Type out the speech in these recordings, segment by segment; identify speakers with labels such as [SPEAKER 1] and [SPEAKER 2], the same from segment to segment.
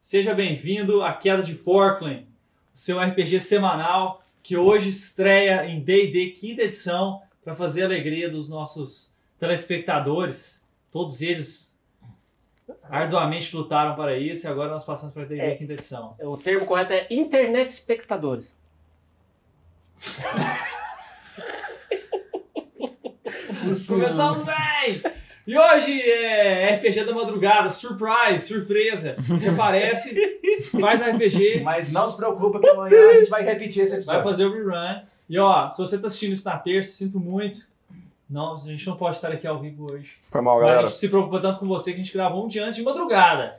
[SPEAKER 1] Seja bem-vindo à Queda de Forkland, o seu RPG semanal que hoje estreia em D&D quinta edição para fazer a alegria dos nossos telespectadores. Todos eles arduamente lutaram para isso e agora nós passamos para D&D
[SPEAKER 2] É.
[SPEAKER 1] quinta edição.
[SPEAKER 2] O termo correto é internet espectadores.
[SPEAKER 1] Começamos bem! E hoje é RPG da madrugada, surprise, surpresa. A gente aparece, faz RPG,
[SPEAKER 3] Mas não se preocupa que amanhã a gente vai repetir esse
[SPEAKER 1] vai
[SPEAKER 3] episódio.
[SPEAKER 1] fazer o rerun. E ó, se você tá assistindo isso na terça, sinto muito. Não, a gente não pode estar aqui ao vivo hoje.
[SPEAKER 4] Foi mal,
[SPEAKER 1] Mas a
[SPEAKER 4] galera.
[SPEAKER 1] gente se preocupa tanto com você que a gente gravou um dia antes de madrugada. Pra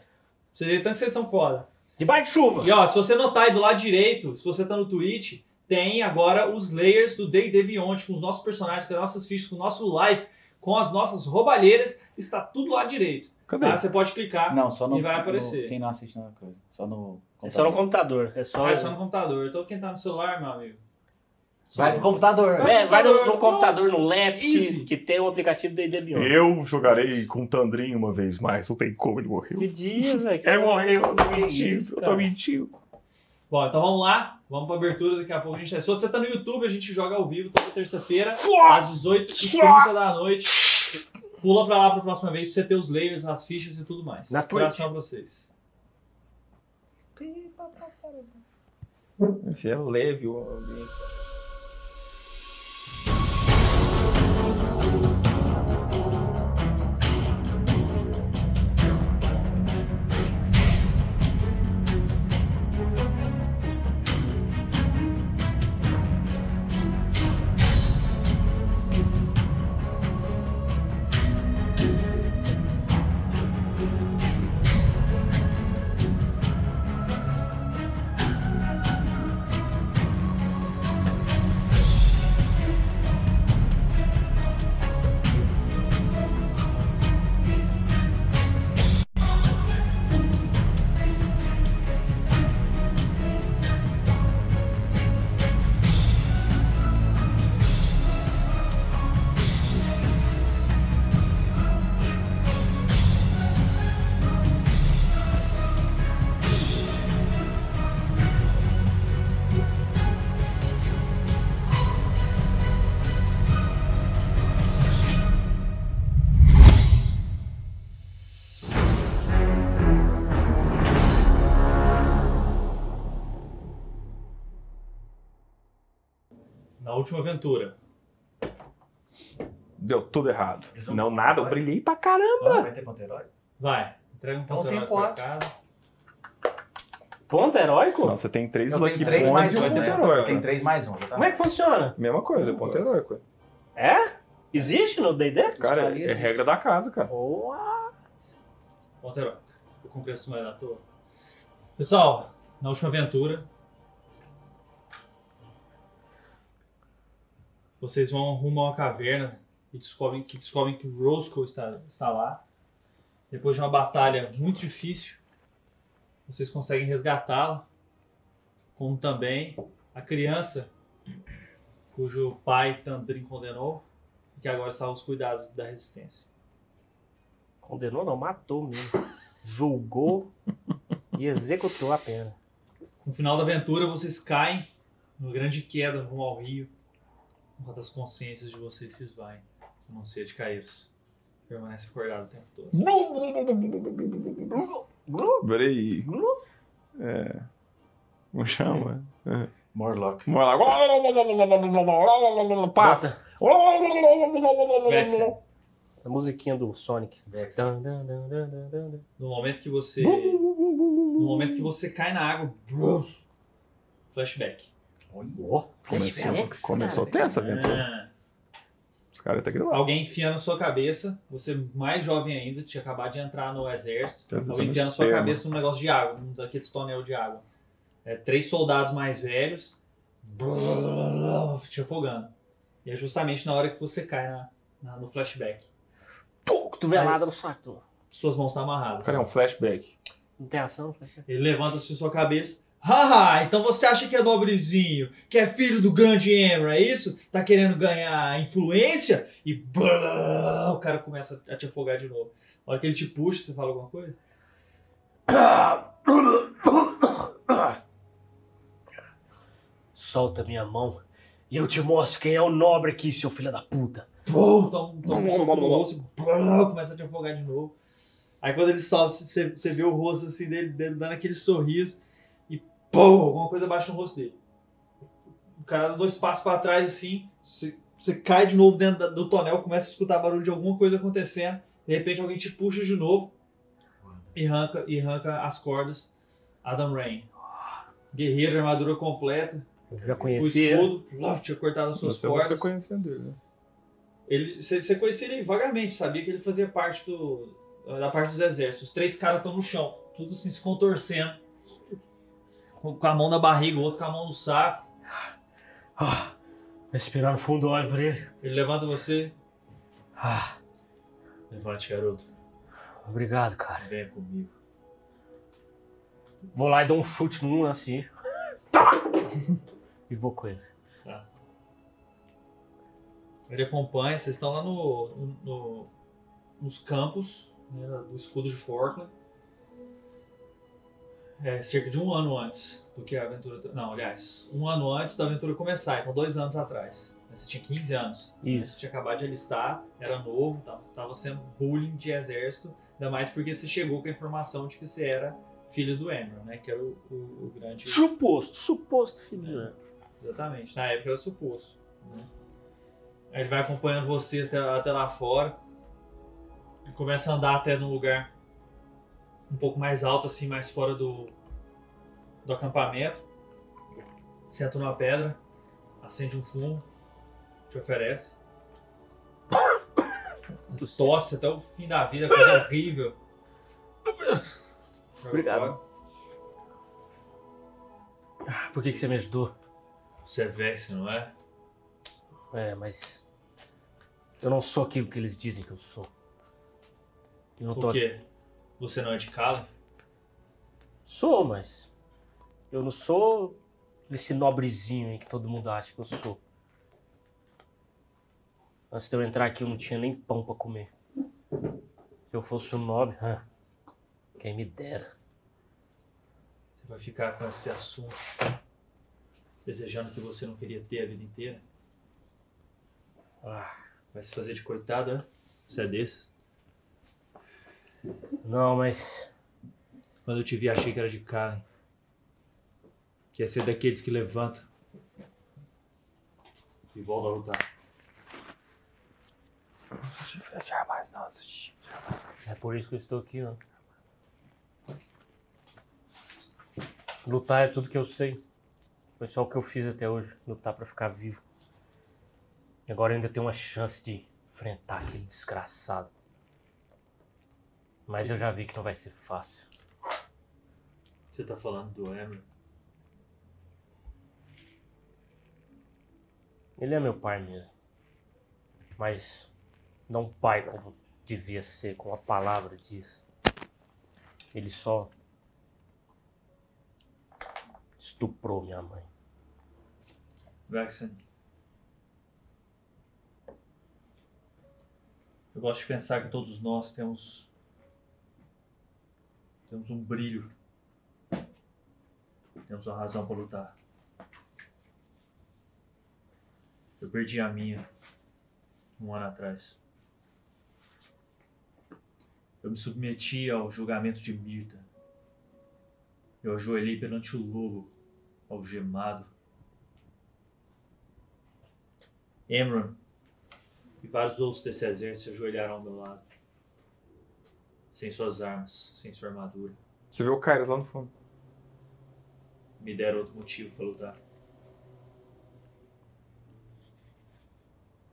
[SPEAKER 1] Você vê tanto que vocês são foda.
[SPEAKER 2] Debaixo de chuva.
[SPEAKER 1] E ó, se você notar aí do lado direito, se você tá no Twitch, tem agora os layers do D&D Beyond com os nossos personagens, com as nossas fichas, com o nosso live, com as nossas roubalheiras. Está tudo lá direito.
[SPEAKER 4] Cadê?
[SPEAKER 3] Ah,
[SPEAKER 1] Tá? Você pode clicar.
[SPEAKER 3] Não, só no.
[SPEAKER 1] E vai
[SPEAKER 3] no-
[SPEAKER 1] aparecer.
[SPEAKER 3] quem não assiste nada coisa. Só no.
[SPEAKER 2] É só no computador. É só.
[SPEAKER 1] Ah, é só no computador. Então quem tá no celular, meu amigo.
[SPEAKER 3] Vai pro computador.
[SPEAKER 1] É.
[SPEAKER 2] É, vai no, no
[SPEAKER 1] Pronto.
[SPEAKER 2] computador, no lap,
[SPEAKER 1] Easy.
[SPEAKER 2] que, que tem o aplicativo da IDB.
[SPEAKER 4] Eu jogarei com o Tandrinho uma vez mais, não tem como ele morreu.
[SPEAKER 2] Que dia, velho.
[SPEAKER 4] É, morreu, eu tô
[SPEAKER 3] isso,
[SPEAKER 4] mentindo, eu tô
[SPEAKER 3] cara?
[SPEAKER 4] mentindo.
[SPEAKER 1] Bom, então vamos lá. Vamos pra abertura daqui a pouco. A gente... Se você tá no YouTube, a gente joga ao vivo toda terça-feira. às 18h30 da noite. Pula pra lá pra próxima vez pra você ter os layers, as fichas e tudo mais.
[SPEAKER 2] Na Twitch.
[SPEAKER 1] Coração pra vocês.
[SPEAKER 4] É leve o ambiente.
[SPEAKER 1] Na última aventura.
[SPEAKER 4] Deu tudo errado.
[SPEAKER 3] Eles não-
[SPEAKER 4] Não, nada, eu brilhei pra caramba.
[SPEAKER 3] Vai ter ponto herói?
[SPEAKER 1] Vai. Entrega um
[SPEAKER 3] Então
[SPEAKER 1] ponto
[SPEAKER 3] tem
[SPEAKER 1] heróico pra
[SPEAKER 3] quatro.
[SPEAKER 1] cada.
[SPEAKER 2] Ponto é heróico?
[SPEAKER 4] Não, você tem três
[SPEAKER 3] Eu
[SPEAKER 4] lucky
[SPEAKER 3] tenho três
[SPEAKER 4] points
[SPEAKER 3] mais
[SPEAKER 4] e
[SPEAKER 3] um,
[SPEAKER 4] um ponto
[SPEAKER 3] né?
[SPEAKER 4] heróico.
[SPEAKER 3] Tem três mais um, já tá?
[SPEAKER 2] Como é que funciona?
[SPEAKER 4] Mesma coisa, ponto heróico.
[SPEAKER 2] É? Existe no DD?
[SPEAKER 4] Cara,
[SPEAKER 3] ali
[SPEAKER 4] é
[SPEAKER 3] existe.
[SPEAKER 4] regra da casa, cara.
[SPEAKER 2] Boa.
[SPEAKER 1] Ponto heróico. Eu comprei essa moeda à toa. Pessoal, na última aventura. Vocês vão rumo a uma caverna e descobrem que, descobrem que Roscoe está, está lá. Depois de uma batalha muito difícil, vocês conseguem resgatá-la. Como também a criança cujo pai Tandrin condenou e que agora está aos cuidados da resistência.
[SPEAKER 2] Condenou, não, matou mesmo. Julgou e executou a pena.
[SPEAKER 1] No final da aventura, vocês caem numa grande queda rumo ao rio, enquanto as consciências de vocês se esvaem, a não ser de caíros. Permanece acordado o tempo todo.
[SPEAKER 4] Peraí. É. Como chama?
[SPEAKER 3] Morlock.
[SPEAKER 4] Vamos lá. Passa.
[SPEAKER 1] Vexa,
[SPEAKER 2] A musiquinha do Sonic.
[SPEAKER 3] Vex.
[SPEAKER 2] Dan, dan, dan, dan, dan, dan, dan.
[SPEAKER 1] no momento que você. No momento que você cai na água. brum, Flashback.
[SPEAKER 3] Olha.
[SPEAKER 4] Começou,
[SPEAKER 3] Flashbacks,
[SPEAKER 4] começou
[SPEAKER 3] cara.
[SPEAKER 4] tensa a aventura.
[SPEAKER 1] Ah,
[SPEAKER 4] Os caras tá grilados.
[SPEAKER 1] alguém enfia na sua cabeça, você mais jovem ainda, tinha acabado de entrar no exército.
[SPEAKER 4] Quer dizer,
[SPEAKER 1] Alguém
[SPEAKER 4] você
[SPEAKER 1] enfia
[SPEAKER 4] não
[SPEAKER 1] na sua
[SPEAKER 4] espera.
[SPEAKER 1] cabeça um negócio de água, um daqueles tonel de água. É, três soldados mais velhos brrr, te afogando. E é justamente na hora que você cai na- na- no flashback.
[SPEAKER 2] Pô, Cotovelada no saco.
[SPEAKER 1] Suas mãos estão
[SPEAKER 4] O
[SPEAKER 1] amarradas.
[SPEAKER 4] cara é um flashback.
[SPEAKER 2] Não tem ação?
[SPEAKER 1] Ele levanta-se em sua cabeça. Haha, então você acha que é nobrezinho, que é filho do grande Emra, é isso? Tá querendo ganhar influência? E brrr, o cara começa a te afogar de novo. A hora que ele te puxa, você fala alguma coisa?
[SPEAKER 2] Solta minha mão e eu te mostro quem é o nobre aqui, seu filho da puta.
[SPEAKER 1] Pô, dá um, dá um soco no rosto, blá, blá, começa a te afogar de novo. Aí quando ele sobe, você você vê o rosto assim dele, dele dando aquele sorriso e pô, alguma coisa baixa no rosto dele. O cara dá dois passos pra trás assim, você você cai de novo dentro da- do tonel, começa a escutar barulho de alguma coisa acontecendo, de repente alguém te puxa de novo e arranca, e arranca as cordas. Adam Rain. Guerreiro, armadura completa,
[SPEAKER 2] Eu já
[SPEAKER 1] o
[SPEAKER 2] conheci ele.
[SPEAKER 1] escudo, blá, tinha cortado as suas
[SPEAKER 4] Você, é
[SPEAKER 1] cordas.
[SPEAKER 4] você conhecendo ele, né?
[SPEAKER 1] Ele, você, você conhecia ele vagamente, sabia que ele fazia parte do, da parte dos exércitos. Os três caras estão no chão, tudo assim, se contorcendo. Com, com a mão na barriga, o outro com a mão no saco.
[SPEAKER 2] Ah, respirar no fundo, olho pra ele.
[SPEAKER 1] Ele levanta você.
[SPEAKER 2] Ah,
[SPEAKER 1] Levante, garoto.
[SPEAKER 2] obrigado, cara.
[SPEAKER 1] Venha comigo.
[SPEAKER 2] Vou lá e dou um chute num assim. E vou com ele.
[SPEAKER 1] Ele acompanha, vocês estão lá no, no- nos campos né, do escudo de Forkland. É, cerca de um ano antes do que a aventura. Não, aliás, um ano antes da aventura começar, então dois anos atrás. né, Você tinha 15 anos. né,
[SPEAKER 2] Isso.
[SPEAKER 1] Você tinha acabado de alistar, era novo, tava, tava sendo bullying de exército, ainda mais porque você chegou com a informação de que você era filho do Emerald, né? Que era o, o- o grande.
[SPEAKER 2] Suposto, suposto, filho.
[SPEAKER 1] Exatamente. Na época era suposto. né? Aí ele vai acompanhando você até, até lá fora. Ele começa a andar até num lugar um pouco mais alto, assim, mais fora do, do acampamento. Senta numa pedra, acende um fumo, te oferece.
[SPEAKER 2] Do céu.
[SPEAKER 1] Tosse até o fim da vida, coisa horrível. Joga
[SPEAKER 2] Obrigado.
[SPEAKER 1] fora.
[SPEAKER 2] Por que, que você me ajudou?
[SPEAKER 1] Você é Vex, não é?
[SPEAKER 2] É, mas. Eu não sou aquilo que eles dizem que eu sou. Eu não tô
[SPEAKER 1] Por quê? Você não é de Kalen?
[SPEAKER 2] Sou, mas eu não sou esse nobrezinho aí que todo mundo acha que eu sou. Antes de eu entrar aqui, eu não tinha nem pão pra comer. Se eu fosse um nobre, hã, quem me dera.
[SPEAKER 1] Você vai ficar com esse assunto desejando que você não queria ter a vida inteira?
[SPEAKER 2] Ah,
[SPEAKER 1] Vai se fazer de coitado, é? Você é desse?
[SPEAKER 2] não, mas
[SPEAKER 1] Quando eu te vi, achei que era de Karen. Que ia ser daqueles que levantam e voltam a lutar.
[SPEAKER 3] Jamais, não. Shhh.
[SPEAKER 2] é por isso que eu estou aqui, ó. Lutar é tudo que eu sei. Foi só o que eu fiz até hoje, lutar pra ficar vivo. E agora eu ainda tenho uma chance de enfrentar aquele desgraçado. Mas eu já vi que não vai ser fácil.
[SPEAKER 1] Você tá falando do Emerald?
[SPEAKER 2] Ele é meu pai mesmo. Mas não um pai como devia ser, como a palavra diz. Ele só estuprou minha mãe.
[SPEAKER 1] Vexen. Eu gosto de pensar que todos nós temos. Temos um brilho. Temos uma razão para lutar. Eu perdi a minha um ano atrás. Eu me submeti ao julgamento de Mirta. Eu ajoelhei perante o lobo, algemado. Emron e vários outros desse exército se ajoelharam ao meu lado. Sem suas armas, sem sua armadura.
[SPEAKER 5] Você vê o Kairos lá no fundo.
[SPEAKER 1] Me deram outro motivo para lutar.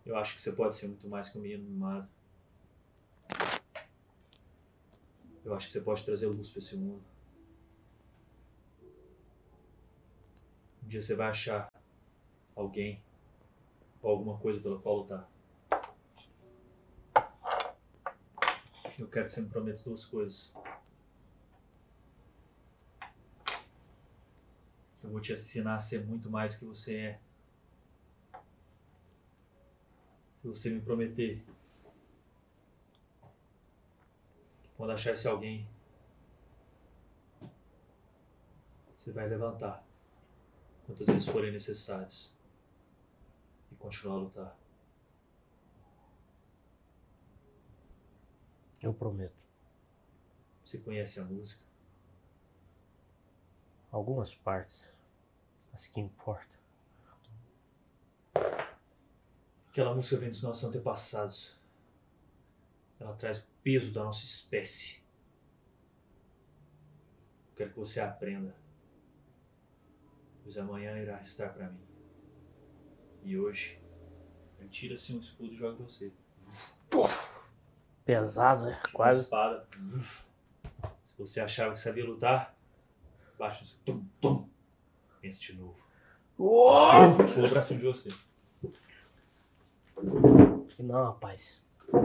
[SPEAKER 1] Eu acho que você pode ser muito mais que um menino mimado. Eu acho que você pode trazer luz para esse mundo. Um dia você vai achar alguém ou alguma coisa pela qual lutar. Eu quero que você me prometa duas coisas. Eu vou te ensinar a ser muito mais do que você é. Se você me prometer. que Quando achar esse alguém. Você vai levantar. quantas vezes forem necessárias. E continuar a lutar.
[SPEAKER 2] Eu prometo.
[SPEAKER 1] Você conhece a música?
[SPEAKER 2] Algumas partes. As que importam.
[SPEAKER 1] Aquela música vem dos nossos antepassados. Ela traz o peso da nossa espécie. Quero que você aprenda. Pois amanhã irá estar pra mim. E hoje, ele tira-se um escudo e joga pra você.
[SPEAKER 2] Pesado, é? Quase.
[SPEAKER 1] Uma espada. Se você achava que sabia lutar, baixa isso. Tum, tum. Pense de novo. Pula pra cima de você.
[SPEAKER 2] Que Não, rapaz.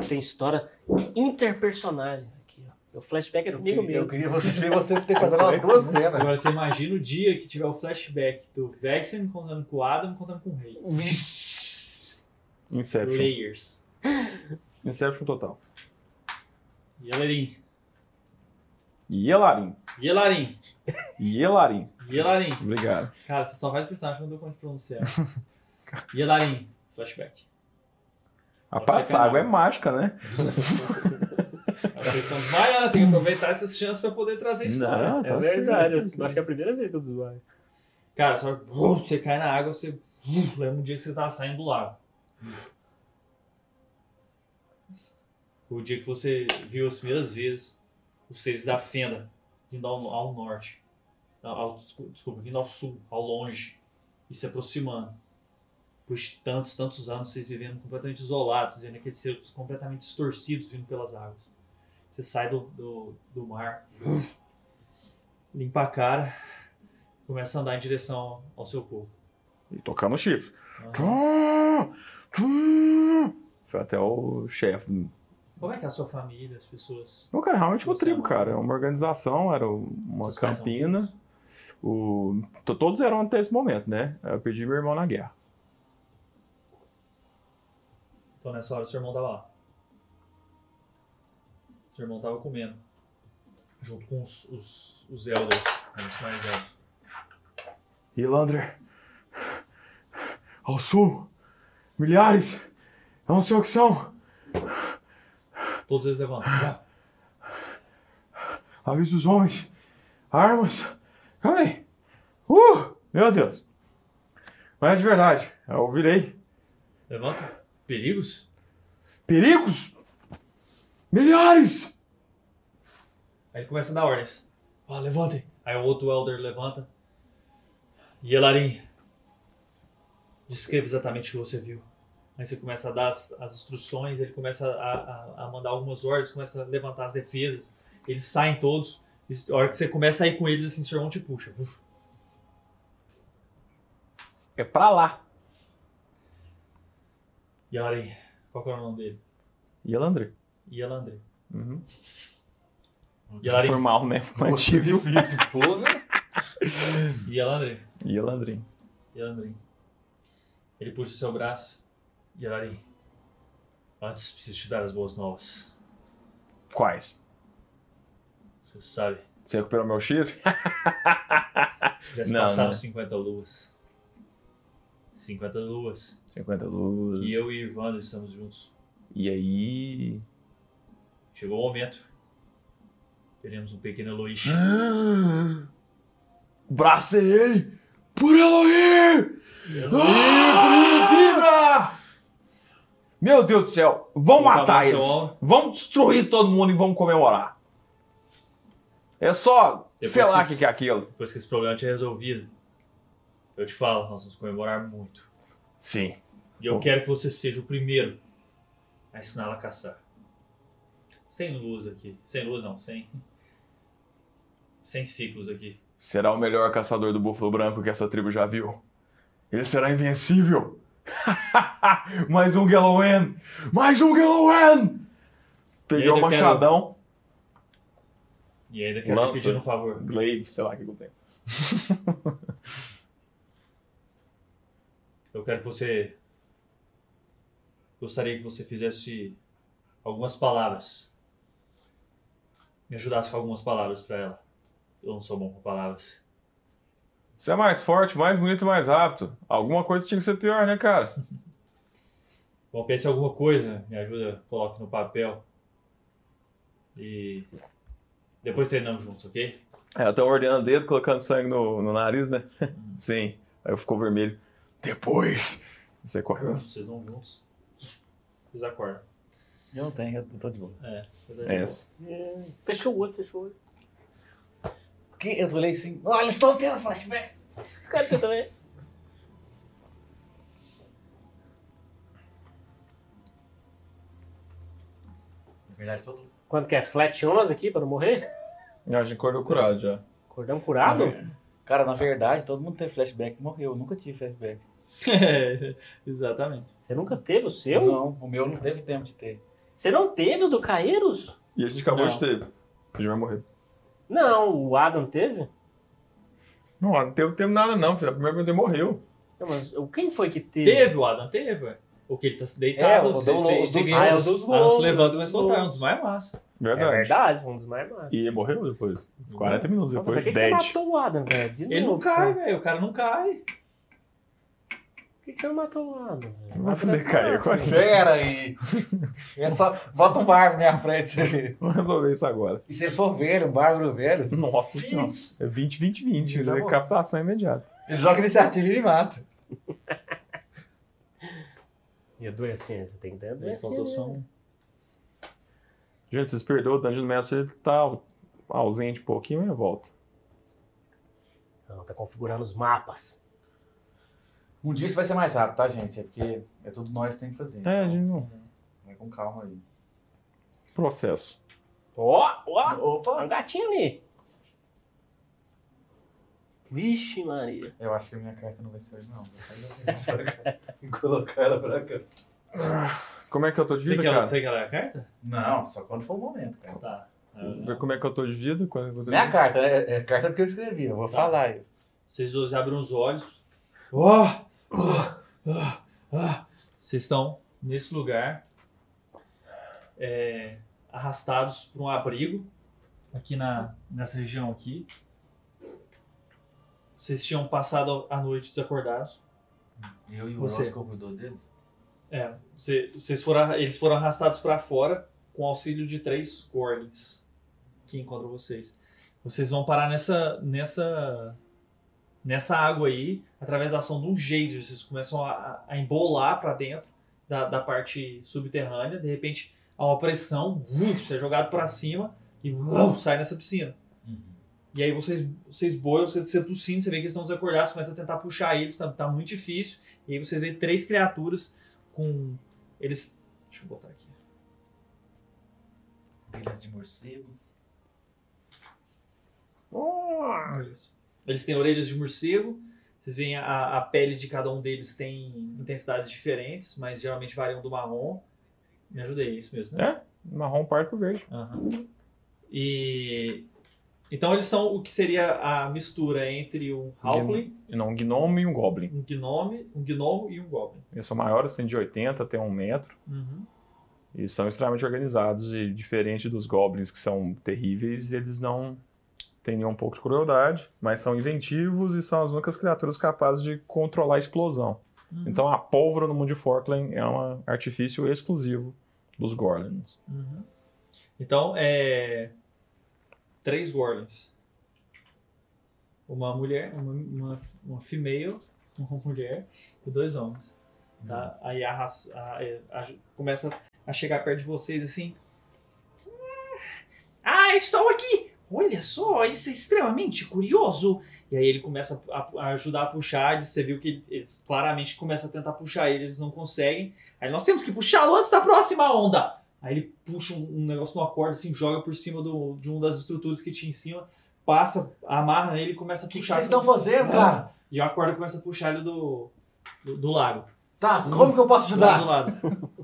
[SPEAKER 2] Tem história interpersonagem aqui, ó. Meu flashback é comigo
[SPEAKER 5] Eu
[SPEAKER 2] mesmo.
[SPEAKER 5] queria você ver você ter contado umas duas cenas.
[SPEAKER 1] Agora você imagina o dia que tiver o flashback do Vexen contando com o Adam contando com o Rei.
[SPEAKER 5] Vixe.
[SPEAKER 4] Inception.
[SPEAKER 1] Layers.
[SPEAKER 4] Inception total.
[SPEAKER 1] Yelarin.
[SPEAKER 4] Yelarin.
[SPEAKER 1] Yelarin.
[SPEAKER 4] Yelarin.
[SPEAKER 1] Yelarin.
[SPEAKER 4] Obrigado.
[SPEAKER 1] Cara, você só faz personagem quando eu conto pra você. Yelarin. Flashback.
[SPEAKER 4] A
[SPEAKER 1] Pode ser
[SPEAKER 4] passa água é
[SPEAKER 1] canal.
[SPEAKER 4] mágica, né?
[SPEAKER 1] Achei que então, Mariana tem que aproveitar essas chances pra poder trazer história.
[SPEAKER 4] Não,
[SPEAKER 2] É
[SPEAKER 4] tá
[SPEAKER 2] verdade, eu
[SPEAKER 4] certo.
[SPEAKER 2] acho que é a primeira vez que eu desmaio.
[SPEAKER 1] Cara, só uh, você cai na água, você lembra um dia que você tava saindo do lago. Foi o dia que você viu as primeiras vezes os seres da fenda vindo ao, ao norte. Não, Ao, desculpa, desculpa, vindo ao sul, ao longe. E se aproximando. Por tantos, tantos anos, vocês vivendo completamente isolados, vendo aqueles seres completamente distorcidos vindo pelas águas. Você sai do, do, do mar, limpa a cara começa a andar em direção ao seu corpo. né?
[SPEAKER 4] E tocar no chifre.
[SPEAKER 1] Aham.
[SPEAKER 4] Tum, tum. Foi até o chefe.
[SPEAKER 1] Como é que é a sua família, as pessoas?
[SPEAKER 4] Não, cara, realmente uma
[SPEAKER 1] Você
[SPEAKER 4] tribo,
[SPEAKER 1] é um-
[SPEAKER 4] cara. É uma organização, era uma
[SPEAKER 1] Seus pais são
[SPEAKER 4] campina.
[SPEAKER 1] vivos?
[SPEAKER 4] O... to- Todos eram até esse momento, né? Eu perdi meu irmão na guerra.
[SPEAKER 1] Então nessa hora seu irmão tava lá. Seu irmão tava comendo. Junto com os, os, os elders, né, os mais velhos.
[SPEAKER 4] Ilander, ao sul, milhares, eu não sei o que são.
[SPEAKER 1] Todos eles levantam. Já.
[SPEAKER 4] Avisa os homens, armas. Calma aí. Uh, meu Deus. Mas é de verdade, eu virei.
[SPEAKER 1] Levanta. Perigos?
[SPEAKER 4] Perigos? Milhares!
[SPEAKER 1] Aí ele começa a dar ordens. Ó, levantem. Aí o outro elder levanta. Yelarin, descreva exatamente o que você viu. Aí você começa a dar as, as instruções, ele começa a, a- a mandar algumas ordens, começa a levantar as defesas. Eles saem todos. E a hora que você começa a ir com eles, assim, seu irmão te puxa. Uf.
[SPEAKER 5] É pra lá.
[SPEAKER 1] Yelarin, qual que é o nome dele?
[SPEAKER 4] Ilander.
[SPEAKER 1] Yelandre.
[SPEAKER 4] Uhum.
[SPEAKER 1] Yelarin.
[SPEAKER 4] Formal, né?
[SPEAKER 5] Poxa,
[SPEAKER 4] Mantive.
[SPEAKER 5] difícil, pô, né?
[SPEAKER 1] Yelandre.
[SPEAKER 4] Yalandrin.
[SPEAKER 1] Yelarin. Ele puxa o seu braço. Yelarin, "Ah, antes preciso te dar as boas novas.
[SPEAKER 4] Quais?
[SPEAKER 1] Você sabe,
[SPEAKER 4] Você recuperou meu chifre?
[SPEAKER 1] já se
[SPEAKER 4] Não,
[SPEAKER 1] passaram
[SPEAKER 4] não.
[SPEAKER 1] 50 luas. 50 luas.
[SPEAKER 4] 50 luzes.
[SPEAKER 1] E eu e Irvando estamos juntos.
[SPEAKER 4] E aí.
[SPEAKER 1] Chegou o momento. Teremos um pequeno Eloish.
[SPEAKER 4] Ah! Braça ele! Por Elohim! Vibra! Meu Deus do céu! Vão
[SPEAKER 1] Vou
[SPEAKER 4] matar
[SPEAKER 1] acabar
[SPEAKER 4] eles!
[SPEAKER 1] seu aula.
[SPEAKER 4] Vão destruir todo mundo e vão comemorar! É só.
[SPEAKER 1] Depois
[SPEAKER 4] sei lá o
[SPEAKER 1] que-
[SPEAKER 4] que, que é aquilo.
[SPEAKER 1] Depois que esse problema tiver resolvido, eu te falo, nós vamos comemorar muito.
[SPEAKER 4] Sim.
[SPEAKER 1] E eu
[SPEAKER 4] Bom.
[SPEAKER 1] quero que você seja o primeiro a ensiná-la a caçar. Sem luz aqui. Sem luz não, sem. Sem ciclos aqui.
[SPEAKER 4] Será o melhor caçador do búfalo branco que essa tribo já viu. Ele será invencível! Mais um Gallowen! Mais um Gallowen!
[SPEAKER 1] E
[SPEAKER 4] Peguei
[SPEAKER 1] ainda
[SPEAKER 4] o machadão.
[SPEAKER 1] E ainda quero
[SPEAKER 4] Lança.
[SPEAKER 1] te pedir um favor.
[SPEAKER 4] Glaive, sei lá o que eu tenho.
[SPEAKER 1] Eu quero que você. Gostaria que você fizesse algumas palavras. Me ajudasse com algumas palavras pra ela. Eu não sou bom com palavras.
[SPEAKER 4] Você é mais forte, mais bonito e mais rápido. Alguma coisa tinha que ser pior, né, cara?
[SPEAKER 1] Bom, pense em alguma coisa, me ajuda, coloque no papel. E depois treinamos juntos, ok?
[SPEAKER 4] É, eu tô ordenando o dedo, colocando sangue no, no nariz, né? Sim. Aí eu ficou vermelho. Depois! Você corre.
[SPEAKER 1] Vocês vão juntos. Vocês acordam.
[SPEAKER 5] Eu não tenho, eu tô de boa.
[SPEAKER 1] É.
[SPEAKER 4] É essa.
[SPEAKER 2] Fechou o olho, fechou o olho.
[SPEAKER 5] Porque eu olhei assim, olha, eles estão tendo flashback.
[SPEAKER 2] Cara, você também.
[SPEAKER 5] Na verdade, todo mundo.
[SPEAKER 2] Quanto que é? Flat 11 aqui pra não morrer?
[SPEAKER 4] A gente acordou curado já.
[SPEAKER 2] Acordamos curado?
[SPEAKER 6] Cara, na verdade, todo mundo tem flashback e morreu. Eu nunca tive flashback.
[SPEAKER 1] É, Exatamente.
[SPEAKER 2] Você nunca teve o seu?
[SPEAKER 6] Não, o meu não teve tempo de ter.
[SPEAKER 2] Você não teve o do Caeiros?
[SPEAKER 4] E a gente acabou
[SPEAKER 1] Não.
[SPEAKER 4] de ter. A gente vai morrer.
[SPEAKER 2] Não, o Adam teve?
[SPEAKER 4] Não, não teve, teve nada não, filho. A primeira vez ele morreu.
[SPEAKER 2] Não, mas o- quem foi que teve?
[SPEAKER 1] Teve o Adam, teve, ué. O que ele tá
[SPEAKER 6] É,
[SPEAKER 1] deitado,
[SPEAKER 6] o
[SPEAKER 1] você,
[SPEAKER 6] do-
[SPEAKER 1] você,
[SPEAKER 6] os
[SPEAKER 1] você
[SPEAKER 6] dos-
[SPEAKER 1] ganha-
[SPEAKER 2] ah, é os dos
[SPEAKER 1] Ah, se
[SPEAKER 2] lobos,
[SPEAKER 1] levanta e vai
[SPEAKER 2] os
[SPEAKER 1] soltar, é um
[SPEAKER 2] lobos.
[SPEAKER 1] dos mais massa.
[SPEAKER 2] É
[SPEAKER 4] Verdade.
[SPEAKER 2] verdade, um dos mais massa.
[SPEAKER 4] E morreu depois. 40 minutos
[SPEAKER 2] Nossa, pra
[SPEAKER 4] depois.
[SPEAKER 2] que, que você
[SPEAKER 4] 10.
[SPEAKER 2] matou o Adam, velho? De
[SPEAKER 1] Ele
[SPEAKER 2] novo,
[SPEAKER 1] não cai,
[SPEAKER 2] cara.
[SPEAKER 1] velho. O cara não cai.
[SPEAKER 2] Por que, que você não matou o tá Adam, velho?
[SPEAKER 4] Não vou fazer cair agora.
[SPEAKER 5] Pera aí.
[SPEAKER 6] É só bota um bárbaro na minha frente. você vê.
[SPEAKER 4] Vamos resolver isso agora.
[SPEAKER 6] E se ele for velho, um bárbaro velho,
[SPEAKER 4] Nossa senhora. É 20, 20, 20.
[SPEAKER 5] Já morreu.
[SPEAKER 4] Decapitação é imediata.
[SPEAKER 6] ele joga iniciativa e me mata.
[SPEAKER 2] E a doencinha, você tem que ter a
[SPEAKER 1] Ele
[SPEAKER 2] doença.
[SPEAKER 1] faltou só um.
[SPEAKER 4] Gente, vocês perdoam. O Dungeon Master ele tá ausente um pouquinho, mas volta.
[SPEAKER 2] Não, tá configurando os mapas.
[SPEAKER 6] Um dia isso vai ser mais rápido, tá, gente? É porque é tudo nós que tem que fazer.
[SPEAKER 4] É, a gente não.
[SPEAKER 6] Vai com calma aí.
[SPEAKER 4] Processo.
[SPEAKER 2] Ó, ó,
[SPEAKER 6] Ah, Opa!
[SPEAKER 2] um gatinho ali. Vixe, Maria.
[SPEAKER 6] Eu acho que a minha carta não vai ser hoje, não. assim.
[SPEAKER 5] Colocar ela pra cá.
[SPEAKER 4] Como é que eu tô de
[SPEAKER 1] Você
[SPEAKER 4] vida,
[SPEAKER 1] quer, ela-
[SPEAKER 4] cara?
[SPEAKER 1] você quer ela a carta?
[SPEAKER 6] Não, só quando for o momento, cara.
[SPEAKER 1] Tá.
[SPEAKER 4] Ver como é que eu tô de vida. Quando eu tô de
[SPEAKER 6] Não é a
[SPEAKER 4] vida.
[SPEAKER 6] carta, né? É a carta porque eu escrevi, eu vou
[SPEAKER 1] Tá.
[SPEAKER 6] falar isso.
[SPEAKER 1] Vocês dois abrem os olhos. Ó! Ó! Ó! Ó! Vocês estão nesse lugar é, arrastados para um abrigo aqui na, nessa região aqui. Vocês tinham passado a noite desacordados.
[SPEAKER 6] Eu e o
[SPEAKER 1] Você.
[SPEAKER 6] nosso corredor dele?
[SPEAKER 1] É, cê- vocês foram, arra- eles foram arrastados para fora com auxílio de três golems que encontram vocês. Vocês vão parar nessa nessa nessa água aí através da ação de um geyser. Vocês começam a, a embolar para dentro da, da parte subterrânea. De repente há uma pressão, uf, você é jogado para cima e uau, sai nessa piscina. E aí vocês, vocês boiam, você, você tossindo, você vê que eles estão desacordados, começa a tentar puxar eles, tá, tá muito difícil. E aí vocês vê três criaturas com. Eles. Deixa eu botar aqui.
[SPEAKER 6] Bilhas de morcego.
[SPEAKER 1] Ah, Olha isso. Eles têm orelhas de morcego. Vocês veem a, a pele de cada um deles tem intensidades diferentes, mas geralmente variam do marrom. Me ajudei, é isso mesmo, né?
[SPEAKER 4] Marrom, parto verde.
[SPEAKER 1] Aham. E. Então eles são o que seria a mistura entre um halfling,
[SPEAKER 4] E não, um gnomo e um goblin.
[SPEAKER 1] um gnome, um gnomo e um goblin.
[SPEAKER 4] Eles são maiores, têm assim, de 80 até 1 metro.
[SPEAKER 1] Uhum.
[SPEAKER 4] Eles são extremamente organizados e diferente dos goblins que são terríveis, eles não têm nenhum pouco de crueldade, mas são inventivos e são as únicas criaturas capazes de controlar a explosão.
[SPEAKER 1] Uhum.
[SPEAKER 4] Então a pólvora no mundo de Forkland é um artifício exclusivo dos goblins.
[SPEAKER 1] Uhum. Então, é. Três Gorlins. Uma mulher, uma, uma, uma female, uma mulher e dois homens. Tá? Aí a, raça- a, é, a- a- começa a chegar perto de vocês assim. Ah, estou aqui! Olha só, isso é extremamente curioso! E aí ele começa a, a ajudar a puxar, eles- você viu que ele- eles claramente começam a tentar puxar ele, eles não conseguem. Aí nós temos que puxá-lo antes da próxima onda! Aí ele puxa um, um negócio numa corda, assim, joga por cima do, de uma das estruturas que tinha em cima, passa, amarra nele e começa a
[SPEAKER 6] O que que
[SPEAKER 1] puxar.
[SPEAKER 6] vocês estão fazendo, cara?
[SPEAKER 1] E a corda começa a puxar ele do, do, do lago.
[SPEAKER 6] Tá, como que eu posso
[SPEAKER 1] Do
[SPEAKER 6] ajudar?
[SPEAKER 1] outro lado.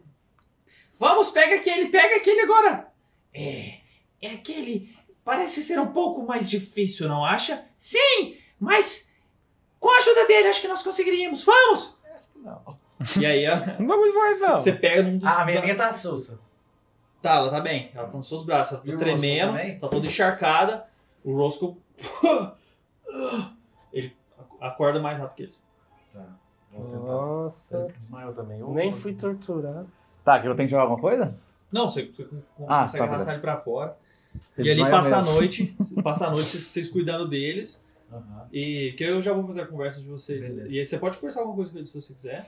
[SPEAKER 1] Vamos, pega aquele, pega aquele agora! É, é aquele. Parece ser um pouco mais difícil, não acha? Sim, mas com a ajuda dele acho que nós conseguiríamos. Vamos!
[SPEAKER 6] Não.
[SPEAKER 1] E aí, ó,
[SPEAKER 4] Não sabe de voz, não.
[SPEAKER 1] você pega num dos.
[SPEAKER 6] Ah, a minha linha tá sussa.
[SPEAKER 1] Tá, ela tá bem. Ela tá nos seus braços. Ela
[SPEAKER 6] E
[SPEAKER 1] tá
[SPEAKER 6] o
[SPEAKER 1] tremendo,
[SPEAKER 6] Roscoe também?
[SPEAKER 1] tá toda encharcada. O Roscoe. Ele Acorda mais rápido que eles.
[SPEAKER 6] Vou tentar.
[SPEAKER 2] Nossa.
[SPEAKER 6] Ele Desmaiou também. Ô,
[SPEAKER 2] Nem fui torturado.
[SPEAKER 5] Tá, que eu tenho que jogar alguma coisa?
[SPEAKER 1] Não, você, você con-
[SPEAKER 5] Ah,
[SPEAKER 1] consegue
[SPEAKER 5] tá,
[SPEAKER 1] arrastar
[SPEAKER 5] beleza.
[SPEAKER 1] ele pra fora. e
[SPEAKER 5] Eles
[SPEAKER 1] ali
[SPEAKER 5] vão
[SPEAKER 1] passa a
[SPEAKER 5] mesmo.
[SPEAKER 1] noite. passa a noite vocês, vocês cuidando deles.
[SPEAKER 6] Aham.
[SPEAKER 1] E que eu já vou fazer a conversa de vocês.
[SPEAKER 6] Beleza.
[SPEAKER 1] E aí você pode conversar alguma coisa com eles se você quiser.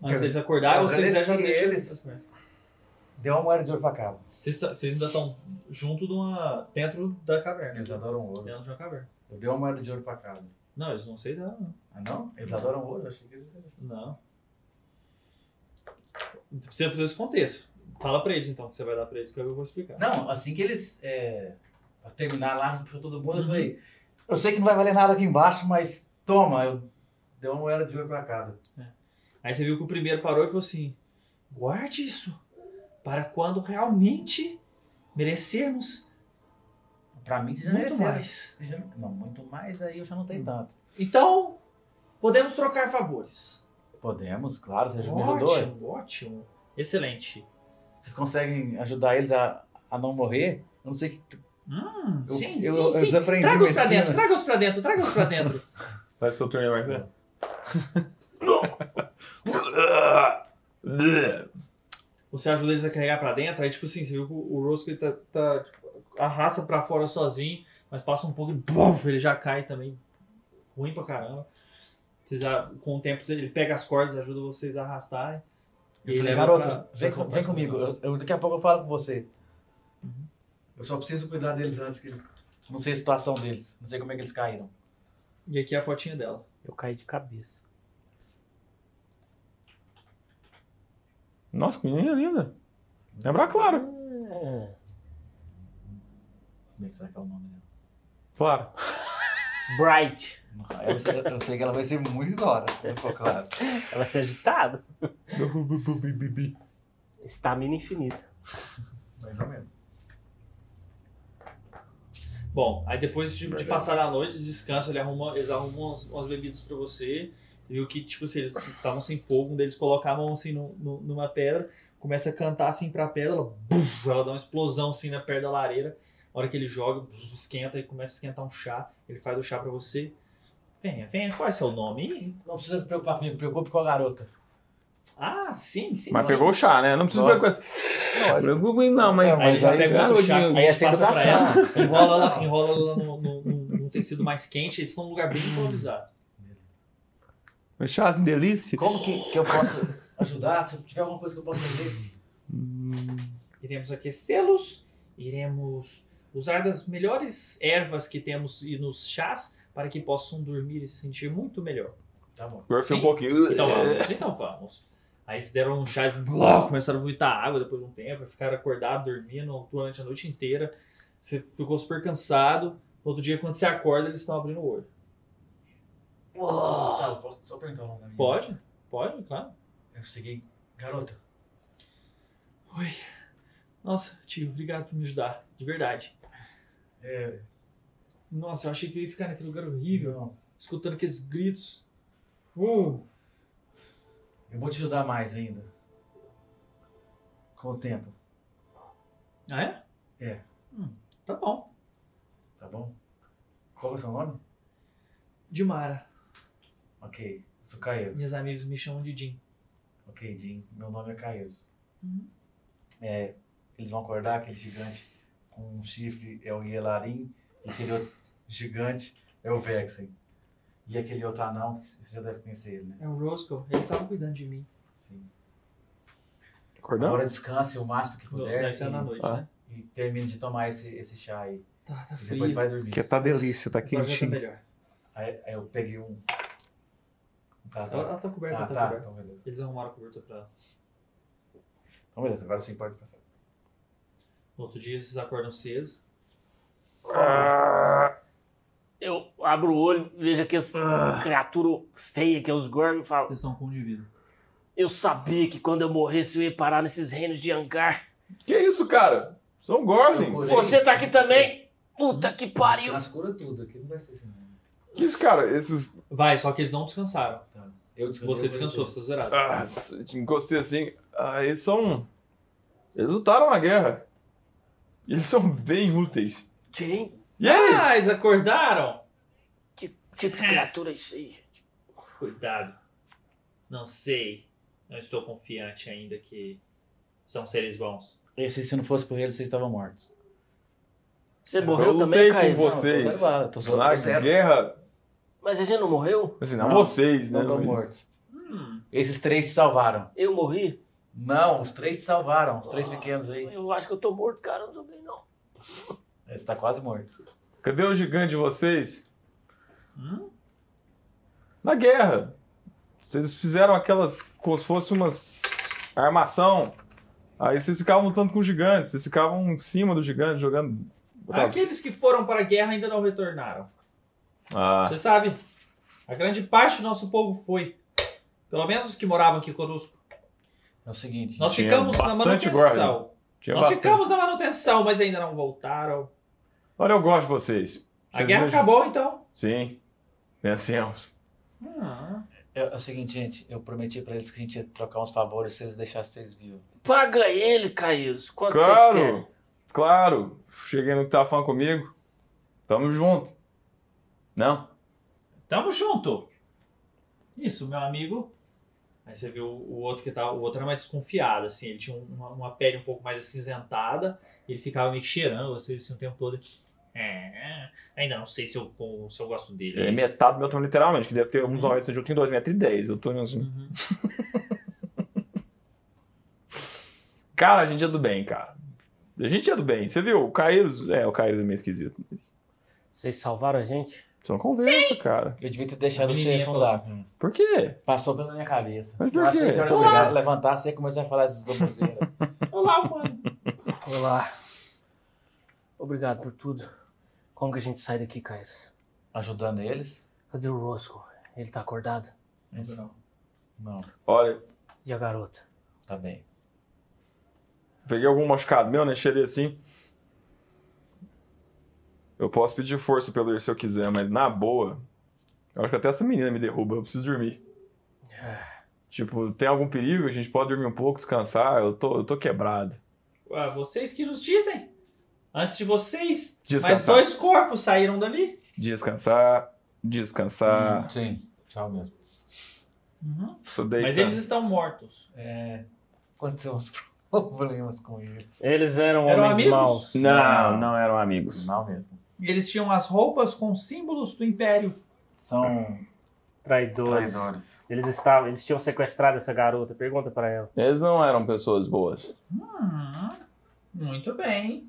[SPEAKER 1] Antes
[SPEAKER 6] Cara,
[SPEAKER 1] deles acordarem, ou se quiser já
[SPEAKER 6] agradeci
[SPEAKER 1] deixa
[SPEAKER 6] eles. Deu uma moeda de ouro pra casa.
[SPEAKER 1] Vocês, tá- vocês ainda estão junto de uma. dentro da caverna.
[SPEAKER 6] É,
[SPEAKER 1] né?
[SPEAKER 6] Eles adoram ouro.
[SPEAKER 1] Dentro de uma caverna.
[SPEAKER 6] Eu dei uma moeda de ouro pra casa.
[SPEAKER 1] Não, eles não aceitam, não.
[SPEAKER 6] Ah, não? Eles adoram ouro? Eu achei que eles eram.
[SPEAKER 1] Não. Precisa fazer esse contexto. Fala pra eles então, que você vai dar pra eles, que eu vou explicar.
[SPEAKER 6] Não, assim que eles é, terminar lá pra todo mundo, eu falei,
[SPEAKER 5] Eu sei que não vai valer nada aqui embaixo, mas.
[SPEAKER 6] toma, eu dei uma moeda de ouro pra cada.
[SPEAKER 1] Aí você viu que o primeiro parou e falou assim: guarde isso para quando realmente merecermos
[SPEAKER 6] Pra mim, vocês já
[SPEAKER 1] muito
[SPEAKER 6] mereceram.
[SPEAKER 1] mais.
[SPEAKER 6] Vocês já- Não, muito mais aí eu já não tenho tanto.
[SPEAKER 1] Então, podemos trocar favores.
[SPEAKER 6] Podemos, claro, você já me ajudou.
[SPEAKER 1] Ótimo, ótimo. Excelente.
[SPEAKER 6] Vocês conseguem ajudar eles a, a não morrer? Eu não sei que.
[SPEAKER 1] Hum,
[SPEAKER 6] Eu-
[SPEAKER 1] sim,
[SPEAKER 6] eu-
[SPEAKER 1] sim,
[SPEAKER 6] eu
[SPEAKER 1] sim.
[SPEAKER 6] desaprendi
[SPEAKER 1] Traga-os pra
[SPEAKER 6] medicina.
[SPEAKER 1] dentro, traga-os pra dentro, traga-os pra dentro.
[SPEAKER 4] Faz seu turno aí, Marcelo.
[SPEAKER 1] Você ajuda eles a carregar pra dentro, aí tipo assim, você viu que o o Rosco ele tá, tá tipo, arrasta pra fora sozinho, mas passa um pouco e bum, ele já cai também. Ruim pra caramba. Vocês, a- com o tempo ele pega as cordas, ajuda vocês a arrastarem.
[SPEAKER 6] Eu
[SPEAKER 1] E
[SPEAKER 6] falei,
[SPEAKER 1] leva
[SPEAKER 6] garoto,
[SPEAKER 1] pra-
[SPEAKER 6] vem,
[SPEAKER 1] pra-
[SPEAKER 6] com- vem
[SPEAKER 1] pra-
[SPEAKER 6] comigo. Eu, eu- daqui a pouco eu falo com você. Uhum. Eu só preciso cuidar deles antes que eles. Não sei a situação deles. Não sei como é que eles caíram.
[SPEAKER 1] E aqui é a fotinha dela.
[SPEAKER 2] Eu caí de cabeça.
[SPEAKER 4] Nossa, que menina linda. Lembra claro.
[SPEAKER 2] É.
[SPEAKER 6] Como é que será que é o nome dela?
[SPEAKER 4] Claro.
[SPEAKER 2] Bright.
[SPEAKER 6] Eu sei, eu sei que ela vai ser muito da hora, se não for claro.
[SPEAKER 2] Ela se agitada. Estamina infinita.
[SPEAKER 6] Mais ou menos.
[SPEAKER 1] Bom, aí depois de, de
[SPEAKER 4] Verdade.
[SPEAKER 1] passar a noite, eles descansam, ele arruma, eles arrumam umas, umas bebidas pra você. Você viu que, tipo, se eles estavam sem fogo, um deles colocava a mão assim no- no- numa pedra, começa a cantar assim pra pedra, ela, buf, ela dá uma explosão assim na perna da lareira. A hora que ele joga, buf, esquenta e começa a esquentar um chá. Ele faz o chá pra você. Venha, venha, qual é seu nome?
[SPEAKER 6] Não precisa se preocupar comigo, preocupe com a garota.
[SPEAKER 1] Ah, sim, sim.
[SPEAKER 4] Mas
[SPEAKER 1] sim.
[SPEAKER 4] pegou o chá, né? Não precisa
[SPEAKER 6] Lógico.
[SPEAKER 4] preocupar. Não preocupa com isso, não, mas.
[SPEAKER 1] Aí
[SPEAKER 6] mas
[SPEAKER 1] já
[SPEAKER 6] aí-
[SPEAKER 1] pegou o chá,
[SPEAKER 6] aí é sem
[SPEAKER 1] passa pra ela,
[SPEAKER 6] educação.
[SPEAKER 1] tá enrola ela, enrola ela no, no- no- num tecido mais quente, eles estão num lugar bem improvisado.
[SPEAKER 4] Um chazinho delícia.
[SPEAKER 6] Como que, que eu posso ajudar? Se tiver alguma coisa que eu possa fazer.
[SPEAKER 1] Iremos aquecê-los, iremos usar das melhores ervas que temos e nos chás para que possam dormir e se sentir muito melhor.
[SPEAKER 6] Tá bom.
[SPEAKER 4] Gorfei um
[SPEAKER 1] Sim.
[SPEAKER 4] pouquinho.
[SPEAKER 1] Então vamos, então vamos. Aí eles deram um chá e blá, começaram a vomitar água depois de um tempo, ficaram acordados, dormindo durante a noite inteira. Você ficou super cansado. No outro dia, quando você acorda, eles estão abrindo o olho.
[SPEAKER 6] Ah, eu posso só perguntar o nome da minha?
[SPEAKER 1] Pode? Pode, claro.
[SPEAKER 6] Eu cheguei. Garota,
[SPEAKER 1] Oi. Nossa, tio, obrigado por me ajudar, de verdade.
[SPEAKER 6] é.
[SPEAKER 1] Nossa, eu achei que eu ia ficar naquele lugar horrível,
[SPEAKER 6] não,
[SPEAKER 1] escutando aqueles gritos. Uh,
[SPEAKER 6] Eu vou te ajudar mais ainda. Com o tempo,
[SPEAKER 1] Ah, é?
[SPEAKER 6] É.
[SPEAKER 1] Hum, tá bom.
[SPEAKER 6] tá bom? Qual é o seu nome?
[SPEAKER 1] Dimara.
[SPEAKER 6] Ok. Eu sou Caio.
[SPEAKER 1] Meus amigos me chamam de Jim.
[SPEAKER 6] Ok, Jim. Meu nome é Caio.
[SPEAKER 1] Uhum.
[SPEAKER 6] É, eles vão acordar aquele gigante com um chifre é o Yelarim, e aquele outro gigante é o Vexen. E aquele outro anão, que você já deve conhecer ele, né?
[SPEAKER 1] É o Roscoe. Ele estava cuidando de mim.
[SPEAKER 6] Sim.
[SPEAKER 4] Acordando?
[SPEAKER 6] Agora descanse o máximo que
[SPEAKER 1] No,
[SPEAKER 6] puder
[SPEAKER 1] nessa é na
[SPEAKER 6] e,
[SPEAKER 1] noite,
[SPEAKER 4] Ah.
[SPEAKER 1] né?
[SPEAKER 6] e termine de tomar esse, esse chá aí.
[SPEAKER 1] Tá, tá
[SPEAKER 6] E depois
[SPEAKER 1] frio.
[SPEAKER 6] vai dormir.
[SPEAKER 4] Que tá delícia, tá
[SPEAKER 1] Agora já tá
[SPEAKER 4] quentinho.
[SPEAKER 1] melhor.
[SPEAKER 6] Aí, aí eu peguei um, um
[SPEAKER 1] Ela,
[SPEAKER 6] casaco.
[SPEAKER 1] ela tá coberta,
[SPEAKER 6] Ah,
[SPEAKER 1] tá,
[SPEAKER 6] tá.
[SPEAKER 1] coberta.
[SPEAKER 6] Então beleza.
[SPEAKER 1] Eles arrumaram a cobertura pra ela.
[SPEAKER 6] Então beleza, agora sim pode passar.
[SPEAKER 1] No outro dia, vocês acordam cedo.
[SPEAKER 2] Ah. Eu abro o olho, vejo aqui essa criatura feia que é os Gorg e falo.
[SPEAKER 1] Vocês estão com um indivíduo.
[SPEAKER 2] Eu sabia que quando eu morresse eu ia parar nesses reinos de hangar.
[SPEAKER 4] Que isso, cara? São Gorlins.
[SPEAKER 6] Eu
[SPEAKER 2] Você tá aqui também? Puta que pariu!
[SPEAKER 6] Descanso cura tudo, aqui não vai ser assim. não.
[SPEAKER 4] Que isso, cara? Esses.
[SPEAKER 1] Vai, só que eles não descansaram.
[SPEAKER 6] Eu tipo,
[SPEAKER 1] Você descansou, você tá zerado.
[SPEAKER 4] Ah, se- te encostei assim. Ah, eles são. Eles lutaram a guerra. Eles são bem úteis.
[SPEAKER 2] Quem?
[SPEAKER 4] E aí?
[SPEAKER 1] Ah, eles acordaram?
[SPEAKER 2] Que tipo de criatura é isso aí, gente?
[SPEAKER 1] Cuidado. Não sei. Não estou confiante ainda que são seres bons.
[SPEAKER 5] Esse, se não fosse por ele, vocês estavam mortos.
[SPEAKER 2] Você
[SPEAKER 4] É, eu
[SPEAKER 2] morreu
[SPEAKER 4] lutei
[SPEAKER 2] também, Caio?
[SPEAKER 4] com vocês.
[SPEAKER 5] Não, tô zoando, tô zoando,
[SPEAKER 4] Na
[SPEAKER 5] tô zero.
[SPEAKER 4] guerra.
[SPEAKER 2] Mas a gente não morreu?
[SPEAKER 4] Assim, não,
[SPEAKER 6] Não,
[SPEAKER 4] vocês,
[SPEAKER 6] Não
[SPEAKER 4] né?
[SPEAKER 6] estão
[SPEAKER 4] mas-
[SPEAKER 6] mortos.
[SPEAKER 1] Hum,
[SPEAKER 6] Esses três te salvaram.
[SPEAKER 2] Eu morri?
[SPEAKER 6] Não, os três te salvaram. Os três pequenos aí.
[SPEAKER 2] Eu acho que eu tô morto, cara. Eu não tô bem, não.
[SPEAKER 6] Você tá quase morto.
[SPEAKER 4] Cadê o gigante de vocês?
[SPEAKER 1] hum,
[SPEAKER 4] Na guerra. Vocês fizeram aquelas. como se fosse umas. armação. Aí vocês ficavam lutando com o gigante. Vocês ficavam em cima do gigante jogando.
[SPEAKER 1] Aqueles que foram para a guerra ainda não retornaram.
[SPEAKER 4] Ah,
[SPEAKER 1] Você sabe, a grande parte do nosso povo foi. Pelo menos os que moravam aqui conosco.
[SPEAKER 5] É o seguinte.
[SPEAKER 1] Nós
[SPEAKER 4] Tinha
[SPEAKER 1] ficamos na
[SPEAKER 4] bastante
[SPEAKER 1] manutenção.
[SPEAKER 4] tinha
[SPEAKER 1] Nós
[SPEAKER 4] bastante.
[SPEAKER 1] ficamos na manutenção, mas ainda não voltaram.
[SPEAKER 4] Olha, eu gosto de vocês.
[SPEAKER 1] A
[SPEAKER 4] Vocês
[SPEAKER 1] guerra
[SPEAKER 4] vejam-
[SPEAKER 1] acabou, então. Ah,
[SPEAKER 4] Sim. Vencemos.
[SPEAKER 5] É, é o seguinte, gente. Eu prometi pra eles que a gente ia trocar uns favores se eles deixassem vocês vivos.
[SPEAKER 2] Paga ele, Caio. Quanto vocês querem?
[SPEAKER 4] Claro, claro. Cheguei no que tava falando comigo. Tamo junto. Não?
[SPEAKER 1] Tamo junto. Isso, meu amigo. Aí você viu o outro que tá. O outro era mais desconfiado, assim. Ele tinha um- uma, uma pele um pouco mais acinzentada. Ele ficava meio que cheirando vocês assim, o tempo todo. É, ainda não sei se eu, se eu gosto dele.
[SPEAKER 4] É metade do meu tamanho, literalmente, que deve ter uns 90 junto em 2,10m. Eu tô assim.
[SPEAKER 1] Uhum.
[SPEAKER 4] Cara, a gente é do bem, cara. A gente é do bem. Você viu? O Caíros. É, o Caíros é meio esquisito.
[SPEAKER 2] Vocês salvaram a gente?
[SPEAKER 4] Só não conversa, cara.
[SPEAKER 5] Eu devia ter deixado
[SPEAKER 1] A
[SPEAKER 5] você
[SPEAKER 1] menininha
[SPEAKER 5] afundar. cara.
[SPEAKER 4] Por quê?
[SPEAKER 5] Passou pela minha cabeça.
[SPEAKER 4] Mas por
[SPEAKER 5] eu achei
[SPEAKER 4] quê?
[SPEAKER 5] que a hora que
[SPEAKER 4] Tô
[SPEAKER 5] você
[SPEAKER 4] lá.
[SPEAKER 5] ia levantar, você ia começar a falar essas baboseiras.
[SPEAKER 1] Olá, mano.
[SPEAKER 2] Olá. Obrigado por tudo. Como que a gente sai daqui, Caio?
[SPEAKER 5] Ajudando eles?
[SPEAKER 2] Cadê o Roscoe? Ele tá acordado?
[SPEAKER 1] Não.
[SPEAKER 5] Não,
[SPEAKER 4] Olha,
[SPEAKER 2] E a garota?
[SPEAKER 5] tá bem.
[SPEAKER 4] peguei algum machucado meu, né? Cheirei assim. Eu posso pedir força pelo Irse se eu quiser, mas na boa. Eu acho que até essa menina me derruba. Eu preciso dormir.
[SPEAKER 2] É,
[SPEAKER 4] Tipo, tem algum perigo? A gente pode dormir um pouco, descansar? Eu tô, eu tô quebrado.
[SPEAKER 1] Ah, vocês que nos dizem. Antes de vocês, mais
[SPEAKER 4] Descansar.
[SPEAKER 1] dois corpos saíram dali.
[SPEAKER 4] Descansar, descansar.
[SPEAKER 5] Hum, sim, tchau mesmo.
[SPEAKER 4] Tô
[SPEAKER 1] Mas
[SPEAKER 4] deitando.
[SPEAKER 1] eles estão mortos.
[SPEAKER 5] É, aconteceu uns problemas com eles.
[SPEAKER 2] Eles eram,
[SPEAKER 1] Eram
[SPEAKER 2] homens
[SPEAKER 1] amigos?
[SPEAKER 2] maus.
[SPEAKER 4] Não, não eram amigos.
[SPEAKER 5] Mal mesmo.
[SPEAKER 1] Eles tinham as roupas com símbolos do império.
[SPEAKER 5] São
[SPEAKER 2] Traidores.
[SPEAKER 5] traidores.
[SPEAKER 2] Eles estavam, eles tinham sequestrado essa garota. Pergunta pra ela.
[SPEAKER 4] Eles não eram pessoas boas.
[SPEAKER 1] Hum, muito bem.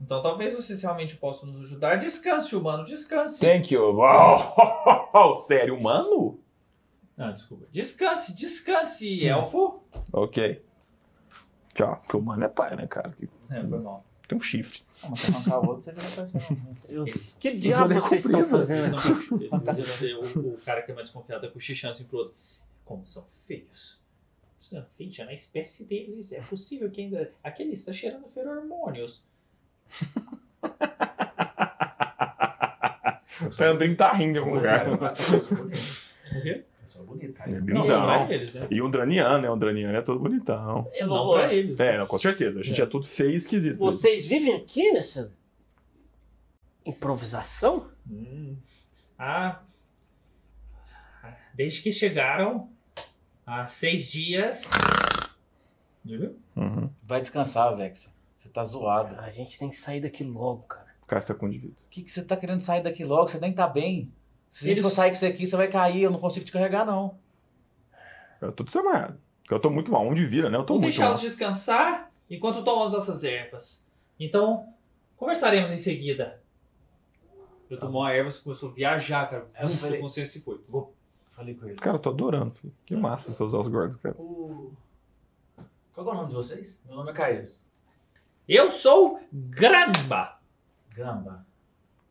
[SPEAKER 1] Então talvez vocês realmente possam nos ajudar. Descanse, humano, descanse.
[SPEAKER 4] Thank you. Uau! sério, humano?
[SPEAKER 1] Não, Ah, desculpa. Descanse,
[SPEAKER 2] Hum.
[SPEAKER 1] descanse, elfo.
[SPEAKER 4] Ok. Tchau. Porque humano é pai, né, cara? Que
[SPEAKER 1] É, foi mal.
[SPEAKER 4] Tem um chifre.
[SPEAKER 5] Não, mas se arrancar o outro, você vira pessoa.
[SPEAKER 2] Eu-
[SPEAKER 1] Eles-
[SPEAKER 2] que diabo
[SPEAKER 4] olhos
[SPEAKER 2] vocês estão
[SPEAKER 4] compridos.
[SPEAKER 1] Eles
[SPEAKER 2] fazendo?
[SPEAKER 1] não cochilam, eles- eles não- o, o cara que é mais desconfiado é cochichando assim pro outro. Como são feios. São feios, já na espécie deles. É possível que ainda. Aquele está cheirando feromônios.
[SPEAKER 4] O Sandrinho tá rindo de algum lugar.
[SPEAKER 1] O quê?
[SPEAKER 6] Eu sou bonito, cara.
[SPEAKER 4] É
[SPEAKER 1] Não,
[SPEAKER 4] Então.
[SPEAKER 1] não pra eles, né?
[SPEAKER 4] E o Draniano, né? O Draniano é todo bonitão.
[SPEAKER 2] Eu
[SPEAKER 1] Não
[SPEAKER 2] vou-
[SPEAKER 1] pra eles.
[SPEAKER 4] É, não, com certeza. A gente é, tudo feio e esquisito.
[SPEAKER 2] Vocês vivem aqui nessa improvisação?
[SPEAKER 1] Hum. Ah, desde que chegaram, há seis dias. Entendeu?
[SPEAKER 4] Uhum.
[SPEAKER 5] Vai descansar, Vex. Você tá zoado.
[SPEAKER 2] A gente tem que sair daqui logo, cara.
[SPEAKER 4] Casta com indivíduo.
[SPEAKER 5] O que, que você tá querendo sair daqui logo? Você nem tá bem. Se a gente
[SPEAKER 1] Eles-
[SPEAKER 5] for sair com você aqui, você vai cair. Eu não consigo te carregar, não.
[SPEAKER 4] Eu tô desarmado. Porque eu tô muito mal. Onde vira, né? Eu tô
[SPEAKER 1] Vou
[SPEAKER 4] muito mal.
[SPEAKER 1] deixá-los descansar enquanto tomam as nossas ervas. Então, conversaremos em seguida. Eu tomou a erva e começou a viajar, cara.
[SPEAKER 5] Eu falei-
[SPEAKER 1] Não sei se foi.
[SPEAKER 5] Falei com eles.
[SPEAKER 4] Cara, eu tô adorando, filho. Que massa você usar os gordos, cara.
[SPEAKER 5] O- Qual que é o nome de vocês? Meu nome é Caíros.
[SPEAKER 1] Eu sou Granba.
[SPEAKER 5] Gramba.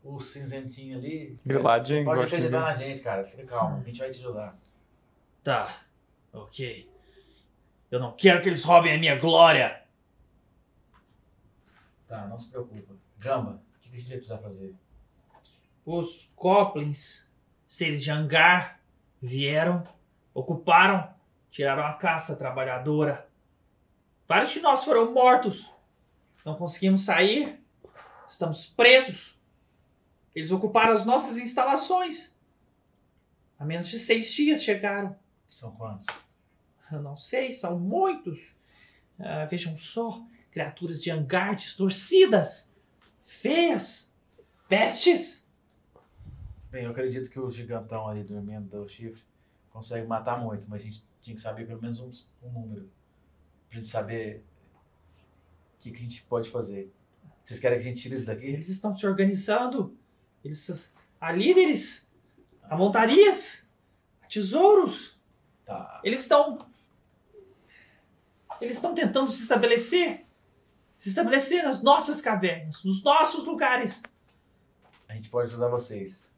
[SPEAKER 5] O cinzentinho ali.
[SPEAKER 4] Griladinho,
[SPEAKER 5] Pode
[SPEAKER 4] gosto de
[SPEAKER 5] acreditar na gente, cara. Fica calmo. A gente vai te ajudar.
[SPEAKER 1] Tá, ok. Eu não quero que eles roubem a minha glória.
[SPEAKER 5] Tá, não se preocupa. Gramba, o que que a gente vai precisar fazer?
[SPEAKER 1] os Coplins, seres de hangar, vieram, ocuparam, tiraram a caça trabalhadora. Vários de nós foram mortos. Não conseguimos sair. Estamos presos. Eles ocuparam as nossas instalações. Há menos de seis dias chegaram.
[SPEAKER 6] São quantos?
[SPEAKER 1] Eu não sei, são muitos. Ah, vejam só, criaturas de hangar distorcidas, feias, pestes.
[SPEAKER 6] Bem, eu acredito que o gigantão ali dormindo do chifre consegue matar muito, mas a gente tinha que saber pelo menos um, um número. Pra gente saber o que, que a gente pode fazer. Vocês querem que a gente tire isso daqui?
[SPEAKER 1] Eles estão se organizando. Eles há líderes, há montarias, há tesouros.
[SPEAKER 6] Tá.
[SPEAKER 1] Eles estão eles estão tentando se estabelecer, se estabelecer nas nossas cavernas, nos nossos lugares.
[SPEAKER 6] A gente pode ajudar vocês.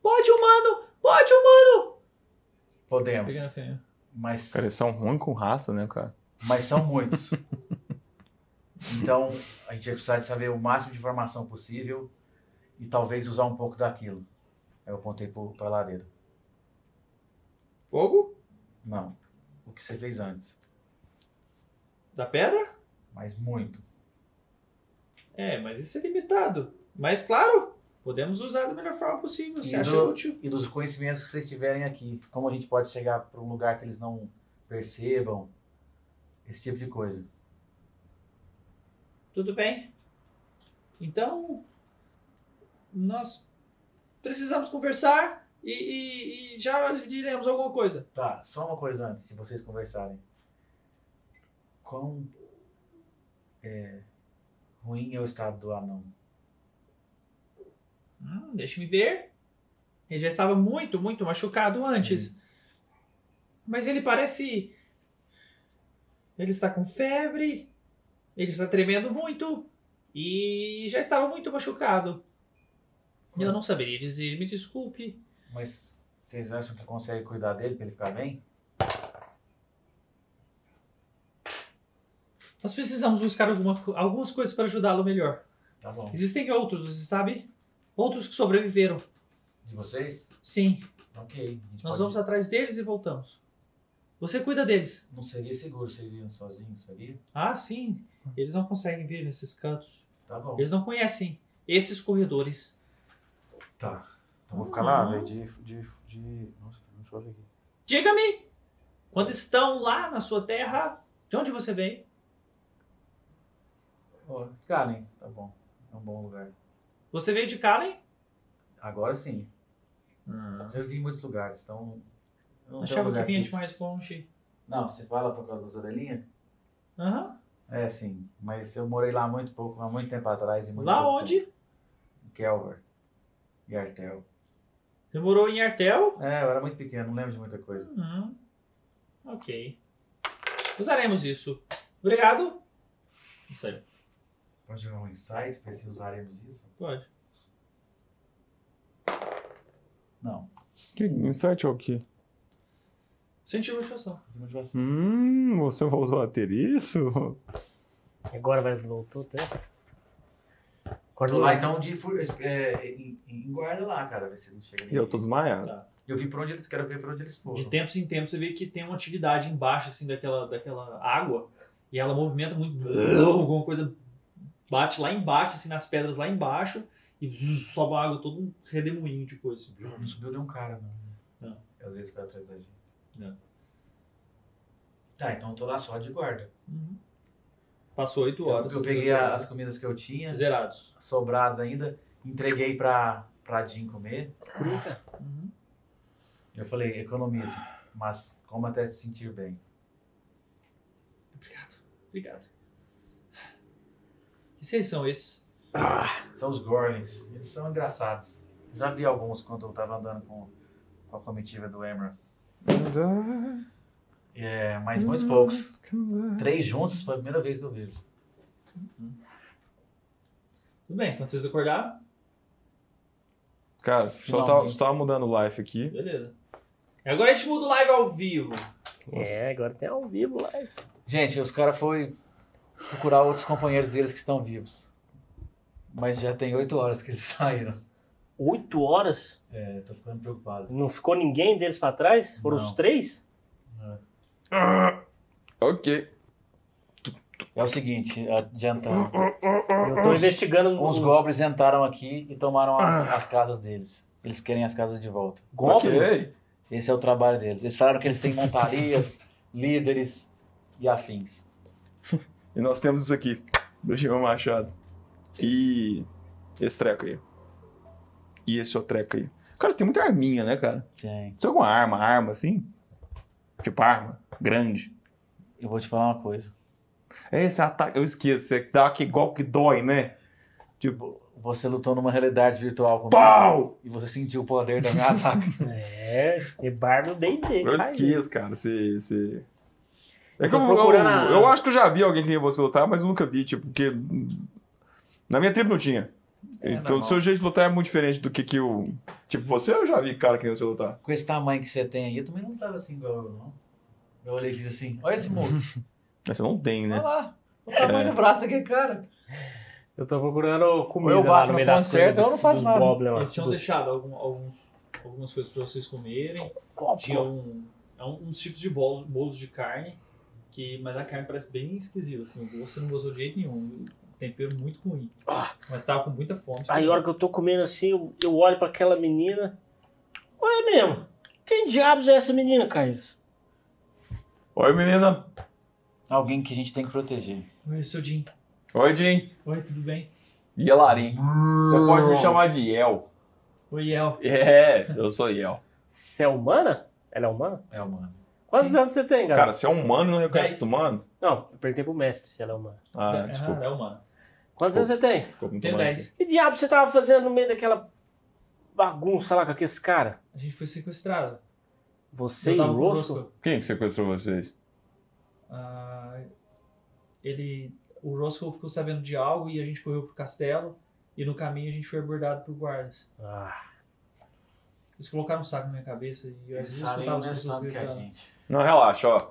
[SPEAKER 1] Pode humano, pode humano.
[SPEAKER 6] Podemos.
[SPEAKER 7] Pegando a fêmea.
[SPEAKER 6] Mas,
[SPEAKER 4] Cara, é eles são ruins com raça, né, cara?
[SPEAKER 6] mas são muitos. Então, a gente vai precisar de saber o máximo de informação possível e talvez usar um pouco daquilo. Aí eu apontei pro, pra lareira.
[SPEAKER 1] Fogo
[SPEAKER 6] Não. O que você fez antes.
[SPEAKER 1] da pedra?
[SPEAKER 6] Mas muito.
[SPEAKER 1] É, mas isso é limitado. Mas claro, podemos usar da melhor forma possível, se
[SPEAKER 6] E
[SPEAKER 1] acha
[SPEAKER 6] do-
[SPEAKER 1] útil.
[SPEAKER 6] E dos conhecimentos que vocês tiverem aqui. Como a gente pode chegar para um lugar que eles não percebam. Esse tipo de coisa.
[SPEAKER 1] Tudo bem. Então, nós precisamos conversar e, e- e já lhe diremos alguma coisa.
[SPEAKER 6] Tá, só uma coisa antes de vocês conversarem. Quão é, ruim é o estado do anão?
[SPEAKER 1] Hum, Deixe-me ver. Ele já estava muito, muito machucado antes. Mas ele parece. Ele está com febre. Ele está tremendo muito. E já estava muito machucado. Eu não saberia dizer, me desculpe.
[SPEAKER 6] Mas vocês acham que consegue cuidar dele pra ele ficar bem?
[SPEAKER 1] Nós precisamos buscar alguma co- algumas coisas para ajudá-lo melhor.
[SPEAKER 6] Tá bom.
[SPEAKER 1] Existem outros, você sabe? Outros que sobreviveram.
[SPEAKER 6] De vocês?
[SPEAKER 1] Sim,
[SPEAKER 6] Ok. A gente
[SPEAKER 1] nós
[SPEAKER 6] pode-
[SPEAKER 1] vamos atrás deles e voltamos. Você cuida deles.
[SPEAKER 6] Não seria seguro vocês irem sozinhos, seria?
[SPEAKER 1] Ah, sim. Eles não conseguem vir nesses cantos.
[SPEAKER 6] Tá bom.
[SPEAKER 1] Eles não conhecem esses corredores.
[SPEAKER 6] Então vou ficar
[SPEAKER 8] Fica lá,
[SPEAKER 5] Uhum.
[SPEAKER 6] lá,
[SPEAKER 8] velho,
[SPEAKER 6] velho.
[SPEAKER 8] de, de, de. Nossa, não chove aqui.
[SPEAKER 1] Diga-me, quando estão lá na sua terra, de onde você vem? Uhum.
[SPEAKER 6] Ó, Karen, tá bom. É um bom lugar.
[SPEAKER 1] Você veio de Kalen?
[SPEAKER 6] Agora sim. Eu vim em muitos lugares, então. eu não tenho
[SPEAKER 1] Achava que
[SPEAKER 6] Hum, lugar
[SPEAKER 1] vinha de
[SPEAKER 6] fixo.
[SPEAKER 1] mais longe.
[SPEAKER 6] Não, você fala por causa das orelhinhas?
[SPEAKER 1] Aham.
[SPEAKER 6] É, sim. Mas eu morei lá há muito pouco, há muito tempo atrás. E muito
[SPEAKER 1] Lá
[SPEAKER 6] pouco
[SPEAKER 1] onde?
[SPEAKER 6] tempo. Kelver. E Artel.
[SPEAKER 1] Você morou em Artel?
[SPEAKER 6] É, eu era muito pequeno, não lembro de muita coisa.
[SPEAKER 1] Uhum. Ok. Usaremos isso. Obrigado. Isso aí.
[SPEAKER 6] Pode jogar um insight pra ver se usaremos isso?
[SPEAKER 1] Pode.
[SPEAKER 6] Não.
[SPEAKER 4] Que insight é o quê?
[SPEAKER 1] Sentir motivação.
[SPEAKER 6] De motivação.
[SPEAKER 4] Hum, você voltou a ter isso?
[SPEAKER 2] Agora vai voltou, né? Agora
[SPEAKER 6] Tô
[SPEAKER 2] não-
[SPEAKER 6] lá então de fu- é, em, em guarda lá, cara, ver se não chega
[SPEAKER 4] E eu tô
[SPEAKER 6] ninguém.
[SPEAKER 4] desmaiado.
[SPEAKER 6] Eu vi pra onde eles quero ver pra onde eles foram.
[SPEAKER 1] De tempos em tempos você vê que tem uma atividade embaixo assim daquela, daquela água e ela movimenta muito, alguma coisa bate lá embaixo assim nas pedras lá embaixo e sobe a água todo um redemoinho de coisa. assim.
[SPEAKER 6] Não subiu nenhum cara, não.
[SPEAKER 1] Não.
[SPEAKER 6] Às vezes foi atrás da gente.
[SPEAKER 1] Não.
[SPEAKER 6] Tá, então eu tô lá só de guarda.
[SPEAKER 1] Uhum. Passou oito
[SPEAKER 6] Eu,
[SPEAKER 1] horas. tá
[SPEAKER 6] eu peguei a- as comidas que eu tinha,
[SPEAKER 1] zerados.
[SPEAKER 6] sobradas ainda, entreguei pra, pra Jean comer.
[SPEAKER 1] Uhum.
[SPEAKER 6] Eu falei, economize, mas coma até se sentir bem.
[SPEAKER 1] Obrigado. Obrigado. Que vocês são esses?
[SPEAKER 6] São os Gorlins. Eles são engraçados. Eu já vi alguns quando eu tava andando com, com a comitiva do Emerald. É, mas muitos
[SPEAKER 2] Hum.
[SPEAKER 6] poucos. Três juntos foi a primeira vez que eu vejo.
[SPEAKER 1] Tudo bem, quando vocês acordaram,
[SPEAKER 4] Cara, só tava, só tava mudando o life aqui.
[SPEAKER 1] beleza. E agora a gente muda o live ao vivo.
[SPEAKER 2] É, agora tem ao vivo lá.
[SPEAKER 6] Gente, os caras foram procurar outros companheiros deles que estão vivos. Mas já tem oito horas que eles saíram.
[SPEAKER 2] Oito horas?
[SPEAKER 6] É, tô ficando preocupado.
[SPEAKER 2] Não ficou ninguém deles pra trás? Foram
[SPEAKER 6] Não.
[SPEAKER 2] os três?
[SPEAKER 4] Ok.
[SPEAKER 6] É o seguinte, adiantando.
[SPEAKER 2] Eu tô investigando
[SPEAKER 6] Uns
[SPEAKER 2] os Ah.
[SPEAKER 6] goblins entraram aqui e tomaram as, as casas deles.
[SPEAKER 5] Eles querem as casas de volta.
[SPEAKER 4] Ok.
[SPEAKER 5] Esse é o trabalho deles. Eles falaram que eles
[SPEAKER 2] é
[SPEAKER 5] têm montarias, líderes e afins.
[SPEAKER 4] E nós temos isso aqui. Benjamin Machado. E esse treco aí. E esse outro treco aí. Cara, tem muita arminha, né, cara?
[SPEAKER 5] Tem.
[SPEAKER 4] Tem alguma arma, arma assim? Tipo arma, grande.
[SPEAKER 5] Eu vou te falar uma coisa.
[SPEAKER 4] É esse ataque, eu esqueço, você dá aquele golpe que dói, né?
[SPEAKER 5] Vo- Você lutou numa realidade virtual comigo
[SPEAKER 4] Pau!
[SPEAKER 5] e você sentiu o poder da minha ataque.
[SPEAKER 2] É, e barba bem dele.
[SPEAKER 4] Eu
[SPEAKER 2] caiu.
[SPEAKER 4] esqueço, cara, você... você- É que
[SPEAKER 2] tô
[SPEAKER 4] eu, eu,
[SPEAKER 2] procurando a-
[SPEAKER 4] eu acho que eu já vi alguém que nem você lutar, mas eu nunca vi, tipo, porque... Na minha tribo não tinha.
[SPEAKER 9] É,
[SPEAKER 4] então, o
[SPEAKER 9] normal.
[SPEAKER 4] seu jeito de lutar é muito diferente do que que o... Tipo, você eu já vi cara que nem você lutar.
[SPEAKER 5] Com esse tamanho que você tem aí, eu também não tava assim igual eu, não. Eu olhei e fiz assim, olha esse moço,
[SPEAKER 4] Mas Você não tem,
[SPEAKER 5] olha
[SPEAKER 4] né?
[SPEAKER 5] lá. O tamanho do braço daquele cara.
[SPEAKER 2] Eu tô procurando comida
[SPEAKER 5] Ou eu
[SPEAKER 2] lá
[SPEAKER 5] bato
[SPEAKER 2] no
[SPEAKER 5] no
[SPEAKER 2] meio das
[SPEAKER 5] ponto certo,
[SPEAKER 2] coisas
[SPEAKER 5] eu não
[SPEAKER 2] dos-
[SPEAKER 5] faço
[SPEAKER 2] dos
[SPEAKER 5] nada.
[SPEAKER 2] goblins lá,
[SPEAKER 1] Eles tinham
[SPEAKER 2] dos-
[SPEAKER 1] deixado algum- alguns, algumas coisas pra vocês comerem. Tinha um, é um- uns tipos de bolo- bolos de carne, que, mas a carne parece bem esquisita, assim. O gosto você não gostou de jeito nenhum. O tempero muito ruim.
[SPEAKER 5] Ah.
[SPEAKER 1] Mas tava com muita fome.
[SPEAKER 2] Aí a hora que eu tô comendo assim, eu, eu olho pra aquela menina. Olha mesmo, quem diabos é essa menina, Caio?
[SPEAKER 4] Oi, menina.
[SPEAKER 5] Alguém que a gente tem que proteger.
[SPEAKER 1] Oi, seu Jim.
[SPEAKER 4] Oi, Jim.
[SPEAKER 1] Oi, tudo bem?
[SPEAKER 4] Yelarim. Você pode me chamar de Yel.
[SPEAKER 1] Oi, El.
[SPEAKER 4] É, eu sou Yel.
[SPEAKER 2] Você é humana? Ela é humana?
[SPEAKER 5] É, mano.
[SPEAKER 2] Quantos anos você tem, cara?
[SPEAKER 4] Cara, você é humano e não reconhece
[SPEAKER 1] Dez.
[SPEAKER 4] outro humano?
[SPEAKER 2] Não, eu perguntei pro mestre se ela é humana.
[SPEAKER 4] Ah,
[SPEAKER 1] é,
[SPEAKER 4] desculpa.
[SPEAKER 1] é humano.
[SPEAKER 2] Quantos anos você tem?
[SPEAKER 4] Ficou muito
[SPEAKER 1] Tem
[SPEAKER 4] humano.
[SPEAKER 1] 10.
[SPEAKER 2] Que diabo você tava fazendo no meio daquela bagunça lá com aqueles cara?
[SPEAKER 1] A gente foi sequestrado.
[SPEAKER 2] Você
[SPEAKER 1] Eu
[SPEAKER 2] e
[SPEAKER 1] tava
[SPEAKER 2] o
[SPEAKER 1] com o
[SPEAKER 2] Rosco?
[SPEAKER 4] Quem que sequestrou vocês?
[SPEAKER 1] Ah, ele, o Roscoe ficou sabendo de algo e a gente correu pro castelo. E no caminho a gente foi abordado por guardas.
[SPEAKER 2] Ah,
[SPEAKER 1] Eles colocaram um saco na minha cabeça e eu
[SPEAKER 5] Eles sabem
[SPEAKER 1] escutava
[SPEAKER 5] o
[SPEAKER 1] as
[SPEAKER 5] mesmo
[SPEAKER 1] pessoas
[SPEAKER 5] tanto que é a
[SPEAKER 1] gritando.
[SPEAKER 5] gente.
[SPEAKER 4] Não, relaxa, ó.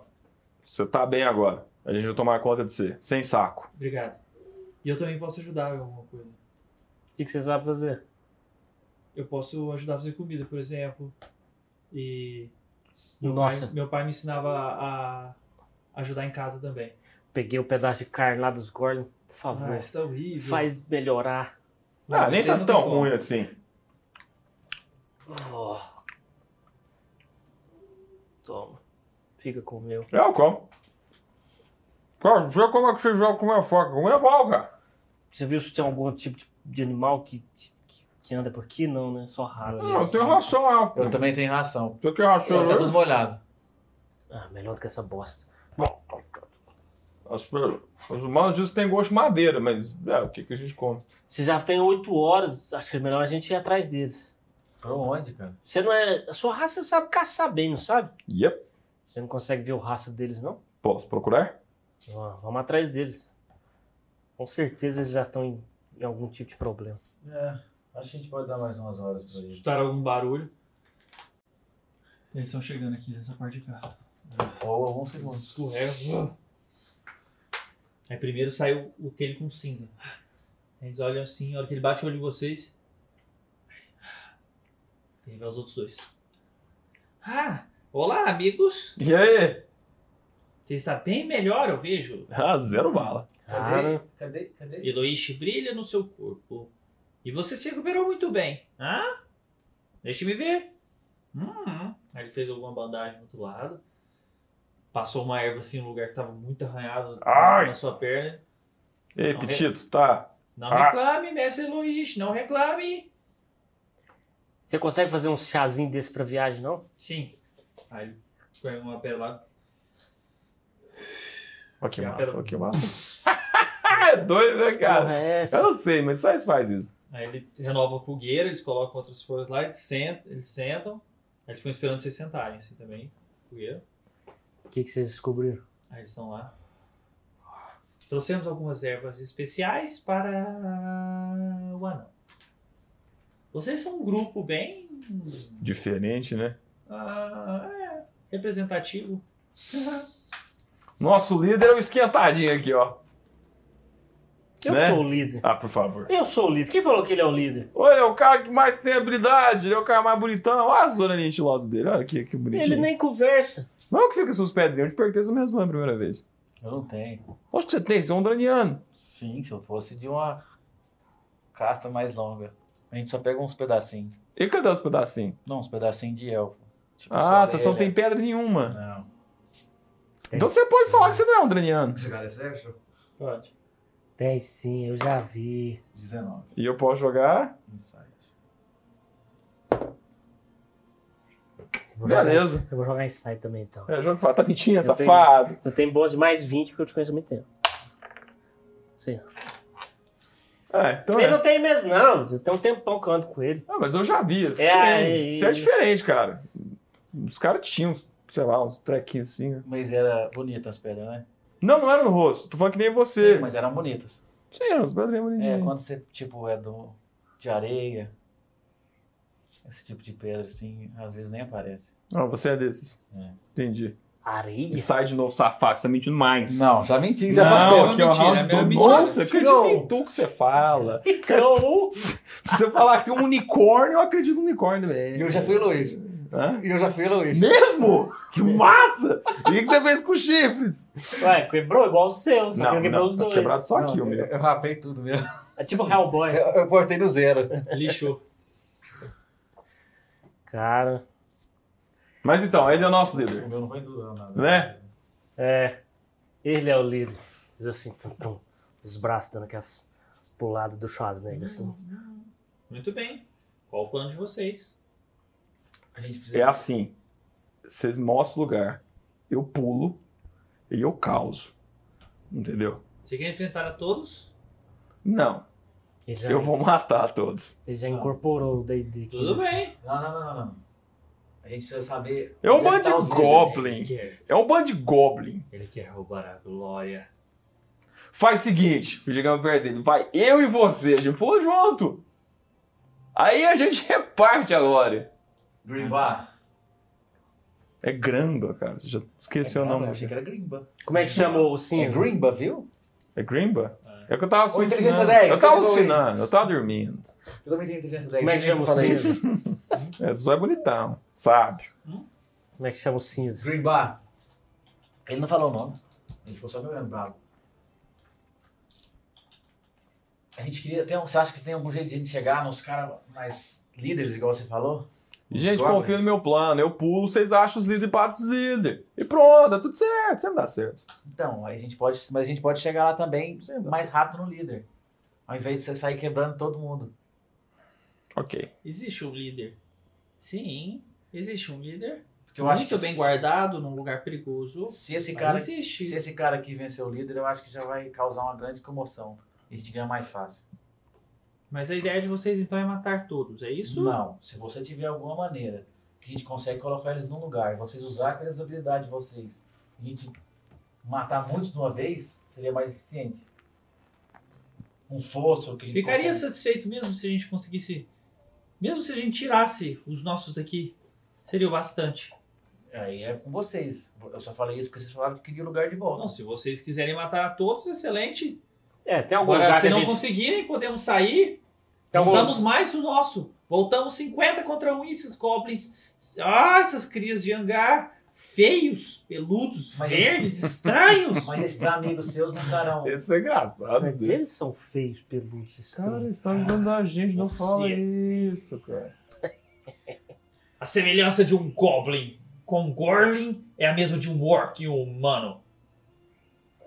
[SPEAKER 4] Você tá bem agora. A gente vai tomar conta de você. Sem saco.
[SPEAKER 1] Obrigado. E eu também posso ajudar em alguma coisa.
[SPEAKER 2] o que, que você sabe fazer?
[SPEAKER 1] Eu posso ajudar a fazer comida, por exemplo. E meu
[SPEAKER 2] Nossa,
[SPEAKER 1] pai, meu pai me ensinava a a ajudar em casa também.
[SPEAKER 2] peguei o pedaço de carne lá dos Gorlin, por favor.
[SPEAKER 1] Ah, isso tá horrível.
[SPEAKER 2] Faz melhorar.
[SPEAKER 1] Não,
[SPEAKER 4] Ah, nem
[SPEAKER 1] vocês
[SPEAKER 4] tá
[SPEAKER 1] não
[SPEAKER 4] tão
[SPEAKER 1] têm como.
[SPEAKER 4] ruim assim.
[SPEAKER 2] Oh. Toma. Fica com o meu.
[SPEAKER 4] Eu É, como. Cara, não sei como é que vocês vão comer foca. Comer pau, cara.
[SPEAKER 2] Você viu se tem algum tipo de, de animal que, que, que anda por aqui? Não, né? Só rato.
[SPEAKER 4] Não, eu tenho ração lá.
[SPEAKER 5] Eu também tenho ração.
[SPEAKER 4] Você tem ração né?
[SPEAKER 5] Só tá
[SPEAKER 4] aí?
[SPEAKER 5] tudo molhado.
[SPEAKER 2] Ah, melhor do que essa bosta.
[SPEAKER 4] As- Os humanos dizem que tem gosto de madeira, mas é, o que, que a gente come?
[SPEAKER 2] Você já tem oito horas, acho que é melhor a gente ir atrás deles.
[SPEAKER 5] Pra onde, cara?
[SPEAKER 2] Você não é. A sua raça sabe caçar bem, não sabe?
[SPEAKER 4] Yep.
[SPEAKER 2] Você não consegue ver o raça deles, não?
[SPEAKER 4] Posso procurar?
[SPEAKER 2] Ó, vamos atrás deles. Com certeza eles já estão em, em algum tipo de problema.
[SPEAKER 5] É, acho que a gente pode dar mais umas horas
[SPEAKER 4] assim.
[SPEAKER 5] pra isso.
[SPEAKER 1] Escutaram algum barulho. Eles estão chegando aqui nessa parte de cá.
[SPEAKER 5] Ou alguns segundos.
[SPEAKER 1] Escorrega. Aí primeiro saiu o aquele com cinza. Eles olham assim, a hora que ele bate o olho em vocês. Tem os outros dois. Ah! Olá, amigos!
[SPEAKER 4] E aí?
[SPEAKER 1] Você está bem melhor, eu vejo.
[SPEAKER 4] Ah, zero bala.
[SPEAKER 5] Cadê? Cadê? Cadê?
[SPEAKER 1] Eloíche brilha no seu corpo. E você se recuperou muito bem. Hã? Deixe-me ver. Hum. Aí ele fez alguma bandagem do outro lado. Passou uma erva assim no lugar que estava muito arranhado
[SPEAKER 4] Ai!
[SPEAKER 1] na sua perna.
[SPEAKER 4] Ei,
[SPEAKER 1] Não,
[SPEAKER 4] Petito, tá?
[SPEAKER 1] Não
[SPEAKER 4] Ah.
[SPEAKER 1] reclame, mestre Eloíche, não reclame.
[SPEAKER 2] Você consegue fazer um chazinho desse pra viagem, não?
[SPEAKER 1] Sim. Aí ele põe uma pedra lá.
[SPEAKER 4] Ó que
[SPEAKER 1] Já
[SPEAKER 4] massa,
[SPEAKER 1] pera-
[SPEAKER 4] ó que massa. é doido, né, cara?
[SPEAKER 2] Porra, é essa?
[SPEAKER 4] Eu não sei, mas só eles faz isso.
[SPEAKER 1] Aí ele renova a fogueira, eles colocam outras flores lá, eles sentam. Eles, sentam, aí eles ficam esperando vocês sentarem assim também. Fogueira.
[SPEAKER 2] O que, que vocês descobriram?
[SPEAKER 1] Aí eles estão lá. Trouxemos algumas ervas especiais para o anão. Vocês são um grupo bem
[SPEAKER 4] Diferente, né?
[SPEAKER 1] ah, é, representativo.
[SPEAKER 4] Nosso líder é o esquentadinho aqui, ó.
[SPEAKER 2] Eu
[SPEAKER 4] Né?
[SPEAKER 2] sou o líder.
[SPEAKER 4] Ah, por favor.
[SPEAKER 2] Eu sou o líder. Quem falou que ele é o líder?
[SPEAKER 4] Olha, é o cara que mais tem habilidade, ele é o cara mais bonitão. Olha a zona ali estilosa dele, olha aqui, que bonitinho.
[SPEAKER 2] Ele nem conversa.
[SPEAKER 4] Não é o que fica seus pedrinhos, eu te perguntei essa mesma a primeira vez.
[SPEAKER 5] Eu não tenho.
[SPEAKER 4] Acho que você tem, você é um draniano.
[SPEAKER 5] Sim, se eu fosse de uma casta mais longa. A gente só pega uns pedacinhos.
[SPEAKER 4] E cadê os pedacinhos?
[SPEAKER 6] Não, uns pedacinhos de elfo. Tipo,
[SPEAKER 4] Ah,
[SPEAKER 6] sua
[SPEAKER 4] tá, só não tem
[SPEAKER 6] orelha.
[SPEAKER 4] pedra nenhuma.
[SPEAKER 6] Não.
[SPEAKER 2] É
[SPEAKER 4] Então você pode falar que você não é um Draniano.
[SPEAKER 10] Esse cara é Sérgio?
[SPEAKER 11] Pode.
[SPEAKER 2] Tem sim, eu já vi.
[SPEAKER 6] 19.
[SPEAKER 4] E eu posso jogar?
[SPEAKER 6] Insight.
[SPEAKER 2] Eu vou jogar
[SPEAKER 4] Beleza.
[SPEAKER 2] ins- Eu vou jogar Insight também, então.
[SPEAKER 4] É, jogo fala, tá mentindo,
[SPEAKER 2] Eu tenho-
[SPEAKER 4] safado.
[SPEAKER 2] Eu tenho bônus de mais 20 porque eu te conheço há muito tempo. Sim.
[SPEAKER 4] Ah, então
[SPEAKER 2] Ele
[SPEAKER 4] é.
[SPEAKER 2] não tem mesmo, não. Eu tenho um tempão que eu ando com ele.
[SPEAKER 4] Ah, mas eu já vi. Você,
[SPEAKER 2] É,
[SPEAKER 4] tem.
[SPEAKER 2] aí-
[SPEAKER 4] Você é diferente, cara. Os caras tinham, sei lá, uns trequinhos assim. né?
[SPEAKER 6] Mas era bonita as pedras, né?
[SPEAKER 4] Não, não era no rosto. Tô falando que nem você.
[SPEAKER 6] Sim, mas eram bonitas.
[SPEAKER 4] Sim, eram uns pedrinhos
[SPEAKER 6] É,
[SPEAKER 4] bonitinhos.
[SPEAKER 6] quando você, tipo, é do, de areia, esse tipo de pedra, assim, às vezes nem aparece.
[SPEAKER 4] Ah, você é desses.
[SPEAKER 6] É.
[SPEAKER 4] Entendi. E
[SPEAKER 2] Areia?
[SPEAKER 4] sai de novo, safado, que você tá mentindo mais.
[SPEAKER 6] Não, já menti,
[SPEAKER 4] Já passou
[SPEAKER 11] é
[SPEAKER 4] aqui, ó.
[SPEAKER 11] mentira,
[SPEAKER 4] round
[SPEAKER 11] é
[SPEAKER 4] do-
[SPEAKER 11] mentira.
[SPEAKER 4] Nossa, acredita
[SPEAKER 2] Tirou.
[SPEAKER 4] em tudo que você fala.
[SPEAKER 2] Não.
[SPEAKER 4] Se você falar que tem um unicórnio, eu acredito no unicórnio
[SPEAKER 10] E
[SPEAKER 4] também.
[SPEAKER 10] eu já fui Luiz.
[SPEAKER 4] Hã?
[SPEAKER 10] E eu já fui Luiz.
[SPEAKER 4] Mesmo? Que massa! E o que você fez com os chifres?
[SPEAKER 2] Ué, quebrou igual o seu, só que ele quebrou os
[SPEAKER 4] tá
[SPEAKER 2] dois.
[SPEAKER 4] quebrado só aqui, o
[SPEAKER 10] eu,
[SPEAKER 4] meu.
[SPEAKER 10] eu rapei tudo mesmo.
[SPEAKER 2] É tipo Hellboy.
[SPEAKER 10] Eu, eu cortei no zero.
[SPEAKER 11] Lixou.
[SPEAKER 2] Cara,
[SPEAKER 4] Mas então, ele é o nosso líder.
[SPEAKER 6] O meu não foi tudo, não, nada.
[SPEAKER 4] Né?
[SPEAKER 2] é. Ele é o líder. Diz assim, tum, tum, os braços dando aquelas puladas do Schwarzenegger, assim.
[SPEAKER 11] Muito bem. Qual o plano de vocês?
[SPEAKER 6] A gente precisa...
[SPEAKER 4] É assim. Vocês mostram o lugar, eu pulo e eu causo. Entendeu?
[SPEAKER 11] Você quer enfrentar a todos?
[SPEAKER 4] Não,
[SPEAKER 2] Ele já, é.
[SPEAKER 4] eu vou matar todos.
[SPEAKER 2] ele já incorporou o D&D aqui.
[SPEAKER 11] Tudo
[SPEAKER 2] assim.
[SPEAKER 11] bem.
[SPEAKER 6] Não, não, não, não, não. A gente precisa saber...
[SPEAKER 4] É um
[SPEAKER 6] onde é que
[SPEAKER 4] bando
[SPEAKER 6] tá os
[SPEAKER 4] de
[SPEAKER 6] líderes.
[SPEAKER 11] Ele
[SPEAKER 4] goblin.
[SPEAKER 11] quer,
[SPEAKER 4] É um bando de goblin.
[SPEAKER 11] ele quer roubar a glória.
[SPEAKER 4] Faz o seguinte, o Gigante Vermelho, vai eu e você, a gente pula junto. Aí a gente reparte agora.
[SPEAKER 6] Grimba.
[SPEAKER 4] É Gramba, cara, você já esqueceu é o
[SPEAKER 6] Grimba?
[SPEAKER 4] nome.
[SPEAKER 6] Eu achei que era Grimba.
[SPEAKER 2] Como é que chamou o
[SPEAKER 6] É
[SPEAKER 2] cinza?
[SPEAKER 6] Grimba, viu?
[SPEAKER 4] É Grimba? É o que eu tava
[SPEAKER 10] Ô, inteligência
[SPEAKER 4] assinando.
[SPEAKER 10] 10,
[SPEAKER 4] Eu tava
[SPEAKER 10] pegou aí.
[SPEAKER 4] assinando, eu tava dormindo.
[SPEAKER 10] Eu também tenho inteligência 10.
[SPEAKER 2] Como é que chama o cinza?
[SPEAKER 4] É, só é bonitão, sábio.
[SPEAKER 2] Como é que chama o cinza?
[SPEAKER 6] Grimba. Ele não falou o nome. Ele ficou só me olhando bravo. A gente queria... Tem um... Você acha que tem algum jeito de a gente chegar nos caras mais líderes, igual você falou?
[SPEAKER 4] Gente,
[SPEAKER 6] goblins.
[SPEAKER 4] confia no meu plano. Eu pulo, vocês acham os líderes para os líderes. E pronto, dá tudo certo. Sempre dá certo.
[SPEAKER 6] Então, aí a gente pode, mas a gente pode chegar lá também
[SPEAKER 4] Sim, dá
[SPEAKER 6] mais rápido no líder. Ao invés de você sair quebrando todo mundo.
[SPEAKER 4] Ok.
[SPEAKER 1] Existe um líder. Sim, existe um líder.
[SPEAKER 6] Porque eu acho
[SPEAKER 1] muito
[SPEAKER 6] que
[SPEAKER 1] bem
[SPEAKER 6] se-
[SPEAKER 1] guardado, num lugar perigoso.
[SPEAKER 6] Se esse
[SPEAKER 1] Mas
[SPEAKER 6] cara,
[SPEAKER 1] existe.
[SPEAKER 6] se esse cara aqui vencer o líder, eu acho que já vai causar uma grande comoção. E a gente ganha mais fácil.
[SPEAKER 1] Mas a ideia de vocês então é matar todos, é isso?
[SPEAKER 6] Não, se você tiver alguma maneira que a gente consegue colocar eles num lugar, vocês usar aquelas habilidades de vocês, e a gente matar muitos de uma vez, seria mais eficiente. Um fosso que a gente
[SPEAKER 1] Ficaria
[SPEAKER 6] consegue-
[SPEAKER 1] satisfeito mesmo se a gente conseguisse. Mesmo se a gente tirasse os nossos daqui, seria o bastante.
[SPEAKER 6] Aí é com vocês. Eu só falei isso porque vocês falaram que queria o lugar de volta.
[SPEAKER 1] Não, se vocês quiserem matar a todos, excelente.
[SPEAKER 2] É, tem algum
[SPEAKER 1] Agora,
[SPEAKER 2] lugar que
[SPEAKER 1] se
[SPEAKER 2] a
[SPEAKER 1] não
[SPEAKER 2] gente...
[SPEAKER 1] conseguirem, podemos sair.
[SPEAKER 2] Tem algum-
[SPEAKER 1] Voltamos mais o nosso. Voltamos 50 contra 1 e esses goblins. Ah, essas crias de hangar. Feios, peludos,
[SPEAKER 6] Mas-
[SPEAKER 1] verdes, estranhos.
[SPEAKER 6] Mas esses amigos seus não estarão.
[SPEAKER 4] Esse é engraçado.
[SPEAKER 2] Mas eles são feios, peludos, estranhos.
[SPEAKER 4] está tá ajudando a gente, não
[SPEAKER 11] fala
[SPEAKER 4] isso, cara.
[SPEAKER 1] A semelhança de um goblin com um gorlin é a mesma de um orc e um humano.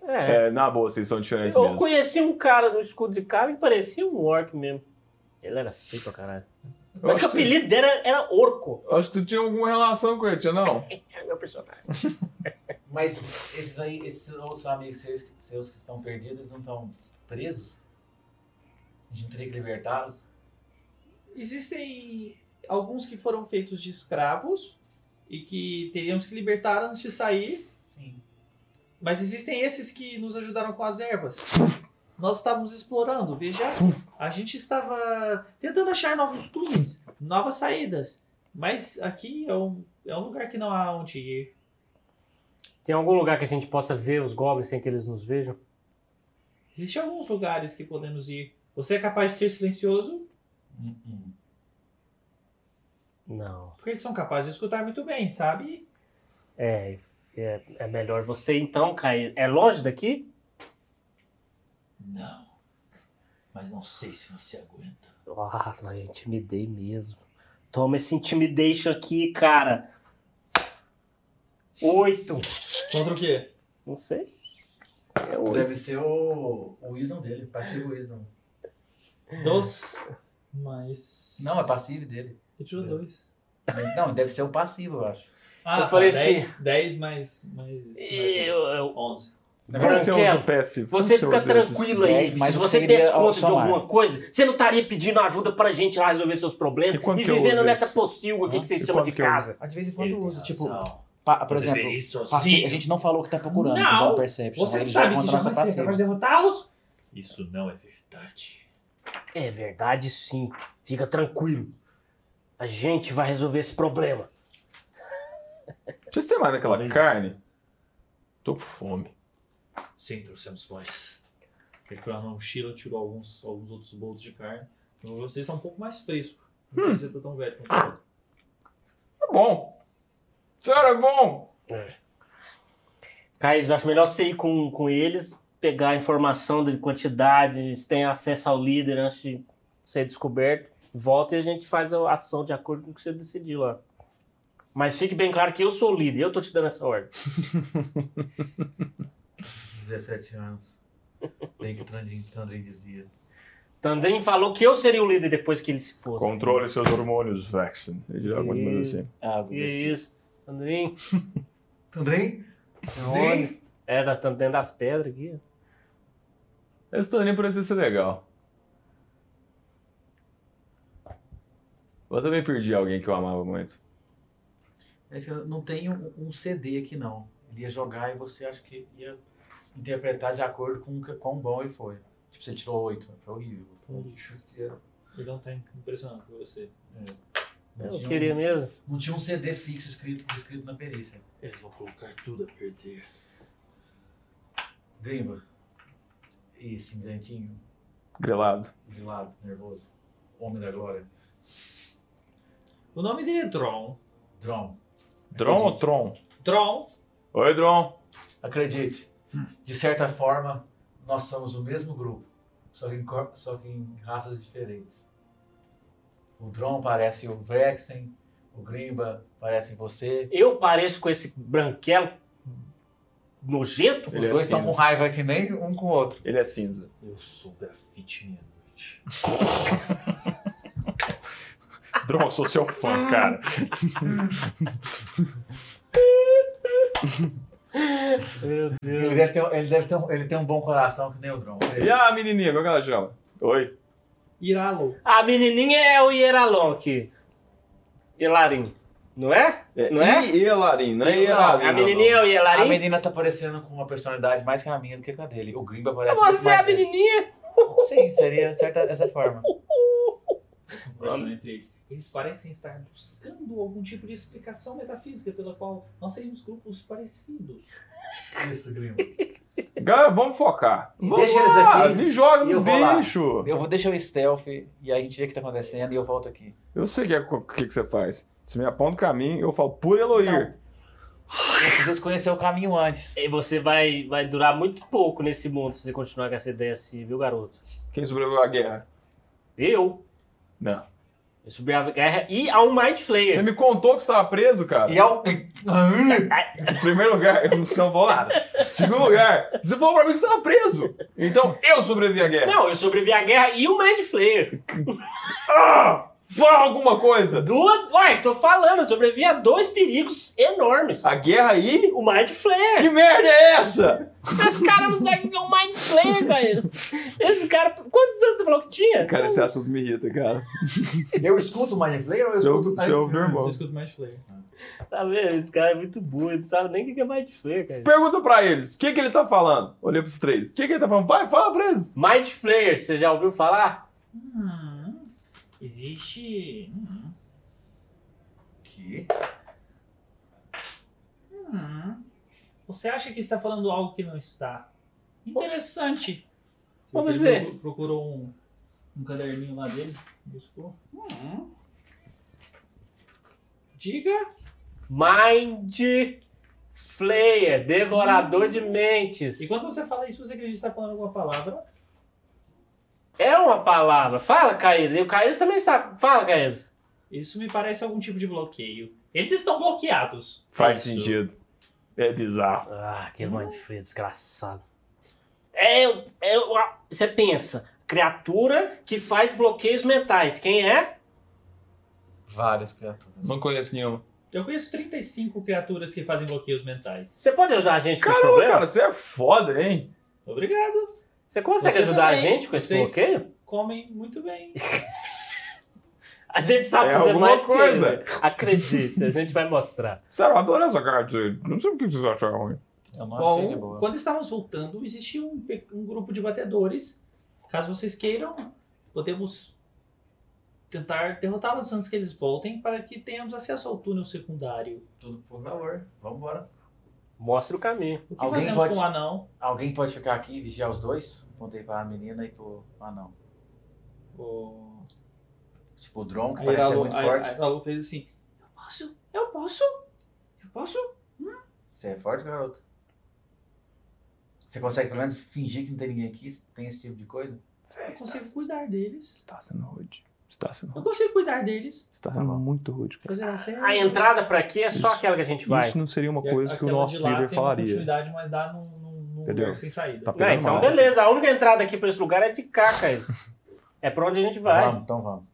[SPEAKER 2] É,
[SPEAKER 4] É, na boa, vocês são diferentes
[SPEAKER 2] Eu
[SPEAKER 4] mesmo.
[SPEAKER 2] conheci um cara no escudo de carro e parecia um orc mesmo. Ele era feio pra caralho. Mas que o
[SPEAKER 4] acho, que,
[SPEAKER 2] apelido dele era, era Orco.
[SPEAKER 4] acho que tu tinha alguma relação com ele, tinha não?
[SPEAKER 2] É meu personagem.
[SPEAKER 6] Mas esses aí, esses outros amigos seus, seus que estão perdidos, eles não estão presos? A gente não teria que libertá-los?
[SPEAKER 1] Existem alguns que foram feitos de escravos e que teríamos que libertar antes de sair.
[SPEAKER 6] Sim.
[SPEAKER 1] Mas existem esses que nos ajudaram com as ervas. Nós estávamos explorando, veja. A gente estava tentando achar novos túneis, novas saídas. Mas aqui é um, é um lugar que não há onde ir.
[SPEAKER 2] Tem algum lugar que a gente possa ver os goblins sem que eles nos vejam?
[SPEAKER 1] Existem alguns lugares que podemos ir. Você é capaz de ser silencioso?
[SPEAKER 2] Não.
[SPEAKER 1] Porque eles são capazes de escutar muito bem, sabe?
[SPEAKER 2] É, é, é melhor você então cair. É longe daqui?
[SPEAKER 6] Não. Mas não sei se você aguenta.
[SPEAKER 2] Ah, eu intimidei mesmo. Toma esse intimidation aqui, cara. Oito.
[SPEAKER 1] Contra o quê?
[SPEAKER 2] Não sei. É oito.
[SPEAKER 6] Deve ser o, o Wisdom dele, passivo Wisdom.
[SPEAKER 1] Dois. Mais.
[SPEAKER 6] É. Não, é passivo dele.
[SPEAKER 1] Ele tirou dois.
[SPEAKER 6] Não, deve ser o passivo, eu acho.
[SPEAKER 1] Ah,
[SPEAKER 2] Eu falei
[SPEAKER 1] dez, dez mais. mais, mais um.
[SPEAKER 2] Eu, eu,
[SPEAKER 1] Onze.
[SPEAKER 4] Como que você usa
[SPEAKER 2] Branquelo,
[SPEAKER 4] o passive? Como
[SPEAKER 2] Você
[SPEAKER 4] que
[SPEAKER 2] fica
[SPEAKER 4] usa isso?
[SPEAKER 2] tranquilo aí.
[SPEAKER 6] dez, mas
[SPEAKER 2] Se
[SPEAKER 6] eu
[SPEAKER 2] você
[SPEAKER 6] queria
[SPEAKER 2] desse conta de
[SPEAKER 6] somar.
[SPEAKER 2] alguma coisa, você não estaria pedindo ajuda pra gente lá resolver seus problemas
[SPEAKER 4] E quando
[SPEAKER 2] e
[SPEAKER 4] que eu
[SPEAKER 2] vivendo
[SPEAKER 4] uso
[SPEAKER 2] nessa
[SPEAKER 4] isso?
[SPEAKER 2] pocilga aqui que
[SPEAKER 4] E
[SPEAKER 2] vocês chamam
[SPEAKER 4] quando
[SPEAKER 2] de
[SPEAKER 4] que eu uso?
[SPEAKER 2] casa.
[SPEAKER 6] Ah, De vez em
[SPEAKER 2] Ele
[SPEAKER 6] quando
[SPEAKER 2] tem
[SPEAKER 6] usa, tipo,
[SPEAKER 12] tá
[SPEAKER 2] razão.
[SPEAKER 6] pa- por exemplo,
[SPEAKER 2] Deveria isso
[SPEAKER 6] passi-
[SPEAKER 2] sim.
[SPEAKER 6] a gente não falou que tá procurando,
[SPEAKER 12] Não,
[SPEAKER 6] usar o Perception.
[SPEAKER 12] Você
[SPEAKER 6] aí ele
[SPEAKER 12] sabe
[SPEAKER 6] já
[SPEAKER 12] que
[SPEAKER 6] conta a nossa
[SPEAKER 12] jamais é
[SPEAKER 6] passiva.
[SPEAKER 12] capaz de derrotá-los?
[SPEAKER 1] Isso não é verdade.
[SPEAKER 2] É verdade, sim. Fica tranquilo. A gente vai resolver esse problema.
[SPEAKER 4] Vocês têm mais daquela
[SPEAKER 1] Talvez.
[SPEAKER 4] carne? Tô com fome.
[SPEAKER 1] Sim, trouxemos mais. Ele foi lá na mochila, tirou alguns, alguns outros bolos de carne. Então vocês estão um pouco mais frescos.
[SPEAKER 2] Hum.
[SPEAKER 1] Não precisa estar tão velho. quanto eu.
[SPEAKER 4] Tá bom. Senhora, é bom.
[SPEAKER 2] Caio, eu acho melhor você ir com, com eles, pegar a informação de quantidade, eles têm acesso ao líder antes de ser descoberto. Volta e a gente faz a ação de acordo com o que você decidiu lá. Mas fique bem claro que eu sou o líder, eu tô te dando essa ordem.
[SPEAKER 6] 17 anos. Bem que o Tandrin Tandrin dizia.
[SPEAKER 2] Tandrin falou que eu seria o líder depois que ele se for.
[SPEAKER 4] Controle seus hormônios, Vexen. Ele diz alguma coisa assim.
[SPEAKER 6] Algo
[SPEAKER 2] Que é
[SPEAKER 6] desse tipo.
[SPEAKER 2] isso, Tandrin.
[SPEAKER 6] Tandrin?
[SPEAKER 2] Tandrin. É, nós estamos dentro das pedras aqui. ó.
[SPEAKER 4] Esse torneio parece ser legal. Eu também perdi alguém que eu amava muito.
[SPEAKER 6] Mas É eu Não tem um, um CD aqui, não. Ele ia jogar e você acha que ia interpretar de acordo com o que- quão bom ele foi. Tipo, você tirou 8, foi horrível.
[SPEAKER 1] Ele não tá impressionado com você.
[SPEAKER 6] Não
[SPEAKER 2] É, Eu
[SPEAKER 6] tinha,
[SPEAKER 2] queria
[SPEAKER 6] um,
[SPEAKER 2] mesmo.
[SPEAKER 6] não tinha um CD fixo escrito, descrito na perícia.
[SPEAKER 1] Eles vão colocar tudo a perder.
[SPEAKER 6] Grimba. E cinzentinho,
[SPEAKER 4] Grelado.
[SPEAKER 6] grilado, nervoso. Homem da glória.
[SPEAKER 1] O nome dele é Dron.
[SPEAKER 6] Dron.
[SPEAKER 4] Dron ou Tron?
[SPEAKER 1] Dron,
[SPEAKER 4] Oi, Dron.
[SPEAKER 6] Acredite, de certa forma, nós somos o mesmo grupo, só que em, cor- só que em raças diferentes. O Dron parece o Vexen, o Grimba parece você.
[SPEAKER 2] Eu pareço com esse branquelo nojento?
[SPEAKER 6] Os
[SPEAKER 4] Ele é
[SPEAKER 6] dois estão
[SPEAKER 4] cinza.
[SPEAKER 6] com raiva que nem um com o outro.
[SPEAKER 4] Ele é cinza.
[SPEAKER 1] eu sou grafite meia-noite.
[SPEAKER 4] Dron, eu sou seu fã,
[SPEAKER 6] Hum.
[SPEAKER 4] cara.
[SPEAKER 2] Meu Deus.
[SPEAKER 6] Ele deve ter, ele deve ter, um- ele tem um bom coração que nem o Dron.
[SPEAKER 4] E a menininha, como é que ela chama? Oi.
[SPEAKER 12] Iralo.
[SPEAKER 2] A menininha é o Hieralon aqui. Hilarim. Não é? Não é?
[SPEAKER 4] E Elarim, não é Elarim.
[SPEAKER 2] A menininha é o
[SPEAKER 6] A
[SPEAKER 2] Hielarim?
[SPEAKER 6] menina tá parecendo com uma personalidade mais que a minha do que com a dele. O Grimba parece muito
[SPEAKER 2] Você é
[SPEAKER 6] mais
[SPEAKER 2] a menininha?
[SPEAKER 6] ele. Sim, seria certa, essa forma.
[SPEAKER 1] Essa conversa entre eles. Eles parecem estar buscando algum tipo de explicação metafísica pela qual nós seríamos grupos parecidos.
[SPEAKER 6] Isso, Grimba.
[SPEAKER 4] Galera, vamos focar. Vamos
[SPEAKER 6] Deixa eles
[SPEAKER 4] lá,
[SPEAKER 6] aqui
[SPEAKER 4] Me joga
[SPEAKER 6] e eu
[SPEAKER 4] nos
[SPEAKER 6] vou lá.
[SPEAKER 4] bichos.
[SPEAKER 6] Eu vou deixar o stealth e a gente vê o que tá acontecendo e eu volto aqui.
[SPEAKER 4] Eu sei o que, é- o que, que você faz. Você me aponta o caminho, eu falo, por Eloir.
[SPEAKER 6] Eu preciso conhecer o caminho antes.
[SPEAKER 2] E você vai, vai durar muito pouco nesse mundo se você continuar com essa ideia assim, viu, garoto?
[SPEAKER 4] Quem sobreviveu à guerra?
[SPEAKER 2] Eu?
[SPEAKER 4] Não.
[SPEAKER 2] Eu subi a guerra e a um Mind
[SPEAKER 4] Você
[SPEAKER 2] Flayer.
[SPEAKER 4] me contou que você estava preso, cara.
[SPEAKER 6] E ao.
[SPEAKER 4] Em primeiro lugar, eu não vou nada. Em segundo lugar, você falou pra mim que você estava preso. Então eu sobrevivi à guerra.
[SPEAKER 2] Não, eu sobrevivi à guerra e o Mind Flayer.
[SPEAKER 4] Ah, fala alguma coisa.
[SPEAKER 2] Duas. Uai, tô falando, eu sobrevivi a dois perigos enormes.
[SPEAKER 4] A guerra aí?
[SPEAKER 2] O Mind Flayer.
[SPEAKER 4] Que merda é essa?
[SPEAKER 2] Esse cara não deve é um Mind Flayer, velho. Esse cara. Quantos anos você falou que tinha?
[SPEAKER 4] Cara, esse assunto me irrita, cara.
[SPEAKER 6] Eu escuto o Mindflayer ou eu
[SPEAKER 4] Seu,
[SPEAKER 6] escuto o
[SPEAKER 4] seu meu irmão.
[SPEAKER 1] Você escuta mais flair.
[SPEAKER 2] Tá vendo? Esse cara é muito burro, ele sabe nem o que é Mind Flayer, cara.
[SPEAKER 4] Pergunta pra eles, o que, que ele tá falando? Olhei pros três. O que, que ele tá falando? Vai, fala pra eles.
[SPEAKER 2] Mind Flayer, você já ouviu falar?
[SPEAKER 1] Hum, existe. Hum,
[SPEAKER 6] Que?
[SPEAKER 1] hum. Você acha que está falando algo que não está? Interessante.
[SPEAKER 2] Vamos
[SPEAKER 1] Ele
[SPEAKER 2] ver.
[SPEAKER 1] procu- Procurou um, um caderninho lá dele, buscou. Uhum.
[SPEAKER 12] Diga.
[SPEAKER 2] Mind Flayer, devorador de mentes.
[SPEAKER 1] E quando você fala isso, você acredita que está falando alguma palavra?
[SPEAKER 2] É uma palavra. Fala, Caíros. E o Caíros também sabe. Fala, Caíros.
[SPEAKER 1] Isso me parece algum tipo de bloqueio. Eles estão bloqueados.
[SPEAKER 4] Faz
[SPEAKER 2] Isso.
[SPEAKER 4] sentido. É bizarro.
[SPEAKER 2] Ah, aquele monte de frio, desgraçado. É, eu- eu- a- você pensa, criatura que faz bloqueios mentais. Quem é?
[SPEAKER 6] Várias criaturas.
[SPEAKER 4] Não conheço nenhuma.
[SPEAKER 1] Eu conheço 35 criaturas que fazem bloqueios mentais.
[SPEAKER 2] Você pode ajudar a gente com esse
[SPEAKER 4] Caramba,
[SPEAKER 2] problema?
[SPEAKER 4] cara, você é foda, hein?
[SPEAKER 1] Obrigado.
[SPEAKER 2] Você consegue
[SPEAKER 1] Você
[SPEAKER 2] ajudar a
[SPEAKER 1] também,
[SPEAKER 2] gente com esse
[SPEAKER 1] vocês-
[SPEAKER 2] bloqueio?
[SPEAKER 1] Comem muito bem.
[SPEAKER 2] A gente sabe
[SPEAKER 4] É
[SPEAKER 2] fazer
[SPEAKER 4] alguma
[SPEAKER 2] mais que
[SPEAKER 4] coisa.
[SPEAKER 2] ele. Acredite, a gente vai mostrar.
[SPEAKER 4] Sério, eu adoro essa carta. Não sei por que vocês acham ruim.
[SPEAKER 6] Eu não achei de
[SPEAKER 13] Bom,
[SPEAKER 6] boa.
[SPEAKER 13] quando estávamos voltando, existia um, pe- um grupo de batedores. Caso vocês queiram, podemos tentar derrotá-los antes que eles voltem para que tenhamos acesso ao túnel secundário.
[SPEAKER 6] Tudo por favor. Vambora.
[SPEAKER 2] Mostra o caminho.
[SPEAKER 13] O que
[SPEAKER 6] Alguém
[SPEAKER 13] fazemos
[SPEAKER 6] pode-
[SPEAKER 13] com o anão?
[SPEAKER 6] Alguém pode ficar aqui e vigiar os dois? Apontei para a menina e pro Ah, anão.
[SPEAKER 13] O...
[SPEAKER 6] Tipo, o Dron, que
[SPEAKER 13] Aí
[SPEAKER 6] parece
[SPEAKER 13] a
[SPEAKER 6] ser
[SPEAKER 13] Lu,
[SPEAKER 6] muito
[SPEAKER 13] aí-
[SPEAKER 6] forte.
[SPEAKER 13] aí a Lu fez assim: Eu posso, eu posso, eu posso.
[SPEAKER 6] Você é forte, garoto? Você consegue pelo menos fingir que não tem ninguém aqui? Tem esse tipo de coisa?
[SPEAKER 13] Eu consigo cuidar deles.
[SPEAKER 14] está sendo rude. está sendo
[SPEAKER 13] Eu
[SPEAKER 14] rude.
[SPEAKER 13] consigo cuidar deles.
[SPEAKER 14] está Tá sendo muito rude, cara.
[SPEAKER 6] Ah,
[SPEAKER 13] Fazer a cena.
[SPEAKER 2] A entrada pra aqui é só
[SPEAKER 14] Isso.
[SPEAKER 2] aquela que a gente vai.
[SPEAKER 14] Isso não seria uma
[SPEAKER 1] E a-
[SPEAKER 14] coisa que o
[SPEAKER 1] aquela
[SPEAKER 14] nosso
[SPEAKER 1] de lá
[SPEAKER 14] líder
[SPEAKER 1] tem uma
[SPEAKER 14] falaria.
[SPEAKER 1] continuidade, mas dá num, num- num
[SPEAKER 14] Entendeu?
[SPEAKER 1] lugar sem saída.
[SPEAKER 14] Tá
[SPEAKER 2] Não,
[SPEAKER 14] pegando
[SPEAKER 2] então
[SPEAKER 14] mal.
[SPEAKER 2] beleza, a única entrada aqui pra esse lugar é de cá, cara. É pra onde a gente vai.
[SPEAKER 6] Vamos, então vamos.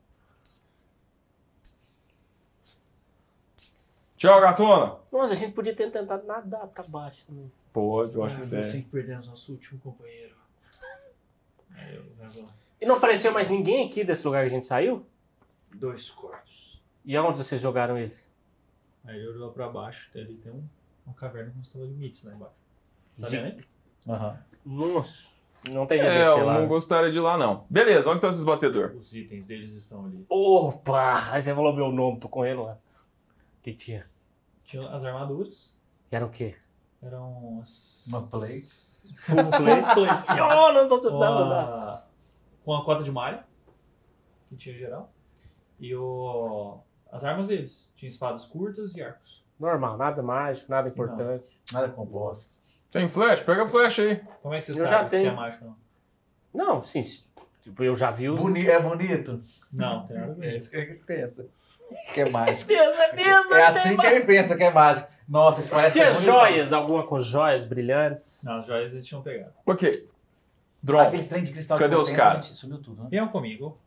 [SPEAKER 4] Tchau, gatona.
[SPEAKER 2] Nossa, a gente podia ter tentado nadar pra baixo também.
[SPEAKER 4] Pô, eu
[SPEAKER 13] Ah,
[SPEAKER 4] acho que
[SPEAKER 13] foi
[SPEAKER 4] é.
[SPEAKER 13] assim que perdemos nosso último companheiro. Aí eu levo
[SPEAKER 2] E não apareceu mais ninguém aqui desse lugar que a gente saiu?
[SPEAKER 13] dois corpos.
[SPEAKER 2] E aonde vocês jogaram eles?
[SPEAKER 1] Aí ele olhou pra baixo, tem- ali tem um, uma caverna com estalagmites lá embaixo. Tá vendo aí?
[SPEAKER 2] Nossa, não tem jeito de
[SPEAKER 4] É,
[SPEAKER 2] descer
[SPEAKER 4] eu
[SPEAKER 2] lá.
[SPEAKER 4] não
[SPEAKER 2] né?
[SPEAKER 4] gostaria de ir lá, não. Beleza, onde estão esses batedores?
[SPEAKER 1] Os itens deles estão ali.
[SPEAKER 2] Opa! Aí você falou meu nome, tô correndo lá. O que tinha?
[SPEAKER 1] Tinha as armaduras,
[SPEAKER 2] Era o quê?
[SPEAKER 1] eram as...
[SPEAKER 6] Uma plate?
[SPEAKER 1] Full plate.
[SPEAKER 2] Oh, não tô
[SPEAKER 1] com,
[SPEAKER 2] precisando usar.
[SPEAKER 1] a, com a cota de malha, que tinha geral. E o, as armas deles. Tinha espadas curtas e arcos.
[SPEAKER 2] Normal, nada mágico, nada importante.
[SPEAKER 6] Nada composto.
[SPEAKER 4] Tem flash? Pega a flash aí.
[SPEAKER 1] Como é que você
[SPEAKER 2] Eu
[SPEAKER 1] sabe
[SPEAKER 2] já
[SPEAKER 1] se
[SPEAKER 2] tenho.
[SPEAKER 1] é mágico ou não?
[SPEAKER 2] Não, sim. Tipo, eu já vi os.
[SPEAKER 6] Boni é bonito?
[SPEAKER 1] Não, tem nada É a
[SPEAKER 4] É,
[SPEAKER 1] ver.
[SPEAKER 6] isso que ele pensa. Que é mágico.
[SPEAKER 2] Deus, é mesmo,
[SPEAKER 6] É assim que ele pensa que é mágico. Nossa, isso parece
[SPEAKER 2] Tinha
[SPEAKER 6] ser bonito.
[SPEAKER 2] joias, alguma com joias brilhantes.
[SPEAKER 1] Não, as joias eles tinham pegado.
[SPEAKER 4] Ok. Drone.
[SPEAKER 6] Aqueles trem de cristal
[SPEAKER 4] Cadê
[SPEAKER 6] de
[SPEAKER 4] os
[SPEAKER 6] potência,
[SPEAKER 4] caras?
[SPEAKER 6] gente, sumiu tudo, né?
[SPEAKER 1] Venham comigo.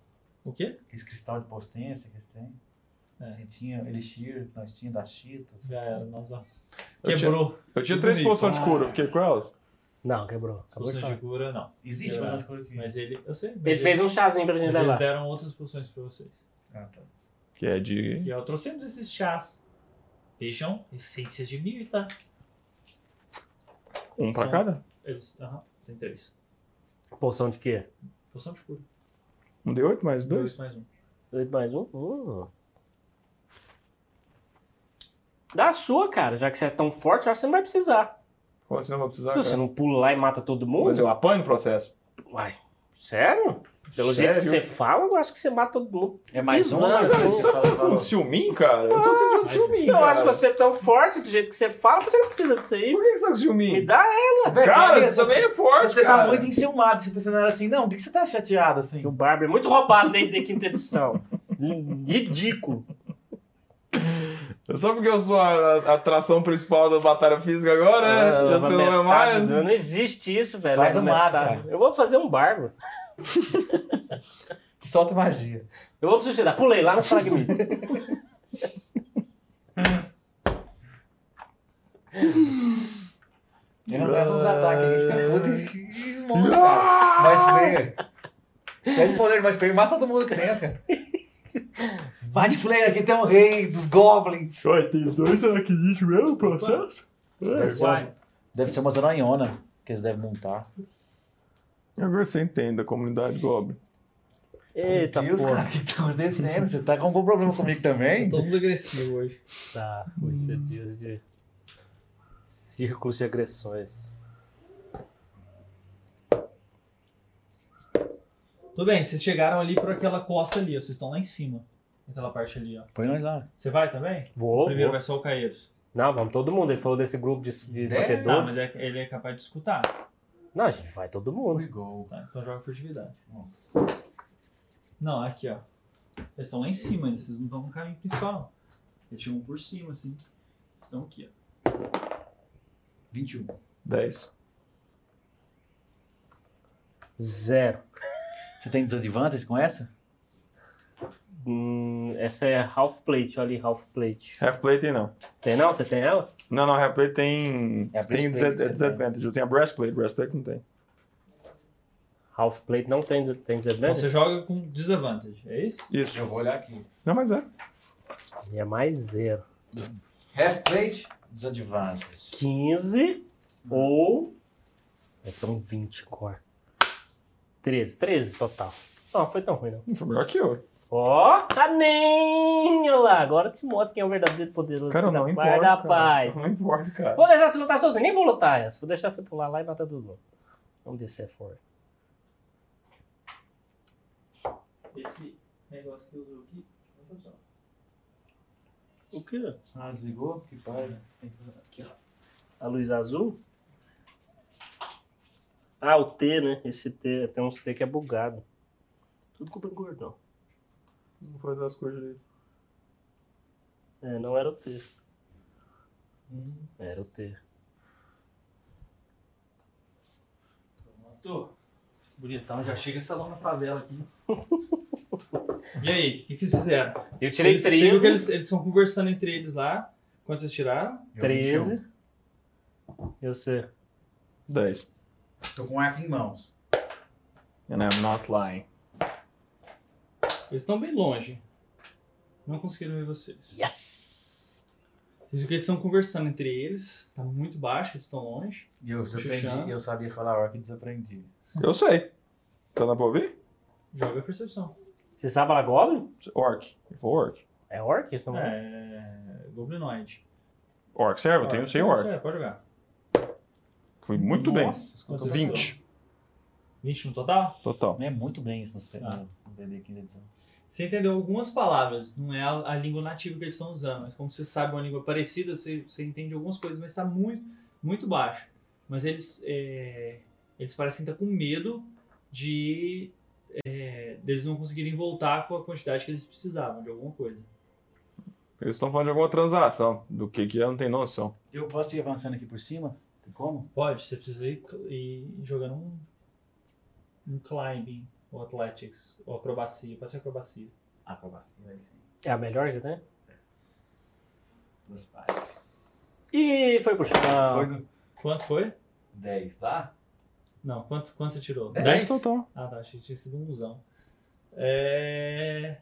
[SPEAKER 1] O quê?
[SPEAKER 6] Aqueles cristal de potência que eles têm.
[SPEAKER 1] É.
[SPEAKER 6] A gente tinha Elixir, nós tinha da Chita.
[SPEAKER 1] Já era, nós ó.
[SPEAKER 4] Eu
[SPEAKER 1] Quebrou.
[SPEAKER 4] Eu tinha três
[SPEAKER 1] Bonito.
[SPEAKER 4] poções de cura, eu fiquei com elas.
[SPEAKER 2] Não, quebrou. Acabou de
[SPEAKER 1] Poções de
[SPEAKER 2] falar.
[SPEAKER 1] cura, não.
[SPEAKER 6] Existe
[SPEAKER 1] Eu
[SPEAKER 6] É. mas
[SPEAKER 1] era.
[SPEAKER 6] de cor aqui.
[SPEAKER 1] Mas ele. Eu sei. mas
[SPEAKER 2] Hum. Ele fez um chazinho pra gente
[SPEAKER 1] Mas eles
[SPEAKER 2] levar.
[SPEAKER 1] deram outras poções pra vocês.
[SPEAKER 6] Ah, tá.
[SPEAKER 4] Que é de.
[SPEAKER 1] E eu trouxemos esses chás. Vejam, essências de tá? mirta.
[SPEAKER 4] Um pra
[SPEAKER 1] São-
[SPEAKER 4] cada?
[SPEAKER 1] Eles. Aham, tem três.
[SPEAKER 2] Poção de quê?
[SPEAKER 1] Poção de cura.
[SPEAKER 4] Um de oito mais dois?
[SPEAKER 1] Dois mais um.
[SPEAKER 2] Dois mais um? Hum. Dá a sua, cara. Já que você é tão forte, eu acho que você não vai precisar.
[SPEAKER 4] Como assim não vou precisar?
[SPEAKER 2] Você
[SPEAKER 4] cara?
[SPEAKER 2] não pula lá e mata todo mundo?
[SPEAKER 4] Mas eu apanho o processo.
[SPEAKER 2] Uai, sério? Pelo jeito que você
[SPEAKER 4] Sério?
[SPEAKER 2] fala, eu acho que você mata todo mundo.
[SPEAKER 6] É mais um,
[SPEAKER 2] Pisando,
[SPEAKER 6] né?
[SPEAKER 2] assim.
[SPEAKER 6] Você fala,
[SPEAKER 4] Um
[SPEAKER 6] fala.
[SPEAKER 4] ciúminho, cara? Eu tô sentindo ciúminho.
[SPEAKER 2] eu
[SPEAKER 4] Tá cara.
[SPEAKER 2] acho que você é tão forte do jeito que você fala, você não precisa disso aí.
[SPEAKER 4] Por que que você tá com
[SPEAKER 2] Me
[SPEAKER 4] ciúminho?
[SPEAKER 2] dá
[SPEAKER 6] Ah, velho,
[SPEAKER 4] Cara,
[SPEAKER 6] olha,
[SPEAKER 4] você também é forte,
[SPEAKER 6] Você
[SPEAKER 4] cara.
[SPEAKER 6] tá muito enciumado, você tá sendo assim, não, por que que você tá chateado assim?
[SPEAKER 2] Que o Barber é muito roubado desde a quinta edição. Ridículo.
[SPEAKER 4] É Só porque eu sou a, a atração principal da batalha física agora,
[SPEAKER 2] Ah,
[SPEAKER 4] né?
[SPEAKER 2] leva
[SPEAKER 4] Você não é
[SPEAKER 2] metade né?
[SPEAKER 4] mais.
[SPEAKER 2] do- Não existe isso, velho.
[SPEAKER 6] Faz
[SPEAKER 2] Leva
[SPEAKER 6] um mago,
[SPEAKER 2] metade.
[SPEAKER 6] cara.
[SPEAKER 2] Eu vou fazer um Barber.
[SPEAKER 6] Que solta magia.
[SPEAKER 2] Eu vou me suicidar. Pulei lá no fragmento.
[SPEAKER 6] Eu não levo uns ataques aí, fica puto e- e morre, cara. Mais player. Pede poder, mais player, mata todo mundo aqui dentro, cara. Vai de player, aqui tem um rei dos goblins.
[SPEAKER 4] Ué, tem dois, será que existe mesmo o
[SPEAKER 1] processo?
[SPEAKER 6] Deve ser, umas, deve ser umas aranhona que eles devem montar.
[SPEAKER 4] Agora você entende a comunidade Goblin.
[SPEAKER 2] Eita
[SPEAKER 6] Deus,
[SPEAKER 2] porra.
[SPEAKER 6] cara, que estamos descendo. Você tá com algum problema comigo também?
[SPEAKER 13] Todo mundo agressivo hoje.
[SPEAKER 2] Tá, oito dias de círculos de agressões.
[SPEAKER 1] Tudo bem, vocês chegaram ali por aquela costa ali, ó. Vocês estão lá em cima. Naquela parte ali, ó.
[SPEAKER 6] Põe nós lá.
[SPEAKER 1] Você vai também?
[SPEAKER 2] Vou,
[SPEAKER 1] Primeiro
[SPEAKER 2] vou.
[SPEAKER 1] vai só o Caeiros.
[SPEAKER 2] Não, vamos todo mundo. Ele falou desse grupo de, de
[SPEAKER 6] É?
[SPEAKER 1] Tá,
[SPEAKER 2] batedores.
[SPEAKER 1] mas é- ele é capaz de escutar.
[SPEAKER 2] Não, a gente vai todo mundo.
[SPEAKER 6] We go.
[SPEAKER 1] Tá, então joga furtividade.
[SPEAKER 6] Nossa.
[SPEAKER 1] Não, aqui, ó. Eles estão lá em cima, eles não estão no caminho principal. não. Eles chegam por cima, assim. Estão aqui, ó.
[SPEAKER 6] 21.
[SPEAKER 4] 10.
[SPEAKER 2] Zero.
[SPEAKER 6] Você tem desadvantage com essa?
[SPEAKER 2] Hum, essa é half plate, olha ali, half plate.
[SPEAKER 4] Half plate tem não.
[SPEAKER 2] Tem não? Você tem ela?
[SPEAKER 4] Não, não, half plate tem.
[SPEAKER 6] É a
[SPEAKER 4] tem
[SPEAKER 6] breastplate
[SPEAKER 4] desa-
[SPEAKER 6] que você tem.
[SPEAKER 4] disadvantage. Eu tenho a breastplate, breastplate não tem.
[SPEAKER 2] Half plate não tem, des-
[SPEAKER 1] Então,
[SPEAKER 2] tem desadvantage?
[SPEAKER 1] você joga com disadvantage, é isso?
[SPEAKER 4] Isso.
[SPEAKER 6] Eu vou olhar aqui.
[SPEAKER 4] Não, mas é.
[SPEAKER 2] E é mais zero.
[SPEAKER 6] Half plate, disadvantage.
[SPEAKER 2] 15 ou. é, São 20 core. 13, 13 total. Não, foi tão ruim não.
[SPEAKER 4] Não foi melhor que eu.
[SPEAKER 2] Ó, caninha lá. Agora te mostra quem é o verdadeiro poderoso.
[SPEAKER 4] Cara, não importa.
[SPEAKER 2] Guarda a
[SPEAKER 4] cara.
[SPEAKER 2] paz.
[SPEAKER 4] Não importa, cara.
[SPEAKER 2] Vou deixar você lutar sozinho, nem vou lutar essa. Vou deixar você pular lá e matar todo mundo. Vamos ver se é forte.
[SPEAKER 1] Esse negócio que eu uso aqui, não funciona.
[SPEAKER 2] O que?
[SPEAKER 6] Ah, desligou? Que pai.
[SPEAKER 2] A luz azul? Ah, o T, né? Esse T, tem uns T que é bugado. Tudo culpa do gordão.
[SPEAKER 4] Vou fazer as coisas ali.
[SPEAKER 2] É, não era o T. Era o T.
[SPEAKER 1] Matou. Bonitão, já chega essa lá na favela aqui. e aí, o que vocês fizeram?
[SPEAKER 2] Eu tirei
[SPEAKER 1] Eles- você viu que
[SPEAKER 2] 13.
[SPEAKER 1] Eles eles estão conversando entre eles lá. Quanto vocês tiraram?
[SPEAKER 2] 13. Eu sei.
[SPEAKER 4] 10.
[SPEAKER 6] Tô com um arco em mãos.
[SPEAKER 4] And I'm not lying.
[SPEAKER 1] Eles estão bem longe. Não conseguiram ver vocês.
[SPEAKER 2] Yes!
[SPEAKER 1] Vocês viram que eles estão conversando entre eles. Tá muito baixo, eles estão longe.
[SPEAKER 6] E eu
[SPEAKER 1] Xuxa.
[SPEAKER 6] desaprendi, eu sabia falar orc e desaprendi.
[SPEAKER 4] Eu sei. Tá na pra ouvir?
[SPEAKER 1] Joga a percepção.
[SPEAKER 2] Você sabe falar Goblin?
[SPEAKER 4] Orc. Eu vou orc.
[SPEAKER 2] É Orc
[SPEAKER 4] Tá
[SPEAKER 2] essa mulher?
[SPEAKER 1] É. Goblinoid.
[SPEAKER 4] Orc serve? Eu tenho sem orc.
[SPEAKER 1] É, pode jogar.
[SPEAKER 4] Fui muito bem.
[SPEAKER 1] Quanto você
[SPEAKER 4] 20.
[SPEAKER 1] 20 no total?
[SPEAKER 4] Total.
[SPEAKER 6] É muito bem isso no
[SPEAKER 1] Ah.
[SPEAKER 6] no D&D quinta edição.
[SPEAKER 1] Você entendeu algumas palavras, não é a, a língua nativa que eles estão usando, mas como você sabe é uma língua parecida, você, você entende algumas coisas, mas está muito, muito baixo. Mas eles, é, eles parecem estar com medo de é, deles não conseguirem voltar com a quantidade que eles precisavam de alguma coisa.
[SPEAKER 4] Eles estão falando de alguma transação. Do que que é, eu não tenho noção.
[SPEAKER 6] Eu posso ir avançando aqui por cima? Tem como?
[SPEAKER 1] Pode, você precisa ir, ir jogando um, um climbing, ou athletics, ou acrobacia, pode ser acrobacia.
[SPEAKER 6] Ah, Acrobacia, vai sim.
[SPEAKER 2] É a melhor que tem?
[SPEAKER 6] Duas partes.
[SPEAKER 2] Ih, foi tá- pro chão.
[SPEAKER 6] Foi no
[SPEAKER 1] Quanto foi?
[SPEAKER 6] 10, tá?
[SPEAKER 1] Não, quanto, quanto você tirou?
[SPEAKER 6] Dez.
[SPEAKER 4] 10 total.
[SPEAKER 1] Ah, tá. Achei que tinha sido um musão. É...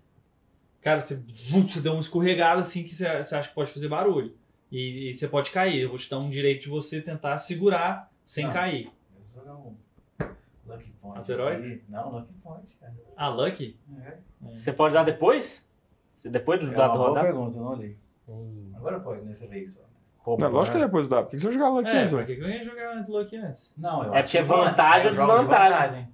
[SPEAKER 1] Cara, você, vum, você deu uma escorregada assim que você, você acha que pode fazer barulho. E, e você pode cair. Eu vou te dar um direito de você tentar segurar sem
[SPEAKER 6] Não.
[SPEAKER 1] cair.
[SPEAKER 6] Eu vou jogar um Lucky Point.
[SPEAKER 1] Anti-herói?
[SPEAKER 6] aqui. Não, Lucky Point, cara.
[SPEAKER 1] Ah, Lucky?
[SPEAKER 6] É.
[SPEAKER 2] Você pode usar depois? Você- Depois do
[SPEAKER 6] É
[SPEAKER 2] dado
[SPEAKER 6] uma boa
[SPEAKER 2] rodar?
[SPEAKER 6] pergunta, eu não olhei.
[SPEAKER 2] Hum,
[SPEAKER 6] Agora pode, né? Você vê isso.
[SPEAKER 2] roubar.
[SPEAKER 4] Não, lógico que é depois dá. Por que que você jogava lá aqui
[SPEAKER 1] É,
[SPEAKER 4] antes,
[SPEAKER 1] por
[SPEAKER 4] velho?
[SPEAKER 1] que que eu ia jogar Lucky antes?
[SPEAKER 6] Não, eu
[SPEAKER 2] É
[SPEAKER 6] acho
[SPEAKER 2] porque é
[SPEAKER 6] que antes,
[SPEAKER 2] vantagem
[SPEAKER 6] eu
[SPEAKER 2] ou
[SPEAKER 6] jogo de
[SPEAKER 2] desvantagem.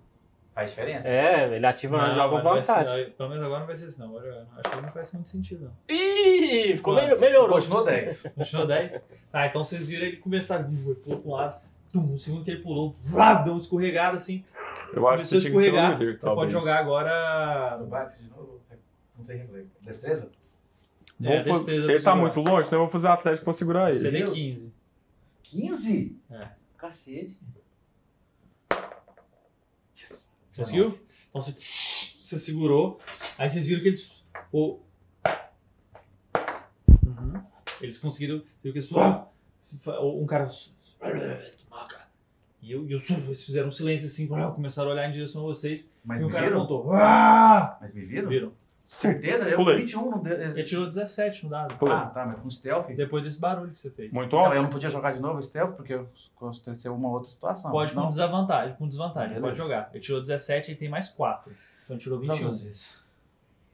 [SPEAKER 6] Faz diferença?
[SPEAKER 2] É, ele ativa
[SPEAKER 1] Não,
[SPEAKER 2] e joga
[SPEAKER 1] mas não vai ser-
[SPEAKER 2] vantagem.
[SPEAKER 1] não, pelo menos agora não vai ser assim, não. Agora eu Acho que não faz muito sentido, não.
[SPEAKER 2] Ih, ficou
[SPEAKER 1] Quanto?
[SPEAKER 2] melhor, melhorou.
[SPEAKER 6] Continuou 10.
[SPEAKER 1] Continuou 10? Tá, então vocês viram ele começar, vum, ele pulou pra um lado, tum, o segundo que ele pulou, vrá, deu uma escorregada assim.
[SPEAKER 4] Eu
[SPEAKER 1] Começou
[SPEAKER 4] acho que
[SPEAKER 1] a
[SPEAKER 4] você tinha que ser o
[SPEAKER 1] escorregar.
[SPEAKER 4] líder,
[SPEAKER 1] Você pode
[SPEAKER 4] talvez.
[SPEAKER 1] jogar agora
[SPEAKER 6] Bate de novo. é, Não tem replay. Destreza?
[SPEAKER 1] É,
[SPEAKER 4] Vou fa-
[SPEAKER 1] destreza pra
[SPEAKER 4] Ele tá
[SPEAKER 1] segurar.
[SPEAKER 4] muito longe, então eu vou fazer atlético pra segurar ele.
[SPEAKER 1] CD15.
[SPEAKER 6] 15?
[SPEAKER 1] É.
[SPEAKER 6] Cacete.
[SPEAKER 1] Você conseguiu? Então você, você segurou. Aí vocês viram que eles. o- Uhum. Eles conseguiram. Você viu que eles. Uau! Um cara. E eu, e eu eles fizeram um silêncio assim, uau, começaram a olhar em direção a vocês.
[SPEAKER 6] Mas
[SPEAKER 1] e o
[SPEAKER 6] me
[SPEAKER 1] cara
[SPEAKER 6] viram? Ah!
[SPEAKER 1] apontou. "Uau!"
[SPEAKER 6] Mas me viram?
[SPEAKER 1] Viram.
[SPEAKER 6] Certeza? Eu
[SPEAKER 4] Pulei.
[SPEAKER 6] 21 não
[SPEAKER 1] Ele
[SPEAKER 6] deu.
[SPEAKER 1] tirou 17 no dado.
[SPEAKER 4] Pulei.
[SPEAKER 6] Ah, tá, mas com stealth?
[SPEAKER 1] Depois desse barulho que você fez.
[SPEAKER 4] Muito
[SPEAKER 6] Não,
[SPEAKER 4] alto?
[SPEAKER 6] eu não podia jogar de novo stealth porque aconteceu uma outra situação.
[SPEAKER 1] Pode com
[SPEAKER 6] não.
[SPEAKER 1] desvantagem, com desvantagem, pode
[SPEAKER 6] Beleza. Tá
[SPEAKER 1] jogar. Ele tirou 17 e tem mais 4. Então ele tirou 21.
[SPEAKER 6] Joga vezes.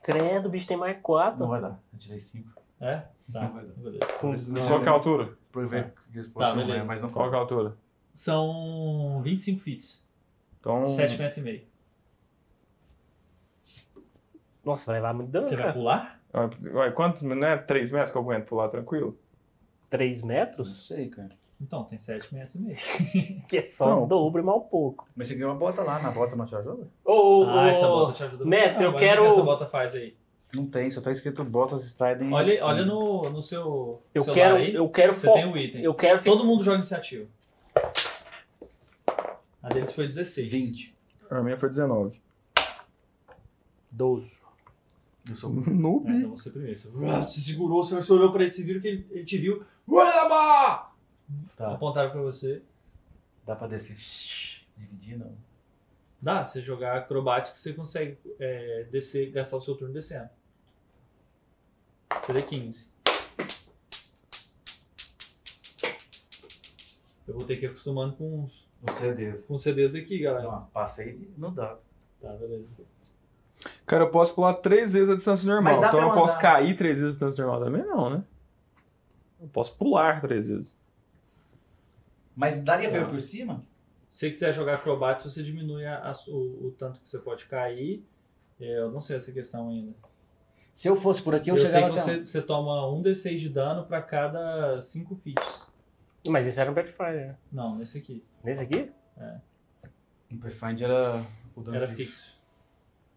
[SPEAKER 2] Credo, o bicho tem mais 4.
[SPEAKER 1] tá.
[SPEAKER 6] Não vai dar. Eu tirei 5.
[SPEAKER 1] É? Tá.
[SPEAKER 6] Não vai dar.
[SPEAKER 1] Beleza.
[SPEAKER 4] Qual que é a altura?
[SPEAKER 6] Por ver que se
[SPEAKER 1] Tá,
[SPEAKER 6] fosse um,
[SPEAKER 1] beleza.
[SPEAKER 6] né? mas não
[SPEAKER 4] Qual que
[SPEAKER 6] foi.
[SPEAKER 4] é a altura?
[SPEAKER 1] São 25 fits.
[SPEAKER 4] Então,
[SPEAKER 1] 7 metros e meio.
[SPEAKER 2] Nossa, vai levar muito dano,
[SPEAKER 1] Você vai
[SPEAKER 2] cara.
[SPEAKER 1] pular?
[SPEAKER 4] ué, quantos, não é 3 metros que eu aguento pular tranquilo?
[SPEAKER 2] 3 metros?
[SPEAKER 6] sei, cara.
[SPEAKER 1] Então, tem 7 metros e meio.
[SPEAKER 2] Que é só
[SPEAKER 4] Então.
[SPEAKER 2] o dobro e mal pouco.
[SPEAKER 6] Mas você ganhou uma bota lá, na bota não te ajuda?
[SPEAKER 2] Ô, ô,
[SPEAKER 1] ah, essa
[SPEAKER 2] ô,
[SPEAKER 1] bota te ajuda.
[SPEAKER 2] mestre,
[SPEAKER 1] Ah,
[SPEAKER 2] eu
[SPEAKER 1] mas o
[SPEAKER 2] quero-
[SPEAKER 1] que essa bota faz aí?
[SPEAKER 6] Não tem, só tá escrito Botas Striden.
[SPEAKER 1] Olha, olha no, no seu
[SPEAKER 2] Eu
[SPEAKER 1] celular
[SPEAKER 2] quero,
[SPEAKER 1] aí.
[SPEAKER 2] eu quero
[SPEAKER 1] Você tem
[SPEAKER 2] focar.
[SPEAKER 1] o item.
[SPEAKER 2] Eu quero fi-
[SPEAKER 1] Todo mundo joga iniciativa. A deles foi 16.
[SPEAKER 6] 20.
[SPEAKER 4] A minha foi 19.
[SPEAKER 2] 12.
[SPEAKER 6] Eu sou
[SPEAKER 1] Ah,
[SPEAKER 3] Noob.
[SPEAKER 1] então você primeiro. Você, Uau, você segurou, você você olhou pra ele, você viu que ele, ele te viu. Uelaba!
[SPEAKER 6] Tá.
[SPEAKER 1] Apontaram pra você.
[SPEAKER 6] Dá pra descer. Dividir, não.
[SPEAKER 1] Dá, você jogar acrobática, você consegue é, descer, gastar o seu turno descendo. Cadê 15? Eu vou ter que ir acostumando com os,
[SPEAKER 6] Não sei desse.
[SPEAKER 1] com os CDs daqui, galera.
[SPEAKER 6] Não, passei de- no dado.
[SPEAKER 1] Tá, beleza.
[SPEAKER 4] Cara, eu posso pular três vezes a distância normal.
[SPEAKER 6] Mas dá
[SPEAKER 4] Então
[SPEAKER 6] pra
[SPEAKER 4] eu
[SPEAKER 6] mandar.
[SPEAKER 4] posso cair três vezes a distância normal também, não, né? Eu posso pular três vezes.
[SPEAKER 6] Mas daria pra eu
[SPEAKER 1] Não.
[SPEAKER 6] ir por cima?
[SPEAKER 1] Se você quiser jogar acrobática, você diminui a- a su- o, o tanto que você pode cair. É, Eu não sei essa questão ainda.
[SPEAKER 6] Se eu fosse por aqui, eu,
[SPEAKER 1] eu sei
[SPEAKER 6] chegava
[SPEAKER 1] que
[SPEAKER 6] até um.
[SPEAKER 1] você, você toma 1d6 de dano pra cada 5 feats.
[SPEAKER 2] Mas isso era um Pathfinder, né?
[SPEAKER 1] Não, nesse aqui.
[SPEAKER 2] Nesse aqui?
[SPEAKER 5] O Pathfind era o dano
[SPEAKER 1] Era fixo.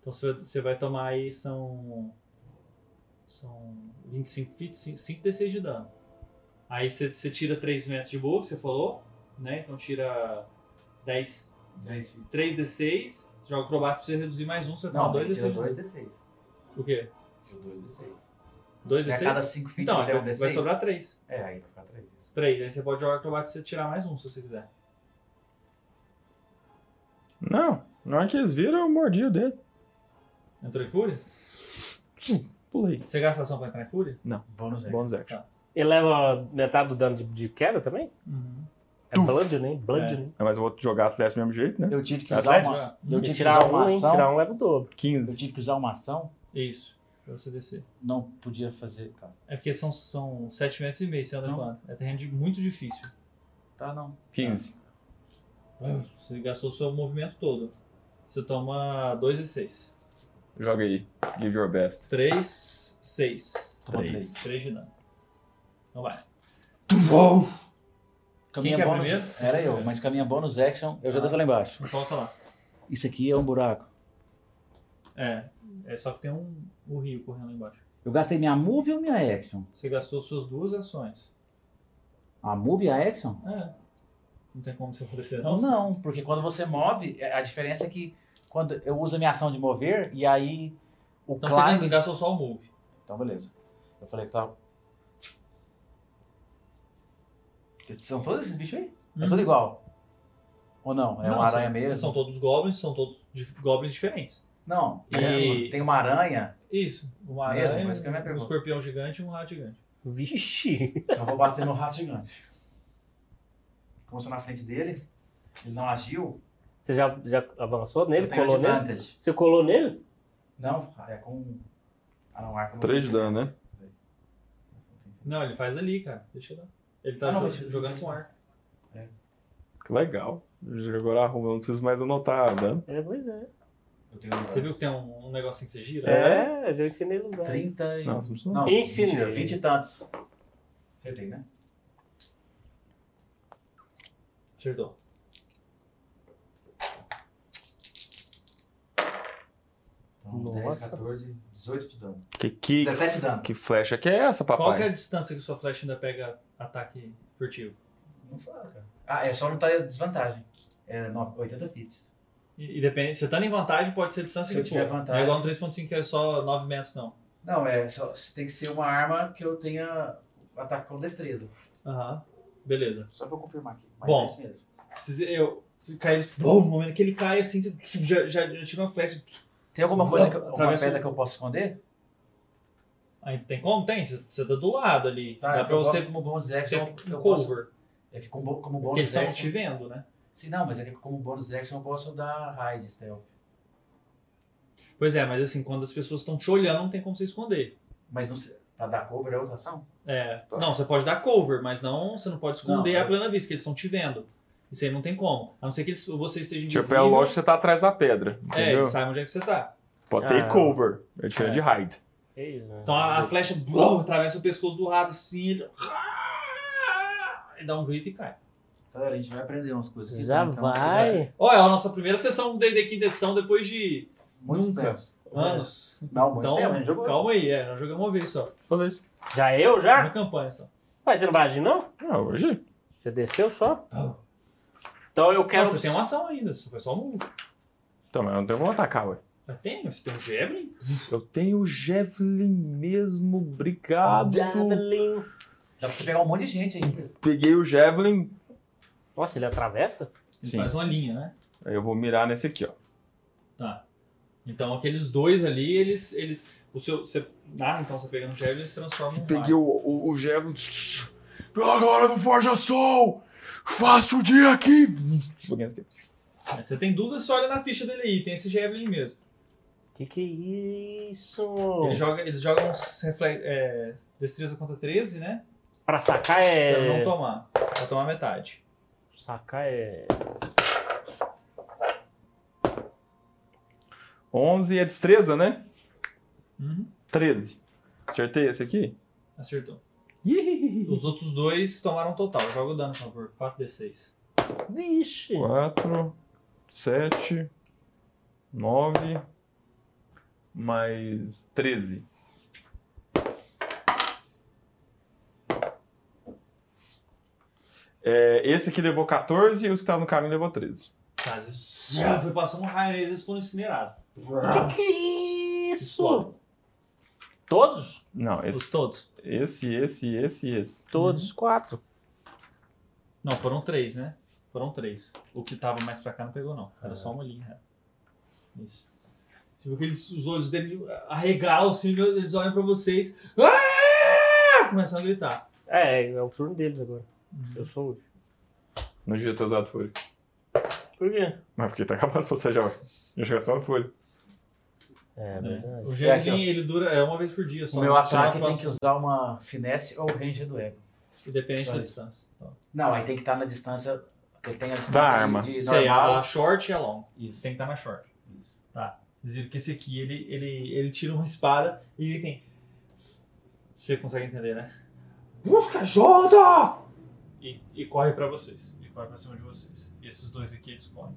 [SPEAKER 1] Então você você vai tomar aí, são. São 25 feats, 5d6 de dano. Aí você, você tira 3 metros de boa, que você falou, né? Então tira 10,
[SPEAKER 5] 10 feet.
[SPEAKER 1] 3d6, joga acrobático pra você reduzir mais um, você
[SPEAKER 6] Não,
[SPEAKER 1] toma
[SPEAKER 6] dois
[SPEAKER 1] 2d6
[SPEAKER 6] tira
[SPEAKER 1] de dano.
[SPEAKER 6] 2d6.
[SPEAKER 1] O quê?
[SPEAKER 6] Tira 2d6. E
[SPEAKER 1] 2d6?
[SPEAKER 6] a É, cada 5 feet
[SPEAKER 1] Então,
[SPEAKER 6] até um
[SPEAKER 1] vai,
[SPEAKER 6] d6?
[SPEAKER 1] vai sobrar 3.
[SPEAKER 6] É, aí vai ficar 3 disso.
[SPEAKER 1] 3, aí você pode jogar acrobático e você tirar mais um, se você quiser.
[SPEAKER 4] Não, na hora que eles viram, eu mordi o dedo.
[SPEAKER 1] Entrou em fúria?
[SPEAKER 4] Pulei.
[SPEAKER 1] Você gasta ação pra entrar em fúria?
[SPEAKER 6] Bônus extra.
[SPEAKER 4] Bônus action.
[SPEAKER 2] Ele leva metade do dano de, de queda também?
[SPEAKER 1] Uhum.
[SPEAKER 2] É bludgeoning, bludgeoning.
[SPEAKER 4] É, Mas eu vou jogar Atlético do mesmo jeito, né?
[SPEAKER 6] Eu tive que usar
[SPEAKER 4] Atlético?
[SPEAKER 6] uma, eu
[SPEAKER 2] E
[SPEAKER 6] tive que
[SPEAKER 2] tirar
[SPEAKER 6] usar
[SPEAKER 2] um,
[SPEAKER 6] uma
[SPEAKER 2] hein?
[SPEAKER 6] ação.
[SPEAKER 2] Tirar um leva o dobro.
[SPEAKER 4] 15.
[SPEAKER 6] Eu tive que usar uma ação.
[SPEAKER 1] Isso, pra você descer.
[SPEAKER 6] Não podia fazer. Tá,
[SPEAKER 1] É porque são, são 7 metros e meio, você anda
[SPEAKER 6] Não.
[SPEAKER 1] quanto? É terreno de- muito difícil.
[SPEAKER 6] tá não.
[SPEAKER 4] 15.
[SPEAKER 1] Você gastou o seu movimento todo. Você toma 2 e 6.
[SPEAKER 4] Joga aí. Give your best.
[SPEAKER 1] 3, 6.
[SPEAKER 6] Toma
[SPEAKER 4] Três.
[SPEAKER 6] 3.
[SPEAKER 1] 3 de dano. Então vai.
[SPEAKER 6] Com
[SPEAKER 1] Quem
[SPEAKER 6] a minha
[SPEAKER 1] que é
[SPEAKER 6] bônus-
[SPEAKER 1] primeiro?
[SPEAKER 6] Era eu, mas com a minha bônus action, eu já desço lá embaixo.
[SPEAKER 1] Volta então lá.
[SPEAKER 6] Isso aqui é um buraco.
[SPEAKER 1] É, é só que tem um, um rio correndo lá embaixo.
[SPEAKER 6] Eu gastei minha move ou minha action?
[SPEAKER 1] Você gastou suas duas ações.
[SPEAKER 6] A move e a action?
[SPEAKER 1] É. Não tem como você acontecer, não?
[SPEAKER 6] Então, Não, porque quando você move, a diferença é que quando eu uso a minha ação de mover, e aí o
[SPEAKER 1] Então
[SPEAKER 6] climb...
[SPEAKER 1] você gastou só o move.
[SPEAKER 6] Então, beleza. Eu falei que tá- tava... São todos esses bichos aí? É
[SPEAKER 1] Hum.
[SPEAKER 6] tudo igual? Ou não? É
[SPEAKER 1] Não,
[SPEAKER 6] uma aranha
[SPEAKER 1] são,
[SPEAKER 6] mesmo?
[SPEAKER 1] São todos goblins, são todos dif- goblins diferentes.
[SPEAKER 6] Não, mas
[SPEAKER 1] E-
[SPEAKER 6] assim, tem uma aranha,
[SPEAKER 1] Isso. Uma
[SPEAKER 6] Mesmo?
[SPEAKER 1] aranha,
[SPEAKER 6] Mas que é a minha
[SPEAKER 1] um
[SPEAKER 6] pergunta.
[SPEAKER 1] escorpião gigante e um rato gigante.
[SPEAKER 2] Vixe!
[SPEAKER 6] então eu vou bater no rato gigante. Como eu sou na frente dele, ele não agiu,
[SPEAKER 2] Você já, já avançou
[SPEAKER 6] ele
[SPEAKER 2] nele?
[SPEAKER 6] eu tenho
[SPEAKER 2] Colou nele?
[SPEAKER 6] advantage.
[SPEAKER 2] Você colou nele?
[SPEAKER 6] Não, é com... Ah, não, arco... não.
[SPEAKER 4] 3 de dano, né?
[SPEAKER 1] Não, ele faz ali, cara. Deixa lá. Ele tá
[SPEAKER 6] Ah, não,
[SPEAKER 1] jo-
[SPEAKER 6] mas-
[SPEAKER 1] jogando com ar.
[SPEAKER 4] Que legal. Agora arruma, eu não preciso mais anotar o dano.
[SPEAKER 2] É, pois é.
[SPEAKER 6] Eu tenho
[SPEAKER 1] Você viu que tem um, um negocinho que você gira?
[SPEAKER 2] É, eu já ensinei ele a usar.
[SPEAKER 6] 30 e...
[SPEAKER 4] Não, não precisa não.
[SPEAKER 6] Não,
[SPEAKER 2] Esse
[SPEAKER 6] mentira,
[SPEAKER 2] não.
[SPEAKER 6] 20 e tantos. Acertei, né?
[SPEAKER 1] Acertou.
[SPEAKER 6] Então,
[SPEAKER 2] Nossa.
[SPEAKER 6] 10, 14, 18 de dano.
[SPEAKER 3] Que, que,
[SPEAKER 6] 17 de dano.
[SPEAKER 3] que flecha que é essa, papai?
[SPEAKER 1] Qual que é a distância que sua flecha ainda pega ataque furtivo?
[SPEAKER 6] Não fala, cara. Ah, é só não tá desvantagem. É no- 80 fits.
[SPEAKER 1] E, e depende, você tá em vantagem, pode ser a distância
[SPEAKER 6] Se eu
[SPEAKER 1] que
[SPEAKER 6] tiver
[SPEAKER 1] for. Não
[SPEAKER 6] vantagem.
[SPEAKER 1] é igual no 3.5 que é só 9 metros, não.
[SPEAKER 6] Não, é só, tem que ser uma arma que eu tenha ataque com destreza.
[SPEAKER 1] Aham. Beleza.
[SPEAKER 6] Só pra eu confirmar aqui.
[SPEAKER 1] mas Bom. é isso
[SPEAKER 6] mesmo.
[SPEAKER 1] Se eu se cair, bom, no momento que ele cai assim, você já, já, já tira uma flecha.
[SPEAKER 6] Tem alguma coisa, que,
[SPEAKER 1] Não,
[SPEAKER 6] alguma
[SPEAKER 1] atravessa-
[SPEAKER 6] pedra que eu posso esconder?
[SPEAKER 1] Ainda Ah, então tem como? Tem, você você tá do lado ali.
[SPEAKER 6] Tá,
[SPEAKER 1] Dá
[SPEAKER 6] é que
[SPEAKER 1] pra
[SPEAKER 6] eu
[SPEAKER 1] você
[SPEAKER 6] posso, como bônus
[SPEAKER 1] ter
[SPEAKER 6] action,
[SPEAKER 1] um
[SPEAKER 6] eu posso...
[SPEAKER 1] cover.
[SPEAKER 6] É que como, como
[SPEAKER 1] Porque eles
[SPEAKER 6] bônus
[SPEAKER 1] estão te
[SPEAKER 6] action...
[SPEAKER 1] vendo, né?
[SPEAKER 6] Sim, não, mas é que como bônus action eu posso dar raid, stealth.
[SPEAKER 1] Pois é, mas assim, quando as pessoas estão te olhando, não tem como você esconder.
[SPEAKER 6] Mas não sei... Pra dar cover é outra ação?
[SPEAKER 1] É, não, você pode dar cover, mas não, você não pode esconder
[SPEAKER 6] Não,
[SPEAKER 1] a
[SPEAKER 6] é.
[SPEAKER 1] plena vista, que eles estão te vendo. Isso aí não tem como. A não ser que eles- você esteja invisível.
[SPEAKER 4] Tipo, é lógico que você tá atrás da pedra,
[SPEAKER 1] É,
[SPEAKER 4] entendeu?
[SPEAKER 1] eles sabem onde é que você tá.
[SPEAKER 4] Pode ter
[SPEAKER 2] Ah.
[SPEAKER 4] cover. É diferente de hide.
[SPEAKER 2] É isso, né?
[SPEAKER 1] Então a, a flecha blum, atravessa o pescoço do rato assim, ele... e dá um grito e cai.
[SPEAKER 6] Galera, Então, a gente vai aprender umas coisas. aqui,
[SPEAKER 2] Já
[SPEAKER 6] então,
[SPEAKER 2] vai?
[SPEAKER 1] Ó, é a nossa primeira sessão do D&D quinta edição depois de
[SPEAKER 6] Muitos
[SPEAKER 1] Nunca.
[SPEAKER 6] tempos.
[SPEAKER 1] Anos.
[SPEAKER 6] Não, muito
[SPEAKER 1] Então,
[SPEAKER 6] tempo, um a gente jogou.
[SPEAKER 1] calma aí, é, nós jogamos uma vez só.
[SPEAKER 4] Talvez.
[SPEAKER 2] Já Ah. eu, já?
[SPEAKER 1] Uma campanha só.
[SPEAKER 2] Mas você não vai agir, não?
[SPEAKER 4] Ah, hoje?
[SPEAKER 2] Você desceu só? Então eu quero...
[SPEAKER 1] Nossa, você tem um uma ação ainda, só foi só um.
[SPEAKER 4] Então, mas eu não tenho como atacar, ué.
[SPEAKER 1] Já tem, você tem um Javelin?
[SPEAKER 4] Eu tenho o Javelin mesmo, obrigado.
[SPEAKER 2] Javelin.
[SPEAKER 6] Dá pra você pegar um monte de gente ainda.
[SPEAKER 4] Peguei o Javelin.
[SPEAKER 2] Nossa, ele atravessa?
[SPEAKER 1] Ele
[SPEAKER 4] Sim.
[SPEAKER 1] faz uma linha, né?
[SPEAKER 4] Aí eu vou mirar nesse aqui, ó.
[SPEAKER 1] Tá. Então aqueles dois ali, eles. eles o seu, você narra, então você pega um Javelin e eles transformam um
[SPEAKER 4] Peguei o, o, o Javelin. Pela glória do Forja Sol! Faça o dia aqui! Joguei nesse aqui.
[SPEAKER 1] Você tem dúvida, você olha na ficha dele aí, tem esse Javelin mesmo.
[SPEAKER 2] Que que é isso?
[SPEAKER 1] Ele joga, eles jogam uns refle- é, destreza contra 13, né?
[SPEAKER 2] Pra sacar
[SPEAKER 1] Pra não
[SPEAKER 2] é...
[SPEAKER 1] tomar. Pra tomar metade.
[SPEAKER 2] Sacar é...
[SPEAKER 4] 11 é destreza, né?
[SPEAKER 1] Uhum.
[SPEAKER 4] 13. Acertei esse aqui?
[SPEAKER 1] Acertou. Os outros dois tomaram um total. Joga o dano, por favor. 4d6.
[SPEAKER 2] Vixe.
[SPEAKER 4] 4, 7, 9, mais 13. É, esse aqui levou 14 e os que estavam no caminho levou 13.
[SPEAKER 1] Tá, eles- já foi passando um raio neles, eles foram incinerados.
[SPEAKER 2] Que que é isso?
[SPEAKER 1] Explode.
[SPEAKER 2] Todos?
[SPEAKER 4] Não,
[SPEAKER 1] Os
[SPEAKER 4] esse,
[SPEAKER 1] todos.
[SPEAKER 4] esse, esse, esse e esse.
[SPEAKER 2] Todos, quatro.
[SPEAKER 1] Não, foram três, né? Foram três. O que tava mais pra cá não pegou, não. Era só uma linha reta. Isso. Você viu que eles, os olhos dele arregalam, assim, eles olham pra vocês. Ah! Começam a gritar.
[SPEAKER 2] É, é o turno deles agora. Eu sou o último.
[SPEAKER 4] Não devia ter usado folha.
[SPEAKER 2] Por quê?
[SPEAKER 4] Mas porque tá acabado, só você já vai. Já chega só uma folha.
[SPEAKER 2] É, verdade.
[SPEAKER 1] O
[SPEAKER 6] É aqui, ó.
[SPEAKER 1] Javelin, ele dura é uma vez por dia só.
[SPEAKER 6] O meu
[SPEAKER 1] Só na
[SPEAKER 6] ataque tem
[SPEAKER 1] próxima-
[SPEAKER 6] que usar uma finesse ou ranger do ego.
[SPEAKER 1] Independente
[SPEAKER 6] Só
[SPEAKER 1] da
[SPEAKER 6] isso.
[SPEAKER 1] distância.
[SPEAKER 6] Não, aí tem que estar na distância. Porque ele tem a distância
[SPEAKER 4] Da
[SPEAKER 6] de-
[SPEAKER 4] arma.
[SPEAKER 6] de
[SPEAKER 1] Isso aí,
[SPEAKER 6] normal.
[SPEAKER 1] a short e a long.
[SPEAKER 6] Isso.
[SPEAKER 1] Tem que estar na short. Tá. Vocês viram que esse aqui, ele, ele, ele tira uma espada e ele tem. Você consegue entender, né? Busca ajuda! E, e corre pra vocês. Ele corre pra cima de vocês. E esses dois aqui, eles correm.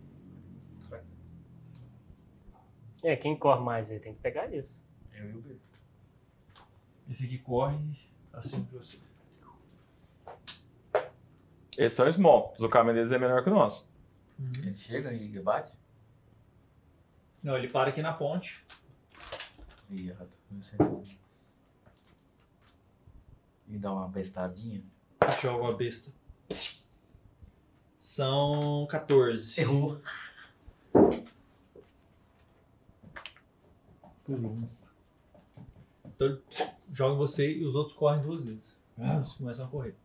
[SPEAKER 2] É, quem corre mais aí tem que pegar isso.
[SPEAKER 6] Eu e o Pedro.
[SPEAKER 1] Esse aqui corre acima de você.
[SPEAKER 4] Esses são small. O caminho deles é menor que o nosso.
[SPEAKER 6] Ele chega e bate.
[SPEAKER 1] Não, ele para aqui na ponte.
[SPEAKER 6] Ih, errado. Não sei não. E dá uma bestadinha.
[SPEAKER 1] Joga a besta. São 14.
[SPEAKER 6] Errou. Por um.
[SPEAKER 1] Então ele joga em você e os outros correm duas vezes.
[SPEAKER 6] Ah.
[SPEAKER 1] Eles começam a correr.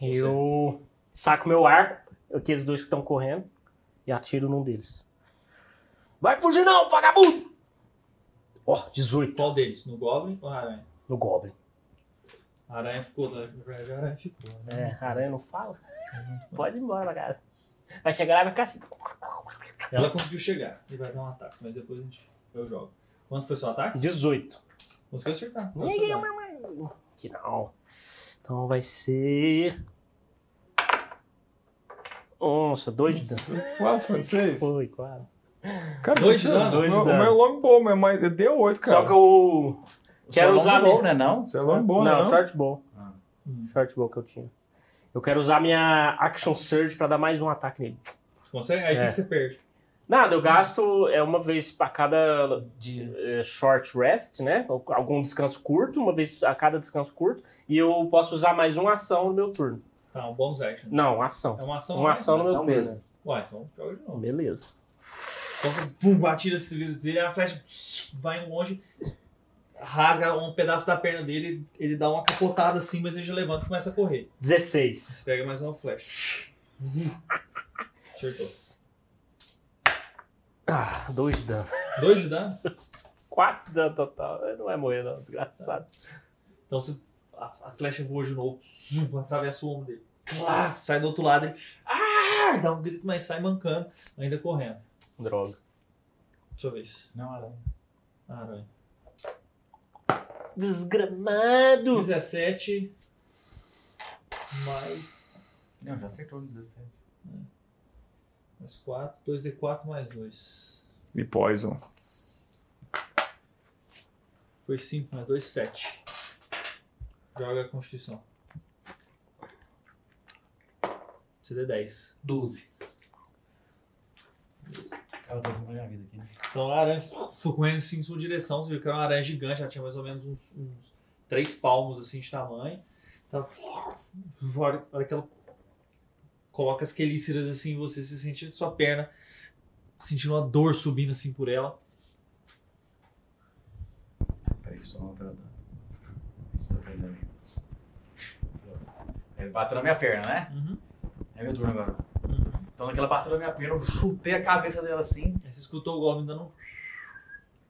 [SPEAKER 2] Eu saco meu arco, aqueles dois que estão correndo, e atiro num deles. Vai fugir não, vagabundo! Ó, 18
[SPEAKER 1] Qual deles? No Goblin ou na Aranha?
[SPEAKER 2] no Goblin.
[SPEAKER 1] A aranha ficou, né? A aranha ficou, né?
[SPEAKER 2] É, aranha não fala. Pode ir embora pra casa. Vai chegar lá e vai ficar assim.
[SPEAKER 1] Ela conseguiu chegar e vai dar um ataque, mas depois a gente, eu jogo. Quanto foi seu ataque?
[SPEAKER 2] 18.
[SPEAKER 1] Conseguiu acertar. Deu seu dano.
[SPEAKER 2] Que não. Então vai ser... Nossa, dois de dano.
[SPEAKER 4] Quase foi seis.
[SPEAKER 2] Foi, quase.
[SPEAKER 4] Cara,
[SPEAKER 1] Dois
[SPEAKER 4] eu-
[SPEAKER 1] de dano,
[SPEAKER 2] dois
[SPEAKER 4] o meu-
[SPEAKER 2] de dano.
[SPEAKER 4] O meu longbow, mas- mas deu oito, cara.
[SPEAKER 2] Só que eu.
[SPEAKER 6] O
[SPEAKER 2] Quero
[SPEAKER 6] seu
[SPEAKER 2] usar
[SPEAKER 6] longbow,
[SPEAKER 2] mesmo.
[SPEAKER 6] né? Não?
[SPEAKER 4] Você é longbow, né?
[SPEAKER 2] não,
[SPEAKER 4] não?
[SPEAKER 2] short bow.
[SPEAKER 6] Ah.
[SPEAKER 1] Hum.
[SPEAKER 2] Short bow que eu tinha. Eu quero usar minha Action Surge pra dar mais um ataque nele.
[SPEAKER 1] Consegue? Aí o que
[SPEAKER 2] É.
[SPEAKER 1] que você perde?
[SPEAKER 2] Nada, eu gasto é uma vez pra cada
[SPEAKER 6] De...
[SPEAKER 2] é, short rest, né? Algum descanso curto, uma vez a cada descanso curto. E eu posso usar mais uma ação no meu turno.
[SPEAKER 1] Tá, um bônus action.
[SPEAKER 2] Não, ação.
[SPEAKER 1] É uma ação.
[SPEAKER 2] Uma
[SPEAKER 1] né?
[SPEAKER 2] ação no meu
[SPEAKER 6] Ação
[SPEAKER 2] turno.
[SPEAKER 6] mesmo.
[SPEAKER 1] Ué, então joga de novo.
[SPEAKER 2] Beleza.
[SPEAKER 1] Então você pum, atira, se- se ele a flecha, vai longe, rasga um pedaço da perna dele, ele dá uma capotada assim, mas ele já levanta e começa a correr.
[SPEAKER 2] 16.
[SPEAKER 1] Você pega mais uma flecha. Acertou.
[SPEAKER 2] Ah, dois de dano.
[SPEAKER 1] Dois de dano?
[SPEAKER 2] Quatro de dano total. Ele Não vai morrer, não, desgraçado.
[SPEAKER 1] Então se a, a flecha voa de novo, zum, atravessa o ombro dele. Clá, sai do outro lado, ele ah, dá um grito, mas sai mancando, ainda correndo.
[SPEAKER 2] Droga.
[SPEAKER 1] Deixa eu ver isso. Ah, é
[SPEAKER 6] Não, um. aranha.
[SPEAKER 1] Aranha.
[SPEAKER 2] Desgramado!
[SPEAKER 1] 17 mais,
[SPEAKER 6] Não, já acertou no 17.
[SPEAKER 1] mais 4, 2d4 mais 2.
[SPEAKER 4] E poison.
[SPEAKER 1] Foi 5 mais 2, 7. Joga a Constituição. CD 10.
[SPEAKER 6] 12. Cara, eu tô com a minha vida aqui. né?
[SPEAKER 1] Então a aranha foi correndo assim, em sua direção. Você viu que era uma aranha gigante, ela tinha mais ou menos uns, uns 3 palmos assim de tamanho. Então, na hora na hora que ela coloca as quelíceras assim em você, você sente sua perna sentindo uma dor subindo assim por ela.
[SPEAKER 6] Peraí, só uma outra. A gente tá perdendo aí. Ele bateu na minha perna, né?
[SPEAKER 1] Uhum.
[SPEAKER 6] É meu turno agora.
[SPEAKER 1] Uhum.
[SPEAKER 6] Então, naquela bateu na minha perna, eu chutei a cabeça dela assim.
[SPEAKER 1] Aí Você escutou o Goblin dando um,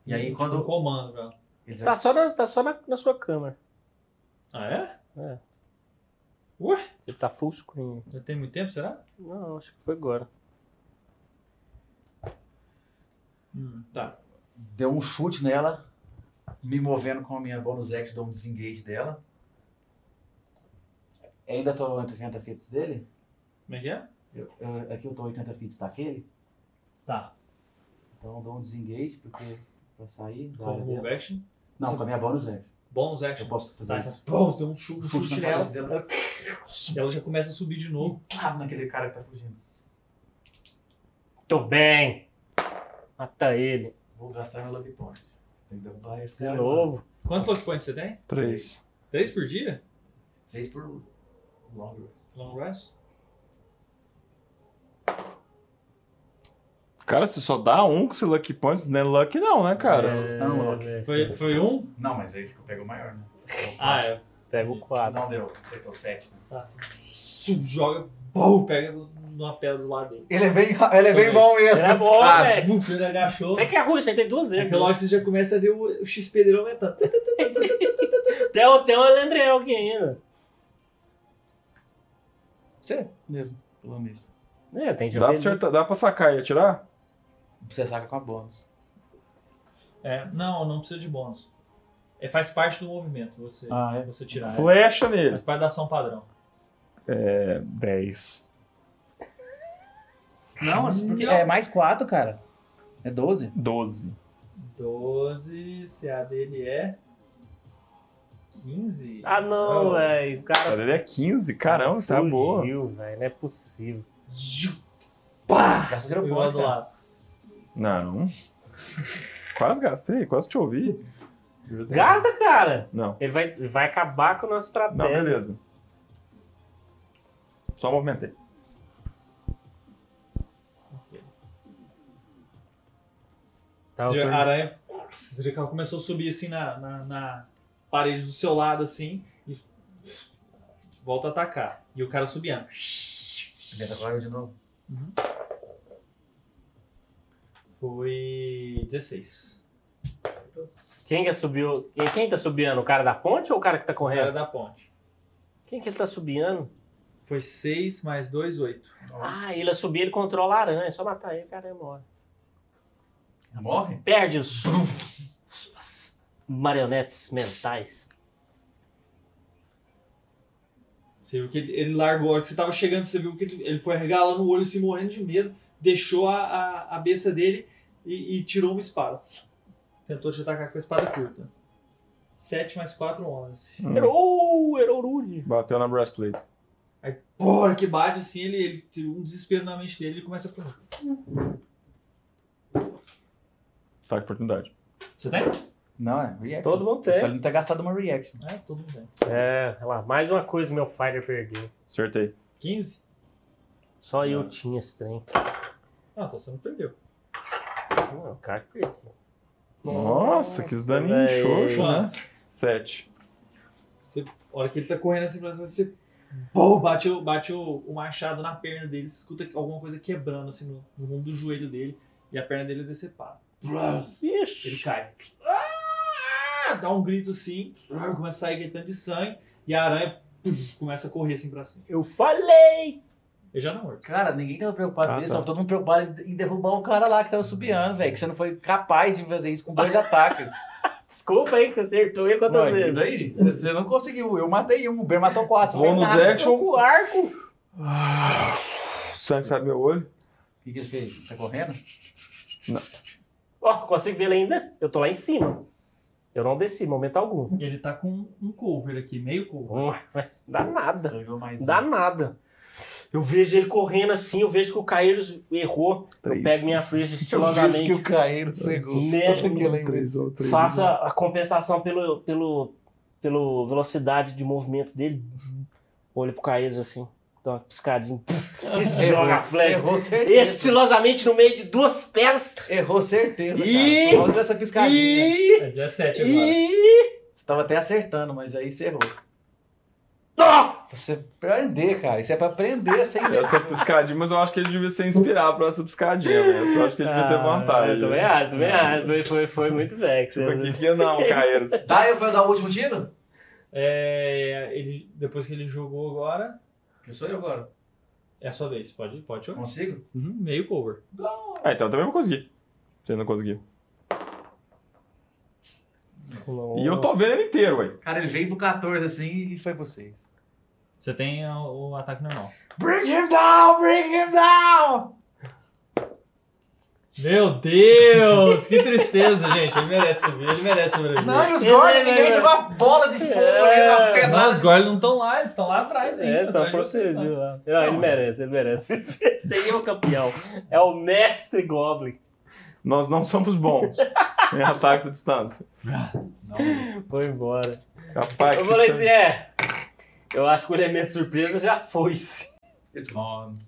[SPEAKER 6] E aí,
[SPEAKER 1] tipo,
[SPEAKER 6] quando.
[SPEAKER 1] um comando pra ela.
[SPEAKER 6] Ele
[SPEAKER 2] Tá só na, tá só na, na sua câmera.
[SPEAKER 1] Ah, é?
[SPEAKER 2] Você tá full screen.
[SPEAKER 1] Já tem muito tempo, será?
[SPEAKER 2] Não, acho que foi agora.
[SPEAKER 1] Hum, tá.
[SPEAKER 6] deu um chute nela, me movendo com a minha bonus action, dou um desengage dela. É, Ainda tô 80 fits dele?
[SPEAKER 1] Como é que é?
[SPEAKER 6] Eu- eu- aqui eu tô 80 fits daquele,
[SPEAKER 1] Tá.
[SPEAKER 6] então eu dou um desengage, porque pra sair. da
[SPEAKER 1] Com
[SPEAKER 6] área
[SPEAKER 1] o
[SPEAKER 6] dela.
[SPEAKER 1] move action.
[SPEAKER 6] Não, com a minha bonus action.
[SPEAKER 1] Bônus action.
[SPEAKER 6] Eu posso fazer
[SPEAKER 1] Tá,
[SPEAKER 6] isso.
[SPEAKER 1] essa- Pum, deu um chu- um
[SPEAKER 6] Chute
[SPEAKER 1] chute
[SPEAKER 6] na
[SPEAKER 1] nela.
[SPEAKER 6] cabeça dela.
[SPEAKER 1] Ela... ela já começa a subir de novo.
[SPEAKER 6] Ah, naquele cara que tá fugindo.
[SPEAKER 2] Tô bem. Mata ele.
[SPEAKER 6] Vou gastar meu lucky point. Tem que derrubar esse
[SPEAKER 2] De
[SPEAKER 6] cara.
[SPEAKER 2] novo.
[SPEAKER 1] Quantos luck points você tem?
[SPEAKER 15] Três.
[SPEAKER 1] Três por dia?
[SPEAKER 6] 3 por um. long rest.
[SPEAKER 1] Long rest?
[SPEAKER 15] Cara, você só dá um com esse Lucky Points, não é Lucky não, né, cara?
[SPEAKER 2] É,
[SPEAKER 6] não, Loki.
[SPEAKER 2] velho,
[SPEAKER 1] Foi,
[SPEAKER 2] você
[SPEAKER 1] foi um?
[SPEAKER 6] Não, mas aí fica- pega o maior, né?
[SPEAKER 1] Ah, é.
[SPEAKER 2] Pega o 4.
[SPEAKER 6] Não deu, acertou 7. Né?
[SPEAKER 1] Tá, assim. Su- Joga, pum, pega numa pedra do lado dele.
[SPEAKER 6] Ele é bem, ele
[SPEAKER 1] é bem bom
[SPEAKER 6] mesmo.
[SPEAKER 2] Era bom, velho.
[SPEAKER 1] Buf, ele agachou.
[SPEAKER 2] É que é ruim, você Ah, tem duas vezes.
[SPEAKER 1] Naquela hora você já começa a ver o, o XP dele aumentando.
[SPEAKER 2] Tem, o- tem o Elandriel aqui ainda.
[SPEAKER 15] Você?
[SPEAKER 6] mesmo, pelo menos.
[SPEAKER 2] É, tem
[SPEAKER 4] Dá pra,
[SPEAKER 2] jogo.
[SPEAKER 4] acertar- dá pra sacar e atirar?
[SPEAKER 6] Você saca com a bônus.
[SPEAKER 1] É, não, não precisa de bônus. É, faz parte do movimento você,
[SPEAKER 6] Ah, é?
[SPEAKER 1] você tirar. é.
[SPEAKER 4] Flecha nele.
[SPEAKER 1] Faz parte da ação padrão.
[SPEAKER 4] É, 10.
[SPEAKER 6] Não, mas porque
[SPEAKER 1] Não.
[SPEAKER 6] é mais 4, cara. É 12.
[SPEAKER 4] 12.
[SPEAKER 1] 12, CA dele é 15.
[SPEAKER 2] Ah, não,
[SPEAKER 1] Ah,
[SPEAKER 2] velho. O cara.
[SPEAKER 4] Cara, ele é 15. Caramba, isso é boa.
[SPEAKER 2] Fugiu, velho. Não é possível.
[SPEAKER 6] Gasta
[SPEAKER 1] Eu lá do
[SPEAKER 6] cara.
[SPEAKER 1] lado.
[SPEAKER 4] Não. Quase gastei, quase te ouvi.
[SPEAKER 2] Gasta, cara.
[SPEAKER 4] Não.
[SPEAKER 2] Ele vai, ele vai acabar com a nossa
[SPEAKER 4] Não,
[SPEAKER 2] estratégia.
[SPEAKER 4] beleza. Só movimentei.
[SPEAKER 2] Tá, o
[SPEAKER 1] Você já-
[SPEAKER 2] turno-
[SPEAKER 1] a aranha. Você vê que ela começou a subir assim na, na, na parede do seu lado, assim, e volta a atacar. E o cara subindo.
[SPEAKER 6] Tenta agora eu de novo.
[SPEAKER 1] Foi 16.
[SPEAKER 2] Quem que subiu? Quem, quem tá subindo? O cara da ponte ou o cara que tá
[SPEAKER 1] O cara
[SPEAKER 2] correndo?
[SPEAKER 1] da ponte.
[SPEAKER 2] Quem que ele tá subindo?
[SPEAKER 1] Foi 6 mais 2, 8.
[SPEAKER 2] Ah, ele a subir, ele controla a aranha. É só matar ele, cara, ele morre.
[SPEAKER 6] Morre?
[SPEAKER 2] Perde os suas marionetes mentais.
[SPEAKER 1] Você viu que ele, ele largou. A hora que você tava chegando, você viu que ele, ele foi regalando o olho, se morrendo de medo. Deixou a, a, a cabeça dele e, e tirou uma espada. Tentou te atacar com a espada curta. 7 mais 4, 11.
[SPEAKER 4] Hum,
[SPEAKER 2] Errou! Errou rude.
[SPEAKER 4] Bateu na breastplate.
[SPEAKER 1] Porra, que bate assim, ele, ele tem um desespero na mente dele, ele começa a correr.
[SPEAKER 4] Tá, que oportunidade.
[SPEAKER 1] Você tá tem?
[SPEAKER 6] Não, é reaction.
[SPEAKER 2] Todo mundo tem.
[SPEAKER 6] Só ele não tá gastado uma reaction.
[SPEAKER 1] É, todo mundo tem.
[SPEAKER 2] É, olha lá, mais uma coisa meu fighter perdeu.
[SPEAKER 4] Acertei.
[SPEAKER 1] 15?
[SPEAKER 2] Só eu tinha esse trem.
[SPEAKER 1] Ah, então você não perdeu.
[SPEAKER 2] Não, o cara que perdeu.
[SPEAKER 4] Nossa, que daninho
[SPEAKER 2] velho.
[SPEAKER 4] xoxo, né?
[SPEAKER 1] Quanto?
[SPEAKER 4] 7.
[SPEAKER 1] A hora que ele tá correndo assim pra cima, você. Bom, bate, o, bate o, o machado na perna dele, você escuta alguma coisa quebrando assim no, no rumo do joelho dele e a perna dele é decepada. Ele
[SPEAKER 2] Vixe!
[SPEAKER 1] cai. Ah! Dá um grito assim, começa a sair gritando de sangue e a aranha puf, começa a correr assim pra cima.
[SPEAKER 2] Eu falei!
[SPEAKER 1] Ele já não morto.
[SPEAKER 6] Cara, ninguém tava preocupado
[SPEAKER 4] Ah,
[SPEAKER 6] nisso.
[SPEAKER 4] tá.
[SPEAKER 6] Tava todo mundo preocupado em derrubar um cara lá que tava subiando, velho. Que você não foi capaz de fazer isso com dois ataques.
[SPEAKER 2] Desculpa aí que você acertou ele quantas
[SPEAKER 6] Ué, e
[SPEAKER 2] vezes.
[SPEAKER 6] daí? Você, você não conseguiu. Eu matei um. O Ben matou quatro. você
[SPEAKER 4] Bônus
[SPEAKER 6] fez nada.
[SPEAKER 4] action.
[SPEAKER 2] Tô com o arco!
[SPEAKER 4] Ah, Sangue sai do meu olho.
[SPEAKER 6] O que, que ele fez? Tá correndo?
[SPEAKER 2] Ó, consigo ver ele ainda? Eu tô lá em cima. Eu não desci, momento algum.
[SPEAKER 1] Ele tá com um cover aqui, meio cover.
[SPEAKER 2] Hum, Dá nada.
[SPEAKER 5] Ganhou mais
[SPEAKER 6] um.
[SPEAKER 2] Dá nada. Eu vejo ele correndo assim, eu vejo que o Caeiros errou. Eu
[SPEAKER 3] Três.
[SPEAKER 2] pego minha flecha
[SPEAKER 6] É Eu vejo que
[SPEAKER 2] estilosamente,
[SPEAKER 6] o Caíro cegou.
[SPEAKER 2] Né?
[SPEAKER 3] Três ou três.
[SPEAKER 2] faço a a compensação pelo, pelo, pelo velocidade de movimento dele. Olho pro Caeiros assim, dá uma piscadinha e joga a flecha.
[SPEAKER 6] Errou certeza.
[SPEAKER 2] Estilosamente no meio de duas pernas.
[SPEAKER 6] Errou certeza, cara.
[SPEAKER 2] Ih!
[SPEAKER 6] Por causa dessa piscadinha.
[SPEAKER 2] E.
[SPEAKER 1] É 17 agora.
[SPEAKER 2] E.
[SPEAKER 6] Você tava até acertando, mas aí você errou.
[SPEAKER 2] Ó!
[SPEAKER 6] Você aprender, cara. Isso é pra aprender sem
[SPEAKER 4] Essa piscadinha, mas eu acho que ele devia ser inspirado por essa piscadinha, né? Eu acho que ele devia ter
[SPEAKER 2] Ah,
[SPEAKER 4] vantagem.
[SPEAKER 2] Eu também acho, também acho. Foi, foi, foi muito vex.
[SPEAKER 4] Tipo, aqui que não, Caeiros.
[SPEAKER 5] Tá, eu vou dar o último tiro?
[SPEAKER 1] É, ele, depois que ele jogou agora,
[SPEAKER 5] Que sou eu agora.
[SPEAKER 1] é a sua vez. Pode, pode jogar.
[SPEAKER 5] Consigo?
[SPEAKER 1] Uhum, meio cover.
[SPEAKER 4] Ah, então eu também vou conseguir. Você não conseguiu. E eu tô vendo ele inteiro, ué.
[SPEAKER 5] Cara, ele veio pro 14 assim e foi vocês.
[SPEAKER 1] Você tem ah, o, ataque normal.
[SPEAKER 5] Bring him down! Bring him down!
[SPEAKER 1] Meu Deus! Que tristeza, gente. Ele merece subir, ele merece sobreviver.
[SPEAKER 5] Não, e os
[SPEAKER 2] Ele-
[SPEAKER 5] Gordon,
[SPEAKER 2] ele-
[SPEAKER 5] ninguém
[SPEAKER 2] ele-
[SPEAKER 5] jogou uma bola de fogo ali
[SPEAKER 2] É,
[SPEAKER 5] na
[SPEAKER 1] Não,
[SPEAKER 5] pedra.
[SPEAKER 1] os Gorlins não estão lá, eles estão lá atrás ainda.
[SPEAKER 2] É, você tá
[SPEAKER 1] atrás de vocês, né?
[SPEAKER 2] procedido lá. Não, ele
[SPEAKER 1] Não.
[SPEAKER 2] merece, ele merece. Esse aí é o campeão. É o mestre Goblin.
[SPEAKER 4] Nós não somos bons em ataques à distância.
[SPEAKER 2] Foi embora.
[SPEAKER 4] Capaz
[SPEAKER 2] Eu
[SPEAKER 4] que
[SPEAKER 2] falei
[SPEAKER 4] tá-
[SPEAKER 2] assim, é. Eu acho que o elemento surpresa já foi-se.
[SPEAKER 5] It's gone.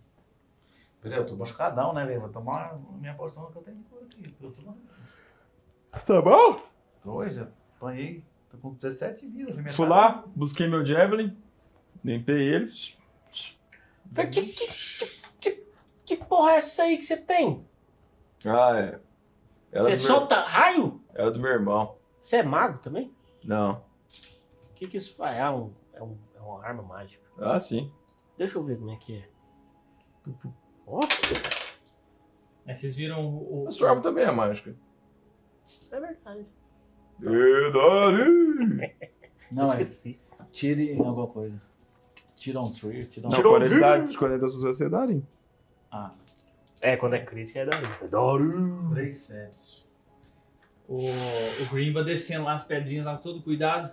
[SPEAKER 5] Pois é, eu tô machucadão, né, velho? Vou tomar a minha porção que eu tenho de cura aqui. Eu tô
[SPEAKER 4] Tá bom?
[SPEAKER 5] dois, já apanhei. Tô com 17 vidas. minha
[SPEAKER 4] Fui
[SPEAKER 5] cara-
[SPEAKER 4] lá, busquei meu Javelin, limpei ele.
[SPEAKER 2] Que, que, que, que porra é essa aí que você tem?
[SPEAKER 4] Ah, é.
[SPEAKER 2] Você
[SPEAKER 4] Era, do, meu...
[SPEAKER 2] solta raio?
[SPEAKER 4] Era do meu irmão.
[SPEAKER 2] Você é mago também?
[SPEAKER 4] Não.
[SPEAKER 2] O que, que isso faz? Ah, um- é, um, é uma arma mágica.
[SPEAKER 4] Ah, sim.
[SPEAKER 2] Deixa eu ver como é que é. Ó,
[SPEAKER 1] Aí vocês viram o. o-
[SPEAKER 4] A sua arma também é mágica.
[SPEAKER 2] é verdade.
[SPEAKER 4] Verdade!
[SPEAKER 6] Não, mas
[SPEAKER 2] Esqueci.
[SPEAKER 6] tire em alguma coisa. Tira um tree, tira um. Ah.
[SPEAKER 4] Não,
[SPEAKER 2] Tirou
[SPEAKER 4] quando
[SPEAKER 2] um-
[SPEAKER 4] ele dá, quando ele dá sucesso, você dá ali.
[SPEAKER 2] É, quando é crítica é da vida. Daru.
[SPEAKER 5] 3, 7.
[SPEAKER 1] O, o Grimba descendo lá as pedrinhas lá, com todo cuidado.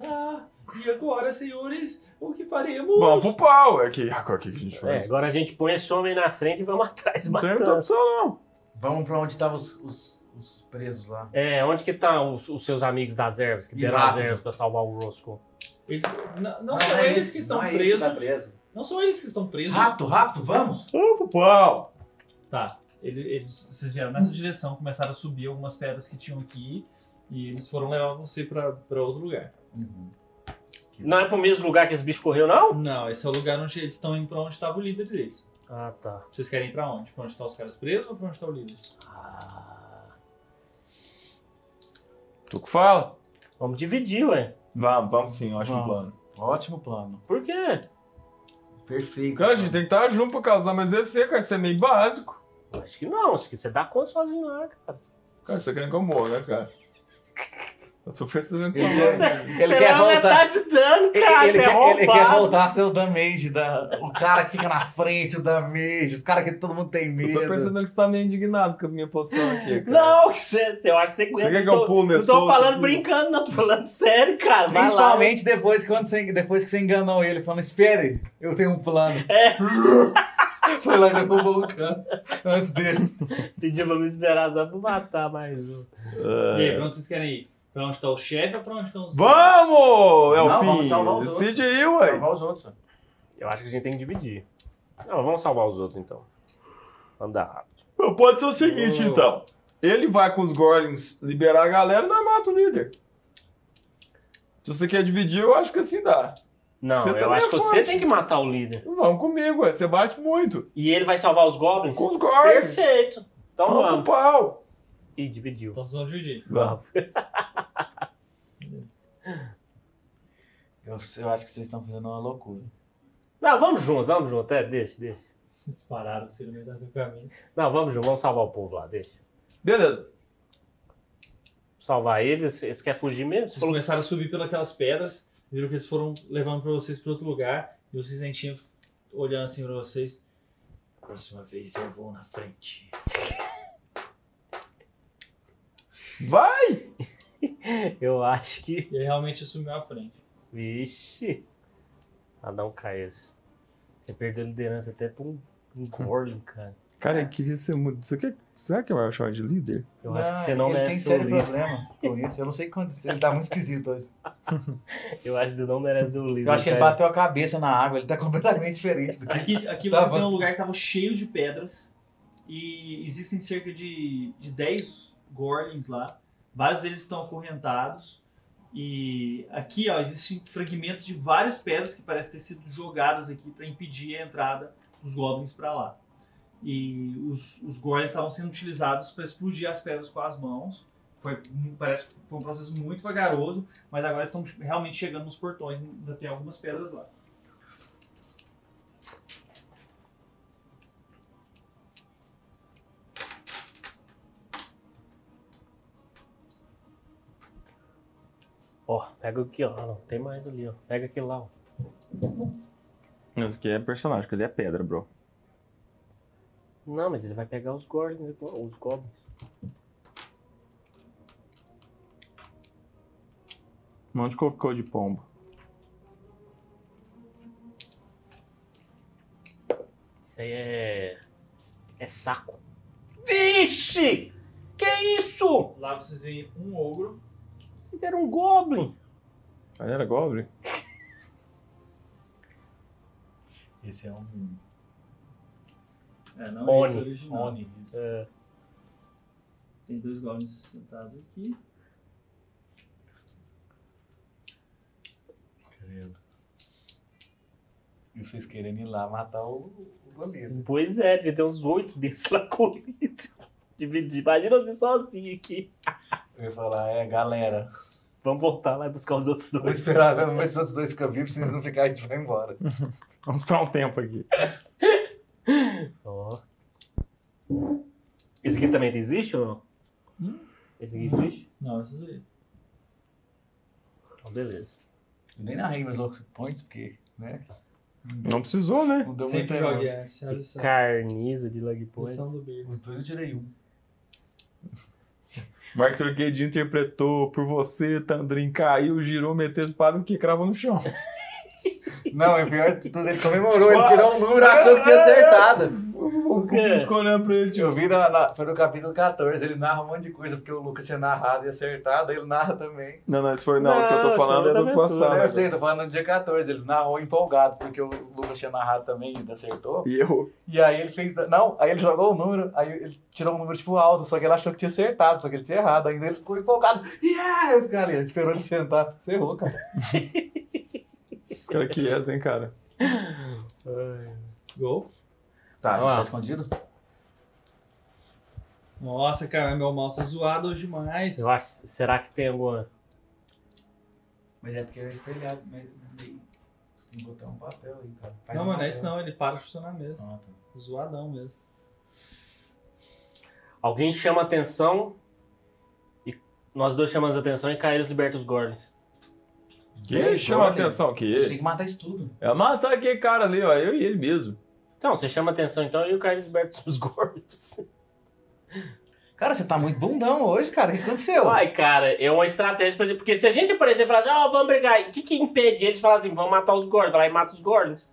[SPEAKER 1] Ah, e agora, senhores, o que faremos?
[SPEAKER 4] Vamos pro pau! É que, agora o que que a gente
[SPEAKER 2] É,
[SPEAKER 4] faz?
[SPEAKER 2] agora a gente põe esse homem na frente e vamos atrás
[SPEAKER 4] não tem
[SPEAKER 2] matando.
[SPEAKER 4] muita opção, não.
[SPEAKER 5] Vamos pra onde estavam os, os, os presos lá.
[SPEAKER 2] É, onde que estão os, os seus amigos das ervas, que
[SPEAKER 5] E
[SPEAKER 2] deram as
[SPEAKER 5] rápido.
[SPEAKER 2] ervas pra salvar o Roscoe?
[SPEAKER 1] Eles- n- não, são
[SPEAKER 5] é
[SPEAKER 1] eles
[SPEAKER 5] esse,
[SPEAKER 1] que estão
[SPEAKER 5] não é esse
[SPEAKER 1] presos.
[SPEAKER 5] tá preso. Ah,
[SPEAKER 1] não são eles que estão presos.
[SPEAKER 5] Rápido, rápido, vamos!
[SPEAKER 4] Vamos pro pau!
[SPEAKER 1] Tá. Ele- eles, vocês vieram nessa direção, começaram a subir algumas pedras que tinham aqui. E eles foram levar você pra, pra outro lugar.
[SPEAKER 6] Uhum.
[SPEAKER 2] Não é pro mesmo lugar que esse bicho correu, não?
[SPEAKER 1] Não, esse é o lugar onde eles estão indo pra onde estava o líder deles.
[SPEAKER 2] Ah, tá.
[SPEAKER 1] Vocês querem ir pra onde? Pra onde estão os caras presos ou pra onde está o líder?
[SPEAKER 2] Ah.
[SPEAKER 4] Tu que fala?
[SPEAKER 2] Vamos dividir, ué.
[SPEAKER 4] Vamos, vamos sim, ótimo
[SPEAKER 6] Vamos.
[SPEAKER 4] plano.
[SPEAKER 6] Ótimo plano.
[SPEAKER 2] Por quê?
[SPEAKER 5] Perfeito.
[SPEAKER 4] Cara, a gente tem que estar junto pra causar mais efeito, cara. Isso é meio básico.
[SPEAKER 2] Acho que não, acho que você dá conta sozinho lá, cara.
[SPEAKER 4] Cara, você quer que eu morra, né, cara? Eu tô precisando que
[SPEAKER 6] Ele,
[SPEAKER 4] você tá- morra.
[SPEAKER 6] quer- ele
[SPEAKER 2] Você
[SPEAKER 6] quer
[SPEAKER 2] dá
[SPEAKER 6] voltar.
[SPEAKER 2] metade de dano,
[SPEAKER 6] Ele,
[SPEAKER 2] cara.
[SPEAKER 6] ele
[SPEAKER 2] você é
[SPEAKER 6] quer, ele quer
[SPEAKER 2] roubado.
[SPEAKER 6] voltar a ser o damage. Da, o cara que fica na frente, o damage. Os caras que todo mundo tem
[SPEAKER 4] Eu tô
[SPEAKER 6] medo.
[SPEAKER 4] percebendo que você tá meio indignado com a minha posição aqui, cara.
[SPEAKER 2] Não, você, você- eu acho que você aguenta.
[SPEAKER 4] Você quer que
[SPEAKER 2] Não
[SPEAKER 4] eu
[SPEAKER 2] tô-
[SPEAKER 4] pulo né?
[SPEAKER 2] não
[SPEAKER 4] nesse
[SPEAKER 2] tô
[SPEAKER 4] poço
[SPEAKER 2] falando
[SPEAKER 4] aqui?
[SPEAKER 2] brincando, não, tô falando sério, cara. Vai lá.
[SPEAKER 6] Principalmente depois, quando você, depois que você enganou ele, falando: Espere, eu tenho um plano.
[SPEAKER 2] É.
[SPEAKER 6] Foi lá e derrubou o cara antes dele.
[SPEAKER 2] Pediu pra me esperar só pra matar mais um.
[SPEAKER 1] E
[SPEAKER 4] É.
[SPEAKER 1] aí, pra onde vocês querem ir? Pra onde está o chefe ou pra onde estão os.
[SPEAKER 4] Vamos,
[SPEAKER 5] Não, vamos
[SPEAKER 4] Elfinho!
[SPEAKER 5] salvar os outros.
[SPEAKER 4] Decide aí, ué.
[SPEAKER 5] Salvar os outros.
[SPEAKER 2] Eu acho que a gente tem que dividir. Não, vamos salvar os outros então. Andar rápido.
[SPEAKER 4] Pode ser o seguinte,
[SPEAKER 1] Boa.
[SPEAKER 4] então. Ele vai com os Gorlins liberar a galera e nós mata o líder. Se você quer dividir, eu acho que assim dá.
[SPEAKER 2] Não,
[SPEAKER 4] Você
[SPEAKER 2] eu
[SPEAKER 4] também
[SPEAKER 2] acho
[SPEAKER 4] é
[SPEAKER 2] que você
[SPEAKER 4] forte.
[SPEAKER 2] tem que matar o líder.
[SPEAKER 4] Vamos comigo, ué. Você bate muito.
[SPEAKER 2] E ele vai salvar os goblins?
[SPEAKER 4] Com os Gorlins.
[SPEAKER 2] Perfeito. Então
[SPEAKER 4] Vamos pro
[SPEAKER 2] vamos.
[SPEAKER 4] pau.
[SPEAKER 2] E dividiu.
[SPEAKER 1] Então vocês vão dividir.
[SPEAKER 4] Vamos.
[SPEAKER 6] Eu, eu acho que vocês estão fazendo uma loucura.
[SPEAKER 2] Não, vamos junto, vamos junto. É, deixa, deixa.
[SPEAKER 1] Vocês pararam, vocês no meio do caminho.
[SPEAKER 2] Não, vamos junto, vamos salvar o povo lá, deixa.
[SPEAKER 4] Beleza.
[SPEAKER 2] Salvar eles, eles querem fugir mesmo? Você
[SPEAKER 1] Vocês
[SPEAKER 2] falou-
[SPEAKER 1] começaram a subir pelas aquelas pedras, viram que eles foram levando pra vocês pra outro lugar, e vocês sentinho olhando assim pra vocês. Próxima vez eu vou na frente.
[SPEAKER 4] Vai!
[SPEAKER 2] Eu acho que.
[SPEAKER 1] Ele realmente sumiu à frente.
[SPEAKER 2] Vixe! Adão Caias. Você perdeu a liderança até pra um, um Gorlin, cara.
[SPEAKER 3] Cara, eu queria ser muito. Você quer... Será que eu vou chamar de líder?
[SPEAKER 2] Eu acho que você não
[SPEAKER 5] ele
[SPEAKER 2] merece
[SPEAKER 5] tem
[SPEAKER 2] ser o
[SPEAKER 5] sério
[SPEAKER 2] líder.
[SPEAKER 5] problema com isso. Eu não sei quando. Ele tá muito esquisito hoje.
[SPEAKER 2] Eu acho que você não merece ser o líder.
[SPEAKER 5] Eu acho que ele tá-
[SPEAKER 2] cara.
[SPEAKER 5] bateu a cabeça na água. Ele tá completamente diferente do que.
[SPEAKER 1] Aqui, aqui
[SPEAKER 5] Tá,
[SPEAKER 1] você tem
[SPEAKER 5] você-
[SPEAKER 1] um lugar que estava cheio de pedras. E existem cerca de, de 10 gorlins lá. Vários deles estão acorrentados. E aqui, ó, existem fragmentos de várias pedras que parecem ter sido jogadas aqui para impedir a entrada dos goblins para lá. E os, os gorlins estavam sendo utilizados para explodir as pedras com as mãos. Foi, parece que foi um processo muito vagaroso, mas agora estão realmente chegando nos portões. Ainda tem algumas pedras lá.
[SPEAKER 2] Ó, pega aqui, ó. Ah, Não, tem mais ali, ó. Pega aquele lá, ó.
[SPEAKER 4] Não, isso aqui é personagem, que ele é pedra, bro.
[SPEAKER 2] Não, mas ele vai pegar os Gorlins, igual- os Goblins.
[SPEAKER 4] Um monte de cocô de pombo.
[SPEAKER 2] Isso aí é. É saco. Vixe! Que isso?
[SPEAKER 1] Lá vocês veem um ogro.
[SPEAKER 2] Você era um Goblin.
[SPEAKER 4] Ele Ah, era goblin?
[SPEAKER 5] Esse é um.
[SPEAKER 1] É, não
[SPEAKER 2] Oni.
[SPEAKER 1] é esse original.
[SPEAKER 5] Oni, isso.
[SPEAKER 2] É,
[SPEAKER 1] Tem dois goblins sentados aqui.
[SPEAKER 5] E vocês querendo ir lá matar o, o goleiro.
[SPEAKER 2] pois é, devia ter uns oito desses lá corrido. Dividir. Imagina você sozinho aqui.
[SPEAKER 5] Eu ia falar, é, galera.
[SPEAKER 2] Vamos voltar lá e buscar os outros
[SPEAKER 5] Vou
[SPEAKER 2] dois.
[SPEAKER 5] esperar ver se os outros dois ficam vivos, se eles não ficarem, a gente vai embora.
[SPEAKER 4] Vamos esperar um tempo aqui.
[SPEAKER 2] Ó. Esse aqui também existe ou não?
[SPEAKER 5] Hum?
[SPEAKER 2] Esse aqui existe?
[SPEAKER 1] Não, esses aí.
[SPEAKER 2] Então, beleza.
[SPEAKER 5] Eu nem narrei meus loucos points, porque, né?
[SPEAKER 3] Não precisou, né?
[SPEAKER 5] Não deu muito
[SPEAKER 1] Sempre jogue essa, é a lição.
[SPEAKER 2] Carniza de lag
[SPEAKER 5] é
[SPEAKER 2] points.
[SPEAKER 1] Lição do Beagle.
[SPEAKER 5] Os dois eu tirei um.
[SPEAKER 3] Mark Turgade interpretou por você, Tandrin caiu, girou, meteu a
[SPEAKER 4] um
[SPEAKER 3] espada que cravou no chão.
[SPEAKER 5] Não, é pior de tudo, ele comemorou, ele tirou um número e achou que tinha acertado.
[SPEAKER 3] O
[SPEAKER 2] quê?
[SPEAKER 3] Cuco ficou olhando pra ele, tipo,
[SPEAKER 5] Eu vi na, na- foi no capítulo 14, ele narra um monte de coisa, porque o Lucas tinha narrado e acertado, ele narra também.
[SPEAKER 3] Não, não, isso foi não. o que eu
[SPEAKER 2] Não,
[SPEAKER 3] tô falando
[SPEAKER 2] isso
[SPEAKER 3] é
[SPEAKER 2] é
[SPEAKER 3] do
[SPEAKER 2] outra
[SPEAKER 3] passado.
[SPEAKER 5] eu sei, eu tô falando no dia 14, ele narrou empolgado, porque o Lucas tinha narrado também e acertou.
[SPEAKER 3] E eu.
[SPEAKER 5] E aí ele fez. Não, aí ele jogou o número, aí ele tirou um número tipo alto, só que ele achou que tinha acertado, só que ele tinha errado. Ainda ele ficou empolgado. Yeah! Os caras ali, esperou ele sentar. Você errou, cara.
[SPEAKER 3] Os caras quietos, hein, cara.
[SPEAKER 1] Gol.
[SPEAKER 5] Tá,
[SPEAKER 2] a gente tá
[SPEAKER 5] escondido?
[SPEAKER 1] Nossa, cara, meu mouse tá zoado hoje demais.
[SPEAKER 2] Eu acho, será que tem alguma.
[SPEAKER 6] Mas é porque eu espelhado, mas você tem que botar um papel aí, cara. Faz
[SPEAKER 1] Não,
[SPEAKER 6] um
[SPEAKER 1] mano, é
[SPEAKER 6] papel.
[SPEAKER 1] isso não. Ele para de funcionar mesmo.
[SPEAKER 6] Ah, tá.
[SPEAKER 1] Zoadão mesmo.
[SPEAKER 2] Alguém chama atenção e nós dois chamamos atenção e Caíros liberta os Gorlins.
[SPEAKER 4] Que chama a atenção
[SPEAKER 6] Vocês
[SPEAKER 4] aqui.
[SPEAKER 6] têm que matar isso tudo.
[SPEAKER 4] É matar aquele cara ali, ó. Eu e ele mesmo.
[SPEAKER 2] Então, você chama atenção então e o Caíros liberta os Gorlins.
[SPEAKER 5] Cara, você tá muito bundão hoje, cara. O que aconteceu?
[SPEAKER 2] Uai, cara, é uma estratégia pra gente. Porque se a gente aparecer e falar assim, ó, vamos brigar, o que, que impede eles de falar assim, vamos matar os Gorlins? Vai lá e mata os Gorlins.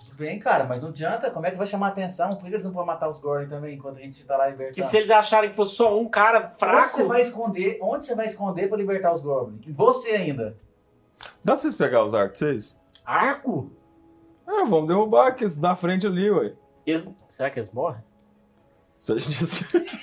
[SPEAKER 6] Tudo bem, cara, mas não adianta. Como é que vai chamar atenção? Por que eles não podem matar os Gordon também enquanto a gente tá lá libertando?
[SPEAKER 2] Que se eles acharem que fosse só um cara
[SPEAKER 6] Onde
[SPEAKER 2] fraco.
[SPEAKER 6] é você vai esconder? Onde você vai esconder pra libertar os Goblins? Você ainda.
[SPEAKER 3] Dá pra vocês pegar os arcos, vocês?
[SPEAKER 2] Arco?
[SPEAKER 3] Ah, vamos derrubar aqui, esse da frente ali, ué.
[SPEAKER 2] Eles- Será que eles morrem?
[SPEAKER 3] Se a gente-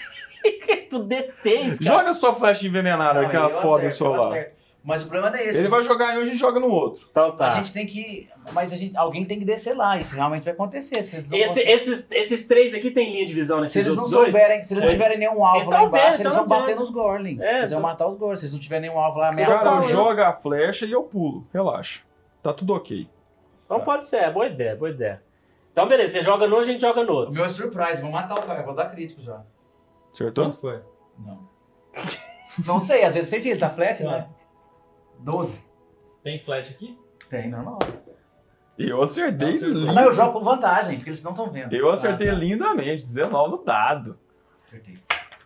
[SPEAKER 2] Tu D6, cara.
[SPEAKER 3] Joga sua flecha envenenada,
[SPEAKER 6] Não,
[SPEAKER 3] aquela
[SPEAKER 6] eu
[SPEAKER 3] foda
[SPEAKER 6] acerto,
[SPEAKER 3] sua
[SPEAKER 6] eu
[SPEAKER 3] lá.
[SPEAKER 6] acerto. Mas o problema não é esse.
[SPEAKER 3] Ele vai jogar em um, a gente joga no outro.
[SPEAKER 2] Então tá.
[SPEAKER 6] A gente tem que. Mas a gente, alguém tem que descer lá. Isso realmente vai acontecer. Se eles não,
[SPEAKER 2] Esse-
[SPEAKER 6] cons-
[SPEAKER 2] esses, esses três aqui tem linha de visão nesses
[SPEAKER 6] se eles não
[SPEAKER 2] outros dois?
[SPEAKER 6] souberem, se eles não
[SPEAKER 2] Eles-
[SPEAKER 6] tiverem nenhum alvo
[SPEAKER 2] eles
[SPEAKER 6] lá
[SPEAKER 2] tão
[SPEAKER 6] embaixo,
[SPEAKER 2] vendo,
[SPEAKER 6] eles
[SPEAKER 2] tão
[SPEAKER 6] vão bater
[SPEAKER 2] vendo.
[SPEAKER 6] nos Gorlin.
[SPEAKER 2] É,
[SPEAKER 6] eles vão
[SPEAKER 2] tão-
[SPEAKER 6] matar os Gorlin. Se eles não tiverem nenhum alvo lá
[SPEAKER 3] Cara,
[SPEAKER 6] ameaçado.
[SPEAKER 2] eles.
[SPEAKER 3] joga a flecha e eu pulo. Relaxa. Tá tudo ok.
[SPEAKER 2] Então pode ser, é boa ideia, boa ideia. Então beleza, você joga num, a gente joga no
[SPEAKER 6] O
[SPEAKER 2] outro.
[SPEAKER 6] meu é surprise, vou matar o cara. Eu vou dar crítico já.
[SPEAKER 3] Acertou?
[SPEAKER 1] Quanto foi?
[SPEAKER 6] Não. não sei, às vezes você diz, tá flat, né? 12.
[SPEAKER 1] Tem flash aqui?
[SPEAKER 6] Tem, normal.
[SPEAKER 4] E eu acertei
[SPEAKER 1] Acertou.
[SPEAKER 4] lindo.
[SPEAKER 6] Tá Mas eu jogo com vantagem, porque eles não estão vendo.
[SPEAKER 4] Eu acertei
[SPEAKER 6] Ah, tá.
[SPEAKER 4] lindamente, 19 no dado.
[SPEAKER 6] Acertei.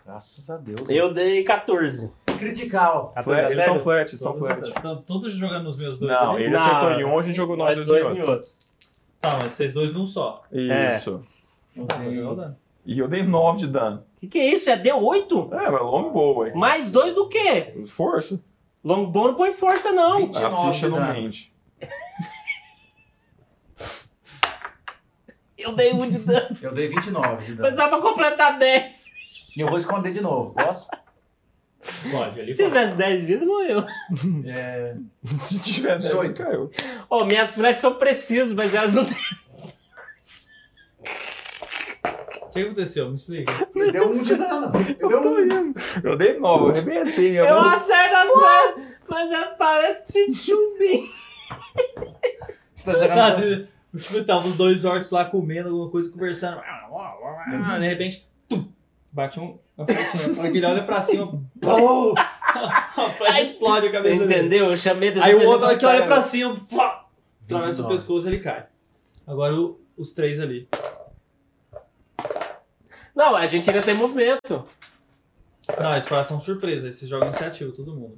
[SPEAKER 6] Graças a Deus.
[SPEAKER 2] Eu dei 14.
[SPEAKER 6] mano. critical.
[SPEAKER 3] Ah, tá,
[SPEAKER 4] Flat, eles estão
[SPEAKER 2] sério?
[SPEAKER 4] flat, eles estão
[SPEAKER 1] Todos-
[SPEAKER 4] flat.
[SPEAKER 1] Estão todos jogando nos meus dois.
[SPEAKER 4] Não,
[SPEAKER 1] ali?
[SPEAKER 4] ele
[SPEAKER 2] Não,
[SPEAKER 4] acertou em um, a gente jogou nós
[SPEAKER 2] Nós
[SPEAKER 4] dois,
[SPEAKER 2] dois
[SPEAKER 4] em
[SPEAKER 2] em
[SPEAKER 4] outro.
[SPEAKER 2] outro.
[SPEAKER 1] Tá, mas vocês dois num só.
[SPEAKER 2] É.
[SPEAKER 4] Isso.
[SPEAKER 1] Não tá jogando.
[SPEAKER 4] E eu dei 9 de dano.
[SPEAKER 2] Que que é isso? É deu 8?
[SPEAKER 4] É, mas longbow, ué.
[SPEAKER 2] Mais dois do quê?
[SPEAKER 4] Força.
[SPEAKER 2] Longbow não põe força, não.
[SPEAKER 6] 29
[SPEAKER 4] A ficha
[SPEAKER 6] de
[SPEAKER 4] não
[SPEAKER 6] dano.
[SPEAKER 4] mente.
[SPEAKER 2] Eu dei um de dano.
[SPEAKER 6] Eu dei 29 de dano.
[SPEAKER 2] Mas dá pra completar 10.
[SPEAKER 6] E eu vou esconder de novo, posso?
[SPEAKER 1] Pode, ali
[SPEAKER 2] Se
[SPEAKER 1] pode.
[SPEAKER 2] tivesse 10 vidas, morreu.
[SPEAKER 6] É,
[SPEAKER 4] Se tiver 10,
[SPEAKER 6] Dezoito.
[SPEAKER 4] caiu.
[SPEAKER 2] Ó, minhas flechas são precisas, mas elas não têm.
[SPEAKER 1] O que aconteceu? Me explica.
[SPEAKER 6] eu dei um de dano. Eu dei um.
[SPEAKER 4] Eu dei 9, eu arrebentei.
[SPEAKER 2] Eu
[SPEAKER 4] não-
[SPEAKER 2] acerto as flechas, mas elas parecem de chumbinho.
[SPEAKER 6] Você tá jogando.
[SPEAKER 1] Tá, se- tipo, estavam os dois orcs lá comendo alguma coisa, conversando. De repente, tum, bate um, uma flechinha. Aquele olha pra cima, pô, a flecha explode a cabeça dele.
[SPEAKER 2] Entendeu? Eu chamei desse
[SPEAKER 1] Aí o
[SPEAKER 2] jeito,
[SPEAKER 1] outro
[SPEAKER 2] não
[SPEAKER 1] aqui olha
[SPEAKER 2] pega.
[SPEAKER 1] pra cima, pá, atravessa o
[SPEAKER 6] 29.
[SPEAKER 1] pescoço e ele cai. Agora o- os três ali.
[SPEAKER 2] Não, a gente ainda tem movimento.
[SPEAKER 1] Não, eles falaram são surpresa, esses jogam iniciativa, todo mundo.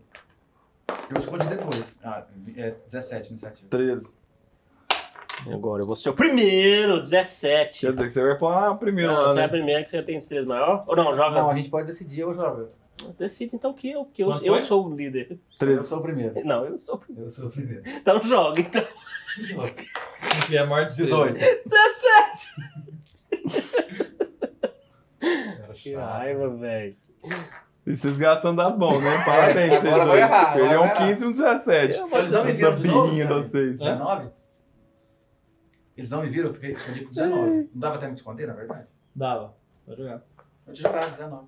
[SPEAKER 6] Eu escondi depois. Ah, é 17 iniciativa.
[SPEAKER 4] 13.
[SPEAKER 2] Agora eu vou ser o primeiro, 17.
[SPEAKER 4] Quer dizer que você vai pôr lá primeiro
[SPEAKER 2] Não,
[SPEAKER 4] lá,
[SPEAKER 2] você é a
[SPEAKER 4] né?
[SPEAKER 2] primeira que você tem estrela maior? Ou não,
[SPEAKER 1] Tá
[SPEAKER 2] joga.
[SPEAKER 1] é-
[SPEAKER 6] Não, a gente pode decidir, eu jogo.
[SPEAKER 2] Decide então que eu, que eu,
[SPEAKER 1] Quanto
[SPEAKER 2] eu
[SPEAKER 1] foi?
[SPEAKER 2] sou o líder.
[SPEAKER 6] Eu
[SPEAKER 4] 13.
[SPEAKER 6] sou o primeiro.
[SPEAKER 2] Não, eu sou.
[SPEAKER 6] Eu sou o primeiro.
[SPEAKER 2] Então joga, então.
[SPEAKER 1] Enfim, é a maior destreza.
[SPEAKER 6] 18.
[SPEAKER 2] 17. Que
[SPEAKER 6] Chato.
[SPEAKER 2] raiva, velho.
[SPEAKER 4] E vocês gastando das mãos, né? Parabéns, vocês
[SPEAKER 6] agora vai
[SPEAKER 4] dois.
[SPEAKER 6] errar,
[SPEAKER 4] Ele é
[SPEAKER 6] agora
[SPEAKER 4] um
[SPEAKER 6] vai errar.
[SPEAKER 4] 15 e um 17.
[SPEAKER 6] Eles não me
[SPEAKER 4] Essa
[SPEAKER 6] viram de novo,
[SPEAKER 4] birrinha de
[SPEAKER 6] cara? É?
[SPEAKER 4] vocês.
[SPEAKER 6] 19? Eles não me viram, eu fiquei escondi com 19. Não dava até me esconder, na verdade.
[SPEAKER 1] Dava, pode jogar.
[SPEAKER 6] Eu te jogava 19.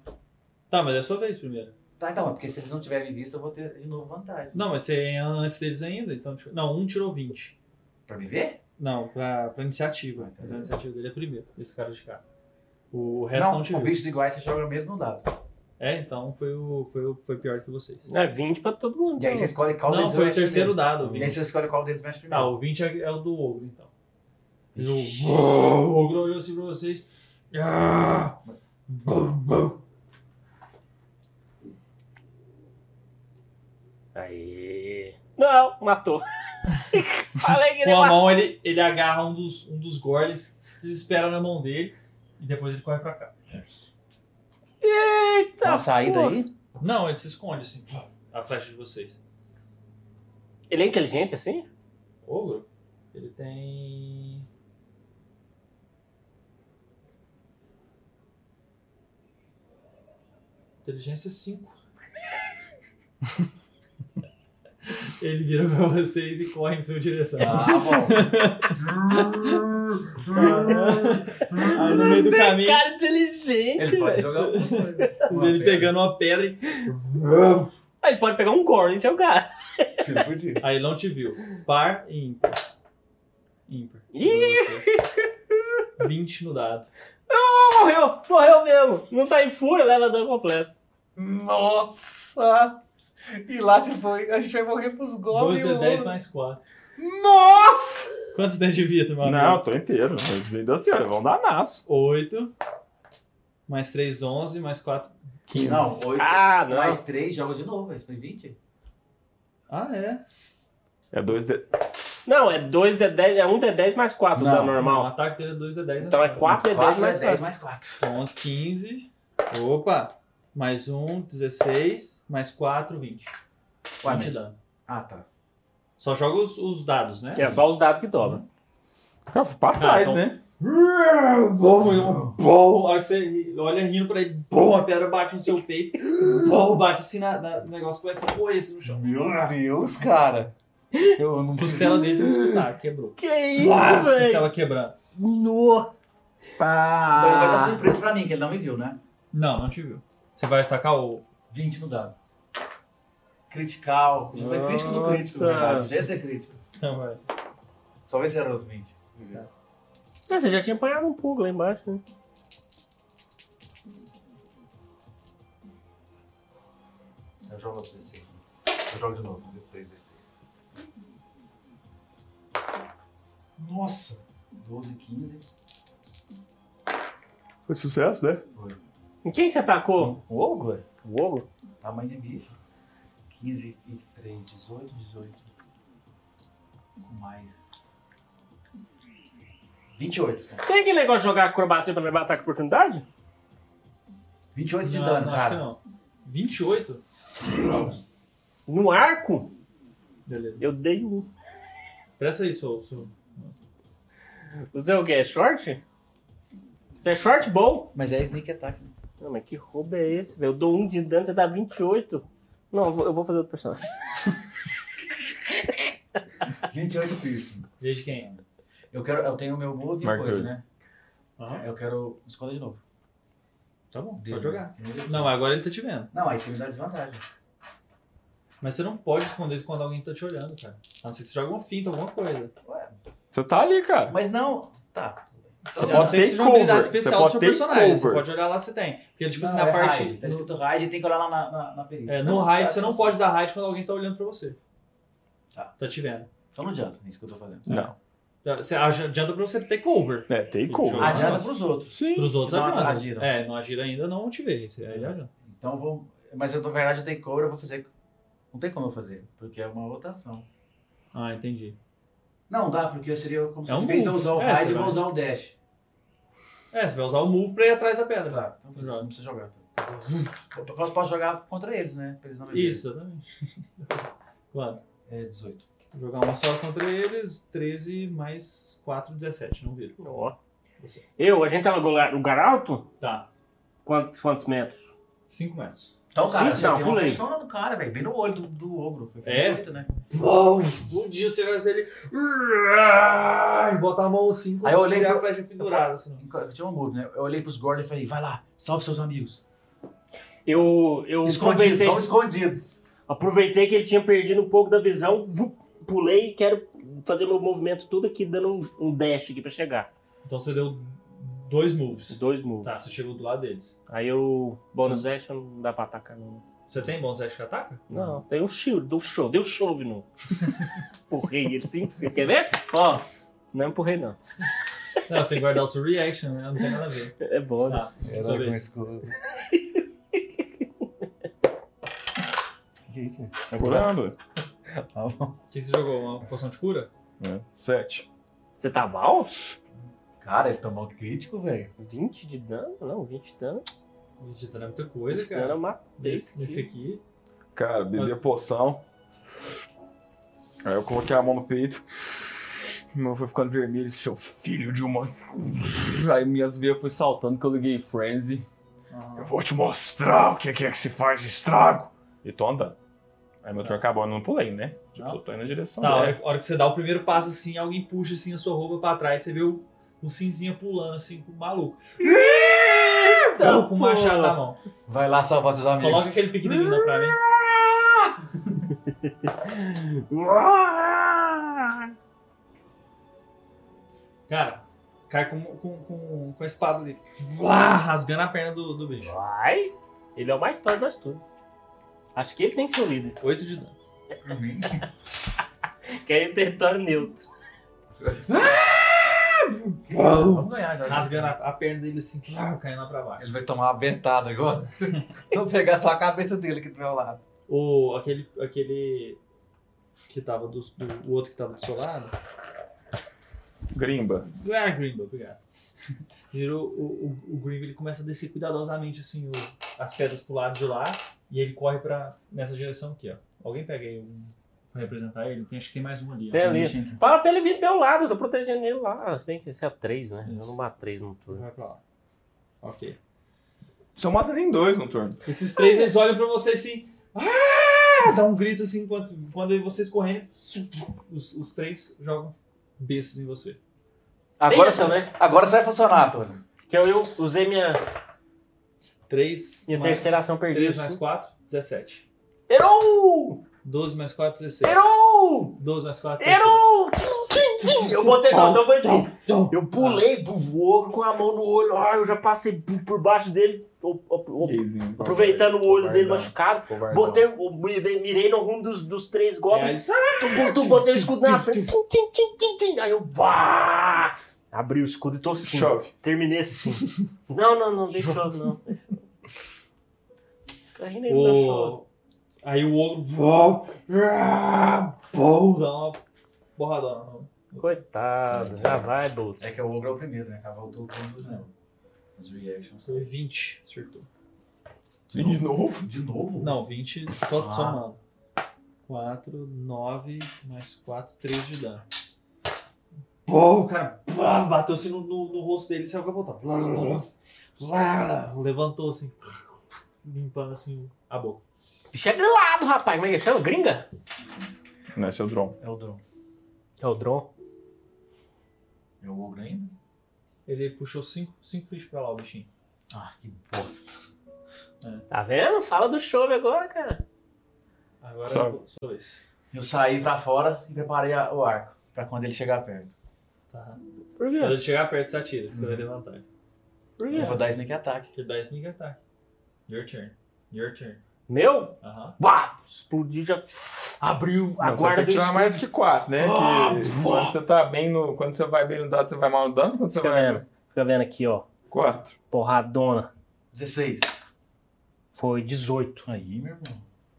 [SPEAKER 1] Tá, mas é a sua vez primeiro.
[SPEAKER 6] Tá, então, é porque se eles não tiverem visto, eu vou ter de novo vantagem.
[SPEAKER 1] Não, mas você é antes deles ainda, então... deixa eu- Não, um tirou 20.
[SPEAKER 6] Pra me ver?
[SPEAKER 1] Não, pra, pra iniciativa.
[SPEAKER 6] tá.
[SPEAKER 1] Então a iniciativa dele é primeiro, esse cara de cá. O resto não,
[SPEAKER 6] não,
[SPEAKER 1] te
[SPEAKER 6] com
[SPEAKER 1] viu.
[SPEAKER 6] bichos iguais você joga o mesmo dado.
[SPEAKER 1] É, então foi, o, foi, o, foi pior que vocês.
[SPEAKER 2] É 20 pra todo mundo.
[SPEAKER 6] E aí você escolhe qual
[SPEAKER 1] não,
[SPEAKER 6] deles
[SPEAKER 1] foi o
[SPEAKER 6] mexe
[SPEAKER 1] terceiro
[SPEAKER 6] primeiro.
[SPEAKER 1] dado. o
[SPEAKER 6] E aí
[SPEAKER 1] 20.
[SPEAKER 6] você escolhe qual deles mexe
[SPEAKER 1] Tá,
[SPEAKER 6] primeiro.
[SPEAKER 1] o 20 é, é o do ogro, então. E o, o ogro olhou assim pra vocês. Ah! Bum, bum.
[SPEAKER 2] Aê. Não, matou. Falei que ele é
[SPEAKER 1] Com a
[SPEAKER 2] matou.
[SPEAKER 1] mão ele, ele agarra um dos, um dos goles, se desespera na mão dele e depois ele corre pra cá.
[SPEAKER 6] Dá uma saída
[SPEAKER 2] pô.
[SPEAKER 6] aí?
[SPEAKER 1] Não, ele se esconde assim. A flecha de vocês.
[SPEAKER 2] Ele é inteligente assim?
[SPEAKER 1] Ogro? Ele tem. Inteligência 5. Ele vira pra vocês e corre em sua direção.
[SPEAKER 6] Ah, bom.
[SPEAKER 1] Aí no meio do caminho,
[SPEAKER 2] Cara inteligente,
[SPEAKER 6] Ele
[SPEAKER 2] velho.
[SPEAKER 6] pode jogar alguma coisa. Uma
[SPEAKER 1] ele
[SPEAKER 6] pedra.
[SPEAKER 1] pegando uma pedra e.
[SPEAKER 2] Ah, Ele pode pegar um Gorn, é o cara.
[SPEAKER 6] Se não podia.
[SPEAKER 1] Aí ele não te viu. Par e ímpar. Ímpar. Você. 20 no dado.
[SPEAKER 2] Ah, Morreu, morreu mesmo. Não tá em fúria, leva dano completo.
[SPEAKER 6] Nossa! E lá se foi, a gente vai morrer pros
[SPEAKER 1] 2
[SPEAKER 6] goblins.
[SPEAKER 1] d 10 mais 4.
[SPEAKER 6] Nossa!
[SPEAKER 1] Quantos você tem de vida, meu amigo?
[SPEAKER 4] Não, tô inteiro. Mas ainda assim, olha, vão dar naço.
[SPEAKER 1] 8. Mais 3, 11. Mais 4.
[SPEAKER 4] 15.
[SPEAKER 6] Não, 8
[SPEAKER 2] Ah, não.
[SPEAKER 6] mais 3, joga de novo, é mas foi 20.
[SPEAKER 1] Ah, é?
[SPEAKER 4] É 2 de...
[SPEAKER 2] Não, é 2 D10, é 1 um D10 mais 4 o
[SPEAKER 6] Não,
[SPEAKER 2] dano
[SPEAKER 1] O
[SPEAKER 2] normal.
[SPEAKER 1] ataque dele é 2 de 10.
[SPEAKER 2] Então é 4 D10
[SPEAKER 6] 4
[SPEAKER 2] mais
[SPEAKER 6] mais 10
[SPEAKER 2] 4.
[SPEAKER 6] mais 4.
[SPEAKER 1] 11, 15. Opa! Mais 1, 16. Mais 4, 20. 20 de dano.
[SPEAKER 6] Ah, tá.
[SPEAKER 1] Só joga os, os dados, né?
[SPEAKER 2] É só os dados que dobram.
[SPEAKER 4] Cara, pra trás,
[SPEAKER 1] então-
[SPEAKER 4] né?
[SPEAKER 1] Bom, bom, a hora que você olha rindo pra ele, bom, a pedra bate no seu peito, bom, bate assim na, na, no negócio, começa a correr assim no chão.
[SPEAKER 6] Meu Deus, cara. Eu não
[SPEAKER 1] Costela deles escutar, quebrou.
[SPEAKER 2] Que isso,
[SPEAKER 1] Nossa,
[SPEAKER 2] velho?
[SPEAKER 1] costela quebrando.
[SPEAKER 2] No.
[SPEAKER 6] Então ele vai
[SPEAKER 4] Ah.
[SPEAKER 6] dar surpresa pra mim, que ele não me viu, né?
[SPEAKER 1] Não, não te viu. Você vai atacar o.
[SPEAKER 6] 20 no dado. Critical. Já foi crítico do crítico, na
[SPEAKER 2] Nossa.
[SPEAKER 6] verdade. Já ia ser crítico.
[SPEAKER 1] Então vai.
[SPEAKER 6] Só ver se era os 20.
[SPEAKER 5] Uhum.
[SPEAKER 2] Mas você já tinha apanhado um pouco lá embaixo, né?
[SPEAKER 6] Eu jogo os 16. Eu jogo de novo. 3 d Nossa! 12, 15.
[SPEAKER 4] Foi sucesso, né?
[SPEAKER 2] Em quem você atacou?
[SPEAKER 6] O ogro?
[SPEAKER 2] Hum, O ogro?
[SPEAKER 6] Tamanho de bicho.
[SPEAKER 5] 15 e 3, 18, 18. Mais. 28, cara.
[SPEAKER 2] Tem aquele negócio de jogar acrobacia pra levar ataque de oportunidade?
[SPEAKER 5] 28 de
[SPEAKER 1] Não,
[SPEAKER 5] dano,
[SPEAKER 1] não, acho que
[SPEAKER 5] cara.
[SPEAKER 1] não. 28?
[SPEAKER 2] No arco,
[SPEAKER 1] Beleza.
[SPEAKER 2] eu dei um.
[SPEAKER 1] Presta aí, seu. seu-
[SPEAKER 2] Você é o quê? É short? Você é short bom?
[SPEAKER 6] Mas é sneak attack. né?
[SPEAKER 2] Não, mas que roubo é esse, velho? Eu dou um de dano, você dá 28. Não, eu vou- eu vou fazer outro personagem.
[SPEAKER 5] 28 piercing.
[SPEAKER 1] Veja quem é.
[SPEAKER 5] Eu, quero, eu tenho o meu move e
[SPEAKER 4] Mark
[SPEAKER 5] coisa,
[SPEAKER 4] Turner.
[SPEAKER 5] né? Eu quero esconder de novo.
[SPEAKER 1] Tá bom,
[SPEAKER 5] Dele.
[SPEAKER 1] pode jogar. Não, mas agora ele tá te vendo.
[SPEAKER 5] Não, aí você me dá desvantagem.
[SPEAKER 1] Mas você não pode esconder isso quando alguém tá te olhando, cara. A não ser que você jogue uma finta, alguma coisa.
[SPEAKER 4] Você tá ali, cara.
[SPEAKER 5] Mas não. Tá. tudo bem.
[SPEAKER 1] Você
[SPEAKER 4] pode ter
[SPEAKER 1] seja uma habilidade
[SPEAKER 4] cover,
[SPEAKER 1] especial do
[SPEAKER 4] você pode
[SPEAKER 1] seu
[SPEAKER 4] ter
[SPEAKER 1] personagem. Você
[SPEAKER 4] cover.
[SPEAKER 1] pode olhar lá se tem. Porque, tipo assim,
[SPEAKER 5] Não,
[SPEAKER 1] na
[SPEAKER 5] é
[SPEAKER 1] parte.
[SPEAKER 5] hide. Tá escrito raid, tem que olhar lá na, na, na perícia.
[SPEAKER 1] É,
[SPEAKER 5] Não,
[SPEAKER 1] no raid
[SPEAKER 5] tá,
[SPEAKER 1] você não
[SPEAKER 5] tá,
[SPEAKER 1] pode dar raid quando alguém tá olhando pra você.
[SPEAKER 5] Tá.
[SPEAKER 1] Tá te vendo.
[SPEAKER 5] Então não adianta, é isso que eu tô fazendo.
[SPEAKER 4] Não.
[SPEAKER 1] Tá, Você adianta pra você ter cover.
[SPEAKER 4] É, tem cover.
[SPEAKER 1] Ah,
[SPEAKER 5] Adianta pros outros.
[SPEAKER 4] Sim.
[SPEAKER 1] Pros outros
[SPEAKER 5] Então,
[SPEAKER 1] adianta.
[SPEAKER 5] agiram.
[SPEAKER 1] É, não agir ainda, não te vê. Isso aí adianta.
[SPEAKER 5] Então eu vou. Mas eu, na verdade, eu tenho cover, eu vou fazer. Não tem como eu fazer, porque é uma outra ação.
[SPEAKER 1] Ah, entendi.
[SPEAKER 5] Não dá, porque eu seria como se
[SPEAKER 1] É um
[SPEAKER 5] em vez de eu
[SPEAKER 1] move.
[SPEAKER 5] usar o
[SPEAKER 1] É,
[SPEAKER 5] raid,
[SPEAKER 1] você
[SPEAKER 5] eu vou
[SPEAKER 1] vai.
[SPEAKER 5] usar o dash.
[SPEAKER 1] É, você vai usar o move pra ir atrás da pedra.
[SPEAKER 5] Tá, então não precisa jogar. tá? Eu Posso, posso jogar contra eles, né? Pra eles não me verem.
[SPEAKER 1] Isso, exatamente. Quanto?
[SPEAKER 5] É 18.
[SPEAKER 1] Vou Jogar uma só contra eles, 13 mais 4, 17, não vira.
[SPEAKER 2] Ó.
[SPEAKER 1] Você.
[SPEAKER 2] Eu, a gente tava no lugar- lugar alto?
[SPEAKER 1] Tá,
[SPEAKER 2] Quantos, quantos metros?
[SPEAKER 1] 5 metros.
[SPEAKER 5] Então, cara,
[SPEAKER 2] Sim,
[SPEAKER 5] você
[SPEAKER 2] não,
[SPEAKER 5] tem uma
[SPEAKER 2] pulei.
[SPEAKER 5] fechona do cara, velho. Bem no olho do, do ogro. Foi
[SPEAKER 1] É?
[SPEAKER 5] 18, né?
[SPEAKER 1] Um dia você vai ser ele. E botar a mão assim,
[SPEAKER 5] Aí eu olhei
[SPEAKER 1] se der
[SPEAKER 5] pro-
[SPEAKER 1] a flecha pendurada. Assim.
[SPEAKER 5] Eu tinha um move, né? Eu olhei pros Gordon e falei, vai lá, salve seus amigos.
[SPEAKER 2] Eu, eu
[SPEAKER 5] Escondidos,
[SPEAKER 2] aproveitei,
[SPEAKER 5] vão escondidos.
[SPEAKER 2] aproveitei que ele tinha perdido um pouco da visão, vu, pulei e quero fazer meu movimento tudo aqui, dando um, um dash aqui pra chegar.
[SPEAKER 1] Então você deu dois
[SPEAKER 2] Os
[SPEAKER 1] moves.
[SPEAKER 2] dois moves.
[SPEAKER 1] Tá, você chegou do lado deles.
[SPEAKER 2] Aí eu. Bônus action não dá pra atacar, não.
[SPEAKER 1] Você tem bons acho que ataca?
[SPEAKER 2] Não, tem um shield, deu show, deu chove no. Empurrei ele sim, você quer ver? Ó, não empurrei não.
[SPEAKER 1] Não, você tem que guardar o seu reaction, né? Não tem nada a ver.
[SPEAKER 2] É bom.
[SPEAKER 1] Tá, sua
[SPEAKER 6] Herói com
[SPEAKER 1] vez.
[SPEAKER 6] escudo. que é isso, velho?
[SPEAKER 4] Curando.
[SPEAKER 6] Tá bom.
[SPEAKER 1] Quem você jogou? Uma poção de cura?
[SPEAKER 4] É. Sete.
[SPEAKER 2] Você tá mal?
[SPEAKER 5] Cara, ele tomou crítico, velho.
[SPEAKER 2] 20 de dano? Não, 20 de dano.
[SPEAKER 1] Gente, tá muita
[SPEAKER 2] 20
[SPEAKER 1] coisa,
[SPEAKER 2] de dano
[SPEAKER 5] é
[SPEAKER 1] cara.
[SPEAKER 2] eu
[SPEAKER 5] um
[SPEAKER 2] matei.
[SPEAKER 1] Nesse, nesse aqui.
[SPEAKER 4] Cara, bebi a poção. Aí eu coloquei a mão no peito. Meu foi ficando vermelho, seu filho de uma. Aí minhas veias foi saltando que eu liguei Frenzy. Eu vou te mostrar o que que é que se faz estrago. E tô andando. Aí meu turno acabou, eu não pulei, né? Tipo,
[SPEAKER 1] Não.
[SPEAKER 4] eu tô indo na direção
[SPEAKER 1] Tá, a
[SPEAKER 4] dela.
[SPEAKER 1] hora, a hora que você dá o primeiro passo assim, alguém puxa assim a sua roupa pra trás, você vê o, o cinzinha pulando assim, com o maluco. Não, com o machado na mão.
[SPEAKER 5] Vai lá salvar seus amigos.
[SPEAKER 1] Coloca aquele pequenininho lá pra mim. Cara, cai com, com, com, com a espada dele. Vlá, rasgando a perna do, do bicho.
[SPEAKER 2] Vai! Ele é o mais tarde de nós tudo. Acho que ele tem que ser o líder.
[SPEAKER 1] Oito de dano.
[SPEAKER 2] Que aí é território neutro.
[SPEAKER 5] Vamos ganhar já.
[SPEAKER 1] Rasgando a, a perna dele assim, vlá, caindo lá pra baixo.
[SPEAKER 5] Ele vai tomar uma abertada agora. Vou pegar só a cabeça dele aqui do meu lado.
[SPEAKER 1] O, aquele, aquele que tava do, do- o outro que tava do seu lado.
[SPEAKER 4] Grimba.
[SPEAKER 1] Ah, Grimbo, obrigado. Virou o, o, o Grimbo, ele começa a descer cuidadosamente assim o- as pedras pro lado de lá e ele corre pra, nessa direção aqui, ó. Alguém pega aí um pra representar ele? Tem- acho que tem mais um ali. ó.
[SPEAKER 2] Tem É ali. Fala pra ele vir do meu lado, eu tô protegendo ele lá. Se bem que esse é 3, né? Eu não mato 3 no turno.
[SPEAKER 1] Vai pra lá. Ok.
[SPEAKER 4] Só mata nem dois no turno.
[SPEAKER 1] Esses três, eles olham pra você assim. Ah! Dá um grito assim enquanto quando vocês correndo. Os, os três jogam bestas em você.
[SPEAKER 5] Agora,
[SPEAKER 2] essa, né?
[SPEAKER 5] agora você vai funcionar, Tony.
[SPEAKER 2] Que eu, eu usei minha,
[SPEAKER 1] Três.
[SPEAKER 2] minha
[SPEAKER 1] mais-
[SPEAKER 2] terceira ação perdida.
[SPEAKER 1] três mais quatro, 17.
[SPEAKER 2] Errou!
[SPEAKER 1] 12 mais 4, 16.
[SPEAKER 2] Errou!
[SPEAKER 1] 12 mais 4, 16.
[SPEAKER 2] Errou! Eu botei não, então foi assim. Eu pulei, bu, voou com a mão no olho. Ah, eu já passei bu, por baixo dele. o- o- o-
[SPEAKER 4] Gayzinho,
[SPEAKER 2] aproveitando o olho dele
[SPEAKER 4] covardão,
[SPEAKER 2] machucado.
[SPEAKER 4] covardão.
[SPEAKER 2] Botei, o- mirei mirei no rumo dos, dos três
[SPEAKER 1] É, aí eles
[SPEAKER 2] golpes. Tu, tu, tu, botei o escudo na frente. Tim, tim, tim, tim, tim. Aí eu. Bah! Abri o escudo e tô assim.
[SPEAKER 4] Chove.
[SPEAKER 2] Terminei assim. não, não, não, deixa eu, não. Deixa eu. Aí nem me
[SPEAKER 1] O... Aí o ogro. Vó, ah, pô, dá uma borradona. no-
[SPEAKER 2] Coitado, já vai, Boltz.
[SPEAKER 5] É que o ogro é o primeiro, né? Cavaltou o ponto do não. As reactions.
[SPEAKER 1] Foi 20, acertou.
[SPEAKER 4] De novo?
[SPEAKER 5] De novo?
[SPEAKER 1] Não, 20, só,
[SPEAKER 5] Ah.
[SPEAKER 1] só mano. 4, 9, mais 4, 3 de dano. Pô, o cara blá, bateu assim no, no, no rosto dele e saiu capotando. Blá, blá, blá, blá, blá, Levantou assim, limpando assim a boca.
[SPEAKER 2] Bicho é grilado, rapaz. Como é que chama? Gringa?
[SPEAKER 4] Não, esse é o drone.
[SPEAKER 5] É o drone.
[SPEAKER 2] É o Dron.
[SPEAKER 5] É o ogro ainda?
[SPEAKER 1] Ele puxou 5 cinco fichas pra lá, o bichinho.
[SPEAKER 5] Ah, que bosta.
[SPEAKER 2] Tá vendo? Fala do show agora, cara.
[SPEAKER 1] Agora é
[SPEAKER 4] Só-
[SPEAKER 1] eu vou- sou esse.
[SPEAKER 5] Eu saí pra fora e preparei a- o arco. Pra quando ele chegar perto.
[SPEAKER 1] Tá.
[SPEAKER 2] Por
[SPEAKER 1] Quando
[SPEAKER 2] quê?
[SPEAKER 1] ele chegar perto, você atira, você vai levantar.
[SPEAKER 2] Por
[SPEAKER 5] Eu
[SPEAKER 2] quê?
[SPEAKER 5] vou dar sneak attack.
[SPEAKER 1] Ele dá sneak attack. Your turn. Your turn.
[SPEAKER 2] Meu?
[SPEAKER 1] Aham.
[SPEAKER 2] Bah! Explodi, já abriu a
[SPEAKER 4] Não, você
[SPEAKER 2] guarda
[SPEAKER 4] tem
[SPEAKER 2] do
[SPEAKER 4] que tirar
[SPEAKER 2] escudo.
[SPEAKER 4] mais que 4, né?
[SPEAKER 2] Ah,
[SPEAKER 4] Que quando você tá bem no. Quando você vai bem no dado, você vai mal no dano? Quando você
[SPEAKER 2] Fica
[SPEAKER 4] vai.
[SPEAKER 2] vendo, fica vendo aqui, ó.
[SPEAKER 4] 4.
[SPEAKER 2] Porradona.
[SPEAKER 5] 16.
[SPEAKER 2] Foi 18.
[SPEAKER 5] Aí, meu irmão.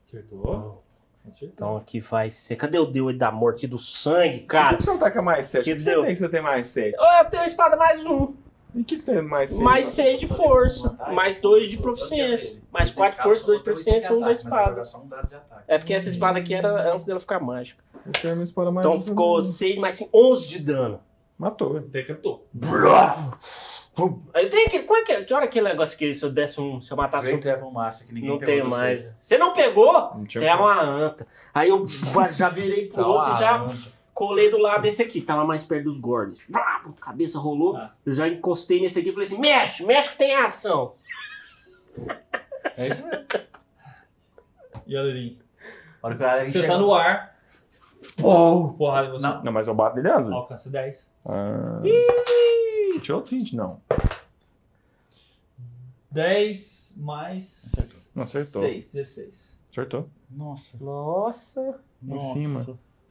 [SPEAKER 1] Acertou? Acertou.
[SPEAKER 2] Então aqui vai ser. Cadê o deu da morte e do sangue,
[SPEAKER 4] Por que
[SPEAKER 2] cara?
[SPEAKER 4] que você não tá com mais 7?
[SPEAKER 2] Que
[SPEAKER 4] Por que você
[SPEAKER 2] deu?
[SPEAKER 4] tem que você tem mais 7?
[SPEAKER 2] Ah, eu tenho espada mais um.
[SPEAKER 4] E o que, que tem mais 7?
[SPEAKER 2] mais seis de força. Mais dois de proficiência. Mais quatro forças, dois de proficiência e um da espada. É porque essa
[SPEAKER 5] Hum.
[SPEAKER 2] espada aqui era antes dela ficar mágica.
[SPEAKER 4] Eu tenho uma espada mais um.
[SPEAKER 2] Então ficou seis mais cinco, 11 de dano.
[SPEAKER 4] Matou.
[SPEAKER 1] Decantou.
[SPEAKER 2] Aí tem aquele. Qual é que, que hora é aquele negócio que se eu desse um. Se eu matasse um.
[SPEAKER 5] Great Apple Master, é que ninguém
[SPEAKER 2] Não
[SPEAKER 5] pegou
[SPEAKER 2] tem
[SPEAKER 5] do
[SPEAKER 2] mais.
[SPEAKER 5] seis.
[SPEAKER 2] Você não pegou?
[SPEAKER 4] Não
[SPEAKER 2] Você
[SPEAKER 4] tinha
[SPEAKER 2] é uma anta. Aí eu já virei pro
[SPEAKER 5] Então,
[SPEAKER 2] outro e
[SPEAKER 5] ah,
[SPEAKER 2] já
[SPEAKER 5] não.
[SPEAKER 2] colei do lado desse aqui, que tava mais perto dos gordes. Blá, Cabeça rolou,
[SPEAKER 1] Ah.
[SPEAKER 2] eu já encostei nesse aqui e falei assim: mexe, mexe que tem ação.
[SPEAKER 5] É isso mesmo.
[SPEAKER 1] E olha ali.
[SPEAKER 5] A hora que o Alan
[SPEAKER 1] Você
[SPEAKER 5] chega-
[SPEAKER 1] tá no ar. Pô, porrada em você.
[SPEAKER 5] Não.
[SPEAKER 4] Não, mas eu bato dele asa.
[SPEAKER 1] Alcança 10.
[SPEAKER 4] Ah, tirou 20, não.
[SPEAKER 1] 10 mais.
[SPEAKER 5] Acertou.
[SPEAKER 4] Não acertou.
[SPEAKER 1] 6, 16.
[SPEAKER 4] Acertou.
[SPEAKER 5] Nossa.
[SPEAKER 2] Nossa.
[SPEAKER 5] Nossa.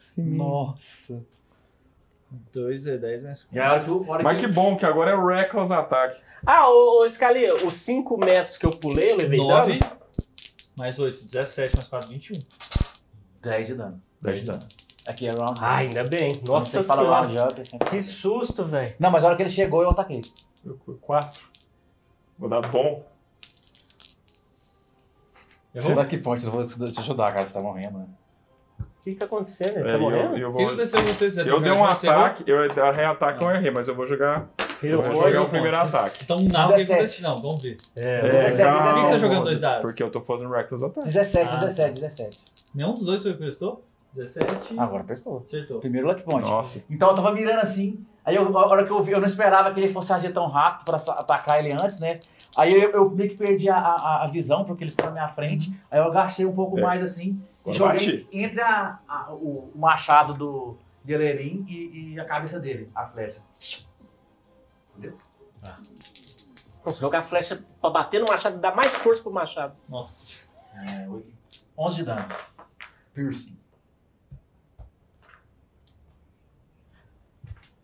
[SPEAKER 4] cima.
[SPEAKER 5] Nossa.
[SPEAKER 1] 2 é 10 mais
[SPEAKER 5] E a hora que o... a hora
[SPEAKER 4] Mas que bom, que agora é o Reckless Attack.
[SPEAKER 2] Ah, ô, ô Scalia, os 5 metros que eu pulei, eu levei
[SPEAKER 1] 9
[SPEAKER 2] dano?
[SPEAKER 1] mais 8, 17 mais 4, 21.
[SPEAKER 5] 10 de dano.
[SPEAKER 4] 10 de dano.
[SPEAKER 5] Aqui é round.
[SPEAKER 2] Ah, ainda bem.
[SPEAKER 5] Quando
[SPEAKER 2] Nossa
[SPEAKER 5] você fala
[SPEAKER 2] senhora.
[SPEAKER 5] round up, é sempre-
[SPEAKER 2] Que susto, velho.
[SPEAKER 5] Não, mas a hora que ele chegou, eu ataquei.
[SPEAKER 4] 4. Vou dar bom.
[SPEAKER 5] Será que pode? Eu vou te ajudar, cara. Você tá morrendo, né?
[SPEAKER 2] O que, que tá acontecendo? Ele
[SPEAKER 4] É,
[SPEAKER 2] tá
[SPEAKER 4] eu,
[SPEAKER 2] morrendo?
[SPEAKER 4] eu
[SPEAKER 1] O
[SPEAKER 4] vou-
[SPEAKER 1] que aconteceu com vocês?
[SPEAKER 4] eu dei um ataque, eu errei ataque, eu errei, mas eu vou jogar. Eu vou jogar o
[SPEAKER 2] Foi?
[SPEAKER 4] primeiro ataque.
[SPEAKER 1] Então, não, o que
[SPEAKER 5] 17.
[SPEAKER 1] aconteceu? Não, vamos ver.
[SPEAKER 2] É.
[SPEAKER 5] Por que você tá
[SPEAKER 1] jogando dois dados?
[SPEAKER 4] Porque eu tô fazendo Reckless Attack.
[SPEAKER 5] 17,
[SPEAKER 1] Ah.
[SPEAKER 5] 17, 17.
[SPEAKER 1] Nenhum dos dois foi prestou? 17.
[SPEAKER 5] Agora prestou.
[SPEAKER 1] Acertou.
[SPEAKER 5] Primeiro luck point.
[SPEAKER 4] Nossa.
[SPEAKER 5] Então eu tava mirando assim. Aí eu, a hora que eu vi, eu não esperava que ele fosse agir tão rápido pra sa- atacar ele antes, né? Aí eu, eu meio que perdi a, a, a visão, porque ele ficou na minha frente. Aí eu agachei um pouco
[SPEAKER 4] Uhum. É.
[SPEAKER 5] mais assim. E
[SPEAKER 4] Agora
[SPEAKER 5] joguei
[SPEAKER 4] bati.
[SPEAKER 5] entre a- a- o, o machado do Guilherim e, e a cabeça dele, a flecha.
[SPEAKER 2] Nossa, jogar flecha pra bater no machado dá mais força pro machado.
[SPEAKER 1] Nossa.
[SPEAKER 5] É, oito- 11 de dano. Piercing.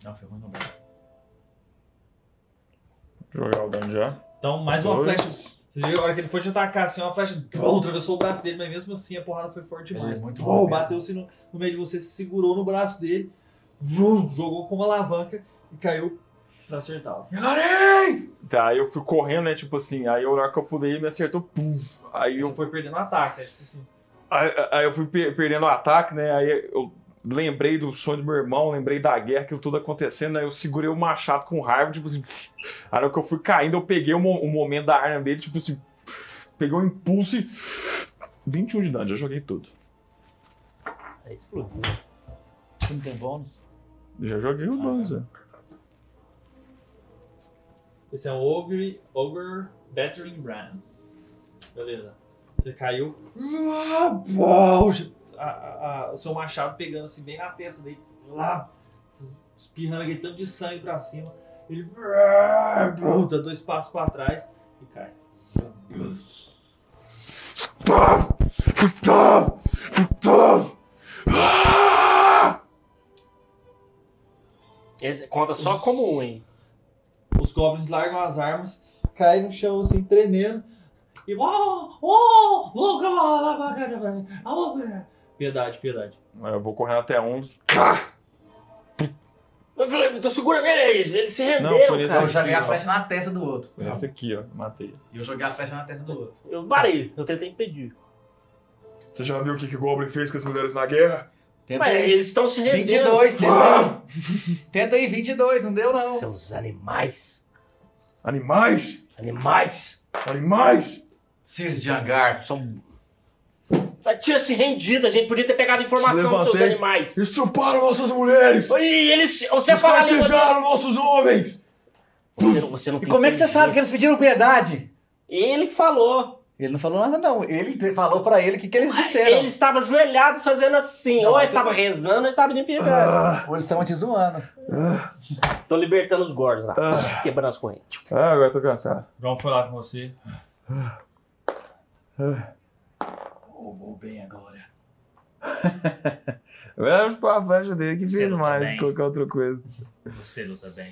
[SPEAKER 5] Não, foi ruim não.
[SPEAKER 4] Vou jogar o dano já.
[SPEAKER 1] Então, mais uma
[SPEAKER 4] Dois.
[SPEAKER 1] flecha. Vocês viram a hora que ele foi te atacar, assim, uma flecha bum, atravessou o braço dele, mas mesmo assim a porrada foi forte
[SPEAKER 5] Ele
[SPEAKER 1] demais.
[SPEAKER 5] é muito
[SPEAKER 1] Bum,
[SPEAKER 5] bom mesmo.
[SPEAKER 1] Bateu-se no, no meio de você, se segurou no braço dele, bum, jogou com uma alavanca e caiu pra acertá-lo.
[SPEAKER 4] Tá, aí eu fui correndo, né? Tipo assim, aí eu, na hora que eu pulei, ele me acertou. Pum. Aí eu
[SPEAKER 5] um
[SPEAKER 1] Você foi perdendo o ataque, né? Tipo assim.
[SPEAKER 4] Aí, aí eu fui per- perdendo o ataque, né? Aí eu lembrei do sonho do meu irmão, lembrei da guerra, aquilo tudo acontecendo. Aí eu segurei o machado com raiva, tipo assim. A hora que eu fui caindo, eu peguei o, mo- o momento da arma dele, tipo assim. Peguei um impulso e. 21 de dano, já joguei tudo.
[SPEAKER 2] Aí explodiu.
[SPEAKER 5] Você não tem bônus?
[SPEAKER 4] Já joguei o 12.
[SPEAKER 1] Esse é um Ogre, Ogre Battering Ram. Beleza. Você caiu. Uá, uau, a- a- a- o seu machado pegando assim bem na testa dele. Lá, es- espirrando aquele tanto de sangue pra cima. Ele uá, brum, dá dois passos pra trás e cai.
[SPEAKER 3] Ah.
[SPEAKER 2] Esse conta só como um, hein?
[SPEAKER 1] Os goblins largam as armas, caem no chão assim, tremendo. E. Oh, oh, louca, lá, bacana, velho. Ah, louca. Piedade, piedade.
[SPEAKER 4] Eu vou correndo até um.
[SPEAKER 2] Eu falei, tô segurando ele, ele se rendeu,
[SPEAKER 4] Não, por isso
[SPEAKER 5] Eu
[SPEAKER 2] cara.
[SPEAKER 4] aí.
[SPEAKER 5] joguei a flecha na testa do outro.
[SPEAKER 3] Ah.
[SPEAKER 5] Tá
[SPEAKER 4] Foi Esse aqui, ó. Matei.
[SPEAKER 5] E eu joguei a flecha na testa do outro.
[SPEAKER 2] Eu parei, eu tentei impedir.
[SPEAKER 3] Você já viu o que, que o Goblin fez com as mulheres na guerra?
[SPEAKER 5] Tenta
[SPEAKER 2] Mas
[SPEAKER 5] aí.
[SPEAKER 2] eles estão se rendendo.
[SPEAKER 5] 22, tenta aí. Tenta aí, 22, não deu não.
[SPEAKER 2] Seus animais.
[SPEAKER 3] Animais!
[SPEAKER 2] Animais.
[SPEAKER 3] Animais!
[SPEAKER 5] Sirius de Angar.
[SPEAKER 2] São... Já tinha se rendido, a gente podia ter pegado informação dos seus
[SPEAKER 3] Levantei.
[SPEAKER 2] animais.
[SPEAKER 3] Estruparam nossas mulheres!
[SPEAKER 2] Oi, eles... Você fala a língua...
[SPEAKER 3] Esquartejaram nossos homens!
[SPEAKER 2] Você não, você não
[SPEAKER 5] E
[SPEAKER 2] tem
[SPEAKER 5] como é que você sabe que eles pediram piedade?
[SPEAKER 2] Ele que falou.
[SPEAKER 5] Ele não falou nada não. Ele te- falou pra ele o que, que eles disseram.
[SPEAKER 2] Ele estava ajoelhado fazendo assim.
[SPEAKER 5] Não,
[SPEAKER 2] ou
[SPEAKER 5] mas
[SPEAKER 2] ele estava rezando, ou ele estava de piedade.
[SPEAKER 3] Ah,
[SPEAKER 5] Ou eles estavam te zoando.
[SPEAKER 2] Tô libertando os gordos lá.
[SPEAKER 4] Ah.
[SPEAKER 2] Quebrando as correntes.
[SPEAKER 4] Ah, agora eu tô cansado.
[SPEAKER 1] João foi lá com você.
[SPEAKER 6] Roubou bem agora.
[SPEAKER 4] Vamos pôr a flecha dele que
[SPEAKER 1] Você
[SPEAKER 4] fez
[SPEAKER 1] não tá
[SPEAKER 4] mais
[SPEAKER 1] bem.
[SPEAKER 4] qualquer outra coisa.
[SPEAKER 1] Você luta bem.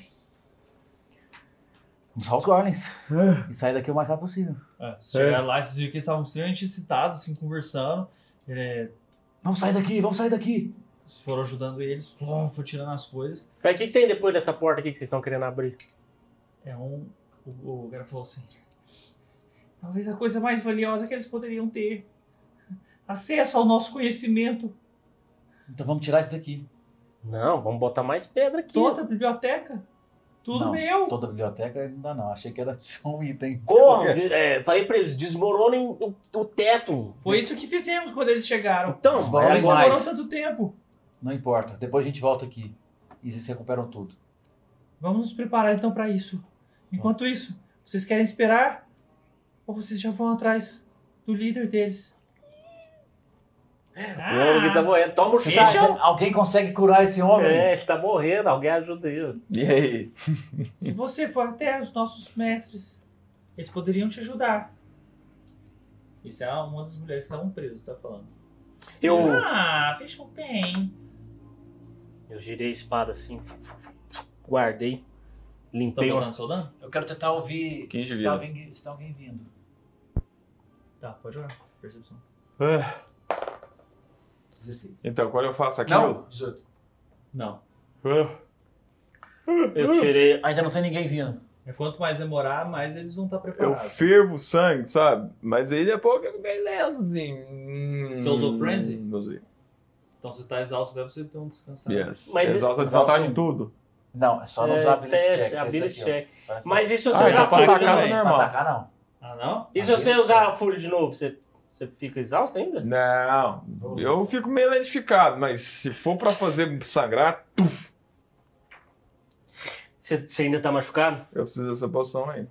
[SPEAKER 5] Vamos salvar os Goblins. E sair daqui o mais rápido possível.
[SPEAKER 1] É, vocês chegaram lá, vocês viram que eles estavam extremamente excitados, assim, conversando. É,
[SPEAKER 5] Vamos sair daqui, vamos sair daqui.
[SPEAKER 1] vocês foram ajudando eles, oh, foi tirando as coisas.
[SPEAKER 2] Mas o que que tem depois dessa porta aqui que vocês estão querendo abrir?
[SPEAKER 1] É um. O, o cara falou assim. Talvez a coisa mais valiosa que eles poderiam ter. Acesso ao nosso conhecimento.
[SPEAKER 5] Então vamos tirar isso daqui.
[SPEAKER 2] Não, vamos botar mais pedra aqui.
[SPEAKER 1] Toda a biblioteca. Tudo
[SPEAKER 5] Não,
[SPEAKER 1] meu.
[SPEAKER 5] Toda a biblioteca não dá não. Achei que era só um item.
[SPEAKER 2] Corram, de- é, falei pra eles, desmoronem o, o teto.
[SPEAKER 1] Foi isso que fizemos quando eles chegaram.
[SPEAKER 2] Então,
[SPEAKER 5] Os
[SPEAKER 1] Eles
[SPEAKER 5] Mas-
[SPEAKER 1] demorou tanto tempo.
[SPEAKER 5] Não importa. Depois a gente volta aqui. E vocês recuperam tudo.
[SPEAKER 1] Vamos nos preparar então pra isso. Enquanto isso, vocês querem esperar? Ou vocês já vão atrás do líder deles?
[SPEAKER 9] Ah.
[SPEAKER 2] o homem tá morrendo. Toma o
[SPEAKER 5] Vocês
[SPEAKER 2] chá.
[SPEAKER 5] acham- alguém consegue curar esse homem?
[SPEAKER 2] É, ele tá morrendo, alguém ajuda ele.
[SPEAKER 4] E aí?
[SPEAKER 1] Se você for até os nossos mestres, eles poderiam te ajudar. Isso é uma das mulheres que estavam presas, tá falando.
[SPEAKER 2] Eu,
[SPEAKER 1] Ah, fechou bem.
[SPEAKER 2] eu girei a espada assim, guardei,
[SPEAKER 1] Tá
[SPEAKER 5] um-
[SPEAKER 2] limpei. o-
[SPEAKER 1] botando seu dano?
[SPEAKER 5] Eu quero tentar ouvir
[SPEAKER 4] 15
[SPEAKER 5] se
[SPEAKER 4] vida.
[SPEAKER 5] tá, alguém, se tá alguém vindo.
[SPEAKER 1] Tá, pode jogar. Percepção.
[SPEAKER 4] Ah,
[SPEAKER 5] 16.
[SPEAKER 4] Então, quando eu faço aquilo.
[SPEAKER 5] Não, 18.
[SPEAKER 1] Não.
[SPEAKER 4] Ah,
[SPEAKER 2] Eu tirei.
[SPEAKER 5] Ainda não tem ninguém vindo.
[SPEAKER 1] É quanto mais demorar, mais eles vão estar
[SPEAKER 4] Eu
[SPEAKER 1] preparados.
[SPEAKER 4] fervo o sangue, sabe? Mas aí depois eu fico bem leozinho.
[SPEAKER 1] Você usou frenzy?
[SPEAKER 4] Não usei.
[SPEAKER 1] Então você tá exausto, deve você ter um descansado.
[SPEAKER 4] Yes.
[SPEAKER 2] Mas-
[SPEAKER 4] Exalta a desvantagem em tudo.
[SPEAKER 5] Não, é só não
[SPEAKER 2] é,
[SPEAKER 5] usar ability
[SPEAKER 2] teste,
[SPEAKER 5] check.
[SPEAKER 2] ability check.
[SPEAKER 5] Mas
[SPEAKER 2] Mas e se você
[SPEAKER 4] Ah,
[SPEAKER 2] usar
[SPEAKER 4] então
[SPEAKER 2] a
[SPEAKER 4] pra
[SPEAKER 2] fúria
[SPEAKER 4] atacar
[SPEAKER 2] também?
[SPEAKER 4] não é
[SPEAKER 5] pra
[SPEAKER 4] normal.
[SPEAKER 5] atacar não.
[SPEAKER 1] Ah, não?
[SPEAKER 2] E se você
[SPEAKER 5] Ability
[SPEAKER 2] usar a fúria de novo, você, você fica exausto ainda?
[SPEAKER 4] Não. Eu fico meio lentificado, mas se for pra fazer sangrar,
[SPEAKER 2] Você, você ainda tá machucado?
[SPEAKER 4] eu preciso dessa poção aí.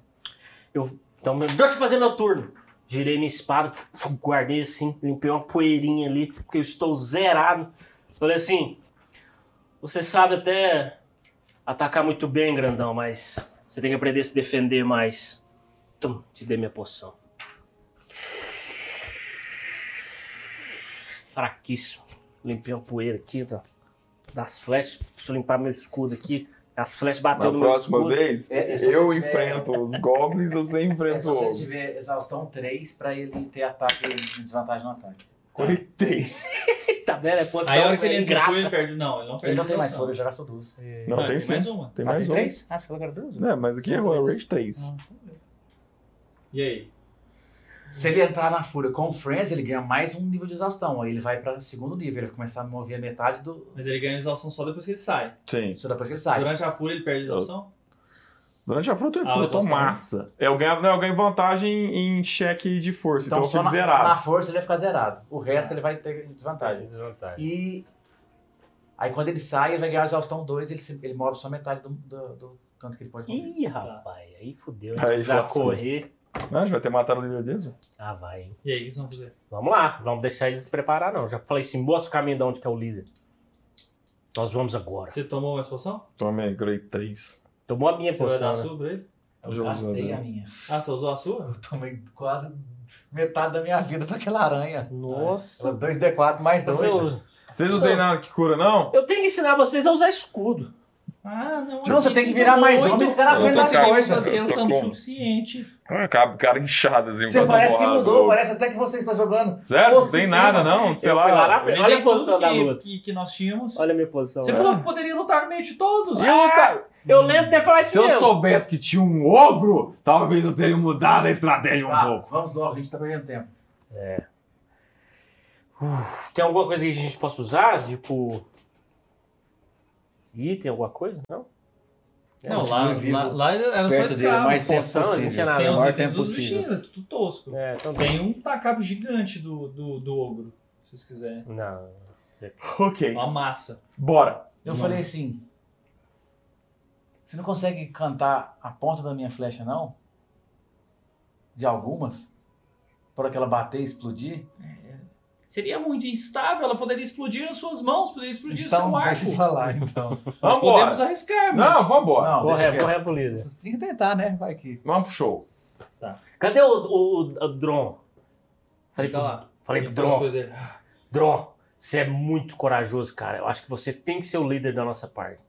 [SPEAKER 2] Então, meu- deixa eu fazer meu turno. Girei minha espada, guardei assim, limpei uma poeirinha ali, porque eu estou zerado. Falei assim: você sabe até atacar muito bem, grandão, mas você tem que aprender a se defender mais. Tum, te dei minha poção. Fraquíssimo. Limpei uma poeira aqui, tá? das flechas. Deixa eu limpar meu escudo aqui. As flechas
[SPEAKER 4] Na
[SPEAKER 2] bateu no meu
[SPEAKER 4] próxima
[SPEAKER 2] um escudo.
[SPEAKER 4] vez,
[SPEAKER 5] É, é só
[SPEAKER 4] eu
[SPEAKER 5] se tiver-
[SPEAKER 4] enfrento os goblins, você
[SPEAKER 5] É
[SPEAKER 4] enfrenta
[SPEAKER 5] se
[SPEAKER 4] o
[SPEAKER 5] você
[SPEAKER 4] ogro.
[SPEAKER 5] tiver exaustão 3 pra ele ter ataque de desvantagem no ataque.
[SPEAKER 4] Cortei.
[SPEAKER 2] Tá vendo? É poção,
[SPEAKER 1] Aí a hora que
[SPEAKER 2] é
[SPEAKER 1] ele entra,
[SPEAKER 2] ingrata.
[SPEAKER 1] foi, ele perde. Não, ele não perde.
[SPEAKER 5] Ele não tem mais
[SPEAKER 1] exaustão.
[SPEAKER 5] fôlego, já gastou duas.
[SPEAKER 4] Não,
[SPEAKER 1] Ah,
[SPEAKER 4] tem
[SPEAKER 1] tem
[SPEAKER 4] sim.
[SPEAKER 1] mais uma.
[SPEAKER 4] Tem
[SPEAKER 5] Ah,
[SPEAKER 4] mais
[SPEAKER 5] tem
[SPEAKER 4] um.
[SPEAKER 5] três? Ah, você falou que era duas?
[SPEAKER 4] Não, mas aqui errou, é Rage 3.
[SPEAKER 1] E aí?
[SPEAKER 5] Se ele entrar na fúria com o Friends, ele ganha mais um nível de exaustão. Aí ele vai pra segundo nível, ele vai começar a mover a metade do.
[SPEAKER 1] Mas ele ganha exaustão só depois que ele sai.
[SPEAKER 4] Sim.
[SPEAKER 5] Isso depois que ele sai.
[SPEAKER 1] Durante a fúria ele perde exaustão?
[SPEAKER 4] Durante a fruta eu
[SPEAKER 1] Ah,
[SPEAKER 4] fruto,
[SPEAKER 1] mas você
[SPEAKER 4] massa. É, Eu ganho, não, eu ganho vantagem em cheque de força, então, eu
[SPEAKER 5] só
[SPEAKER 4] fico
[SPEAKER 5] na, na
[SPEAKER 4] zerado.
[SPEAKER 5] força ele vai ficar zerado. O resto ele vai ter desvantagem.
[SPEAKER 2] Desvantagem.
[SPEAKER 5] E. Aí quando ele sai, ele vai ganhar exaustão 2, ele, se- ele move só metade do, do- do tanto que ele pode mover.
[SPEAKER 2] Ih, rapaz, aí fudeu.
[SPEAKER 4] Aí
[SPEAKER 2] já
[SPEAKER 4] lascou.
[SPEAKER 2] correr.
[SPEAKER 4] Não, a gente Ah, vai ter matado o líder deles. ó.
[SPEAKER 2] Ah, vai, hein?
[SPEAKER 1] E aí, o que eles vão fazer?
[SPEAKER 2] Vamos lá, vamos deixar eles se preparar, não. Já falei assim, mostra o caminho de onde que é o líder. Nós vamos agora.
[SPEAKER 1] Você tomou uma explosão?
[SPEAKER 4] Tomei, grade 3.
[SPEAKER 2] Tomou a minha
[SPEAKER 1] Você vai dar a
[SPEAKER 2] poção. né?
[SPEAKER 1] sua pra ele?
[SPEAKER 5] Eu
[SPEAKER 4] Já usou,
[SPEAKER 5] gastei
[SPEAKER 4] né?
[SPEAKER 5] a minha.
[SPEAKER 1] Ah, você usou a sua?
[SPEAKER 5] Eu tomei quase metade da minha vida pra aquela aranha.
[SPEAKER 2] Nossa.
[SPEAKER 5] Ela 2D4 mais 2.
[SPEAKER 2] Eu,
[SPEAKER 4] Vocês não têm nada que cura, não?
[SPEAKER 2] eu tenho que ensinar vocês a usar escudo.
[SPEAKER 9] Ah, não.
[SPEAKER 5] Não, você tem que virar mais homem e ficar na
[SPEAKER 4] Eu
[SPEAKER 5] frente
[SPEAKER 4] tô
[SPEAKER 5] das
[SPEAKER 4] caindo.
[SPEAKER 5] coisas.
[SPEAKER 9] Você é o
[SPEAKER 4] Tá
[SPEAKER 9] tanto
[SPEAKER 4] bom.
[SPEAKER 9] suficiente.
[SPEAKER 4] Ah, Cara, cara inchado assim.
[SPEAKER 5] Você
[SPEAKER 4] quando
[SPEAKER 5] parece que
[SPEAKER 4] voado.
[SPEAKER 5] mudou, parece até que você está jogando.
[SPEAKER 4] Sério? Não
[SPEAKER 5] Pô,
[SPEAKER 4] tem
[SPEAKER 5] sistema.
[SPEAKER 4] nada, não? Sei
[SPEAKER 2] Eu
[SPEAKER 4] lá.
[SPEAKER 2] fui lá na frente. Olha
[SPEAKER 9] Eu
[SPEAKER 2] a
[SPEAKER 9] olhei tudo
[SPEAKER 2] posição da
[SPEAKER 9] que-
[SPEAKER 2] luta.
[SPEAKER 9] Que, que nós tínhamos.
[SPEAKER 2] Olha a minha posição.
[SPEAKER 9] Você
[SPEAKER 2] né?
[SPEAKER 9] falou que poderia lutar no meio de todos.
[SPEAKER 2] Eu, luta- eu lembro de ter falado isso
[SPEAKER 3] Se eu
[SPEAKER 2] mesmo.
[SPEAKER 3] soubesse que tinha um ogro, talvez eu teria mudado a estratégia um
[SPEAKER 5] Tá,
[SPEAKER 4] Ah,
[SPEAKER 3] pouco.
[SPEAKER 5] vamos logo, a gente tá perdendo tempo.
[SPEAKER 2] Tem alguma coisa que a gente possa usar? Tipo. Item, alguma coisa? Não?
[SPEAKER 1] Não, lá,
[SPEAKER 6] continua vivo,
[SPEAKER 1] lá, lá era só
[SPEAKER 6] Perto dele, o
[SPEAKER 1] escravo.
[SPEAKER 6] mais tempo
[SPEAKER 2] Poção, a gente
[SPEAKER 6] possível.
[SPEAKER 2] era-
[SPEAKER 6] O
[SPEAKER 1] Tem
[SPEAKER 2] o
[SPEAKER 1] os
[SPEAKER 6] maior
[SPEAKER 1] itens
[SPEAKER 6] tempo
[SPEAKER 1] dos
[SPEAKER 6] possível.
[SPEAKER 1] bichinhos, tudo tosco.
[SPEAKER 2] É, então tem.
[SPEAKER 1] Tem um tacabo gigante do, do, do ogro, se vocês quiserem.
[SPEAKER 2] Não.
[SPEAKER 4] Ok.
[SPEAKER 1] Uma massa.
[SPEAKER 4] Bora.
[SPEAKER 5] Eu
[SPEAKER 1] Não.
[SPEAKER 5] falei assim. Você não consegue cantar a ponta da minha flecha, não? De algumas? Para que ela bater e explodir?
[SPEAKER 9] Seria muito instável, ela poderia explodir nas suas mãos, poderia explodir o
[SPEAKER 5] então,
[SPEAKER 9] seu
[SPEAKER 5] deixa eu
[SPEAKER 9] arco.
[SPEAKER 5] falar, então.
[SPEAKER 9] Nós
[SPEAKER 4] Vambora.
[SPEAKER 9] podemos arriscar, mas...
[SPEAKER 4] Não, vambora.
[SPEAKER 5] Não, deixa
[SPEAKER 2] Corre,
[SPEAKER 5] quieto.
[SPEAKER 2] corre pro líder.
[SPEAKER 5] Você Tem que tentar, né? Vai que.
[SPEAKER 4] Vamos pro show.
[SPEAKER 2] Cadê o, o, o Dron? Falei
[SPEAKER 1] Fica
[SPEAKER 2] pro,
[SPEAKER 1] lá.
[SPEAKER 2] falei pro
[SPEAKER 1] Ele põe as
[SPEAKER 2] Dron.
[SPEAKER 1] coisas dele.
[SPEAKER 2] Dron, você é muito corajoso, cara. Eu acho que você tem que ser o líder da nossa parte.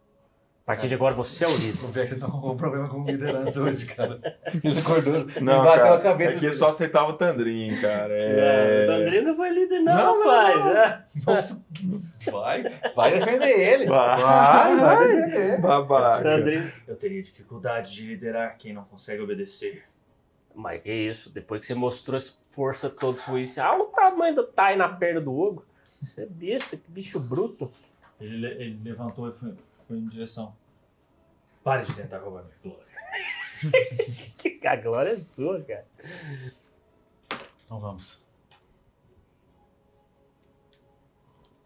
[SPEAKER 2] A partir de agora você é o líder.
[SPEAKER 6] O Vex tá com algum problema com liderança hoje, cara. Ele acordou.
[SPEAKER 4] Não,
[SPEAKER 6] e bateu
[SPEAKER 4] cara,
[SPEAKER 6] a cabeça.
[SPEAKER 4] é que eu só aceitava o Tandrin, cara.
[SPEAKER 2] É,
[SPEAKER 4] É...
[SPEAKER 2] o André não foi líder, não,
[SPEAKER 4] Não, não,
[SPEAKER 2] rapaz. né?
[SPEAKER 6] Vai, vai defender ele.
[SPEAKER 4] Vai, vai.
[SPEAKER 6] defender.
[SPEAKER 4] é Babaca.
[SPEAKER 2] é O André-
[SPEAKER 1] Eu teria dificuldade de liderar quem não consegue obedecer.
[SPEAKER 2] Mas que isso, depois que você mostrou essa força toda sua, isso- ah, o tamanho do Tai na perna do Hugo. Você é besta, que bicho bruto.
[SPEAKER 1] Ele, le- ele levantou e foi, foi em direção. Pare de tentar roubar minha glória.
[SPEAKER 2] Que a glória é sua, cara.
[SPEAKER 5] Então vamos.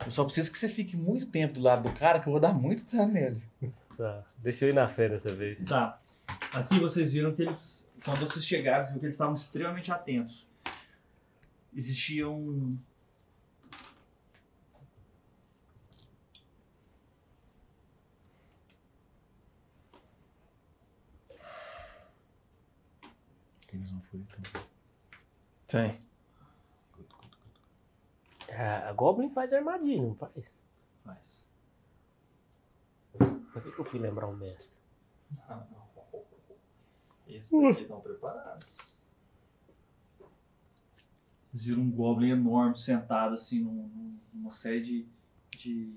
[SPEAKER 6] Eu só preciso que você fique muito tempo do lado do cara, que eu vou dar muito dano nele.
[SPEAKER 2] Tá, deixa eu ir na fé dessa vez.
[SPEAKER 1] Tá. Aqui vocês viram que eles, quando vocês chegaram, vocês viram que eles estavam extremamente atentos. Existia um.
[SPEAKER 5] então.
[SPEAKER 4] Tem.
[SPEAKER 2] Ah, a Goblin faz armadilha, não faz?
[SPEAKER 1] Mas.
[SPEAKER 2] Por que, que eu fui lembrar um mestre?
[SPEAKER 1] Ah, não. Esses daqui estão preparados. Vocês viram um goblin enorme sentado assim num- num- numa série de. de...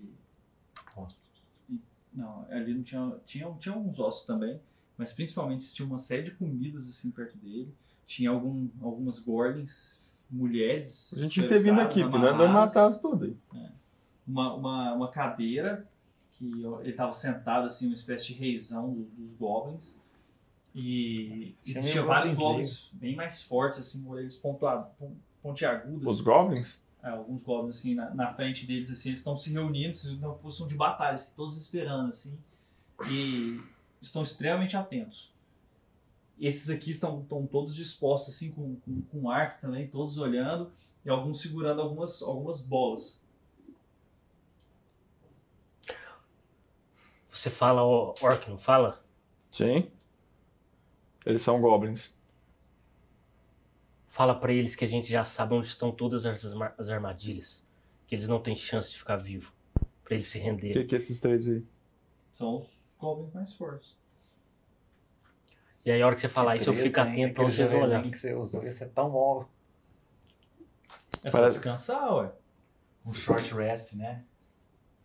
[SPEAKER 1] E- Não, ali não tinha, tinha. Tinha alguns ossos também, mas principalmente tinha uma série de comidas assim perto dele. Tinha algum, algumas gorlins, mulheres.
[SPEAKER 4] A gente tinha que ter vindo aqui, né?
[SPEAKER 1] escravizadas,
[SPEAKER 4] Fernando, eu
[SPEAKER 1] amarradas
[SPEAKER 4] matava tudo aí.
[SPEAKER 1] uma, uma, uma cadeira que ó, ele estava sentado assim, uma espécie de reizão do- dos goblins. E
[SPEAKER 6] Chama
[SPEAKER 1] existiam
[SPEAKER 6] ele
[SPEAKER 1] vários
[SPEAKER 6] Goblin
[SPEAKER 1] goblins bem mais fortes, assim, com orelhas pontua- pon- pontiagudas.
[SPEAKER 4] Os Goblins?
[SPEAKER 1] É, alguns goblins assim, na, na frente deles, assim, eles estão se reunindo, assim, numa posição de batalha, assim, todos esperando, assim, e estão extremamente atentos. Esses aqui estão, estão todos dispostos, assim, com, com, com arco também, todos olhando, e alguns segurando algumas, algumas bolas.
[SPEAKER 2] Você fala o Orc, não fala?
[SPEAKER 4] Sim. Eles são Goblins.
[SPEAKER 2] Fala pra eles que a gente já sabe onde estão todas as, arma- as armadilhas. Que eles não têm chance de ficar vivo. Pra eles se
[SPEAKER 4] O
[SPEAKER 2] renderem.
[SPEAKER 4] que, que esses três aí?
[SPEAKER 1] São os goblins mais fortes.
[SPEAKER 2] E aí, a hora que você falar isso, eu fico atento pra onde vocês vão olhar.
[SPEAKER 6] que você usou ia ser tão bom.
[SPEAKER 1] É só
[SPEAKER 4] Parece-
[SPEAKER 1] descansar, ué.
[SPEAKER 5] Um short rest, né?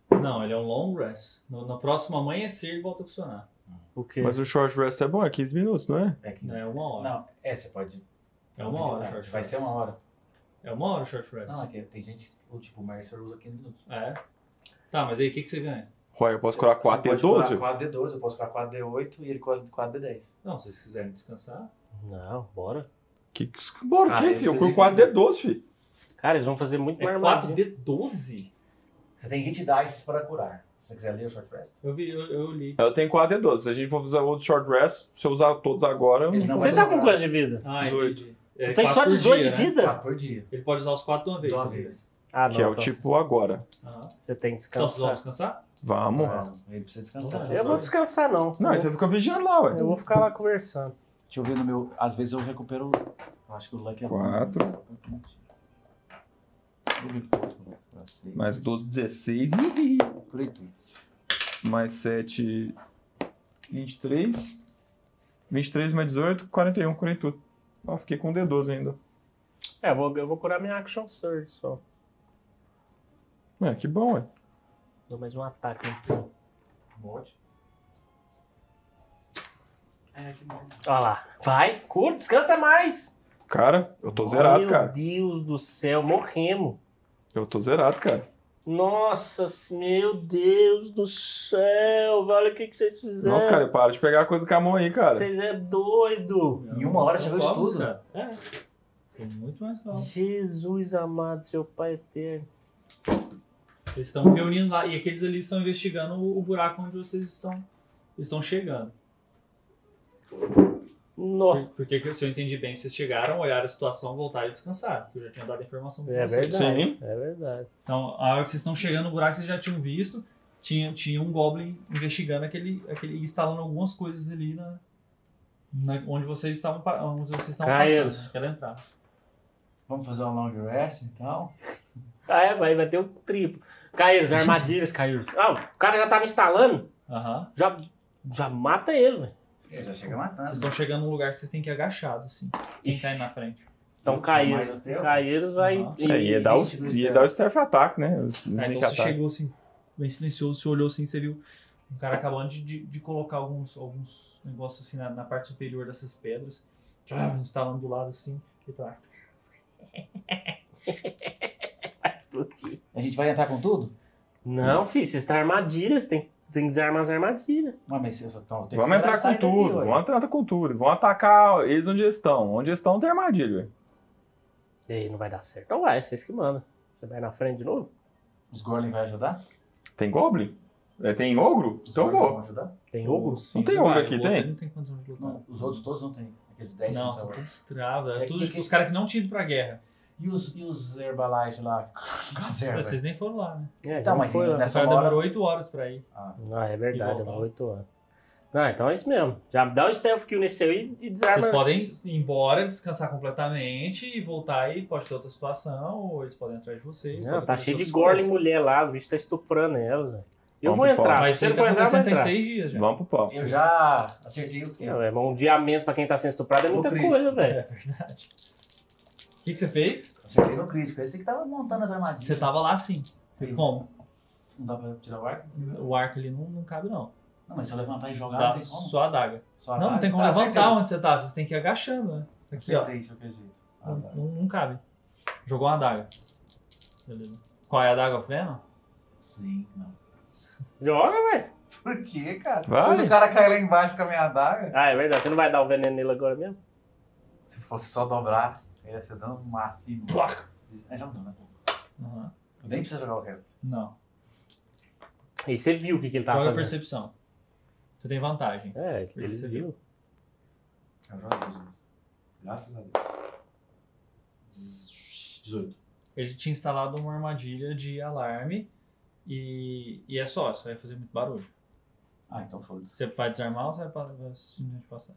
[SPEAKER 1] Não, ele é um long rest. No, na próxima amanhecer ele volta a funcionar.
[SPEAKER 2] O quê?
[SPEAKER 4] Mas o short rest é bom, é 15 minutos, não é?
[SPEAKER 5] É que-
[SPEAKER 1] Não, é uma hora.
[SPEAKER 5] Não, é, você pode.
[SPEAKER 1] é uma hora o short rest.
[SPEAKER 5] Vai ser uma hora.
[SPEAKER 1] É uma hora o short rest.
[SPEAKER 5] Não, é que tem gente, o tipo, o Mercer usa 15 minutos.
[SPEAKER 1] É. Tá, mas aí o que, que você ganha?
[SPEAKER 4] Roy, eu posso curar é 4 e 12?
[SPEAKER 5] 4D12, eu posso ficar 4D8 e ele corre 4D10.
[SPEAKER 1] Não, se vocês quiserem descansar.
[SPEAKER 2] Não, bora.
[SPEAKER 4] Que...
[SPEAKER 2] Ah,
[SPEAKER 4] Bora, o
[SPEAKER 6] Cara,
[SPEAKER 4] que, filho? Eu
[SPEAKER 6] vocês
[SPEAKER 4] curo
[SPEAKER 6] vivem-
[SPEAKER 4] 4D12, filho.
[SPEAKER 2] Cara, eles vão fazer muito
[SPEAKER 1] É
[SPEAKER 2] mais armadilha.
[SPEAKER 1] 4D12?
[SPEAKER 5] Você tem hit dice para curar. Se você quiser ler o short rest.
[SPEAKER 1] Eu, vi, eu, eu li.
[SPEAKER 4] Eu tenho 4D12. Se a gente for fazer outro short rest, se eu usar todos agora, eu
[SPEAKER 5] Ele não é
[SPEAKER 2] Você
[SPEAKER 5] vai
[SPEAKER 2] tá com
[SPEAKER 5] curar.
[SPEAKER 2] quanto de vida?
[SPEAKER 1] Ah,
[SPEAKER 4] Dezoito.
[SPEAKER 1] entendi.
[SPEAKER 2] Você
[SPEAKER 1] É
[SPEAKER 2] tem
[SPEAKER 1] quatro
[SPEAKER 2] só
[SPEAKER 1] por
[SPEAKER 2] 18
[SPEAKER 1] dia,
[SPEAKER 2] de
[SPEAKER 1] né?
[SPEAKER 2] vida?
[SPEAKER 5] 4 por dia.
[SPEAKER 1] Ele pode usar os 4 de uma vez.
[SPEAKER 5] De uma
[SPEAKER 1] sabia?
[SPEAKER 5] vez.
[SPEAKER 2] Ah,
[SPEAKER 4] que é o
[SPEAKER 2] então você-
[SPEAKER 4] tipo agora.
[SPEAKER 1] Aham.
[SPEAKER 2] Você tem que
[SPEAKER 1] Então vocês vão
[SPEAKER 2] descansar.
[SPEAKER 1] descansar?
[SPEAKER 4] Vamos.
[SPEAKER 2] Ah.
[SPEAKER 5] Não, ele precisa descansar.
[SPEAKER 2] Eu vou descansar, não.
[SPEAKER 4] Não, é aí
[SPEAKER 2] eu,
[SPEAKER 4] você fica vigiando lá, ué.
[SPEAKER 2] eu vou ficar lá conversando.
[SPEAKER 5] Deixa eu ver no meu. Às vezes eu recupero. Eu acho que o Lucky é né?
[SPEAKER 4] Quatro.
[SPEAKER 5] Mas...
[SPEAKER 4] Mais 12, 16.
[SPEAKER 5] Curei tudo.
[SPEAKER 4] Mais 7,
[SPEAKER 3] 23. 23 mais 18, 41, 42.
[SPEAKER 4] Ah,
[SPEAKER 3] Ó, fiquei com D12 ainda.
[SPEAKER 2] É, eu vou, eu vou curar minha Action Surge só.
[SPEAKER 3] É, que bom, ué.
[SPEAKER 2] Dou mais um ataque. né?
[SPEAKER 5] Mod. É, que bom.
[SPEAKER 2] Olha lá. Vai, cura, descansa mais.
[SPEAKER 3] Cara, eu tô zerado,
[SPEAKER 2] Meu
[SPEAKER 3] cara.
[SPEAKER 2] Deus do céu, morremos.
[SPEAKER 3] Eu tô zerado, cara.
[SPEAKER 2] Nossa, meu Deus do céu, olha o que, que vocês fizeram.
[SPEAKER 3] Nossa, cara, para de pegar a coisa com a mão aí, cara.
[SPEAKER 2] Vocês é doido.
[SPEAKER 5] Em uma hora
[SPEAKER 1] São
[SPEAKER 5] chegou isso
[SPEAKER 1] cobras,
[SPEAKER 5] tudo.
[SPEAKER 1] cara. É. Foi muito mais calmo.
[SPEAKER 2] Jesus amado, seu Pai eterno.
[SPEAKER 1] Eles estão reunindo lá. E aqueles ali estão investigando o, o buraco onde vocês estão, estão chegando.
[SPEAKER 2] Nossa.
[SPEAKER 1] Porque, se eu entendi bem, vocês chegaram, olharam a situação, voltaram e descansaram. Porque eu já tinha dado a informação pra
[SPEAKER 2] É
[SPEAKER 1] vocês.
[SPEAKER 2] verdade.
[SPEAKER 3] Sim.
[SPEAKER 2] É verdade.
[SPEAKER 1] Então, a hora que vocês estão chegando no buraco, vocês já tinham visto. Tinha, tinha um Goblin investigando aquele, aquele. e instalando algumas coisas ali na, na- onde vocês estavam, pa- onde vocês estavam
[SPEAKER 2] Caio.
[SPEAKER 1] passando. Quero entrar.
[SPEAKER 5] Vamos fazer um long rest, então?
[SPEAKER 2] Ah, é, vai, vai ter um triplo. Caíros, armadilhas, Caíros. Ah, o cara já tava instalando,
[SPEAKER 1] Aham.
[SPEAKER 2] já, já mata ele, velho.
[SPEAKER 5] É, já chega
[SPEAKER 1] Vocês
[SPEAKER 5] matando.
[SPEAKER 1] estão chegando num lugar que vocês têm que ir agachado, assim. Quem tá aí na frente.
[SPEAKER 2] Então, Caíros.
[SPEAKER 5] mais teu?
[SPEAKER 2] Caíros vai.
[SPEAKER 1] Aham.
[SPEAKER 2] e-
[SPEAKER 4] É, ia dar, o,
[SPEAKER 5] 22
[SPEAKER 4] ia
[SPEAKER 5] dela.
[SPEAKER 4] dar o Staff Attack, né? O
[SPEAKER 5] Ah,
[SPEAKER 1] Tá,
[SPEAKER 4] Sneak
[SPEAKER 1] então você
[SPEAKER 4] Attack.
[SPEAKER 1] chegou assim, bem silencioso, você olhou assim, você viu um cara acabando de, de, de colocar alguns, alguns negócios assim na, na parte superior dessas pedras. Ah, instalando do lado assim. E tá.
[SPEAKER 2] vai explodir.
[SPEAKER 5] A gente vai entrar com tudo?
[SPEAKER 2] Não, filho, vocês estão armadilhas, tem, tem que desarmar as armadilhas.
[SPEAKER 5] Não, mas eu só então, tem que
[SPEAKER 4] Vamos
[SPEAKER 5] esperar
[SPEAKER 4] entrar com
[SPEAKER 5] sair daqui,
[SPEAKER 4] tudo,
[SPEAKER 5] ué.
[SPEAKER 4] vamos entrar com tudo. Vão atacar eles onde eles estão. Onde eles estão tem armadilha.
[SPEAKER 2] E aí, não vai dar certo. Então vai, vocês que mandam. Você vai na frente de novo?
[SPEAKER 5] Os Gorlin vai ajudar?
[SPEAKER 4] Tem Goblin? É, tem Ogro?
[SPEAKER 5] Os
[SPEAKER 4] Então eu
[SPEAKER 5] Gorlin
[SPEAKER 4] vou.
[SPEAKER 5] vão ajudar?
[SPEAKER 2] Tem ogro?
[SPEAKER 4] Não tem
[SPEAKER 1] Vai,
[SPEAKER 4] ogro aqui,
[SPEAKER 1] o outro
[SPEAKER 4] tem?
[SPEAKER 1] ele Não tem condição de lutar.
[SPEAKER 5] Não, os outros todos não tem. Aqueles 10
[SPEAKER 1] Não,
[SPEAKER 5] não,
[SPEAKER 1] são todos trava.
[SPEAKER 5] É
[SPEAKER 1] É tudo,
[SPEAKER 5] que-
[SPEAKER 1] tipo, os caras que não tinham ido pra guerra.
[SPEAKER 5] E os, e os Herbalife lá? Com as ervas.
[SPEAKER 1] Vocês nem foram lá, né?
[SPEAKER 2] É,
[SPEAKER 5] Então,
[SPEAKER 2] já
[SPEAKER 5] mas
[SPEAKER 2] foi lá.
[SPEAKER 1] O
[SPEAKER 5] nessa
[SPEAKER 1] cara
[SPEAKER 5] hora...
[SPEAKER 1] demorou 8 horas pra ir.
[SPEAKER 2] Ah, é
[SPEAKER 1] E
[SPEAKER 2] verdade,
[SPEAKER 1] voltar.
[SPEAKER 2] é 8 anos. Não, então é isso mesmo. Já dá o stealth kill nesse aí e desarma.
[SPEAKER 1] Vocês podem ir embora, descansar completamente e voltar e pode ter outra situação, ou eles podem assim ir atrás de vocês.
[SPEAKER 2] Não,
[SPEAKER 1] pode
[SPEAKER 2] tá
[SPEAKER 1] acontecer
[SPEAKER 2] cheio de
[SPEAKER 1] outras
[SPEAKER 2] gorla e
[SPEAKER 1] coisas.
[SPEAKER 2] mulher lá, os bichos tá estuprando elas, velho. Eu vou
[SPEAKER 4] Vamos pro pau.
[SPEAKER 2] entrar,
[SPEAKER 1] Mas
[SPEAKER 2] se
[SPEAKER 1] isso
[SPEAKER 2] você
[SPEAKER 1] aí
[SPEAKER 2] não
[SPEAKER 1] tá
[SPEAKER 2] for entrar, eu vou
[SPEAKER 1] acontecendo tem
[SPEAKER 2] entrar.
[SPEAKER 1] seis dias já.
[SPEAKER 4] Vamos pro pau.
[SPEAKER 5] Eu já acertei o quê?
[SPEAKER 2] Não, é um dia a menos pra quem tá sendo estuprado é
[SPEAKER 5] No
[SPEAKER 2] muita
[SPEAKER 5] crítico.
[SPEAKER 2] coisa, velho.
[SPEAKER 1] É verdade. O que, que você fez?
[SPEAKER 5] Acertei no crítico. Esse que tava montando as armadilhas.
[SPEAKER 1] Você tá tava lá sim.
[SPEAKER 5] Sim.
[SPEAKER 1] Como?
[SPEAKER 5] Não dá pra tirar o arco?
[SPEAKER 1] O arco ali não, não cabe, não.
[SPEAKER 5] Não, mas se eu levantar e jogar,
[SPEAKER 1] Dá
[SPEAKER 5] não tem como.
[SPEAKER 1] Tá. só a daga.
[SPEAKER 5] Só
[SPEAKER 1] Não, não
[SPEAKER 5] ataque?
[SPEAKER 1] tem como
[SPEAKER 5] Tá,
[SPEAKER 1] levantar
[SPEAKER 5] acertei.
[SPEAKER 1] onde você tá. Vocês têm que ir agachando, né? Aqui, ó.
[SPEAKER 5] Acertei de qualquer jeito. Ah,
[SPEAKER 1] Não,
[SPEAKER 5] tá.
[SPEAKER 1] não, não cabe. Jogou uma adaga. Beleza. Qual é a adaga Venom?
[SPEAKER 5] Sim, não.
[SPEAKER 2] Joga, velho.
[SPEAKER 5] Por quê, cara?
[SPEAKER 4] Vai.
[SPEAKER 5] Mas o cara cai lá embaixo com a minha adaga.
[SPEAKER 2] Ah, é verdade, você não vai dar o veneno nele agora mesmo?
[SPEAKER 5] Se fosse só dobrar, ele ia ser dando um máximo.
[SPEAKER 1] Plac.
[SPEAKER 5] É, já não dá, né?
[SPEAKER 1] Aham.
[SPEAKER 5] Nem precisa jogar o resto.
[SPEAKER 1] Não.
[SPEAKER 2] E você viu o que, que
[SPEAKER 5] Tá
[SPEAKER 2] ele tava
[SPEAKER 1] Joga
[SPEAKER 2] fazendo.
[SPEAKER 1] percepção. Você tem vantagem.
[SPEAKER 2] É, ele
[SPEAKER 1] Percebeu.
[SPEAKER 2] viu.
[SPEAKER 5] Eu jogo Jesus. Graças a Deus. 18.
[SPEAKER 1] Ele tinha instalado uma armadilha de alarme e, e é só, isso vai fazer muito barulho.
[SPEAKER 5] Ah, então foda-se.
[SPEAKER 1] Você vai desarmar ou você vai, pa- vai simplesmente passar?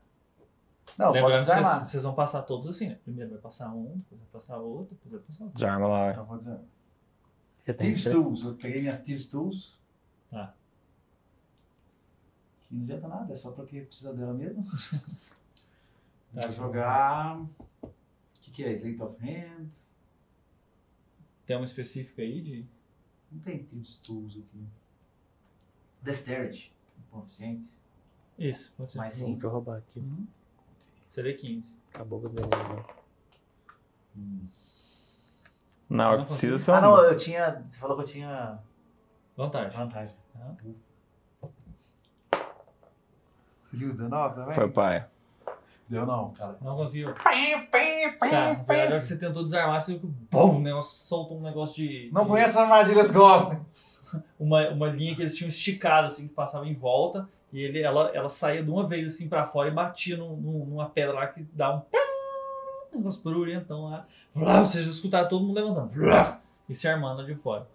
[SPEAKER 5] Não, posso
[SPEAKER 1] Lembrando que
[SPEAKER 5] desarmar.
[SPEAKER 1] vocês, vocês vão passar todos assim, né? Primeiro vai passar um, depois vai passar outro, depois vai passar outro.
[SPEAKER 4] Desarma lá.
[SPEAKER 5] Então vou desarmar.
[SPEAKER 2] Você tem
[SPEAKER 5] Thieves
[SPEAKER 2] que
[SPEAKER 5] Tools. Eu peguei minha Thieves Tools.
[SPEAKER 1] Tá.
[SPEAKER 5] Que não adianta nada, é só pra quem precisa dela mesmo.
[SPEAKER 1] Tá,
[SPEAKER 5] Vou jogar. O que, que é? Slate of Hand.
[SPEAKER 1] Tem uma específica aí de.
[SPEAKER 5] Não tem Thieves Tools aqui. Um Desterity. Proficiente.
[SPEAKER 1] Isso, pode ser.
[SPEAKER 5] Mais
[SPEAKER 2] Sim,
[SPEAKER 5] 5.
[SPEAKER 2] deixa eu roubar aqui.
[SPEAKER 1] CD15.
[SPEAKER 2] Acabou com o né? veneno.
[SPEAKER 4] Na hora
[SPEAKER 1] Não
[SPEAKER 4] que precisa ser
[SPEAKER 5] Ah, não,
[SPEAKER 4] um.
[SPEAKER 5] eu tinha. Você falou que eu tinha
[SPEAKER 1] Vantagem.
[SPEAKER 5] vantagem.
[SPEAKER 1] Aham.
[SPEAKER 5] Você viu 19 também?
[SPEAKER 4] Foi pai.
[SPEAKER 5] Deu não, cara.
[SPEAKER 1] Não conseguiu. Tá, na verdade, a hora que você tentou desarmar, você viu que bom, o negócio soltou um negócio de.
[SPEAKER 5] Não
[SPEAKER 1] de-
[SPEAKER 5] conheço armadilhas goblins.
[SPEAKER 1] uma, uma linha que eles tinham esticado, assim, que passava em volta, e ele, ela, ela saía de uma vez, assim, pra fora e batia num- num- numa pedra lá que dá um... pim, Um negócio barulhentão lá. Vrá, Vocês escutaram todo mundo levantando. vrá, E se armando de fora.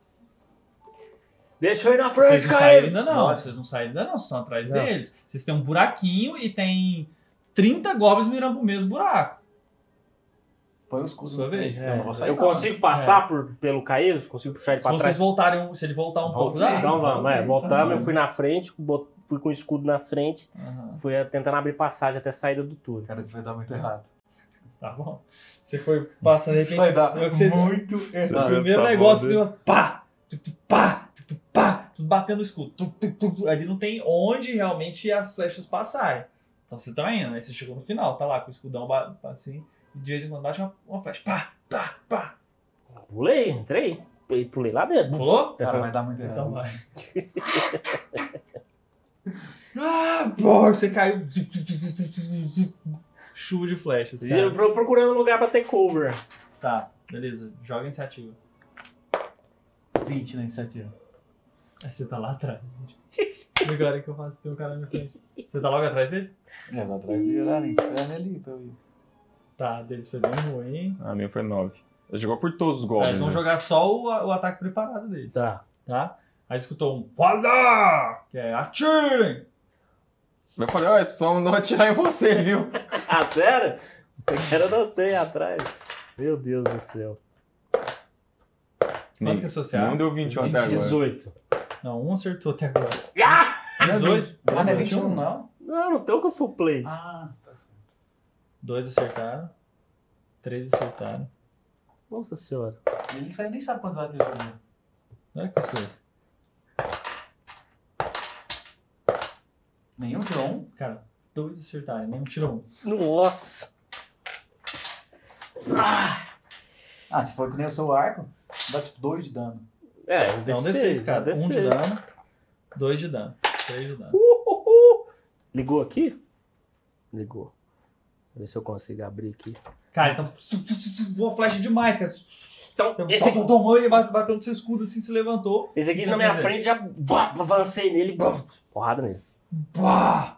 [SPEAKER 2] Deixa eu ir na
[SPEAKER 1] Vocês
[SPEAKER 2] frente,
[SPEAKER 1] não saíram
[SPEAKER 2] Caíros.
[SPEAKER 1] ainda não.
[SPEAKER 5] Nossa.
[SPEAKER 1] Vocês não saíram ainda não. Vocês estão atrás
[SPEAKER 2] Não.
[SPEAKER 1] deles. Vocês têm um buraquinho e tem 30 goblins mirando pro mesmo buraco.
[SPEAKER 5] Põe o escudo.
[SPEAKER 1] Sua
[SPEAKER 5] no
[SPEAKER 1] vez.
[SPEAKER 5] peito, É, Eu não vou sair.
[SPEAKER 2] eu
[SPEAKER 5] não.
[SPEAKER 2] consigo passar por, pelo Caíros? Consigo puxar ele
[SPEAKER 1] Se
[SPEAKER 2] pra
[SPEAKER 1] vocês
[SPEAKER 2] trás?
[SPEAKER 1] voltarem, um- se ele voltar um pouco,
[SPEAKER 5] Voltei.
[SPEAKER 1] dá.
[SPEAKER 2] Então vamos,
[SPEAKER 5] Voltei,
[SPEAKER 2] é,
[SPEAKER 5] tá
[SPEAKER 2] voltamos, eu
[SPEAKER 5] bom.
[SPEAKER 2] fui na frente, bot- fui com o escudo na frente,
[SPEAKER 1] Aham,
[SPEAKER 2] fui é, tentando abrir passagem até a saída do túnel.
[SPEAKER 5] Cara, isso vai dar muito errado.
[SPEAKER 1] Tá bom. Você foi passando de
[SPEAKER 5] Isso vai
[SPEAKER 1] repente.
[SPEAKER 5] dar
[SPEAKER 1] eu que você-
[SPEAKER 5] muito
[SPEAKER 1] O
[SPEAKER 5] errado.
[SPEAKER 1] primeiro
[SPEAKER 4] Essa
[SPEAKER 1] negócio
[SPEAKER 4] roda.
[SPEAKER 1] deu uma pá! Tu, tu, pá! Tu, tu, pá! Tu batendo no escudo. Tu, tu, tu, tu. Ali não tem onde realmente as flechas passarem. Então você tá indo, aí você chegou no final, tá lá com o escudão ba- assim, e de vez em quando bate uma, uma flecha. Pá! Pá! Pá!
[SPEAKER 2] Pulei, entrei, pulei, pulei lá dentro.
[SPEAKER 1] Pulou?
[SPEAKER 5] Cara, vai dar muito errado.
[SPEAKER 1] Então vai. ah, pô, você caiu. Chuva de flechas.
[SPEAKER 2] E
[SPEAKER 1] Cara.
[SPEAKER 2] eu pro- procurando um lugar pra ter cover.
[SPEAKER 1] Tá, beleza. Joga a iniciativa.
[SPEAKER 5] 20 na iniciativa.
[SPEAKER 1] Aí você tá lá atrás. gente. E agora que eu faço? Tem um cara na minha frente. Você tá logo atrás dele?
[SPEAKER 5] É, lá atrás do Yolarim, esperando ali pra eu ir.
[SPEAKER 1] Tá, deles foi bem ruim.
[SPEAKER 4] A minha Ah, foi 9. Jogou por todos os
[SPEAKER 1] Tá,
[SPEAKER 4] goblins.
[SPEAKER 1] eles vão
[SPEAKER 4] né?
[SPEAKER 1] jogar só o, o ataque preparado deles.
[SPEAKER 2] Tá.
[SPEAKER 1] tá? Aí escutou um Fala! Que é atirem!
[SPEAKER 4] Eu falei, ó, eles vão não atirar em você, viu?
[SPEAKER 2] Ah, sério? Eu quero você atrás. Meu Deus do céu.
[SPEAKER 1] Quanto que é associado?
[SPEAKER 4] Não deu 21 até agora.
[SPEAKER 2] 18.
[SPEAKER 1] Não, um acertou até agora. 18?
[SPEAKER 5] Ah, não é 21, não?
[SPEAKER 2] Não, não tem o que eu for play.
[SPEAKER 5] Ah, tá certo.
[SPEAKER 1] Dois acertaram. Três acertaram.
[SPEAKER 2] Nossa senhora.
[SPEAKER 5] Ele nem sabe- nem sabe quantos lados ele jogou.
[SPEAKER 1] Não é que eu sei.
[SPEAKER 5] Nenhum tirou um.
[SPEAKER 1] Cara, dois acertaram, nem tirou um.
[SPEAKER 2] Nossa.
[SPEAKER 5] Ah, se for que nem o seu arco, dá tipo 2 de dano.
[SPEAKER 2] É, um
[SPEAKER 1] Dá um
[SPEAKER 2] D6,
[SPEAKER 1] D6, cara. Um de
[SPEAKER 2] D6.
[SPEAKER 1] dano. Dois de dano. Três de
[SPEAKER 5] Uh!
[SPEAKER 1] dano.
[SPEAKER 2] Ligou aqui? Ligou. Deixa eu ver se eu consigo abrir aqui.
[SPEAKER 1] Cara, então voa flecha demais, cara. Então,
[SPEAKER 2] esse aqui-
[SPEAKER 1] tomou, ele bate- bateu no seu escudo assim, se levantou.
[SPEAKER 2] Esse aqui na minha frente já bah, avancei nele. bah, porrada nele.
[SPEAKER 1] Pá!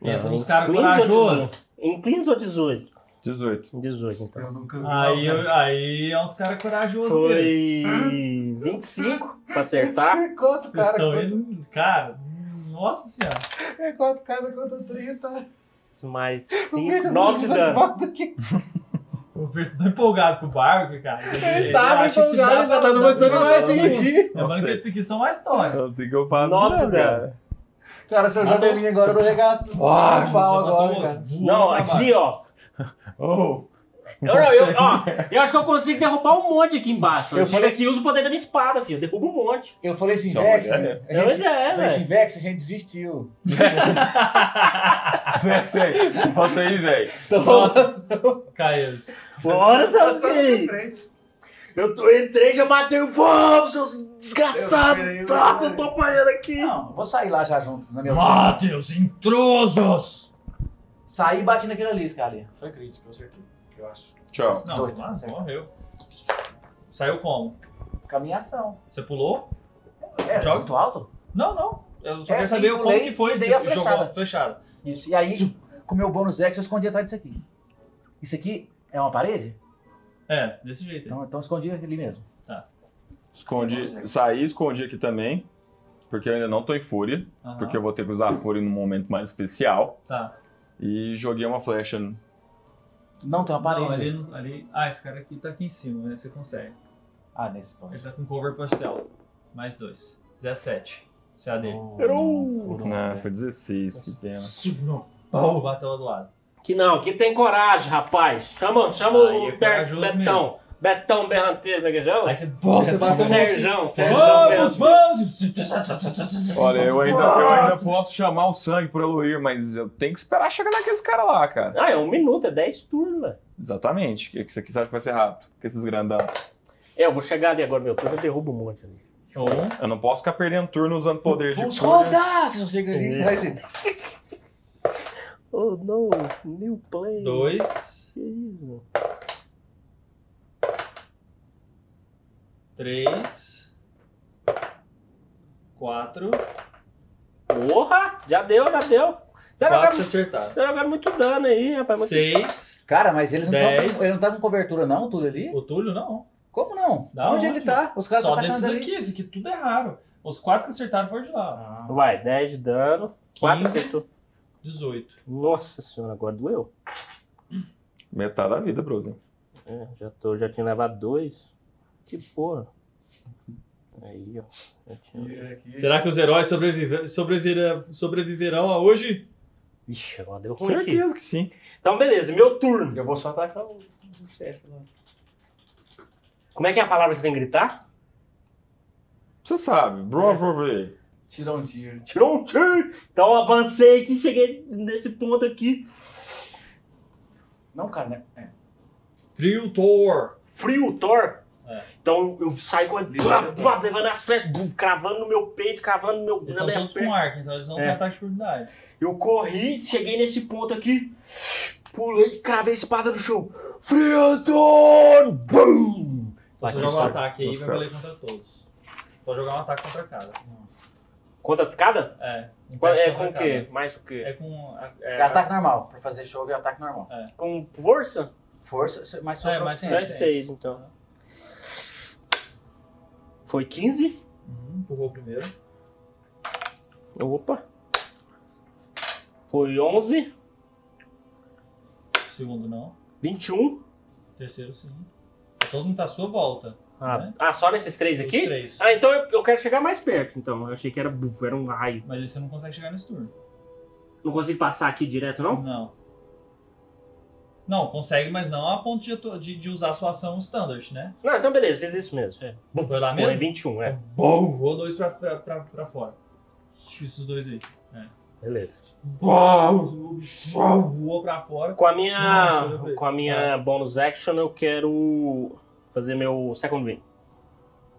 [SPEAKER 1] Pensa
[SPEAKER 2] Não,
[SPEAKER 1] nos caras
[SPEAKER 2] inclines ou
[SPEAKER 1] corajosos.
[SPEAKER 2] 18? Inclines ou 18?
[SPEAKER 4] 18.
[SPEAKER 2] 18, então.
[SPEAKER 5] nunca
[SPEAKER 1] Aí,
[SPEAKER 5] né?
[SPEAKER 1] eu- aí é uns caras corajosos mesmo.
[SPEAKER 2] Foi 25 pra acertar.
[SPEAKER 5] Ah, Quanto
[SPEAKER 1] Vocês
[SPEAKER 5] cara?
[SPEAKER 1] estão
[SPEAKER 5] Quanto...
[SPEAKER 1] indo. Cara, nossa senhora.
[SPEAKER 5] É quanto cara? Quanto 30?
[SPEAKER 2] Mais
[SPEAKER 5] O
[SPEAKER 2] 5,
[SPEAKER 5] Brito
[SPEAKER 2] 9 de
[SPEAKER 5] tá
[SPEAKER 2] dano.
[SPEAKER 5] desarmado aqui.
[SPEAKER 1] O Berto tá empolgado com o barco, cara. Ele, ele
[SPEAKER 5] Tava
[SPEAKER 1] acha que dá
[SPEAKER 5] empolgado,
[SPEAKER 1] pra
[SPEAKER 5] já tá
[SPEAKER 1] dar-
[SPEAKER 5] no meu
[SPEAKER 4] dando-
[SPEAKER 5] aqui.
[SPEAKER 1] Lembrando que esses aqui são mais história.
[SPEAKER 4] Não sei o que eu faço.
[SPEAKER 2] Nove
[SPEAKER 4] não,
[SPEAKER 2] de
[SPEAKER 4] cara.
[SPEAKER 5] Cara, seu
[SPEAKER 1] Matou.
[SPEAKER 5] janelinho agora eu regaço. Uau, pau Ah, agora, cara.
[SPEAKER 2] Não, aqui, ó.
[SPEAKER 4] Oh,
[SPEAKER 2] Eu, não, eu, ó. eu acho que eu consigo derrubar um monte aqui embaixo. Eu,
[SPEAKER 5] Eu
[SPEAKER 2] falei
[SPEAKER 5] falei-
[SPEAKER 2] que usa o poder da minha espada, filho. Eu derrubo um monte.
[SPEAKER 5] Eu falei assim,
[SPEAKER 4] Não,
[SPEAKER 5] Vex,
[SPEAKER 4] mas
[SPEAKER 5] a
[SPEAKER 4] é.
[SPEAKER 5] gente...
[SPEAKER 2] É uma ideia,
[SPEAKER 5] eu falei assim,
[SPEAKER 2] velho.
[SPEAKER 5] Vex, a gente desistiu.
[SPEAKER 1] né?
[SPEAKER 4] velho, sei. Volta aí, velho.
[SPEAKER 1] Nossa, Caio.
[SPEAKER 2] Bora,
[SPEAKER 1] assim.
[SPEAKER 2] seus filhos. Eu, tô, eu entrei, já matei o voo, seus
[SPEAKER 5] Eu
[SPEAKER 2] desgraçados.
[SPEAKER 5] sei, eu
[SPEAKER 2] Tá,
[SPEAKER 5] sei.
[SPEAKER 2] eu tô apanhando aqui.
[SPEAKER 5] Não, eu vou sair lá já junto, na minha
[SPEAKER 1] Mate os intrusos!
[SPEAKER 5] Saí e bati naquele ali, cara. ali. Foi crítico, eu acertei. Eu acho.
[SPEAKER 4] Tchau.
[SPEAKER 1] Não,
[SPEAKER 5] Doido.
[SPEAKER 1] mas morreu. Saiu como?
[SPEAKER 5] Caminhação.
[SPEAKER 1] Você pulou?
[SPEAKER 5] É,
[SPEAKER 1] Joga.
[SPEAKER 5] muito alto?
[SPEAKER 1] Não, não. Eu só
[SPEAKER 5] É,
[SPEAKER 1] quero
[SPEAKER 5] sim,
[SPEAKER 1] saber como
[SPEAKER 5] pulei
[SPEAKER 1] que foi.
[SPEAKER 5] e dei a
[SPEAKER 1] Você Jogou
[SPEAKER 5] flechada.
[SPEAKER 1] flechada.
[SPEAKER 5] Isso. E aí, com o meu bônus X, eu escondi atrás disso aqui. Isso aqui é uma parede?
[SPEAKER 1] É, desse jeito. aí.
[SPEAKER 5] Então, então eu escondi ali mesmo.
[SPEAKER 4] Escondi, saí, escondi aqui também. Porque eu ainda não tô em fúria.
[SPEAKER 1] Aham,
[SPEAKER 4] Porque eu vou ter que usar a fúria num momento mais especial.
[SPEAKER 1] Tá.
[SPEAKER 4] E joguei uma flecha. no-
[SPEAKER 5] Não tem uma parede.
[SPEAKER 1] Não, ali,
[SPEAKER 5] velho.
[SPEAKER 1] não- ali... Ah, esse cara aqui tá aqui em cima, né? Você consegue.
[SPEAKER 5] Ah, nesse ponto.
[SPEAKER 1] Ele tá com cover parcial. Mais dois. 17. CA dele. né?
[SPEAKER 4] Não, né? foi 16. Que pena.
[SPEAKER 1] Segurou. Pau, bateu lá do lado.
[SPEAKER 2] Que não, que tem coragem, rapaz. Chama, chama
[SPEAKER 1] Aí, é
[SPEAKER 2] o Ber-
[SPEAKER 1] corajoso
[SPEAKER 2] Betão.
[SPEAKER 1] mesmo.
[SPEAKER 2] Betão Berranteiro, como é que chama?
[SPEAKER 1] Aí você, pô, você bateu no
[SPEAKER 2] Serjão, Serjão
[SPEAKER 1] Vamos,
[SPEAKER 2] Berranteiro.
[SPEAKER 1] vamos!
[SPEAKER 4] Olha, eu ainda, eu ainda posso chamar o sangue por Eloir, mas eu tenho que esperar chegar naqueles caras lá, cara.
[SPEAKER 2] Ah, é um minuto, é 10 turnos, velho.
[SPEAKER 4] Exatamente. Que Isso aqui você acha que vai ser rápido. Com esses grandão.
[SPEAKER 2] É, eu vou chegar ali agora, meu turno, eu derrubo um monte ali.
[SPEAKER 1] Um,
[SPEAKER 4] Eu não posso ficar perdendo turno usando poder de
[SPEAKER 5] Vamos
[SPEAKER 4] fúria.
[SPEAKER 5] rodar! Se você chega ali,
[SPEAKER 2] É.
[SPEAKER 5] faz isso.
[SPEAKER 2] Oh, não, new play.
[SPEAKER 1] Um, dois,
[SPEAKER 2] Que isso?
[SPEAKER 1] três, quatro,
[SPEAKER 2] Porra! Já deu, já deu.
[SPEAKER 1] quatro se
[SPEAKER 2] Já jogaram,
[SPEAKER 1] acertaram.
[SPEAKER 2] já jogaram Então, muito dano aí, rapaz. Muito...
[SPEAKER 1] Seis,
[SPEAKER 5] Cara, mas eles não
[SPEAKER 1] Dez.
[SPEAKER 5] tão- ele não tá com cobertura não, tudo ali?
[SPEAKER 1] o Túlio não.
[SPEAKER 5] Como não?
[SPEAKER 1] Da
[SPEAKER 5] onde,
[SPEAKER 1] onde?
[SPEAKER 5] ele tá? Os caras
[SPEAKER 1] Só
[SPEAKER 5] estão
[SPEAKER 1] desses
[SPEAKER 5] atacando ali.
[SPEAKER 1] aqui, esse aqui tudo é raro. Os quatro que acertaram foram de lá.
[SPEAKER 2] Vai, 10 de dano. 4
[SPEAKER 1] 15.
[SPEAKER 2] acertou.
[SPEAKER 1] 18.
[SPEAKER 2] Nossa senhora, agora doeu.
[SPEAKER 4] Metade da vida, Bruno.
[SPEAKER 2] É, já, tô, já tinha levado dois. Que porra. Aí, ó. Eu tinha-
[SPEAKER 5] E aqui-
[SPEAKER 1] Será que os heróis sobreviver, sobreviver, sobreviverão a hoje?
[SPEAKER 2] Vixe, agora deu
[SPEAKER 4] Com
[SPEAKER 2] ruim aqui.
[SPEAKER 4] certeza que sim.
[SPEAKER 2] Então, beleza, meu turno.
[SPEAKER 5] Eu vou só atacar o, o chefe lá.
[SPEAKER 2] Como é que é a palavra que tem que gritar?
[SPEAKER 4] Você sabe, bro, bro, bro.
[SPEAKER 5] Tirar um tiro.
[SPEAKER 2] Tirou um tiro! Então eu avancei aqui, cheguei nesse ponto aqui.
[SPEAKER 5] Não, cara, né? É.
[SPEAKER 1] Frio Thor!
[SPEAKER 2] Frio o Thor.
[SPEAKER 1] É.
[SPEAKER 2] Então eu saio com ele, blá, blá, levando as flechas, bum, cravando no meu peito, cravando no meu,
[SPEAKER 1] Eles
[SPEAKER 2] na
[SPEAKER 1] são
[SPEAKER 2] minha
[SPEAKER 1] todos
[SPEAKER 2] perna.
[SPEAKER 1] com arco, então eles não
[SPEAKER 2] É.
[SPEAKER 1] têm ataque de oportunidade.
[SPEAKER 2] Eu corri, cheguei nesse ponto aqui, pulei, cravei a espada no chão. Friandon! Bum!
[SPEAKER 1] Você
[SPEAKER 2] Bate
[SPEAKER 1] joga um
[SPEAKER 2] só.
[SPEAKER 1] ataque aí e
[SPEAKER 4] Os
[SPEAKER 1] vai valer
[SPEAKER 4] caras.
[SPEAKER 1] contra todos. Pode jogar um ataque contra cada.
[SPEAKER 2] Conta cada?
[SPEAKER 1] É. um
[SPEAKER 2] Qual-
[SPEAKER 1] teste
[SPEAKER 2] é com
[SPEAKER 1] contra
[SPEAKER 2] o quê?
[SPEAKER 1] cada.
[SPEAKER 2] Mais o quê?
[SPEAKER 1] É com.
[SPEAKER 5] É
[SPEAKER 1] É,
[SPEAKER 5] ataque normal. Pra fazer show é ataque normal.
[SPEAKER 2] Com força?
[SPEAKER 5] Força, mas só
[SPEAKER 1] É,
[SPEAKER 5] é,
[SPEAKER 1] mas
[SPEAKER 5] proficiência.
[SPEAKER 2] Mais 6, então. Foi 15?
[SPEAKER 1] Uhum, empurrou o primeiro.
[SPEAKER 2] Opa. Foi 11,
[SPEAKER 1] Segundo não.
[SPEAKER 2] 21.
[SPEAKER 1] Terceiro sim. Todo mundo tá à sua volta.
[SPEAKER 2] Ah,
[SPEAKER 1] né?
[SPEAKER 2] ah, só nesses três
[SPEAKER 1] Os
[SPEAKER 2] aqui?
[SPEAKER 1] três.
[SPEAKER 2] Ah, então eu, eu quero chegar mais perto, então. Eu achei que era, buf, era um raio.
[SPEAKER 1] Mas aí você não consegue chegar nesse turno.
[SPEAKER 2] Não consegui passar aqui direto, não?
[SPEAKER 1] Não. Não, consegue, mas não a ponto de, atu- de- de usar a sua ação standard, né?
[SPEAKER 2] Não, então beleza, fiz isso mesmo. É. Bum,
[SPEAKER 1] Foi lá
[SPEAKER 2] Bom, é
[SPEAKER 1] mesmo?
[SPEAKER 2] 21, é.
[SPEAKER 1] Bom, voou dois pra, pra, pra, pra fora. Esses dois aí.
[SPEAKER 2] Beleza.
[SPEAKER 1] Bom, o bicho voou pra fora.
[SPEAKER 2] Com a minha,
[SPEAKER 1] Nossa, eu lembrei.
[SPEAKER 2] com a minha bonus action, eu quero fazer meu second win.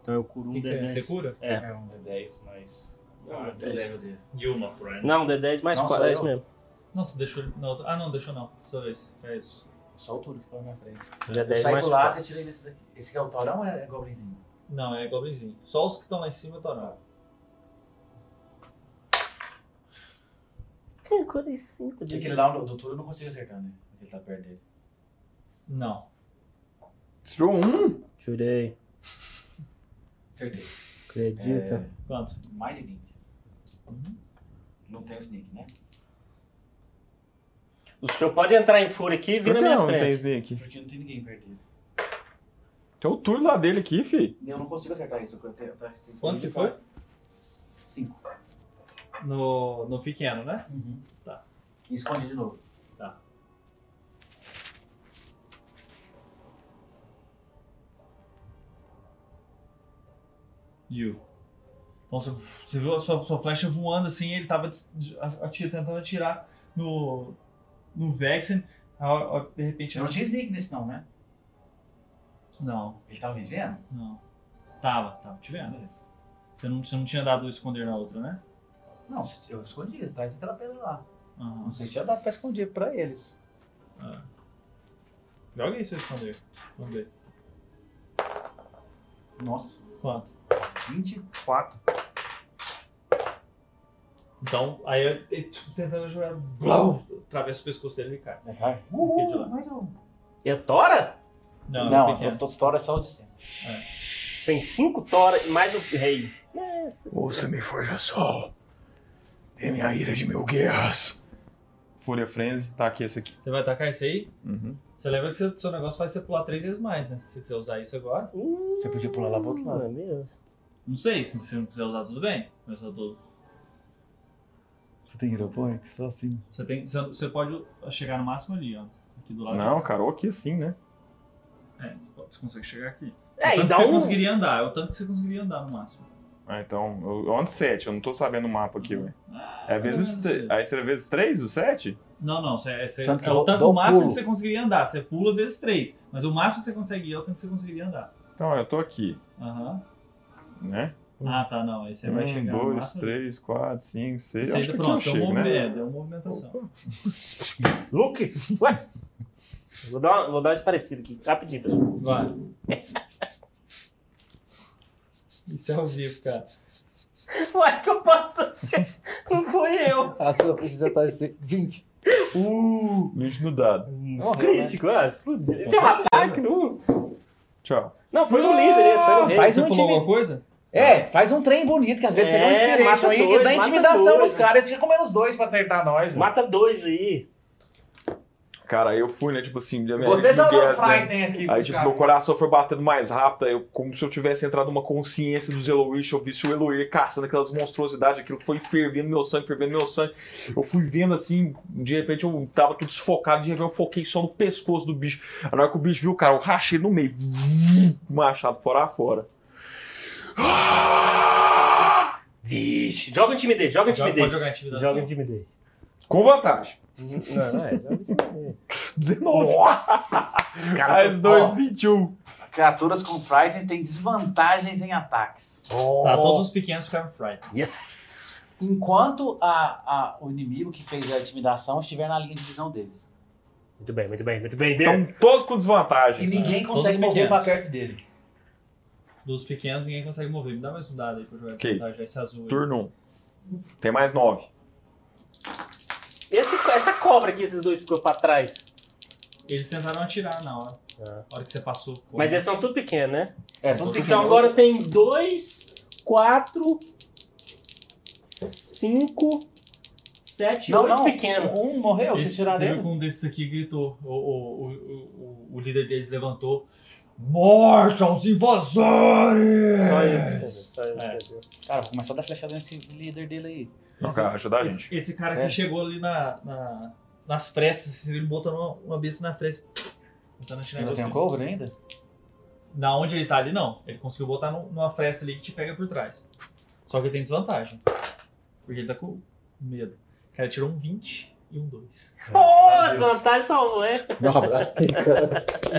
[SPEAKER 2] Então eu curo
[SPEAKER 1] O
[SPEAKER 2] um
[SPEAKER 1] que que você, você
[SPEAKER 2] D10.
[SPEAKER 1] cura?
[SPEAKER 5] É um D10 mais. Ah, do level dele.
[SPEAKER 1] You, my friend.
[SPEAKER 2] Não, D10 mais 4,
[SPEAKER 5] Não, sou
[SPEAKER 2] é isso
[SPEAKER 5] eu.
[SPEAKER 2] mesmo.
[SPEAKER 1] Nossa, deixou ele na outra. Ah, não, deixou não. Sua vez. É isso.
[SPEAKER 5] Só o Túlio que foi na minha frente. Eu
[SPEAKER 2] D10
[SPEAKER 5] saí
[SPEAKER 2] mais
[SPEAKER 5] do
[SPEAKER 2] 4.
[SPEAKER 5] lado e tirei nesse daqui. Esse que é o Torão ou é Goblinzinho?
[SPEAKER 1] Não, é goblinzinho. Só os que estão lá em cima estão não.
[SPEAKER 2] Eu curei 5
[SPEAKER 4] É
[SPEAKER 5] E Aquele lá do Túlio eu não consigo acertar, né? Ele tá perto dele.
[SPEAKER 1] Não.
[SPEAKER 4] Tirou um?
[SPEAKER 2] Tirei,
[SPEAKER 5] Acertei.
[SPEAKER 2] acredita.
[SPEAKER 5] É,
[SPEAKER 1] Quanto?
[SPEAKER 5] mais de 20. Não tem o sneak, né?
[SPEAKER 2] O senhor pode entrar em fúria aqui e vir
[SPEAKER 4] Por
[SPEAKER 2] na
[SPEAKER 4] que
[SPEAKER 2] minha
[SPEAKER 4] não tem
[SPEAKER 2] frente.
[SPEAKER 4] sneak?
[SPEAKER 5] Porque não tem ninguém perdido.
[SPEAKER 4] Tem o turno lá dele aqui, fi.
[SPEAKER 5] Eu não consigo acertar isso. porque eu tenho- eu tenho-
[SPEAKER 1] Quanto que foi?
[SPEAKER 5] 5.
[SPEAKER 1] No, no pequeno, né? Tá.
[SPEAKER 5] E escondi de novo.
[SPEAKER 1] Tá. You. Então você, você viu a sua, sua flecha voando assim, ele tava des- a- ati- tentando atirar no, no Vexen. a hora- a hora- De repente.
[SPEAKER 5] Eu não tinha sneak nesse não, né?
[SPEAKER 1] Não,
[SPEAKER 5] Ele tava me vendo?
[SPEAKER 1] não. Tava, tava te vendo.
[SPEAKER 5] Beleza.
[SPEAKER 1] Você não, você não tinha dado esconder na outra, né?
[SPEAKER 5] Não, eu escondi atrás daquela pedra lá.
[SPEAKER 1] Aham.
[SPEAKER 5] Não sei se tinha dado pra esconder pra eles.
[SPEAKER 1] Joga aí seu esconder. Vamos ver.
[SPEAKER 5] Nossa,
[SPEAKER 1] Quanto?
[SPEAKER 5] 24.
[SPEAKER 1] Então, aí eu, ele, tipo, tentando jogar, blau, atravessa o pescoço dele e cai. Fica de lá.
[SPEAKER 5] Uhul, mais um.
[SPEAKER 2] É Tora?
[SPEAKER 1] Não,
[SPEAKER 5] não,
[SPEAKER 1] é pequeno.
[SPEAKER 5] eu tô história é só o de cima.
[SPEAKER 2] Tem 5 Tora e mais o rei. Nossa.
[SPEAKER 4] Ouça-me, Forja Sol. Teme a ira de mil guerras. Fúria Frenzy, tá aqui esse aqui.
[SPEAKER 1] Você vai atacar esse aí?
[SPEAKER 4] Uhum.
[SPEAKER 1] Você lembra que seu, seu negócio faz você pular três vezes mais, né? Se você quiser usar isso agora.
[SPEAKER 2] Hum,
[SPEAKER 5] Você podia pular lá pro outro lado.
[SPEAKER 2] não é mesmo?
[SPEAKER 1] Não sei, se você não quiser usar, tudo bem. Mas eu tô.
[SPEAKER 5] Você tem hero point? Só assim.
[SPEAKER 1] Você, tem, você, você pode chegar no máximo ali, ó. Aqui do lado.
[SPEAKER 4] Não, cara, ou aqui assim, né?
[SPEAKER 1] É, você pode- você consegue chegar aqui.
[SPEAKER 2] É,
[SPEAKER 1] o
[SPEAKER 2] e
[SPEAKER 1] tanto
[SPEAKER 2] dá
[SPEAKER 5] então
[SPEAKER 1] que você
[SPEAKER 2] um.
[SPEAKER 1] conseguiria andar, é o tanto que você conseguiria andar no máximo.
[SPEAKER 4] Ah, então, eu, eu ando 7, eu não tô sabendo o mapa aqui, velho.
[SPEAKER 1] Ah,
[SPEAKER 4] É
[SPEAKER 1] mais ou
[SPEAKER 4] vezes.
[SPEAKER 1] menos
[SPEAKER 4] tre-
[SPEAKER 1] isso.
[SPEAKER 4] Aí será vezes 3 o 7?
[SPEAKER 1] Não, não, você, é- você-
[SPEAKER 5] Tanto que
[SPEAKER 1] é o
[SPEAKER 5] eu
[SPEAKER 1] tanto
[SPEAKER 5] dou
[SPEAKER 1] máximo
[SPEAKER 5] pulo.
[SPEAKER 1] que você conseguiria andar. Você pula vezes três. Mas o máximo que você consegue ir é o tanto que você conseguiria andar.
[SPEAKER 4] Então, eu tô aqui,
[SPEAKER 1] Aham.
[SPEAKER 4] né?
[SPEAKER 1] Ah, tá, não. Aí você vai chegar no
[SPEAKER 4] 2,
[SPEAKER 1] máximo.
[SPEAKER 4] 3, 4, 5, 6.
[SPEAKER 1] Você
[SPEAKER 4] Um, Acho
[SPEAKER 1] ainda
[SPEAKER 4] que aqui eu
[SPEAKER 1] pronto, deu, um
[SPEAKER 4] chego, né?
[SPEAKER 1] deu movimentação.
[SPEAKER 2] Luke! Ué! Vou dar, uma- vou dar uma esparecida aqui, rapidinho, pessoal.
[SPEAKER 1] Vai. Isso é ao vivo, cara.
[SPEAKER 2] Ué, que eu posso ser? Não fui eu!
[SPEAKER 6] A sua ficha já tá de 20.
[SPEAKER 4] Uh! Lixo no dado.
[SPEAKER 2] Crítico, ah, explodiu. Isso é um ataque, não.
[SPEAKER 4] Tchau.
[SPEAKER 2] Não, foi no líder, esse, foi no rei.
[SPEAKER 6] Faz
[SPEAKER 1] Você
[SPEAKER 6] um
[SPEAKER 1] falou
[SPEAKER 6] time.
[SPEAKER 1] alguma coisa?
[SPEAKER 6] É, faz um trem bonito, que às vezes
[SPEAKER 2] É,
[SPEAKER 6] você não
[SPEAKER 2] mata
[SPEAKER 6] inspira aí
[SPEAKER 2] dois,
[SPEAKER 6] e dá
[SPEAKER 2] mata
[SPEAKER 6] intimidação
[SPEAKER 2] dois,
[SPEAKER 6] nos
[SPEAKER 2] né?
[SPEAKER 6] caras. Eles ficam menos dois pra acertar nós.
[SPEAKER 2] Mata dois aí.
[SPEAKER 4] Cara, aí eu fui, né? Tipo assim, minha
[SPEAKER 5] Botei
[SPEAKER 4] minha-
[SPEAKER 5] só
[SPEAKER 4] minha-
[SPEAKER 5] uma
[SPEAKER 4] minha- né?
[SPEAKER 5] Friday aqui.
[SPEAKER 4] Aí,
[SPEAKER 5] pros
[SPEAKER 4] tipo,
[SPEAKER 5] caras.
[SPEAKER 4] meu coração foi batendo mais rápido, aí eu, como se eu tivesse entrado numa consciência dos Eloish, eu visse o Eloir caçando aquelas monstruosidades, aquilo foi fervendo meu sangue, fervendo meu sangue. Eu fui vendo assim, de repente eu tava tudo desfocado, de repente eu foquei só no pescoço do bicho. Na hora que o bicho viu, cara, eu rachei no meio, machado fora a fora.
[SPEAKER 2] Vixe, joga o time dele, joga o time
[SPEAKER 1] Joga, pode
[SPEAKER 2] dele.
[SPEAKER 1] jogar
[SPEAKER 16] um
[SPEAKER 1] intimidação.
[SPEAKER 2] Joga o time dele.
[SPEAKER 4] Com vantagem.
[SPEAKER 2] Não, não é, joga o time dele.
[SPEAKER 4] 19.
[SPEAKER 2] Cara,
[SPEAKER 4] Mais 2, 21.
[SPEAKER 5] Criaturas com Frighten têm desvantagens em ataques.
[SPEAKER 1] Tá, todos os pequenos ficaram fried.
[SPEAKER 2] tá- Yes!
[SPEAKER 5] Enquanto a, a- o inimigo que fez a intimidação estiver na linha de visão deles.
[SPEAKER 2] Muito bem, muito bem, muito bem. Deu.
[SPEAKER 4] Então, todos com
[SPEAKER 5] E
[SPEAKER 4] desvantagem.
[SPEAKER 5] ninguém
[SPEAKER 1] todos
[SPEAKER 5] consegue mover
[SPEAKER 1] pequenos.
[SPEAKER 5] pra perto dele.
[SPEAKER 1] Dos pequenos ninguém consegue mover. Me dá mais um dado aí pra eu jogar
[SPEAKER 4] Ok.
[SPEAKER 1] okay. vantagem, esse azul aí.
[SPEAKER 4] Turno 1. Tem mais 9.
[SPEAKER 2] Esse- essa cobra que esses dois ficou um pra trás.
[SPEAKER 1] Eles tentaram atirar na hora.
[SPEAKER 4] É.
[SPEAKER 2] Ah.
[SPEAKER 1] Na hora que você passou.
[SPEAKER 2] Mas eles são tudo pequenos, né?
[SPEAKER 5] É, tudo
[SPEAKER 2] Então agora tem dois, quatro, cinco, sete,
[SPEAKER 5] Não,
[SPEAKER 2] oito
[SPEAKER 5] não.
[SPEAKER 2] pequenos.
[SPEAKER 5] Um morreu,
[SPEAKER 1] Esse-
[SPEAKER 5] vocês tiraram
[SPEAKER 1] você viu
[SPEAKER 5] ele?
[SPEAKER 1] que um desses aqui gritou. O, o, o, o, o líder deles levantou. Morte aos invasores!
[SPEAKER 2] Só ele
[SPEAKER 4] tá
[SPEAKER 2] escreveu, só ele
[SPEAKER 1] É.
[SPEAKER 2] escreveu.
[SPEAKER 5] Cara, vou começar a dar flechada nesse líder dele aí.
[SPEAKER 4] Não, cara, ajuda a gente.
[SPEAKER 1] Esse, esse cara
[SPEAKER 5] Sério?
[SPEAKER 1] que chegou ali na, na- nas frestas, assim, ele botando uma, uma besta na fresta. Tentando atirar em
[SPEAKER 5] Ainda
[SPEAKER 1] você.
[SPEAKER 5] tem um cover ainda?
[SPEAKER 1] Na onde ele tá ali, não. Ele conseguiu botar num- numa fresta ali que te pega por trás. Só que ele tem desvantagem. Porque ele tá com medo. O cara tirou um 20 e um 2.
[SPEAKER 2] Pô, desvantagem salvou, é?
[SPEAKER 5] Não, abraço.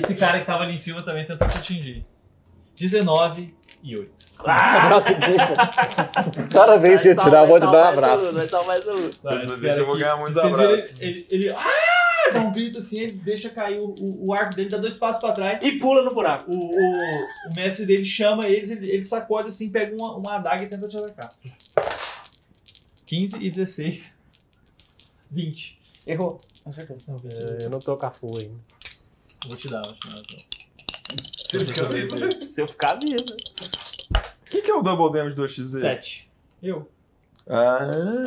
[SPEAKER 1] Esse cara que tava ali em cima também tentou te atingir. 19 e 8.
[SPEAKER 2] Ah,
[SPEAKER 16] Abraço Cada vez que eu tirar, eu vou te dar um abraço.
[SPEAKER 2] Vai um. salvar esse aluno.
[SPEAKER 1] Tá,
[SPEAKER 4] Esse
[SPEAKER 1] esse
[SPEAKER 4] vídeo
[SPEAKER 1] cara
[SPEAKER 4] eu vou
[SPEAKER 1] aqui,
[SPEAKER 4] ganhar muitos
[SPEAKER 1] se vocês verem,
[SPEAKER 4] abraços.
[SPEAKER 1] Ele, ele- ah, dá um grito assim, ele deixa cair o, o, o arco dele, dá dois passos pra trás.
[SPEAKER 2] E pula no buraco.
[SPEAKER 1] O, o, o mestre dele chama eles, ele, ele sacode assim, pega uma, uma adaga e tenta te atacar. 15 e 16. 20.
[SPEAKER 5] Errou. Acertou.
[SPEAKER 2] É, Eu não tô com a full ainda.
[SPEAKER 1] Eu Vou te dar, vou te dar. então.
[SPEAKER 2] Se eu ficar vivo.
[SPEAKER 4] O que, que é o Double Damage 2x? aí?
[SPEAKER 1] Sete. Eu.
[SPEAKER 4] Ah,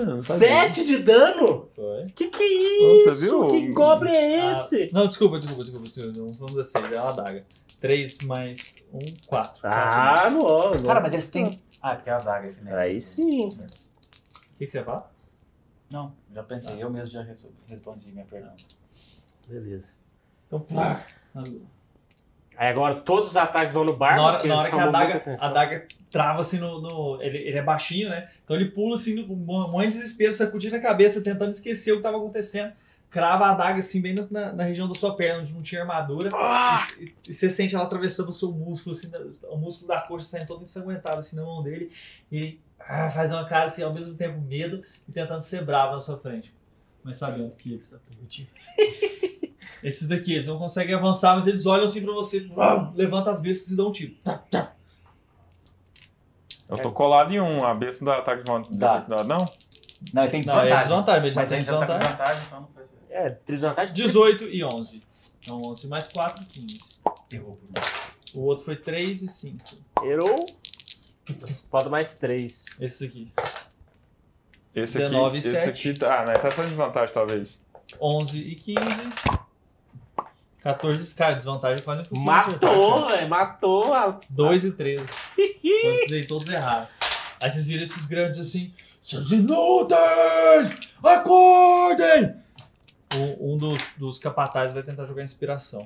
[SPEAKER 4] não sabia.
[SPEAKER 2] Sete de dano?
[SPEAKER 1] Foi.
[SPEAKER 2] Que que é isso?
[SPEAKER 4] Nossa, viu?
[SPEAKER 2] Que cobre é
[SPEAKER 1] Ah,
[SPEAKER 2] esse?
[SPEAKER 1] Não, desculpa, desculpa, desculpa. desculpa. Não vamos a 6, é uma adaga. 3 mais 1, 4.
[SPEAKER 2] Ah, não.
[SPEAKER 5] Cara,
[SPEAKER 2] nossa.
[SPEAKER 5] mas eles têm. Ah, é porque é a adaga esse negócio.
[SPEAKER 2] Aí sim.
[SPEAKER 1] O que, que você fala?
[SPEAKER 5] Não, já pensei, eu mesmo já reso- respondi minha pergunta.
[SPEAKER 2] Beleza.
[SPEAKER 1] Então, plá.
[SPEAKER 2] Aí agora todos os ataques vão no barco.
[SPEAKER 1] na hora,
[SPEAKER 2] porque
[SPEAKER 1] na hora que a
[SPEAKER 2] chamou muita
[SPEAKER 1] adaga, a
[SPEAKER 2] atenção.
[SPEAKER 1] adaga trava assim no. no- ele, ele é baixinho, né? Então ele pula assim, no- um monte de desespero, sacudindo a cabeça, tentando esquecer o que estava acontecendo. Crava a adaga assim, bem na, na região da sua perna, onde não tinha armadura. E, e- e você sente ela atravessando o seu músculo, assim, da- o músculo da coxa saindo todo ensanguentado assim na mão dele. E ele ah, faz uma cara assim, ao mesmo tempo medo e tentando ser bravo na sua frente. Mas sabendo que isso tá permitido. Esses daqui, eles não conseguem avançar, mas eles olham assim pra você, uau, levanta as bestas e dão um tiro.
[SPEAKER 4] Eu tô colado em um, a besta não dá ataque de vontade.
[SPEAKER 5] Dá.
[SPEAKER 4] Não?
[SPEAKER 5] Não, ele tem
[SPEAKER 1] Não, é
[SPEAKER 5] desvantagem.
[SPEAKER 1] desvantagem, mas,
[SPEAKER 5] Mas
[SPEAKER 1] tem
[SPEAKER 5] ele já tá com
[SPEAKER 1] desvantagem.
[SPEAKER 5] desvantagem, então não faz.
[SPEAKER 2] É, desvantagem.
[SPEAKER 1] 18 e 11. Então 11 mais 4, 15.
[SPEAKER 5] Errou por mim.
[SPEAKER 1] O outro foi 3 e 5.
[SPEAKER 2] Errou. Falta mais três.
[SPEAKER 1] Esse aqui.
[SPEAKER 4] Esse
[SPEAKER 1] 19 e
[SPEAKER 4] aqui. Esse
[SPEAKER 1] sete.
[SPEAKER 4] aqui. tá- Ah, né? Tá só desvantagem, talvez.
[SPEAKER 1] 11 e 15. 14, cara, desvantagem quase impossível.
[SPEAKER 2] Matou, velho. Matou. a-
[SPEAKER 1] 2 e 13. Vocês aí todos erraram. Aí vocês viram esses grandes assim. Seus inúteis! Acordem! Um, um dos, dos capatazes vai tentar jogar inspiração.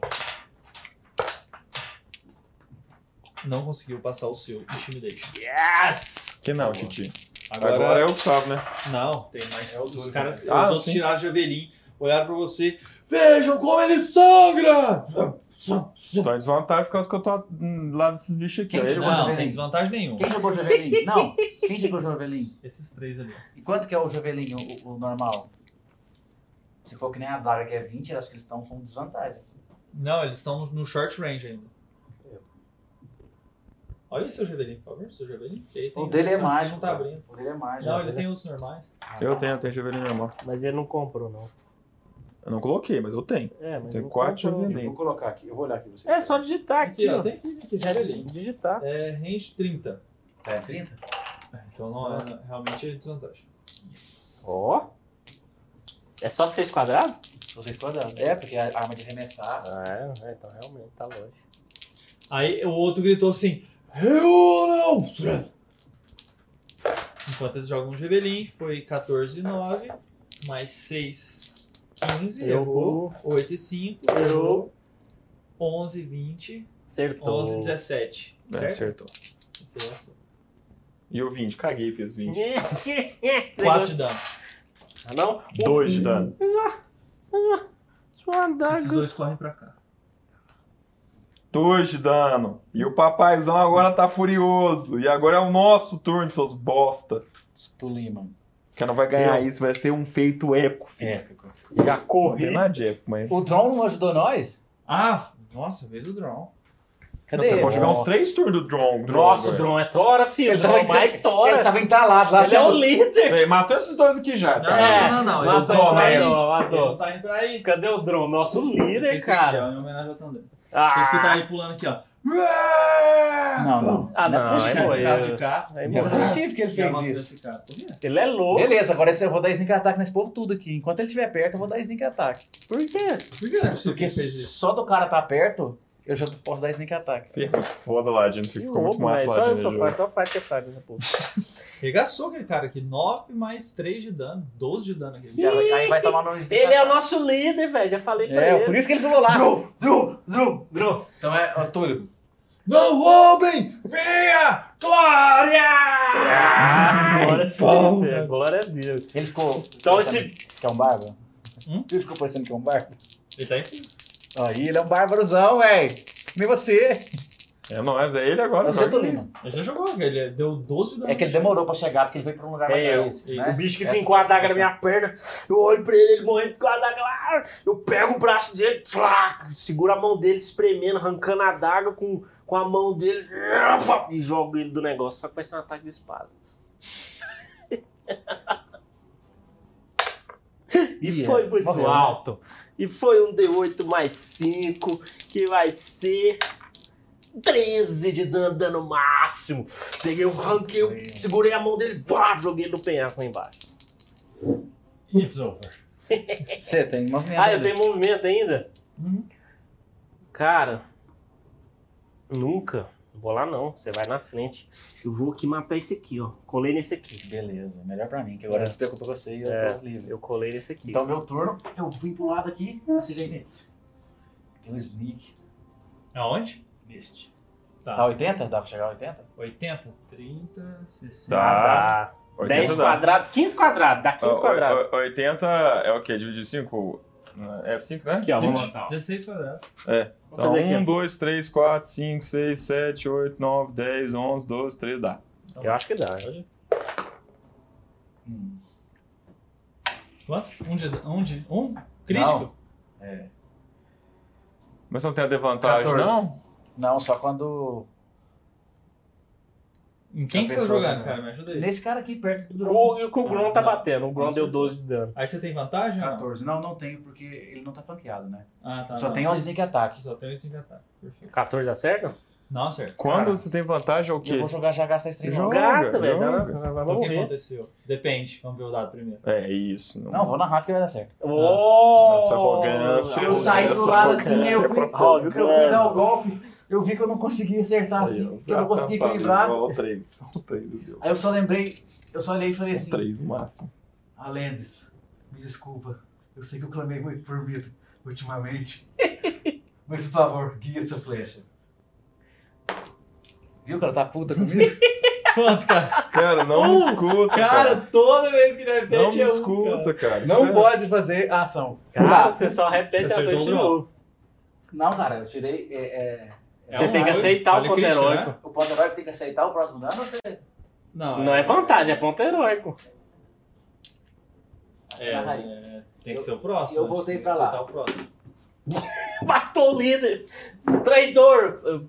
[SPEAKER 1] Não conseguiu passar o seu intimidation.
[SPEAKER 2] Yes!
[SPEAKER 4] Que não, Titi.
[SPEAKER 1] Agora,
[SPEAKER 4] Agora, é o Gustavo, né?
[SPEAKER 1] Não, tem mais.
[SPEAKER 5] É o
[SPEAKER 1] os
[SPEAKER 5] duro,
[SPEAKER 1] caras,
[SPEAKER 4] Ah,
[SPEAKER 1] os outros
[SPEAKER 4] sim.
[SPEAKER 1] tiraram javelim, olharam pra você. Vejam como ele sangra!
[SPEAKER 4] Tô em desvantagem por causa que eu tô hum, lá desses bichos aqui.
[SPEAKER 5] Quem
[SPEAKER 4] ó.
[SPEAKER 5] que
[SPEAKER 4] Ele-
[SPEAKER 5] jogou
[SPEAKER 1] Não, não
[SPEAKER 5] javelim?
[SPEAKER 1] tem desvantagem nenhuma.
[SPEAKER 5] Quem jogou o Javelin? Não, quem jogou o Javelin?
[SPEAKER 1] Esses três ali.
[SPEAKER 5] E quanto que é o Javelin, o, o normal? Se for que nem a adaga, que é 20, eu acho que eles estão com desvantagem.
[SPEAKER 1] Não, eles estão no, no short range ainda. Olha aí seu javelim, por favor. Seu javelim. Ele tem
[SPEAKER 5] O dele é
[SPEAKER 1] outros, mas
[SPEAKER 5] mágico.
[SPEAKER 1] Não tá
[SPEAKER 5] cara.
[SPEAKER 1] abrindo.
[SPEAKER 5] O dele é mágico.
[SPEAKER 1] Não, ele tem outros normais.
[SPEAKER 4] Eu tenho, eu tenho javelin na minha mão.
[SPEAKER 2] Mas ele não comprou, não.
[SPEAKER 4] Eu não coloquei, mas eu tenho.
[SPEAKER 2] É, mas
[SPEAKER 4] Tem
[SPEAKER 2] não
[SPEAKER 4] quatro
[SPEAKER 2] comprou.
[SPEAKER 4] javelin.
[SPEAKER 5] Eu vou colocar aqui, eu vou olhar aqui pra você.
[SPEAKER 2] É só digitar aqui,
[SPEAKER 1] Aqui, ó.
[SPEAKER 2] ó.
[SPEAKER 1] Tem aqui, tem aqui,
[SPEAKER 2] É,
[SPEAKER 1] javelim.
[SPEAKER 2] digitar.
[SPEAKER 1] É range 30.
[SPEAKER 5] É 30?
[SPEAKER 1] Então não é, realmente é desvantagem.
[SPEAKER 2] Ó. É só seis quadrados?
[SPEAKER 5] Vocês quadrados. É, porque a arma de arremessar.
[SPEAKER 2] Ah, é, é, então realmente tá longe.
[SPEAKER 1] Aí o outro gritou assim: Eu não! Enquanto eles jogam um Javelin, foi 14 e 9, mais 6, 15, errou. 8 e 5,
[SPEAKER 2] Errou.
[SPEAKER 1] 11 e 20,
[SPEAKER 2] Acertou.
[SPEAKER 1] 11 e 17.
[SPEAKER 4] É,
[SPEAKER 1] Certo?
[SPEAKER 4] acertou.
[SPEAKER 1] Esse é essa.
[SPEAKER 4] E eu 20, caguei pra esse 20.
[SPEAKER 1] 4 de dano.
[SPEAKER 2] Ah, não?
[SPEAKER 4] 2 de dano.
[SPEAKER 2] Sua
[SPEAKER 1] Esses
[SPEAKER 2] adaga.
[SPEAKER 1] dois correm pra cá.
[SPEAKER 4] 2 de dano. E o papaizão agora tá furioso. E agora é o nosso turno, seus bosta.
[SPEAKER 5] Stuli, mano.
[SPEAKER 4] O cara vai
[SPEAKER 3] ganhar
[SPEAKER 4] isso, vai ser um feito épico,
[SPEAKER 2] É.
[SPEAKER 5] Épico.
[SPEAKER 4] E a correr. Não tem nada de épico, mas.
[SPEAKER 5] O Drone não ajudou nós?
[SPEAKER 1] Ah, nossa, vez o drone.
[SPEAKER 4] Não,
[SPEAKER 5] Cadê
[SPEAKER 4] você
[SPEAKER 5] ele?
[SPEAKER 4] pode jogar uns 3 turnos do Drone.
[SPEAKER 2] Nossa, o Dron é tora, filho. O
[SPEAKER 5] Ele tava,
[SPEAKER 2] Dron é mais tora.
[SPEAKER 6] tá
[SPEAKER 5] ele tava entalado lá. um
[SPEAKER 2] Ele é o líder.
[SPEAKER 4] Matou esses dois aqui já,
[SPEAKER 1] Não,
[SPEAKER 2] É,
[SPEAKER 1] não, não, não.
[SPEAKER 2] Matou
[SPEAKER 1] Eu tô
[SPEAKER 2] ele,
[SPEAKER 1] honesto.
[SPEAKER 2] ó,
[SPEAKER 1] Ele
[SPEAKER 2] matou.
[SPEAKER 1] não tá indo pra aí.
[SPEAKER 2] Cadê o Dron? Nosso líder,
[SPEAKER 1] Esse aqui,
[SPEAKER 2] cara.
[SPEAKER 1] ó, Em homenagem ao Tandem. Por isso que ele tá
[SPEAKER 2] Ah,
[SPEAKER 1] aí pulando aqui, ó.
[SPEAKER 5] Não, não.
[SPEAKER 2] ah, não,
[SPEAKER 1] Puxando
[SPEAKER 2] é
[SPEAKER 1] o carro
[SPEAKER 2] morreu.
[SPEAKER 1] de cá.
[SPEAKER 2] Aí
[SPEAKER 5] Não é
[SPEAKER 2] morreu.
[SPEAKER 5] possível que ele
[SPEAKER 1] E a
[SPEAKER 5] fez
[SPEAKER 1] massa
[SPEAKER 5] isso.
[SPEAKER 1] desse cara. Por quê?
[SPEAKER 2] Ele é louco.
[SPEAKER 5] Beleza, agora esse- eu vou dar sneak attack nesse povo tudo aqui. Enquanto ele estiver perto, eu vou dar sneak attack.
[SPEAKER 2] Por quê?
[SPEAKER 1] Por que não é possível que
[SPEAKER 5] Porque
[SPEAKER 1] ele fez isso?
[SPEAKER 5] só do cara tá perto, eu já posso dar sneak attack.
[SPEAKER 4] Foda lá, Dino.
[SPEAKER 2] Que
[SPEAKER 4] Ficou muito
[SPEAKER 2] louco, velho.
[SPEAKER 4] massa lá,
[SPEAKER 2] Só, só,
[SPEAKER 4] Dino.
[SPEAKER 2] faz, só faz que é fraco essa porra.
[SPEAKER 1] Regaçou aquele cara aqui. 9 mais 3 de dano. 12 de dano aqui.
[SPEAKER 5] E aí aí vai tomar meu sneak
[SPEAKER 2] Ele é
[SPEAKER 5] attack.
[SPEAKER 2] o nosso líder, velho. Já falei pra
[SPEAKER 5] É,
[SPEAKER 2] ele.
[SPEAKER 5] por isso que ele pulou lá.
[SPEAKER 2] Dron.
[SPEAKER 5] Então é, ó, Túlio.
[SPEAKER 1] Não roubem minha glória!
[SPEAKER 2] Agora sim,
[SPEAKER 1] palmas.
[SPEAKER 2] velho. Glória a Deus.
[SPEAKER 5] Ele ficou.
[SPEAKER 2] Então
[SPEAKER 5] Sabe
[SPEAKER 2] esse.
[SPEAKER 5] Que é um bárbaro?
[SPEAKER 1] Hum?
[SPEAKER 5] Ele ficou parecendo que é um bárbaro?
[SPEAKER 1] Ele tá enfim.
[SPEAKER 5] Aí, ele é um bárbarozão, véi. Nem você.
[SPEAKER 4] É nóis, é ele
[SPEAKER 5] É
[SPEAKER 4] agora.
[SPEAKER 5] o seu
[SPEAKER 2] tá
[SPEAKER 4] joga.
[SPEAKER 5] Tolima.
[SPEAKER 1] Ele já jogou, ele deu 12 de dano.
[SPEAKER 5] É que ele demorou pra chegar, porque ele veio pra um lugar mais
[SPEAKER 2] É, eu-
[SPEAKER 5] difícil,
[SPEAKER 2] O
[SPEAKER 5] né?
[SPEAKER 2] bicho que
[SPEAKER 5] Essa-
[SPEAKER 2] fincou a adaga na
[SPEAKER 5] essa-
[SPEAKER 2] minha perna, eu olho pra ele, ele morrendo com a adaga lá, eu pego o braço dele, plá, seguro a mão dele, espremendo, arrancando a adaga com, com a mão dele e jogo ele do negócio, só que vai ser um ataque de espada. E foi muito
[SPEAKER 5] Morreu, né?
[SPEAKER 2] alto. E foi um D8 mais 5, que vai ser 13 de dano, dano máximo. Peguei o rank, eu segurei a mão dele, pá, joguei no penhasco lá embaixo.
[SPEAKER 1] It's over.
[SPEAKER 5] Você tem movimento.
[SPEAKER 2] Ah, eu
[SPEAKER 5] ainda.
[SPEAKER 2] tenho movimento ainda?
[SPEAKER 1] Uhum.
[SPEAKER 2] Cara, nunca. Vou lá não, você vai na frente. Eu vou aqui matar esse aqui, ó. Colei nesse aqui.
[SPEAKER 5] Beleza, melhor pra mim, que agora eu despreocupo com você e eu
[SPEAKER 2] É.
[SPEAKER 5] tô livre.
[SPEAKER 2] Eu colei nesse aqui.
[SPEAKER 5] Então, meu turno, eu vim pro lado aqui, assim, gente. Tem um sneak
[SPEAKER 1] Aonde?
[SPEAKER 5] neste.
[SPEAKER 1] Tá.
[SPEAKER 5] Tá 80? Dá pra chegar a 80?
[SPEAKER 1] 80, 30, 60.
[SPEAKER 4] Dá.
[SPEAKER 2] Dá
[SPEAKER 4] 80
[SPEAKER 2] 10
[SPEAKER 4] dá.
[SPEAKER 2] Tá. quadrados, 15 quadrados, dá 15
[SPEAKER 4] Ó,
[SPEAKER 2] quadrados.
[SPEAKER 4] ó, ó, 80 é o quê? Dividido 5? É 5, né?
[SPEAKER 2] Aqui, ó, vamos
[SPEAKER 4] 20.
[SPEAKER 2] montar.
[SPEAKER 1] 16 quadrados.
[SPEAKER 2] Vamos
[SPEAKER 4] Então,
[SPEAKER 2] fazer aqui.
[SPEAKER 4] 1, 2, 3, 4, 5, 6, 7, 8, 9, 10, 11, 12, 13, dá.
[SPEAKER 2] ó. Eu acho que dá.
[SPEAKER 5] Hum.
[SPEAKER 1] Quanto? Um de. Um, de, um? Crítico?
[SPEAKER 5] É.
[SPEAKER 4] Mas você não tem a desvantagem,
[SPEAKER 5] 14.
[SPEAKER 4] não?
[SPEAKER 5] Não, só quando.
[SPEAKER 1] Em quem
[SPEAKER 5] Já
[SPEAKER 1] você tá
[SPEAKER 5] pensou,
[SPEAKER 1] jogando,
[SPEAKER 5] né?
[SPEAKER 1] cara? Me ajuda aí.
[SPEAKER 5] Nesse cara aqui, perto do drone.
[SPEAKER 2] O, o Gron tá batendo, o Gron deu 12 de dano.
[SPEAKER 1] Aí você tem vantagem? ou não?
[SPEAKER 5] 14. Não, não tenho, porque ele não tá flanqueado, né?
[SPEAKER 1] Ah, tá.
[SPEAKER 5] Só
[SPEAKER 1] não.
[SPEAKER 5] tem um sneak attack.
[SPEAKER 1] Só tem 8 de ataque. Perfeito.
[SPEAKER 2] 14 acerta?
[SPEAKER 1] Não, certo.
[SPEAKER 4] Quando
[SPEAKER 5] Cara.
[SPEAKER 4] você tem vantagem é o
[SPEAKER 5] E eu
[SPEAKER 4] quê?
[SPEAKER 5] vou jogar já gasta estrela.
[SPEAKER 4] Joga.
[SPEAKER 2] Gasta, velho. dá-
[SPEAKER 4] joga.
[SPEAKER 2] Vai vai
[SPEAKER 1] Então o que
[SPEAKER 2] morrer.
[SPEAKER 1] aconteceu? Depende. Vamos ver o dado primeiro.
[SPEAKER 4] É isso. Não.
[SPEAKER 5] Não, vou narrar porque vai dar certo.
[SPEAKER 2] Oh!
[SPEAKER 4] Essa arrogância.
[SPEAKER 5] Eu saí pro
[SPEAKER 4] Essa
[SPEAKER 5] lado assim,
[SPEAKER 4] arrogância
[SPEAKER 5] eu
[SPEAKER 2] Ó,
[SPEAKER 4] é
[SPEAKER 5] fui-
[SPEAKER 2] viu
[SPEAKER 4] propósito.
[SPEAKER 2] que
[SPEAKER 5] Eu fui dar o golpe, eu vi que eu não consegui acertar
[SPEAKER 4] Aí, ó,
[SPEAKER 5] assim, que É. eu não consegui
[SPEAKER 4] tá safado,
[SPEAKER 5] equilibrar.
[SPEAKER 4] igual o três. Só o três, meu Deus.
[SPEAKER 5] Aí eu só lembrei, eu só olhei e falei assim,
[SPEAKER 4] Só três, no máximo.
[SPEAKER 5] Alendes, me desculpa, eu sei que eu clamei muito por mim ultimamente, mas por favor, guia essa flecha. Viu que ela tá puta comigo?
[SPEAKER 1] Quanto, cara?
[SPEAKER 4] Cara, não me escuta, Uh, cara.
[SPEAKER 1] Cara, toda vez que repete
[SPEAKER 4] Não me
[SPEAKER 1] é um,
[SPEAKER 4] escuta, cara. é
[SPEAKER 5] não
[SPEAKER 2] É.
[SPEAKER 4] Cara,
[SPEAKER 5] pode fazer a ação.
[SPEAKER 2] Cara, você só repete
[SPEAKER 1] Você
[SPEAKER 2] a ação
[SPEAKER 1] acertou o
[SPEAKER 2] de
[SPEAKER 1] Gron.
[SPEAKER 2] novo.
[SPEAKER 5] Não, cara, eu tirei, é, é,
[SPEAKER 1] É
[SPEAKER 2] Você
[SPEAKER 1] um
[SPEAKER 2] tem que
[SPEAKER 1] olho-
[SPEAKER 2] aceitar o
[SPEAKER 1] olho
[SPEAKER 2] ponto
[SPEAKER 1] crítico, né?
[SPEAKER 2] heróico.
[SPEAKER 5] o ponto heróico tem que aceitar o próximo dano ou você...
[SPEAKER 1] Não,
[SPEAKER 2] Não é vantagem, é ponto heróico.
[SPEAKER 1] É,
[SPEAKER 5] Acerta aí.
[SPEAKER 1] é, tem que ser o próximo.
[SPEAKER 5] eu
[SPEAKER 1] né?
[SPEAKER 5] voltei
[SPEAKER 1] Tem
[SPEAKER 5] pra
[SPEAKER 1] que
[SPEAKER 5] lá.
[SPEAKER 1] aceitar O próximo.
[SPEAKER 2] Matou o líder! Traidor!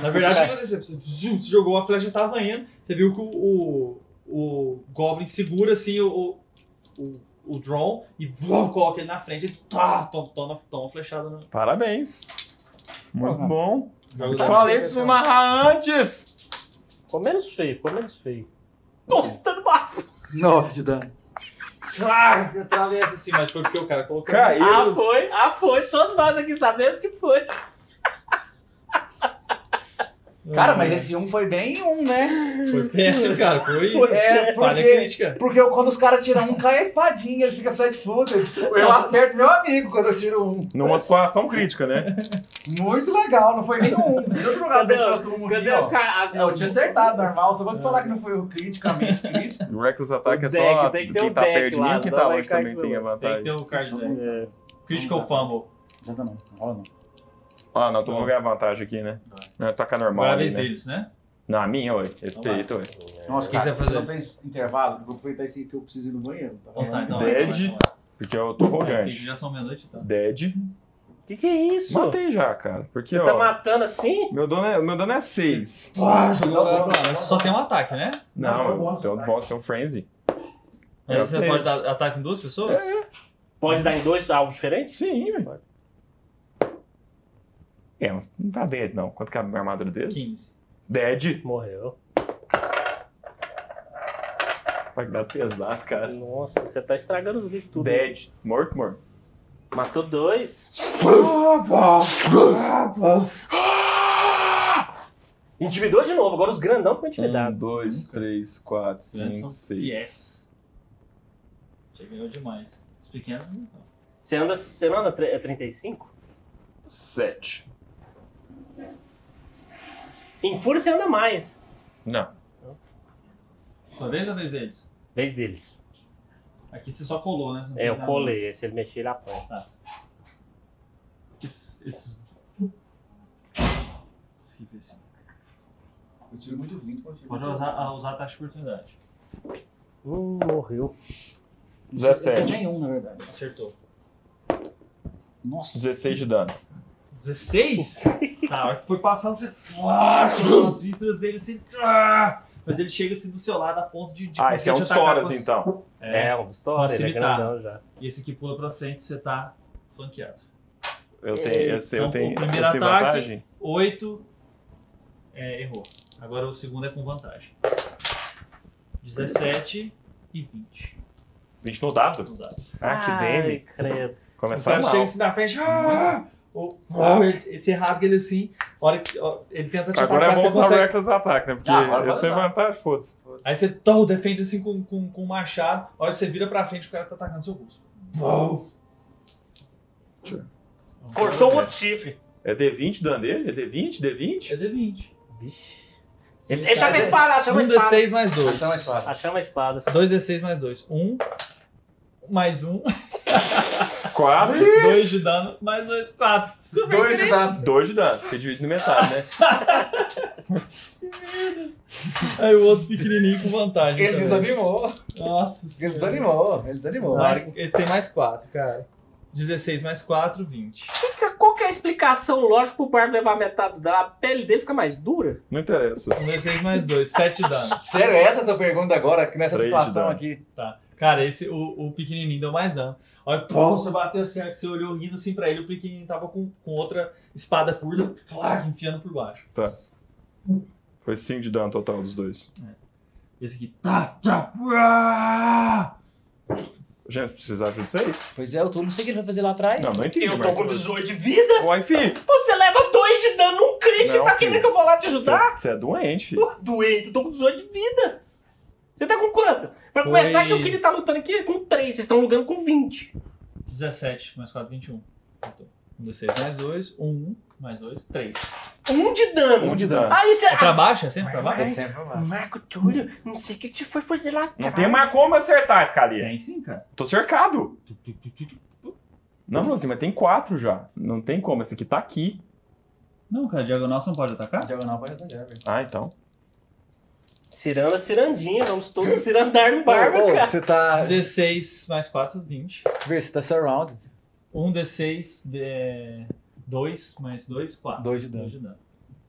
[SPEAKER 1] Na verdade,
[SPEAKER 2] É.
[SPEAKER 1] o que aconteceu? Você zum, você jogou a flecha, tava indo. Você viu que o, o, o Goblin segura assim o, o, o, o drone e vum, coloca ele na frente e tá, toma, toma, toma uma flechada no.
[SPEAKER 4] Parabéns. Muito bom.
[SPEAKER 1] Joga
[SPEAKER 4] Eu
[SPEAKER 1] o
[SPEAKER 4] te
[SPEAKER 1] dado.
[SPEAKER 4] falei pra você narrar antes.
[SPEAKER 2] Ficou menos feio, ficou menos feio. Nossa, tá no máximo.
[SPEAKER 5] 9 de dano.
[SPEAKER 1] Ah, atravessa assim, mas foi porque o cara colocou.
[SPEAKER 3] Caiu.
[SPEAKER 2] Ah, foi, ah, foi. Todos nós aqui sabemos que foi.
[SPEAKER 5] Cara, mas esse um foi bem um, né?
[SPEAKER 1] Foi péssimo, cara. Foi,
[SPEAKER 5] É,
[SPEAKER 1] falha
[SPEAKER 5] porque-
[SPEAKER 1] crítica.
[SPEAKER 5] Porque quando os caras tiram um, cai a espadinha, ele fica flat footed. Eu acerto meu amigo quando eu tiro um.
[SPEAKER 4] Numa situação crítica, né?
[SPEAKER 5] Muito legal, não foi nenhum. Deixa eu jogar
[SPEAKER 2] Cadê
[SPEAKER 5] desse
[SPEAKER 2] o-
[SPEAKER 5] outro um aqui,
[SPEAKER 2] Cadê o
[SPEAKER 5] ó.
[SPEAKER 2] cara?
[SPEAKER 5] É, Eu tinha acertado, normal. Só vou falar que não foi o criticamente crítico.
[SPEAKER 4] No Reckless Attack
[SPEAKER 2] O
[SPEAKER 4] é só
[SPEAKER 2] deck, tem que ter
[SPEAKER 4] quem
[SPEAKER 2] um
[SPEAKER 4] tá
[SPEAKER 2] deck
[SPEAKER 4] perto de mim
[SPEAKER 2] lá,
[SPEAKER 4] e quem
[SPEAKER 2] senão
[SPEAKER 4] tá
[SPEAKER 2] vai
[SPEAKER 4] longe
[SPEAKER 2] cair
[SPEAKER 4] também
[SPEAKER 2] pro-
[SPEAKER 4] tem a
[SPEAKER 1] Tem que ter
[SPEAKER 4] vantagem.
[SPEAKER 1] um card deck.
[SPEAKER 2] É.
[SPEAKER 1] Critical Fumble.
[SPEAKER 6] Já tá não, não rola não.
[SPEAKER 4] Ah, não, tu não ganha vantagem aqui, né? Não, tocar normal.
[SPEAKER 1] Agora é a
[SPEAKER 4] ali,
[SPEAKER 1] vez
[SPEAKER 4] né?
[SPEAKER 1] deles, né?
[SPEAKER 4] Não, a minha, ué. Respeito, ué.
[SPEAKER 6] Nossa,
[SPEAKER 1] O que
[SPEAKER 6] cara,
[SPEAKER 1] você vai
[SPEAKER 6] você
[SPEAKER 1] fazer?
[SPEAKER 6] não fez intervalo? Vou aproveitar esse que eu preciso ir no banheiro. Tá
[SPEAKER 1] Então tá, então.
[SPEAKER 4] Dead.
[SPEAKER 1] então vai,
[SPEAKER 4] Porque eu tô
[SPEAKER 1] então vai. É, porque
[SPEAKER 4] arrogante.
[SPEAKER 1] Já são meia-noite, tá?
[SPEAKER 4] Dead.
[SPEAKER 2] Que que é isso?
[SPEAKER 4] Matei já, cara. Porque,
[SPEAKER 2] Você
[SPEAKER 4] ó,
[SPEAKER 2] tá matando assim?
[SPEAKER 4] meu, dano é, meu dano é 6.
[SPEAKER 1] Ah, jogou agora, mas só tem um ataque, né?
[SPEAKER 4] Não,
[SPEAKER 5] eu gosto,
[SPEAKER 4] então eu posso ter um Frenzy.
[SPEAKER 1] Mas
[SPEAKER 4] Eu
[SPEAKER 1] você
[SPEAKER 4] tenho.
[SPEAKER 1] pode dar ataque em duas pessoas?
[SPEAKER 2] Pode dar em dois alvos diferentes?
[SPEAKER 4] Sim, velho. É, não tá dead, não. Quanto que é a armadura deles?
[SPEAKER 1] 15.
[SPEAKER 4] Dead.
[SPEAKER 2] Morreu.
[SPEAKER 4] Vai que dá pesado, cara.
[SPEAKER 2] Nossa, você tá estragando os livros tudo.
[SPEAKER 4] Dead. Morto, morto.
[SPEAKER 2] Matou dois. Intimidou de novo, agora os grandão ficam intimidados.
[SPEAKER 4] Um, dois, três, quatro,
[SPEAKER 1] Os grandes são fiéis. Já ganhou demais. Os pequenos não estão.
[SPEAKER 2] Você anda, você não anda tre- é 35?
[SPEAKER 4] Sete.
[SPEAKER 2] Em fúria você anda mais.
[SPEAKER 4] Não.
[SPEAKER 1] Sua vez ou a vez deles?
[SPEAKER 2] Vez deles.
[SPEAKER 1] Aqui você só colou, né? Você não
[SPEAKER 2] É,
[SPEAKER 1] fez
[SPEAKER 2] eu
[SPEAKER 1] nada.
[SPEAKER 2] colei, se ele mexer ele apanha.
[SPEAKER 1] Esses. esses... Esqueci esse.
[SPEAKER 6] Eu tiro muito 20 quando eu tiro.
[SPEAKER 1] Pode usar, a- usar a taxa de oportunidade.
[SPEAKER 2] Hum, morreu.
[SPEAKER 6] Eu
[SPEAKER 4] 17.
[SPEAKER 6] tinha nenhum, na verdade.
[SPEAKER 1] Acertou.
[SPEAKER 6] Nossa.
[SPEAKER 4] 16 de dano.
[SPEAKER 1] 16? tá, a hora que foi passando, você. Uá, soltou as vísceras dele assim. uá, Mas ele chega assim do seu lado a ponto de.
[SPEAKER 2] Tipo,
[SPEAKER 1] de
[SPEAKER 4] Ah, esse é um
[SPEAKER 2] tá
[SPEAKER 1] conseguir te atacar
[SPEAKER 4] Soras,
[SPEAKER 1] com as-
[SPEAKER 4] então.
[SPEAKER 1] É.
[SPEAKER 2] É, um dos torres, ele é
[SPEAKER 1] Facilitar.
[SPEAKER 2] grandão já.
[SPEAKER 1] E esse aqui pula pra frente, você tá flanqueado.
[SPEAKER 4] Eu tenho, eu sei, eu
[SPEAKER 1] Então,
[SPEAKER 4] tenho,
[SPEAKER 1] o
[SPEAKER 4] eu
[SPEAKER 1] primeiro
[SPEAKER 4] sei
[SPEAKER 1] ataque-
[SPEAKER 4] vantagem.
[SPEAKER 1] 8. É, errou. Agora o segundo é com vantagem. 17 e 20
[SPEAKER 4] 20 no dado.
[SPEAKER 1] no dado.
[SPEAKER 4] Ah, que dele.
[SPEAKER 2] Ai, credo.
[SPEAKER 9] O
[SPEAKER 4] Começar
[SPEAKER 9] cara
[SPEAKER 4] mal.
[SPEAKER 9] chega assim na frente. Ah! O- ah, ele- Você rasga ele assim. a Hora que, ó, ele tenta te
[SPEAKER 4] Agora
[SPEAKER 9] atacar,
[SPEAKER 4] é bom
[SPEAKER 9] você
[SPEAKER 4] usar
[SPEAKER 9] consegue.
[SPEAKER 4] Reckless Attack, né? Porque
[SPEAKER 5] Ah, agora
[SPEAKER 4] esse
[SPEAKER 5] vai
[SPEAKER 4] tem
[SPEAKER 5] usar.
[SPEAKER 4] vantagem, foda-se.
[SPEAKER 9] Aí você tô, defende assim com, com, com o machado. A hora que você vira pra frente, o cara tá atacando seu rosto.
[SPEAKER 5] um.
[SPEAKER 2] Cortou o outro chifre.
[SPEAKER 4] É D20 o dano dele? É D20? D20?
[SPEAKER 1] É D20.
[SPEAKER 2] Vixe. Ele, ele chama a espada, chama a
[SPEAKER 1] 1
[SPEAKER 2] espada.
[SPEAKER 1] D6 mais 2.
[SPEAKER 5] Então é espada.
[SPEAKER 2] Achar uma Ah, espada.
[SPEAKER 1] 2 D6 mais 2. 1 mais 1.
[SPEAKER 9] É
[SPEAKER 4] 4,
[SPEAKER 1] 2 de dano mais 2, 4. Super
[SPEAKER 4] 2
[SPEAKER 1] incrível.
[SPEAKER 4] de
[SPEAKER 5] tá.
[SPEAKER 4] dano. 2 de dano. Você divide no metade, né?
[SPEAKER 1] Aí o outro pequenininho com vantagem.
[SPEAKER 5] Ele
[SPEAKER 1] também.
[SPEAKER 5] desanimou.
[SPEAKER 1] Nossa.
[SPEAKER 5] Ele
[SPEAKER 1] senhora.
[SPEAKER 5] desanimou. Ele desanimou.
[SPEAKER 1] Mais- esse tem mais 4, cara. 16 mais 4, 20.
[SPEAKER 2] Qual que é a explicação lógica pro Barb levar metade da a pele dele fica mais dura?
[SPEAKER 4] Não interessa.
[SPEAKER 1] 16 mais 2, 7 dano.
[SPEAKER 5] Sério, essa é a sua pergunta agora, que nessa
[SPEAKER 4] Três de
[SPEAKER 5] situação
[SPEAKER 4] dano.
[SPEAKER 5] aqui.
[SPEAKER 1] Tá. Cara, esse, o, o pequenininho deu mais dano. Olha, pô, você bateu certo, você olhou rindo assim pra ele, o pequenininho tava com, com outra espada curta, clac, enfiando por baixo.
[SPEAKER 4] Foi 5 de dano total dos dois.
[SPEAKER 1] Esse aqui, tá, tá, uá!
[SPEAKER 4] Gente, precisa de ajuda de vocês?
[SPEAKER 5] Pois é, eu tô, não sei o que ele vai fazer lá atrás.
[SPEAKER 4] Não, não entendi.
[SPEAKER 2] Eu tô
[SPEAKER 4] Marcos.
[SPEAKER 2] com 18 de vida,
[SPEAKER 4] Uai, fi!
[SPEAKER 2] você leva 2 de dano num crítico
[SPEAKER 4] Não,
[SPEAKER 2] e tá
[SPEAKER 4] filho.
[SPEAKER 2] querendo que eu vou lá te ajudar?
[SPEAKER 4] Você é doente, fi.
[SPEAKER 2] Porra, doente, eu tô com 18 de vida. Você tá com quanto? Pra
[SPEAKER 1] Foi-
[SPEAKER 2] começar que o Kid tá lutando aqui é com 3, vocês estão lutando com 20.
[SPEAKER 1] 17 mais 4, 21. Então, 16 mais 2, 1 mais 2, 3.
[SPEAKER 2] 1 de dano.
[SPEAKER 4] Um de dano.
[SPEAKER 2] Aí você...
[SPEAKER 1] É pra baixo? É sempre pra
[SPEAKER 5] É
[SPEAKER 1] baixo?
[SPEAKER 5] sempre
[SPEAKER 2] Ah,
[SPEAKER 5] lá.
[SPEAKER 2] Marco Túlio, não sei o que que você foi fazer lá
[SPEAKER 4] Não
[SPEAKER 2] atrás.
[SPEAKER 4] tem mais como acertar, Scalia.
[SPEAKER 1] É. Tem sim, cara.
[SPEAKER 4] Tô cercado. Não, não, assim, mas tem quatro já. Não tem como. Esse aqui tá aqui.
[SPEAKER 1] Não, cara, diagonal você não pode atacar?
[SPEAKER 5] Diagonal pode atacar, velho.
[SPEAKER 4] Ah, então.
[SPEAKER 2] Ciranda, cirandinha, vamos todos cirandar no
[SPEAKER 16] Ô,
[SPEAKER 2] barba,
[SPEAKER 16] ô,
[SPEAKER 2] cara.
[SPEAKER 16] você tá.
[SPEAKER 1] 16 mais 4, 20.
[SPEAKER 5] Vê, você tá surrounded.
[SPEAKER 1] 1 D6, Um D... 2 mais 2, 4.
[SPEAKER 5] 2 de
[SPEAKER 1] 2
[SPEAKER 5] dano.
[SPEAKER 1] de dano.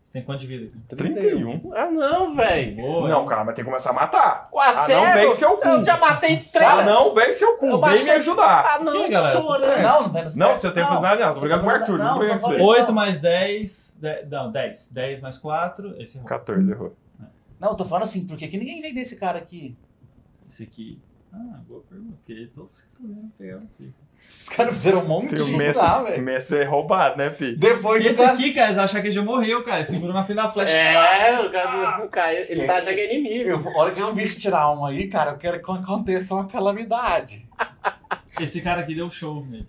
[SPEAKER 1] Você tem quanto de vida?
[SPEAKER 4] 31.
[SPEAKER 2] Ah, não, velho.
[SPEAKER 1] Boa.
[SPEAKER 4] Não, cara, mas tem que começar a matar.
[SPEAKER 2] Ué,
[SPEAKER 4] Ah,
[SPEAKER 2] sério?
[SPEAKER 4] não, vem seu cu.
[SPEAKER 2] Eu Tá já matei três.
[SPEAKER 4] Ah, não, vem seu cu.
[SPEAKER 2] Eu
[SPEAKER 4] Vem
[SPEAKER 2] bati-
[SPEAKER 4] me ajudar.
[SPEAKER 2] Ah, não,
[SPEAKER 1] Que, galera? Tudo
[SPEAKER 2] chorando.
[SPEAKER 5] Não, não tá no
[SPEAKER 4] Não, você tem que fazer nada. não. Tô brigando com o Arthur. Não,
[SPEAKER 5] Não,
[SPEAKER 4] brigando com
[SPEAKER 5] tô
[SPEAKER 4] você.
[SPEAKER 5] falando-
[SPEAKER 1] 8 mais 10, de- não, 10. 10 mais 4, esse errou.
[SPEAKER 4] 14, errou.
[SPEAKER 5] Não, eu tô falando assim, por que que ninguém vem desse cara aqui?
[SPEAKER 1] Esse aqui. Ah, boa pergunta. Porque todos resolveram pegar um cifra.
[SPEAKER 6] Os caras fizeram um monte
[SPEAKER 4] Filho, o
[SPEAKER 6] de
[SPEAKER 4] mestre,
[SPEAKER 6] lá,
[SPEAKER 4] o
[SPEAKER 6] velho.
[SPEAKER 4] mestre é roubado, né, filho?
[SPEAKER 6] Depois do
[SPEAKER 1] Esse
[SPEAKER 6] cara.
[SPEAKER 1] aqui, cara, eles acham que ele já morreu, cara. Segurou na frente da flecha.
[SPEAKER 2] É, o cara não caiu. Ele tá achando que é inimigo.
[SPEAKER 6] Eu, olha que eu bicho tirar um aí, cara. Eu quero que aconteça uma calamidade.
[SPEAKER 1] Esse cara aqui deu show nele.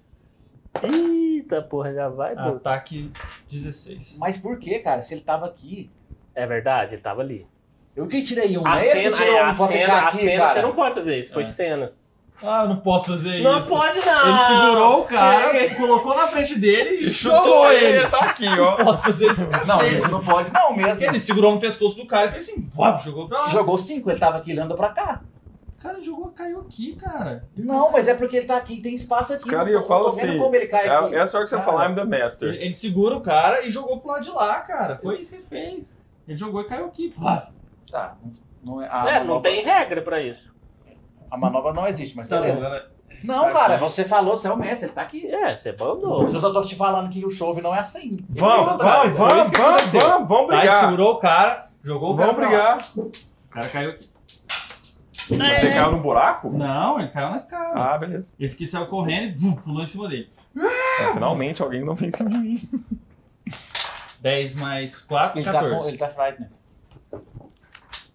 [SPEAKER 2] Eita porra, já vai,
[SPEAKER 1] Ah,
[SPEAKER 2] pô.
[SPEAKER 1] Ataque 16.
[SPEAKER 5] Mas por que, cara? Se ele tava aqui.
[SPEAKER 2] É verdade, ele tava ali.
[SPEAKER 5] Eu que tirei um.
[SPEAKER 2] A
[SPEAKER 5] né? Eu que
[SPEAKER 2] cena,
[SPEAKER 5] tirei
[SPEAKER 2] é,
[SPEAKER 5] um
[SPEAKER 2] a
[SPEAKER 5] pra ficar
[SPEAKER 2] cena, a
[SPEAKER 5] aqui,
[SPEAKER 2] cena,
[SPEAKER 5] cara.
[SPEAKER 2] você não pode fazer isso, foi
[SPEAKER 1] É.
[SPEAKER 2] cena.
[SPEAKER 1] Ah, eu não posso fazer
[SPEAKER 2] Não
[SPEAKER 1] isso.
[SPEAKER 2] pode não!
[SPEAKER 1] Ele segurou o cara, colocou na frente dele e chutou ele.
[SPEAKER 4] tá aqui, ó.
[SPEAKER 1] Posso fazer isso?
[SPEAKER 5] Não, isso não pode, não mesmo.
[SPEAKER 1] Ele segurou no pescoço do cara e fez assim, vop, jogou pra lá.
[SPEAKER 5] Jogou cinco, ele tava aqui, ele andou pra cá.
[SPEAKER 1] O cara jogou, caiu aqui, cara.
[SPEAKER 5] Não, mas é porque ele tá aqui, tem espaço aqui.
[SPEAKER 4] Cara,
[SPEAKER 5] não tô-
[SPEAKER 4] eu falo
[SPEAKER 5] tô vendo
[SPEAKER 4] assim,
[SPEAKER 5] como ele cai Tá aqui.
[SPEAKER 4] É, essa hora que você
[SPEAKER 1] Cara.
[SPEAKER 4] falar, I'm the master.
[SPEAKER 1] Ele, ele segura o cara e jogou pro lado de lá, cara. Foi isso que ele fez. Ele jogou e caiu aqui. Plaf.
[SPEAKER 5] Tá, não, é- a,
[SPEAKER 2] É,
[SPEAKER 5] manobra,
[SPEAKER 2] não tem regra pra isso.
[SPEAKER 5] a manobra não existe, mas
[SPEAKER 1] Tá
[SPEAKER 5] beleza.
[SPEAKER 1] vendo? Era-
[SPEAKER 4] é
[SPEAKER 5] Não,
[SPEAKER 4] né?
[SPEAKER 5] cara, você falou, você é o mestre, ele tá aqui.
[SPEAKER 2] É, você mandou.
[SPEAKER 5] Mas eu só tô te falando que o show não é assim.
[SPEAKER 4] Vamos,
[SPEAKER 5] Ele fez outra
[SPEAKER 4] vamos,
[SPEAKER 5] coisa.
[SPEAKER 4] vamos,
[SPEAKER 1] que
[SPEAKER 4] vamos,
[SPEAKER 1] aconteceu.
[SPEAKER 4] vamos, vamos
[SPEAKER 1] Tá, ele
[SPEAKER 4] brigar.
[SPEAKER 1] segurou o cara, jogou o cara
[SPEAKER 4] Vamos
[SPEAKER 1] pra lá.
[SPEAKER 4] brigar.
[SPEAKER 1] O cara caiu aqui.
[SPEAKER 4] Você caiu no buraco?
[SPEAKER 1] Não, ele caiu na escada.
[SPEAKER 4] Ah, beleza.
[SPEAKER 1] Esse que saiu correndo e vum, pulou em cima dele.
[SPEAKER 4] É, finalmente alguém não venceu de mim.
[SPEAKER 1] 10 mais 4,
[SPEAKER 5] Ele tá,
[SPEAKER 1] 14.
[SPEAKER 5] com, ele tá frightened.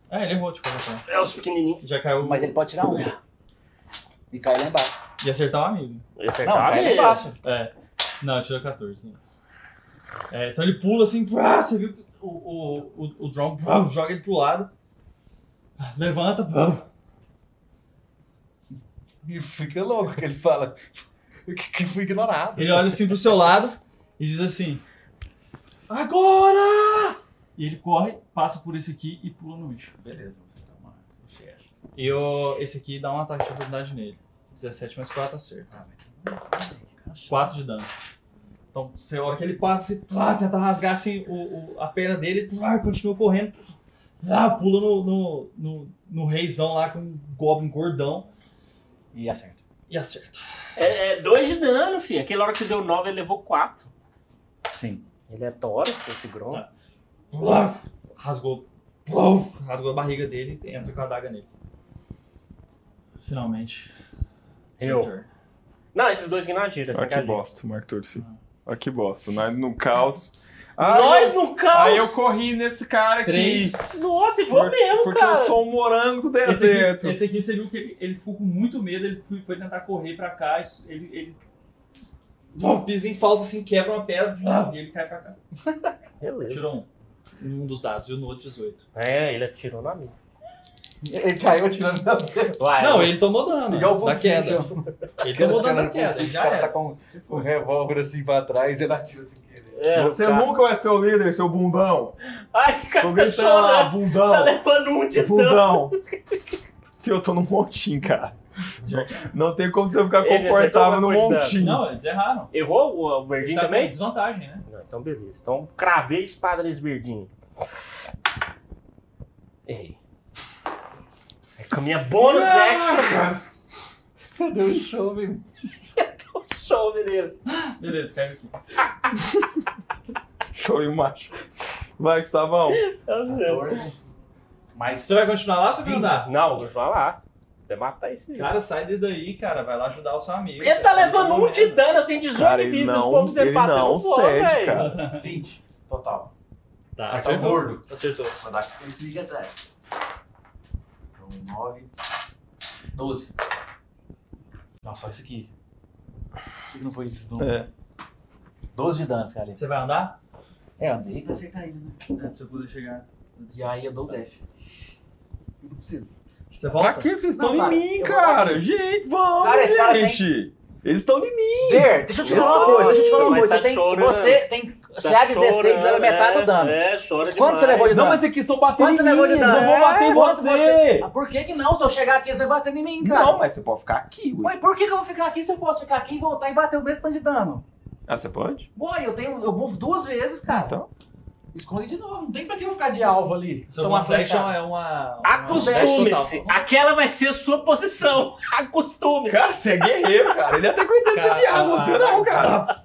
[SPEAKER 1] É, ele errou de qualquer forma.
[SPEAKER 2] É os pequenininhos.
[SPEAKER 1] Já caiu
[SPEAKER 5] Mas ele pode tirar um. E cair lá embaixo.
[SPEAKER 1] e acertar o amigo.
[SPEAKER 2] Ele
[SPEAKER 5] Não,
[SPEAKER 2] acertava
[SPEAKER 5] cai lá
[SPEAKER 2] ele.
[SPEAKER 5] embaixo.
[SPEAKER 1] É. Não, tirou 14. né? É, então ele pula assim, ah, você viu que o, o, o, o drone ah, joga ele pro lado. Levanta, ah.
[SPEAKER 6] E fica louco que ele fala. Que, que fui ignorado.
[SPEAKER 1] ele olha assim pro seu lado e diz assim: Agora! E ele corre, passa por esse aqui e pula no bicho.
[SPEAKER 6] Beleza, você tá uma- um chefe.
[SPEAKER 1] E o, esse aqui dá um ataque de oportunidade nele. 17 mais 4 acerta.
[SPEAKER 6] Tá, mas-
[SPEAKER 1] 4 de dano. Então, você, a hora que ele passa, você plá, tenta rasgar assim, o, o- a perna dele, plá, continua correndo, plá, pula no, no, no, no reizão lá com um goblin gordão
[SPEAKER 5] E acerta.
[SPEAKER 1] e acerta.
[SPEAKER 2] É, é dois de dano, filho. Aquela hora que deu nove, ele levou quatro.
[SPEAKER 5] Sim.
[SPEAKER 2] Ele é toro, esse grom.
[SPEAKER 1] Tá. Plá, rasgou, plá, rasgou a barriga dele e entra com a adaga nele. Finalmente. Seu
[SPEAKER 2] Eu.
[SPEAKER 1] turno.
[SPEAKER 2] Não, esses dois que não atiram.
[SPEAKER 4] Olha
[SPEAKER 2] essa
[SPEAKER 4] Ah, que
[SPEAKER 2] cara de-
[SPEAKER 4] bosta, Mark Turfi. Olha que bosta. Nós no caos. Ah,
[SPEAKER 2] Nós no caos!
[SPEAKER 4] Aí eu corri nesse cara aqui.
[SPEAKER 1] Três.
[SPEAKER 2] Nossa, e vou
[SPEAKER 4] Por-
[SPEAKER 2] mesmo,
[SPEAKER 4] Porque
[SPEAKER 2] cara.
[SPEAKER 4] eu sou um morango do
[SPEAKER 1] Esse
[SPEAKER 4] deserto.
[SPEAKER 1] aqui, esse aqui você viu que ele, ele ficou com muito medo, ele foi, foi tentar correr pra cá, isso- ele, ele Bom, pisa em falta, assim, quebra uma pedra plá, e ele cai pra cá.
[SPEAKER 2] Beleza.
[SPEAKER 1] Tirou um. Em um dos dados e no outro 18.
[SPEAKER 2] É, ele atirou na minha.
[SPEAKER 6] um. Ele caiu atirando na
[SPEAKER 2] Vai.
[SPEAKER 1] Não, ele tomou dano.
[SPEAKER 6] Igual o
[SPEAKER 1] da
[SPEAKER 6] Buffy,
[SPEAKER 1] queda.
[SPEAKER 6] já.
[SPEAKER 1] Ele
[SPEAKER 6] Aquela
[SPEAKER 1] tomou dano
[SPEAKER 6] cena
[SPEAKER 1] da
[SPEAKER 6] do
[SPEAKER 1] queda.
[SPEAKER 6] Buffy,
[SPEAKER 1] ele
[SPEAKER 6] O
[SPEAKER 1] já
[SPEAKER 6] cara tá
[SPEAKER 1] era.
[SPEAKER 6] com o revólver assim pra trás e ele atira assim. sem querer.
[SPEAKER 2] É,
[SPEAKER 4] Você
[SPEAKER 2] cara.
[SPEAKER 4] nunca vai ser o líder, seu bundão.
[SPEAKER 2] Ai, que cara
[SPEAKER 4] Tô
[SPEAKER 2] tá
[SPEAKER 4] gritando lá,
[SPEAKER 2] chorando. Tá
[SPEAKER 4] bundão.
[SPEAKER 2] levando um de dano.
[SPEAKER 4] Bundão. Fio, eu tô no montinho, cara. Não tem como você ficar
[SPEAKER 2] Ele
[SPEAKER 4] confortável no
[SPEAKER 2] acertou uma quantidade.
[SPEAKER 4] montinho.
[SPEAKER 1] Não, eles erraram.
[SPEAKER 2] Errou o- o
[SPEAKER 1] Ele
[SPEAKER 2] verdinho
[SPEAKER 1] tá com
[SPEAKER 2] também?
[SPEAKER 1] desvantagem, né?
[SPEAKER 2] Não, então beleza. Então cravei a espada nesse verdinho. Errei. É com a minha bônus action.
[SPEAKER 6] Cadê o show, velho?
[SPEAKER 2] Eu sou menino.
[SPEAKER 1] Beleza, caiu aqui.
[SPEAKER 4] Show e macho. Vai, Gustavão.
[SPEAKER 2] Eu sei.
[SPEAKER 6] 14. Mas.
[SPEAKER 1] Você vai continuar lá ou você vai andar?
[SPEAKER 2] Não, vou continuar lá. Até matar esse cara.
[SPEAKER 1] Cara, sai desse daí, cara. Vai lá ajudar o seu amigo.
[SPEAKER 2] Ele tá levando um de dano, eu tenho 18
[SPEAKER 4] Cara, ele
[SPEAKER 2] vidas,
[SPEAKER 4] não-
[SPEAKER 2] os povos é
[SPEAKER 4] ele
[SPEAKER 2] empatam.
[SPEAKER 4] não
[SPEAKER 2] eu vou,
[SPEAKER 4] cede,
[SPEAKER 2] velho.
[SPEAKER 4] cara.
[SPEAKER 6] 20. Total.
[SPEAKER 1] Tá,
[SPEAKER 6] Só que é
[SPEAKER 1] acertou.
[SPEAKER 6] gordo.
[SPEAKER 1] Acertou.
[SPEAKER 6] Mas acho que tem esse até. Então, 9. 12.
[SPEAKER 5] Não, só isso aqui. Por que que não foi esses números?
[SPEAKER 4] É.
[SPEAKER 5] 12 de danos, cara.
[SPEAKER 1] Você vai andar?
[SPEAKER 5] É, andei pra acertar ele, né?
[SPEAKER 1] É, pra você poder chegar.
[SPEAKER 5] E aí eu dou o dash. Eu não preciso.
[SPEAKER 1] Você
[SPEAKER 4] Pra
[SPEAKER 1] volta?
[SPEAKER 4] que Eles estão
[SPEAKER 5] Não,
[SPEAKER 4] em mim,
[SPEAKER 5] cara, eu vou
[SPEAKER 4] cara. Gente, vamos,
[SPEAKER 5] Cara, esse cara tem-
[SPEAKER 4] gente. Eles estão em mim.
[SPEAKER 5] Ver, deixa eu te falar uma
[SPEAKER 2] Nossa,
[SPEAKER 5] coisa, deixa eu te falar uma
[SPEAKER 2] mas
[SPEAKER 5] coisa.
[SPEAKER 2] tá
[SPEAKER 5] Você tem,
[SPEAKER 2] chorando.
[SPEAKER 5] você tem
[SPEAKER 2] Tá
[SPEAKER 5] CA16,
[SPEAKER 2] chorando,
[SPEAKER 5] é leva metade
[SPEAKER 2] é,
[SPEAKER 5] do dano.
[SPEAKER 2] É, chora demais.
[SPEAKER 5] Quanto você levou de dano?
[SPEAKER 4] Não, mas aqui estão batendo
[SPEAKER 5] Quanto
[SPEAKER 4] em
[SPEAKER 5] você levou
[SPEAKER 4] mim.
[SPEAKER 5] de
[SPEAKER 4] Eles
[SPEAKER 5] dano?
[SPEAKER 4] não vão bater em
[SPEAKER 5] É, quanto
[SPEAKER 4] você.
[SPEAKER 5] Ah, por que que não? Se eu chegar aqui, você vai bater em mim, cara.
[SPEAKER 4] Não, mas você pode ficar aqui, ué.
[SPEAKER 5] Ué, por que que eu vou ficar aqui se eu posso ficar aqui e voltar e bater o mesmo tanto de dano?
[SPEAKER 4] Ah, você pode?
[SPEAKER 5] Boy, eu tenho. Eu movo duas vezes, cara.
[SPEAKER 4] Então.
[SPEAKER 5] Esconde de novo. Não tem pra que eu ficar de alvo ali.
[SPEAKER 1] Seu
[SPEAKER 5] tomar
[SPEAKER 1] bônus action
[SPEAKER 5] flechada.
[SPEAKER 1] é uma. uma-
[SPEAKER 2] Acostume-se.
[SPEAKER 1] um dash total.
[SPEAKER 2] Aquela vai ser a sua posição. Acostume-se.
[SPEAKER 4] Cara, você é guerreiro, cara. Ele até cuidando desse
[SPEAKER 1] Cara,
[SPEAKER 4] é viado,
[SPEAKER 1] ah,
[SPEAKER 4] você não, cara.
[SPEAKER 1] ah,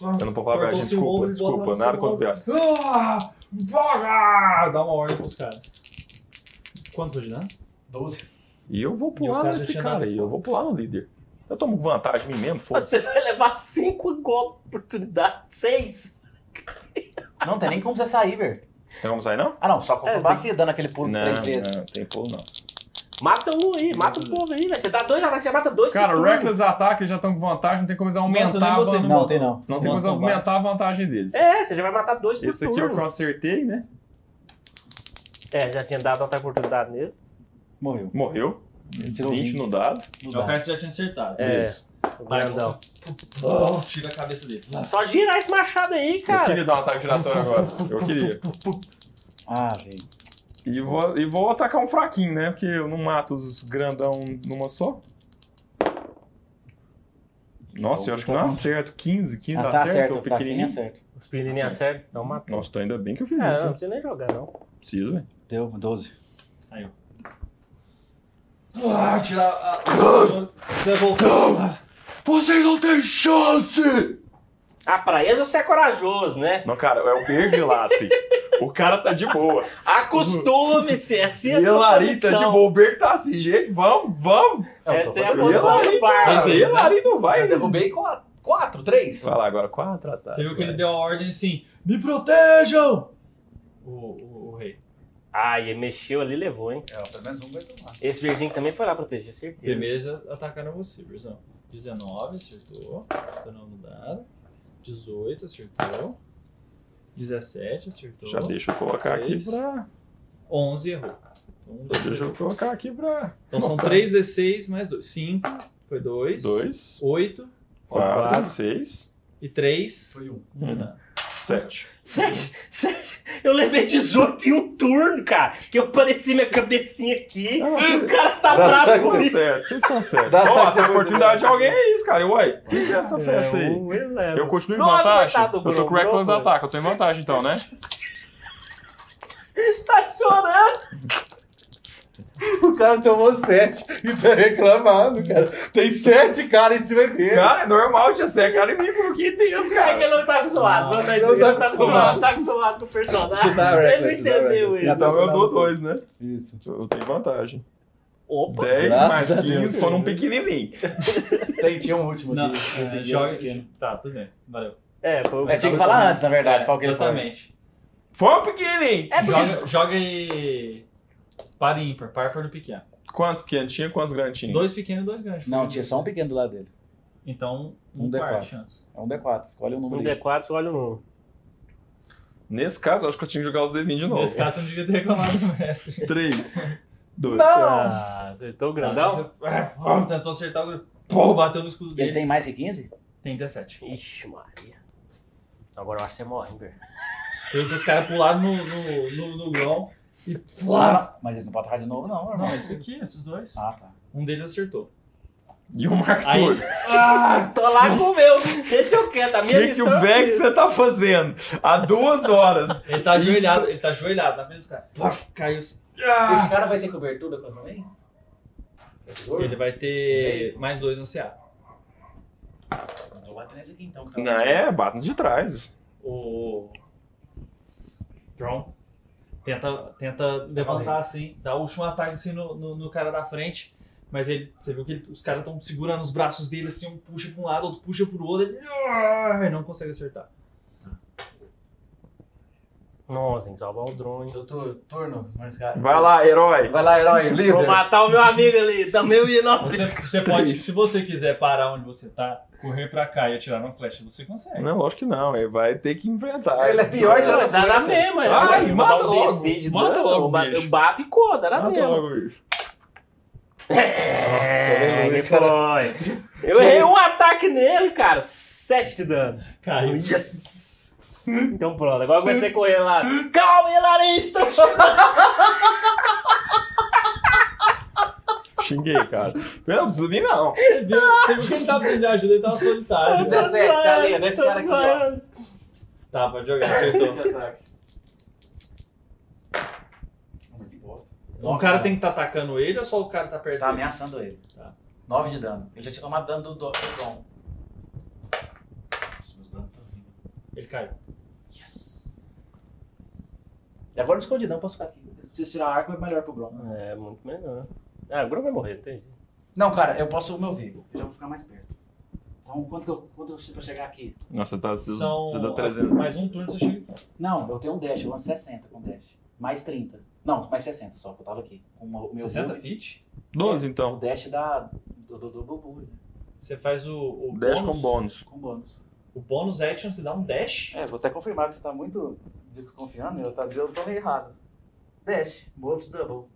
[SPEAKER 4] Eu não posso falar
[SPEAKER 1] cortou-se
[SPEAKER 4] viagem,
[SPEAKER 1] o
[SPEAKER 4] desculpa,
[SPEAKER 1] ombro e botou
[SPEAKER 4] desculpa.
[SPEAKER 1] no
[SPEAKER 4] Nada
[SPEAKER 1] seu
[SPEAKER 4] contra viagem.
[SPEAKER 1] Ah, bora! Dá uma ordem pros caras. Quanto foi de dano?
[SPEAKER 6] 12.
[SPEAKER 4] E eu vou
[SPEAKER 1] E o
[SPEAKER 4] pular
[SPEAKER 1] cara
[SPEAKER 4] nesse
[SPEAKER 1] já
[SPEAKER 4] cara aí,
[SPEAKER 1] chamava-
[SPEAKER 4] eu vou pular no líder. Eu tomo vantagem em mim mesmo, foda-se.
[SPEAKER 2] Você vai levar cinco golpes de oportunidade. Seis.
[SPEAKER 5] Não tem nem como você sair, velho.
[SPEAKER 4] Tem como sair, não?
[SPEAKER 5] Ah, não, só
[SPEAKER 2] É,
[SPEAKER 5] comprovacia dando aquele pulo
[SPEAKER 4] não,
[SPEAKER 5] três vezes.
[SPEAKER 4] não, tem pulo não.
[SPEAKER 2] Mata um aí, mata o povo aí, velho. Você dá dois ataques, você mata dois.
[SPEAKER 4] Cara,
[SPEAKER 2] por turno.
[SPEAKER 4] Reckless Ataque eles já estão com vantagem, não tem como eles
[SPEAKER 1] Nossa, eu nem
[SPEAKER 4] aumentar, a
[SPEAKER 1] botei
[SPEAKER 4] van-
[SPEAKER 1] no
[SPEAKER 5] Não, tem não.
[SPEAKER 4] não tem como eles aumentar a vantagem deles.
[SPEAKER 2] É, você já vai matar dois por
[SPEAKER 4] Esse aqui é eu
[SPEAKER 2] turno.
[SPEAKER 4] acertei, né?
[SPEAKER 2] É, já tinha dado ataque de oportunidade nele.
[SPEAKER 5] Morreu.
[SPEAKER 4] Morreu.
[SPEAKER 5] Ele tirou
[SPEAKER 4] 20 no dado.
[SPEAKER 5] no
[SPEAKER 1] É o
[SPEAKER 5] dado.
[SPEAKER 1] cara que você já tinha acertado.
[SPEAKER 2] É,
[SPEAKER 4] Isso.
[SPEAKER 2] o
[SPEAKER 1] Vai,
[SPEAKER 2] grandão.
[SPEAKER 1] Oh, tira a cabeça dele. Lá.
[SPEAKER 2] Só girar esse machado aí,
[SPEAKER 4] Eu
[SPEAKER 2] cara.
[SPEAKER 4] queria dar um ataque giratório agora. Eu queria.
[SPEAKER 5] Ah, velho.
[SPEAKER 4] E vou, e vou atacar um fraquinho, né? Porque eu não mato os grandão numa só. Nossa, eu acho que não acerto. 15, 15
[SPEAKER 5] Ah,
[SPEAKER 4] acerto.
[SPEAKER 5] tá certo,
[SPEAKER 4] o
[SPEAKER 5] o fraquinho
[SPEAKER 4] pequenininho.
[SPEAKER 5] acerta.
[SPEAKER 2] Os pequenininhos acertam, não matam.
[SPEAKER 4] Nossa, tô ainda bem que eu fiz
[SPEAKER 2] É,
[SPEAKER 4] isso.
[SPEAKER 2] não
[SPEAKER 4] hein?
[SPEAKER 2] precisa nem jogar, não.
[SPEAKER 4] Preciso, velho.
[SPEAKER 5] Deu 12.
[SPEAKER 1] Ah, tirar a... Você voltou.
[SPEAKER 4] Vocês não têm chance!
[SPEAKER 2] Ah, pra eles você é corajoso, né?
[SPEAKER 4] Não, cara, é o Berglace. o cara tá de boa.
[SPEAKER 2] Acostume-se, assim é a
[SPEAKER 4] e a
[SPEAKER 2] sua
[SPEAKER 4] Larim tá de
[SPEAKER 2] posição.
[SPEAKER 4] boa. O Berg tá assim, gente, vamos, vamos.
[SPEAKER 2] Essa é a
[SPEAKER 4] E
[SPEAKER 2] posição do
[SPEAKER 4] Larim
[SPEAKER 2] barco.
[SPEAKER 4] E a Larim não vai,
[SPEAKER 5] Eu
[SPEAKER 4] né?
[SPEAKER 5] derrubei 4, 3.
[SPEAKER 4] Vai lá agora, quatro ataques.
[SPEAKER 1] Você viu que ele
[SPEAKER 4] vai.
[SPEAKER 1] deu a ordem assim: me protejam! O, o, o rei.
[SPEAKER 2] Ai, ele mexeu ali e levou, hein?
[SPEAKER 5] É, pelo menos um vai tomar.
[SPEAKER 2] Esse verdinho também foi lá proteger, certeza.
[SPEAKER 1] Primeiro eles atacaram você, Brisão. 19, acertou. Seu nome no dado. 18, acertou. 17, acertou.
[SPEAKER 4] Já deixa eu colocar aqui
[SPEAKER 1] Três.
[SPEAKER 4] pra...
[SPEAKER 1] 11 errou. Um, dois,
[SPEAKER 4] Deixa
[SPEAKER 1] errou.
[SPEAKER 4] eu colocar aqui pra...
[SPEAKER 1] Então são 3 D6 mais 2. 5 foi 2.
[SPEAKER 4] Dois,
[SPEAKER 1] 8
[SPEAKER 4] quatro, seis,
[SPEAKER 1] e 3.
[SPEAKER 5] Foi um.
[SPEAKER 4] sete.
[SPEAKER 2] Sete, sete, eu levei 18 em um turno, cara. Que eu pareci minha cabecinha aqui.
[SPEAKER 4] Ah,
[SPEAKER 2] e o cara tá
[SPEAKER 16] Dá
[SPEAKER 2] bravo
[SPEAKER 16] certo,
[SPEAKER 4] Vocês estão
[SPEAKER 2] comigo.
[SPEAKER 4] certos, vocês estão certos.
[SPEAKER 16] Dá é
[SPEAKER 4] Ó,
[SPEAKER 16] ataque de
[SPEAKER 4] a oportunidade de alguém é isso, cara. Uai, o que que é essa festa
[SPEAKER 2] É,
[SPEAKER 4] aí?
[SPEAKER 2] um, ele leva.
[SPEAKER 4] Eu continuo em
[SPEAKER 2] Nossa,
[SPEAKER 4] vantagem?
[SPEAKER 2] coitado
[SPEAKER 4] Eu
[SPEAKER 2] do
[SPEAKER 4] tô com
[SPEAKER 2] Grom,
[SPEAKER 4] Reckless
[SPEAKER 2] Grom,
[SPEAKER 4] Ataque, eu tô em vantagem então, né?
[SPEAKER 2] Tá chorando.
[SPEAKER 16] O cara tomou sete e tá reclamando, cara. Tem sete caras em cima dele.
[SPEAKER 4] Cara, é normal de ser, cara, e me por que tem isso,
[SPEAKER 2] É que
[SPEAKER 4] cara?
[SPEAKER 2] ele não tá acostumado. Não, tá, não tá acostumado. Não tá acostumado com o
[SPEAKER 6] tá
[SPEAKER 2] personagem.
[SPEAKER 16] Dá
[SPEAKER 2] Ele não
[SPEAKER 16] reckless, dá
[SPEAKER 2] entendeu
[SPEAKER 16] reckless.
[SPEAKER 2] ele.
[SPEAKER 4] Então eu dou dois, né?
[SPEAKER 16] Isso.
[SPEAKER 4] Eu tenho vantagem.
[SPEAKER 2] Opa.
[SPEAKER 4] 10 mais
[SPEAKER 16] Graças a
[SPEAKER 4] 15
[SPEAKER 16] Deus.
[SPEAKER 4] foram um pequenininho.
[SPEAKER 5] Tem, tinha um último
[SPEAKER 1] Não,
[SPEAKER 5] aqui.
[SPEAKER 1] é, joga. Tá, tudo bem. Valeu.
[SPEAKER 2] É, foi o
[SPEAKER 5] É, tinha que falar antes, na verdade,
[SPEAKER 1] É,
[SPEAKER 5] qual que ele falou.
[SPEAKER 1] Exatamente.
[SPEAKER 4] Foi um pequenininho!
[SPEAKER 2] É porque
[SPEAKER 1] Joga, joga e. Par e ímpar. Par foi do pequeno.
[SPEAKER 4] Quantos pequenos tinha, quantos grandes tinha?
[SPEAKER 1] Dois pequenos e dois grandes.
[SPEAKER 5] Não, tinha só um pequeno do lado dele.
[SPEAKER 1] Então, um,
[SPEAKER 5] Um D4.
[SPEAKER 1] par de chance.
[SPEAKER 5] É um D4, escolhe um
[SPEAKER 2] um
[SPEAKER 5] número aí.
[SPEAKER 2] D4, olha o
[SPEAKER 4] um.
[SPEAKER 2] número.
[SPEAKER 4] Nesse caso, eu acho que eu tinha que jogar os D20 de novo.
[SPEAKER 1] Nesse caso, você não devia ter reclamado do mestre.
[SPEAKER 4] 3, 2,
[SPEAKER 2] Ah, acertou o grandão?
[SPEAKER 1] Nossa, você- Ah, vamos, tentou acertar o. Pô, bateu no escudo
[SPEAKER 5] Ele
[SPEAKER 1] dele.
[SPEAKER 5] tem mais que 15?
[SPEAKER 1] Tem 17.
[SPEAKER 2] Ixi, Maria. Agora eu acho que você morre, hein, Ber.
[SPEAKER 1] Eu que os caras pularam no, no, no, no grão e.
[SPEAKER 5] Claro. Mas eles não podem errar de novo, não, irmão.
[SPEAKER 1] Não, esse aqui, esses dois.
[SPEAKER 5] Ah, tá.
[SPEAKER 1] Um deles acertou.
[SPEAKER 4] E o Mark
[SPEAKER 1] Aí-
[SPEAKER 4] Tudo.
[SPEAKER 2] Tô lá com o meu. Deixa eu quieto. A
[SPEAKER 4] O
[SPEAKER 2] minha
[SPEAKER 4] que, que
[SPEAKER 2] missão
[SPEAKER 4] o
[SPEAKER 2] é
[SPEAKER 4] Vex você tá fazendo? Há duas horas.
[SPEAKER 1] Ele tá ajoelhado, ele tá ajoelhado na frente dos caras. Puf, caiu. assim.
[SPEAKER 5] Ah. Esse cara vai ter cobertura quando vem? Esse gordo?
[SPEAKER 1] Ele vai ter mais dois no CA.
[SPEAKER 5] Não vou bater nesse aqui então. que tá
[SPEAKER 4] Não, é, bate de trás.
[SPEAKER 1] O. Drone tenta, tenta levantar assim, dá o último ataque assim no, no, no cara da frente. Mas ele, você viu que ele- os caras estão segurando os braços dele assim, um puxa pra um lado, outro puxa pro outro, ele ah, não consegue acertar.
[SPEAKER 2] Nossa, tem que salvar o drone.
[SPEAKER 5] Seu tu- turno, mas cara.
[SPEAKER 4] Vai lá, herói.
[SPEAKER 5] Vai lá, herói,
[SPEAKER 2] Vou
[SPEAKER 5] líder.
[SPEAKER 2] matar o meu amigo ali. Também o Inobre.
[SPEAKER 1] Você, você pode, se você quiser parar onde você tá, correr pra cá e atirar uma flecha, você consegue.
[SPEAKER 4] Não, lógico que não. Ele vai ter que enfrentar.
[SPEAKER 5] Ele é pior de
[SPEAKER 2] Não, dá na
[SPEAKER 5] força.
[SPEAKER 2] mesma.
[SPEAKER 4] Vai,
[SPEAKER 2] Vai,
[SPEAKER 4] Tá mata
[SPEAKER 2] mata
[SPEAKER 4] logo,
[SPEAKER 2] um D6 de
[SPEAKER 4] mata
[SPEAKER 2] dano,
[SPEAKER 4] logo,
[SPEAKER 2] eu ba-
[SPEAKER 4] bicho.
[SPEAKER 2] Eu bato e cor, dá na
[SPEAKER 4] Mata
[SPEAKER 2] mesma.
[SPEAKER 4] logo, bicho.
[SPEAKER 2] É,
[SPEAKER 16] aleluia,
[SPEAKER 2] que foi. Eu errei um ataque nele, cara. 7 de dano.
[SPEAKER 1] Caiu.
[SPEAKER 2] Yes! Então pronto, agora eu comecei a correr lá. Calma, Elarim, estou chegando.
[SPEAKER 4] Xinguei, cara. Eu não preciso vir, não.
[SPEAKER 1] Você viu, você viu que ele tava precisando de ajuda, ele tava solitário.
[SPEAKER 5] 17, tá ali, desse cara aqui, ó.
[SPEAKER 1] Tá, pode jogar, acertou.
[SPEAKER 5] Que bosta.
[SPEAKER 1] O cara tem que estar tá atacando ele ou só o cara tá perto
[SPEAKER 5] Tá
[SPEAKER 1] dele?
[SPEAKER 5] ameaçando ele. Tá. 9 de dano. Ele já tinha tomado dano do do- do Dom. Nossa, meus danos tão horríveis.
[SPEAKER 1] Ele caiu.
[SPEAKER 5] Yes! E agora eu não escondi não, posso ficar aqui. Se você tirar a arco, é melhor pro Bron.
[SPEAKER 2] É, muito melhor. Ah, o Gru vai morrer, não tem jeito.
[SPEAKER 5] Não, cara, eu posso me ouvir. Eu já vou ficar mais perto. Então, quanto que eu, quanto eu preciso pra chegar aqui?
[SPEAKER 4] Nossa, tá, você,
[SPEAKER 1] São
[SPEAKER 4] você dá 300.
[SPEAKER 1] mais um turno você chega.
[SPEAKER 5] Não, eu tenho um dash, eu ando 60 com dash. Mais 30. Não, mais 60 só, que eu tava aqui. Com o meu- meu
[SPEAKER 1] 60
[SPEAKER 5] move.
[SPEAKER 1] feet.
[SPEAKER 4] 12,
[SPEAKER 5] O
[SPEAKER 4] então.
[SPEAKER 5] dash dá do, do, do bubu, né?
[SPEAKER 1] Você faz o, o
[SPEAKER 4] 10 com
[SPEAKER 1] bônus.
[SPEAKER 4] bônus.
[SPEAKER 5] Com bônus.
[SPEAKER 1] O bônus action, você dá um dash.
[SPEAKER 5] É, vou até confirmar que você tá muito desconfiando, eu, tá, eu tô meio errado. Dash, moves double.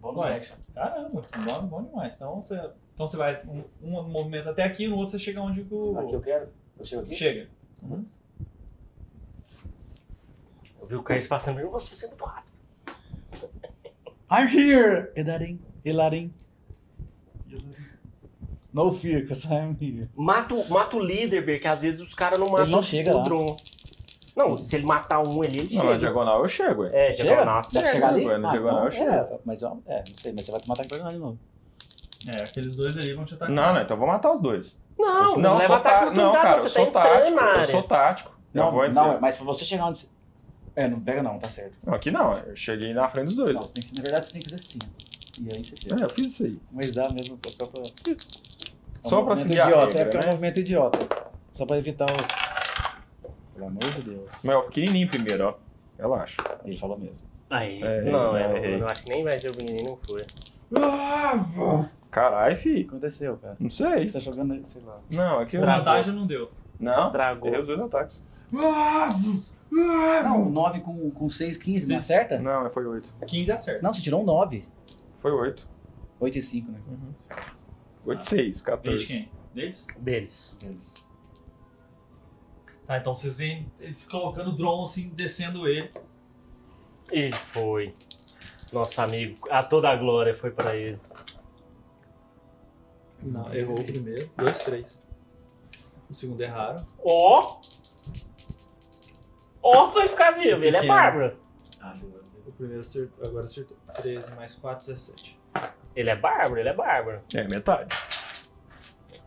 [SPEAKER 5] Bônus
[SPEAKER 1] Ué.
[SPEAKER 5] action.
[SPEAKER 1] Caramba, bom, bom demais. Então você, então você vai um, um movimento até aqui, no outro você chega onde que o.
[SPEAKER 5] Aqui eu quero. Eu
[SPEAKER 6] é
[SPEAKER 5] chego aqui?
[SPEAKER 1] Chega.
[SPEAKER 2] Eu vi o Cães passando, eu nossa, você é muito rápido.
[SPEAKER 5] I'm here! Edarim, Elarim. No fear, cause I'm here.
[SPEAKER 2] Mata, o- mata o líder, Ber, que às vezes os caras não matam
[SPEAKER 5] Ele não chega
[SPEAKER 2] o
[SPEAKER 5] lá.
[SPEAKER 2] Dron. Não, se ele matar um ali, ele
[SPEAKER 4] Não, na
[SPEAKER 2] chega.
[SPEAKER 4] diagonal eu chego, ué.
[SPEAKER 2] É,
[SPEAKER 5] Chega?
[SPEAKER 2] diagonal.
[SPEAKER 5] Você vai
[SPEAKER 4] Chega,
[SPEAKER 5] chegar ali?
[SPEAKER 4] ué, no diagonal eu chego.
[SPEAKER 5] é, mas ó, é, não sei, mas você vai tomar ataque diagonal de novo.
[SPEAKER 1] É, aqueles dois ali vão te atacar.
[SPEAKER 4] Não, não, então vou matar os dois.
[SPEAKER 2] Não,
[SPEAKER 4] Eu-
[SPEAKER 2] não, leva
[SPEAKER 4] sou tá-
[SPEAKER 2] ataque
[SPEAKER 4] não
[SPEAKER 2] oportunidade,
[SPEAKER 4] cara, eu
[SPEAKER 2] você
[SPEAKER 4] sou
[SPEAKER 2] tá entrando
[SPEAKER 4] tático.
[SPEAKER 2] na
[SPEAKER 4] Eu
[SPEAKER 2] área.
[SPEAKER 4] sou tático. Eu
[SPEAKER 5] Não,
[SPEAKER 4] vou entrar.
[SPEAKER 5] não, é, mas pra você chegar onde. É, não pega não, tá certo.
[SPEAKER 4] Não, Aqui não, eu cheguei na frente dos dois.
[SPEAKER 5] Não, você tem que, na verdade você tem que fazer assim. E aí você pega.
[SPEAKER 4] É, eu fiz isso aí.
[SPEAKER 5] Mas dá Um mesmo, só pra. É
[SPEAKER 4] Só pra
[SPEAKER 5] movimento
[SPEAKER 4] seguir a
[SPEAKER 5] idiota,
[SPEAKER 4] regra,
[SPEAKER 5] É porque é
[SPEAKER 4] né?
[SPEAKER 5] um movimento idiota. Só pra evitar o. Pelo amor de Deus.
[SPEAKER 4] Mas ó, pequenininho primeiro, ó. Relaxa.
[SPEAKER 5] Ele falou mesmo.
[SPEAKER 2] Aí,
[SPEAKER 4] É,
[SPEAKER 2] não, é,
[SPEAKER 4] errei.
[SPEAKER 2] eu não acho que nem vai ser o menino, não foi.
[SPEAKER 4] Carai,
[SPEAKER 5] O
[SPEAKER 4] fi.
[SPEAKER 5] que aconteceu, cara?
[SPEAKER 4] Não sei.
[SPEAKER 5] Você tá jogando, sei lá.
[SPEAKER 4] Não, aqui eu...
[SPEAKER 1] Vantagem não deu.
[SPEAKER 4] Não,
[SPEAKER 2] Estragou.
[SPEAKER 4] errei os dois ataques.
[SPEAKER 5] Não, 9 com, com 6, 15, não
[SPEAKER 1] Dez.
[SPEAKER 5] acerta?
[SPEAKER 4] Não, é, foi oito.
[SPEAKER 1] 15 acerta.
[SPEAKER 5] Não, você tirou um 9.
[SPEAKER 4] Foi oito.
[SPEAKER 5] 8 e 5, né?
[SPEAKER 4] Oito, seis, 14.
[SPEAKER 1] Desde quem? Deles?
[SPEAKER 2] Deles.
[SPEAKER 1] Tá, então vocês veem eles colocando o drone assim, descendo ele.
[SPEAKER 2] E foi. Nosso amigo, a toda a glória foi pra ele.
[SPEAKER 1] Não, errou o primeiro. Dois, três. O segundo erraram.
[SPEAKER 2] Ó! Ó, vai ficar vivo, ele é
[SPEAKER 1] Pequeno.
[SPEAKER 2] bárbaro.
[SPEAKER 5] Ah,
[SPEAKER 1] O primeiro acertou, agora acertou. 13 mais 4, 17.
[SPEAKER 2] Ele é bárbaro, ele é bárbaro.
[SPEAKER 4] É, metade.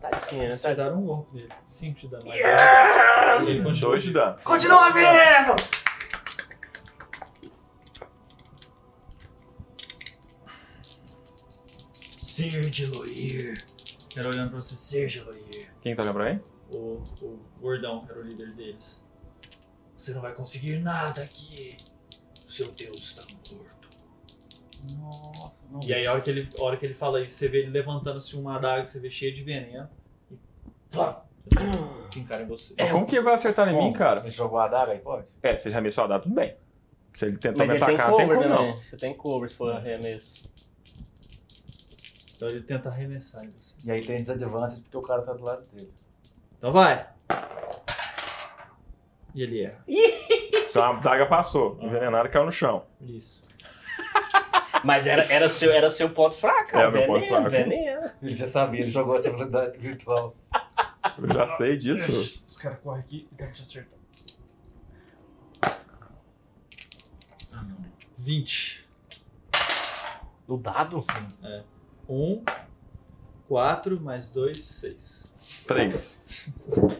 [SPEAKER 1] Eles
[SPEAKER 2] Tadinha, né? Tadinha.
[SPEAKER 1] acertaram um golpe nele. 5 de dano. Ele continua
[SPEAKER 4] Dois de dano.
[SPEAKER 2] Tá
[SPEAKER 5] Continua vendo!
[SPEAKER 1] Sir de Loir. Quero olhando pra você, Sir de Loir.
[SPEAKER 4] Quem tá olhando pra mim?
[SPEAKER 1] O, o gordão era o líder deles. Você não vai conseguir nada aqui. O seu deus está morto.
[SPEAKER 5] Nossa, não.
[SPEAKER 1] E aí, a hora que ele, a hora que ele fala isso, você vê ele levantando assim uma adaga, você vê cheia de veneno. E plá! Se encara em você.
[SPEAKER 2] É.
[SPEAKER 4] Mas como que ele vai acertar em mim, cara?
[SPEAKER 5] Me jogou a daga aí, pode?
[SPEAKER 4] É, se ele já me só dá, tudo bem. Se ele tentou
[SPEAKER 2] Mas
[SPEAKER 4] me
[SPEAKER 2] ele tem
[SPEAKER 4] atacar, não tem
[SPEAKER 2] cover
[SPEAKER 4] como não.
[SPEAKER 2] também. Você tem cover se for arremesso.
[SPEAKER 1] Então ele tenta arremessar em você.
[SPEAKER 5] E aí tem desadvantage porque o cara tá do lado dele.
[SPEAKER 1] Então vai! E ele erra.
[SPEAKER 4] Então a daga passou, envenenada caiu no chão.
[SPEAKER 1] Isso.
[SPEAKER 2] Mas era, era, seu, era seu ponto fraco, cara.
[SPEAKER 4] Era meu ponto
[SPEAKER 2] Veneno,
[SPEAKER 4] fraco.
[SPEAKER 2] veneno.
[SPEAKER 5] Ele já sabia, ele jogou essa habilidade virtual.
[SPEAKER 4] Eu já sei disso.
[SPEAKER 1] Os caras correm aqui e tentam te acertar. Ah, 20.
[SPEAKER 2] No dado?
[SPEAKER 1] Um, quatro, mais dois, seis.
[SPEAKER 4] Três.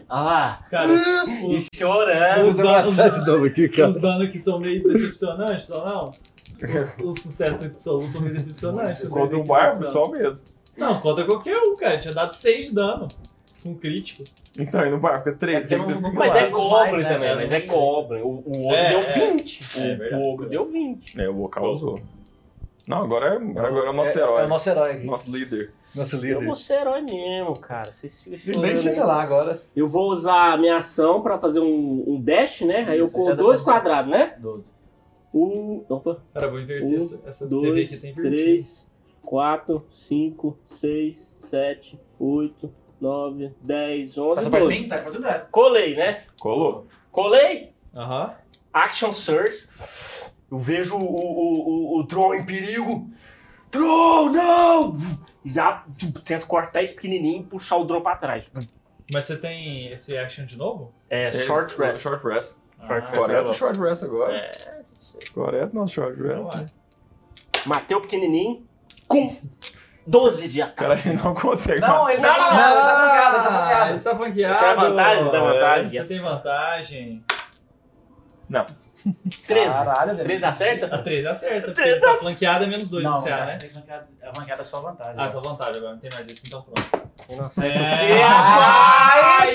[SPEAKER 2] Ah lá.
[SPEAKER 1] Cara,
[SPEAKER 2] E
[SPEAKER 1] os,
[SPEAKER 2] chorando.
[SPEAKER 1] os danos,
[SPEAKER 16] de novo aqui,
[SPEAKER 1] os danos aqui são meio decepcionantes, são não? Os, os sucessos absolutos são meio decepcionantes.
[SPEAKER 4] Contra um
[SPEAKER 1] Tem que
[SPEAKER 4] bárbaro,
[SPEAKER 1] dar-
[SPEAKER 4] só mesmo.
[SPEAKER 1] Não, contra qualquer um, cara. Tinha dado 6 de dano. Com crítico.
[SPEAKER 4] Então, e no bárbaro fica três.
[SPEAKER 5] É porque
[SPEAKER 4] seis,
[SPEAKER 5] não-
[SPEAKER 4] eu-
[SPEAKER 5] não-
[SPEAKER 2] Mas é
[SPEAKER 5] Claro,
[SPEAKER 2] cobre
[SPEAKER 5] mais, né,
[SPEAKER 2] também,
[SPEAKER 1] cara?
[SPEAKER 2] mas é cobre. O, o ogro
[SPEAKER 1] É,
[SPEAKER 2] deu
[SPEAKER 1] é.
[SPEAKER 2] 20.
[SPEAKER 1] É
[SPEAKER 2] o,
[SPEAKER 1] verdade.
[SPEAKER 2] o ogro deu 20.
[SPEAKER 4] É, o vocal usou. Não, agora é, agora é o nosso
[SPEAKER 5] É,
[SPEAKER 4] herói.
[SPEAKER 5] o nosso herói aqui.
[SPEAKER 4] Nosso líder.
[SPEAKER 16] Nosso
[SPEAKER 2] Eu
[SPEAKER 16] líder.
[SPEAKER 2] vou ser herói mesmo, cara. Vocês ficam
[SPEAKER 16] Ele nem
[SPEAKER 2] chorando.
[SPEAKER 16] chega
[SPEAKER 2] aí.
[SPEAKER 16] lá agora.
[SPEAKER 2] Eu vou usar a minha ação pra fazer um, um dash, né? Aí eu
[SPEAKER 5] Isso,
[SPEAKER 2] corro
[SPEAKER 5] essa é
[SPEAKER 2] dois
[SPEAKER 5] dessa-
[SPEAKER 2] quadrados, né?
[SPEAKER 5] 12.
[SPEAKER 2] Um, opa,
[SPEAKER 1] Cara, eu vou inverter
[SPEAKER 2] Um,
[SPEAKER 1] essa, essa TV
[SPEAKER 2] dois,
[SPEAKER 1] aqui, tá invertida.
[SPEAKER 2] três, quatro, cinco, seis, sete, oito, nove, dez, onze,
[SPEAKER 5] Passa pra
[SPEAKER 2] doze.
[SPEAKER 5] mim, tá com a
[SPEAKER 2] Colei, né?
[SPEAKER 4] Colou.
[SPEAKER 2] Colei!
[SPEAKER 1] Aham.
[SPEAKER 2] Action Surge. Eu vejo o, o, o, o Drone em perigo. Drone, não! Já tu, tento cortar esse pequenininho e puxar o Drone pra trás.
[SPEAKER 1] Mas você tem esse action de novo?
[SPEAKER 2] É, short
[SPEAKER 4] É,
[SPEAKER 2] rest.
[SPEAKER 4] Short rest.
[SPEAKER 2] Short rest.
[SPEAKER 4] Correto
[SPEAKER 2] é
[SPEAKER 4] short rest agora.
[SPEAKER 2] É,
[SPEAKER 3] é
[SPEAKER 4] Correto nosso short rest.
[SPEAKER 1] Vai.
[SPEAKER 4] né?
[SPEAKER 2] Matei o pequenininho. Com 12 de
[SPEAKER 4] O
[SPEAKER 2] ataque.
[SPEAKER 4] cara ele não consegue
[SPEAKER 5] Não, ele tá
[SPEAKER 1] Ah,
[SPEAKER 5] flanqueado, ele tá flanqueado, ele tá flanqueado.
[SPEAKER 1] Ele tá flanqueado.
[SPEAKER 2] Tem vantagem, tem vantagem.
[SPEAKER 1] Você tem
[SPEAKER 2] Yes.
[SPEAKER 1] vantagem.
[SPEAKER 2] 13.
[SPEAKER 5] Caralho, velho.
[SPEAKER 2] 13 acerta?
[SPEAKER 1] A 3 acerta. porque
[SPEAKER 2] Três
[SPEAKER 1] tá flanqueada menos 2
[SPEAKER 5] Não,
[SPEAKER 1] no CA,
[SPEAKER 5] eu
[SPEAKER 1] né?
[SPEAKER 5] acho que a ranqueada é só vantagem.
[SPEAKER 1] Ah, só vantagem agora, não tem mais isso, então pronto.
[SPEAKER 2] Nossa,
[SPEAKER 1] É.
[SPEAKER 5] Ah, aí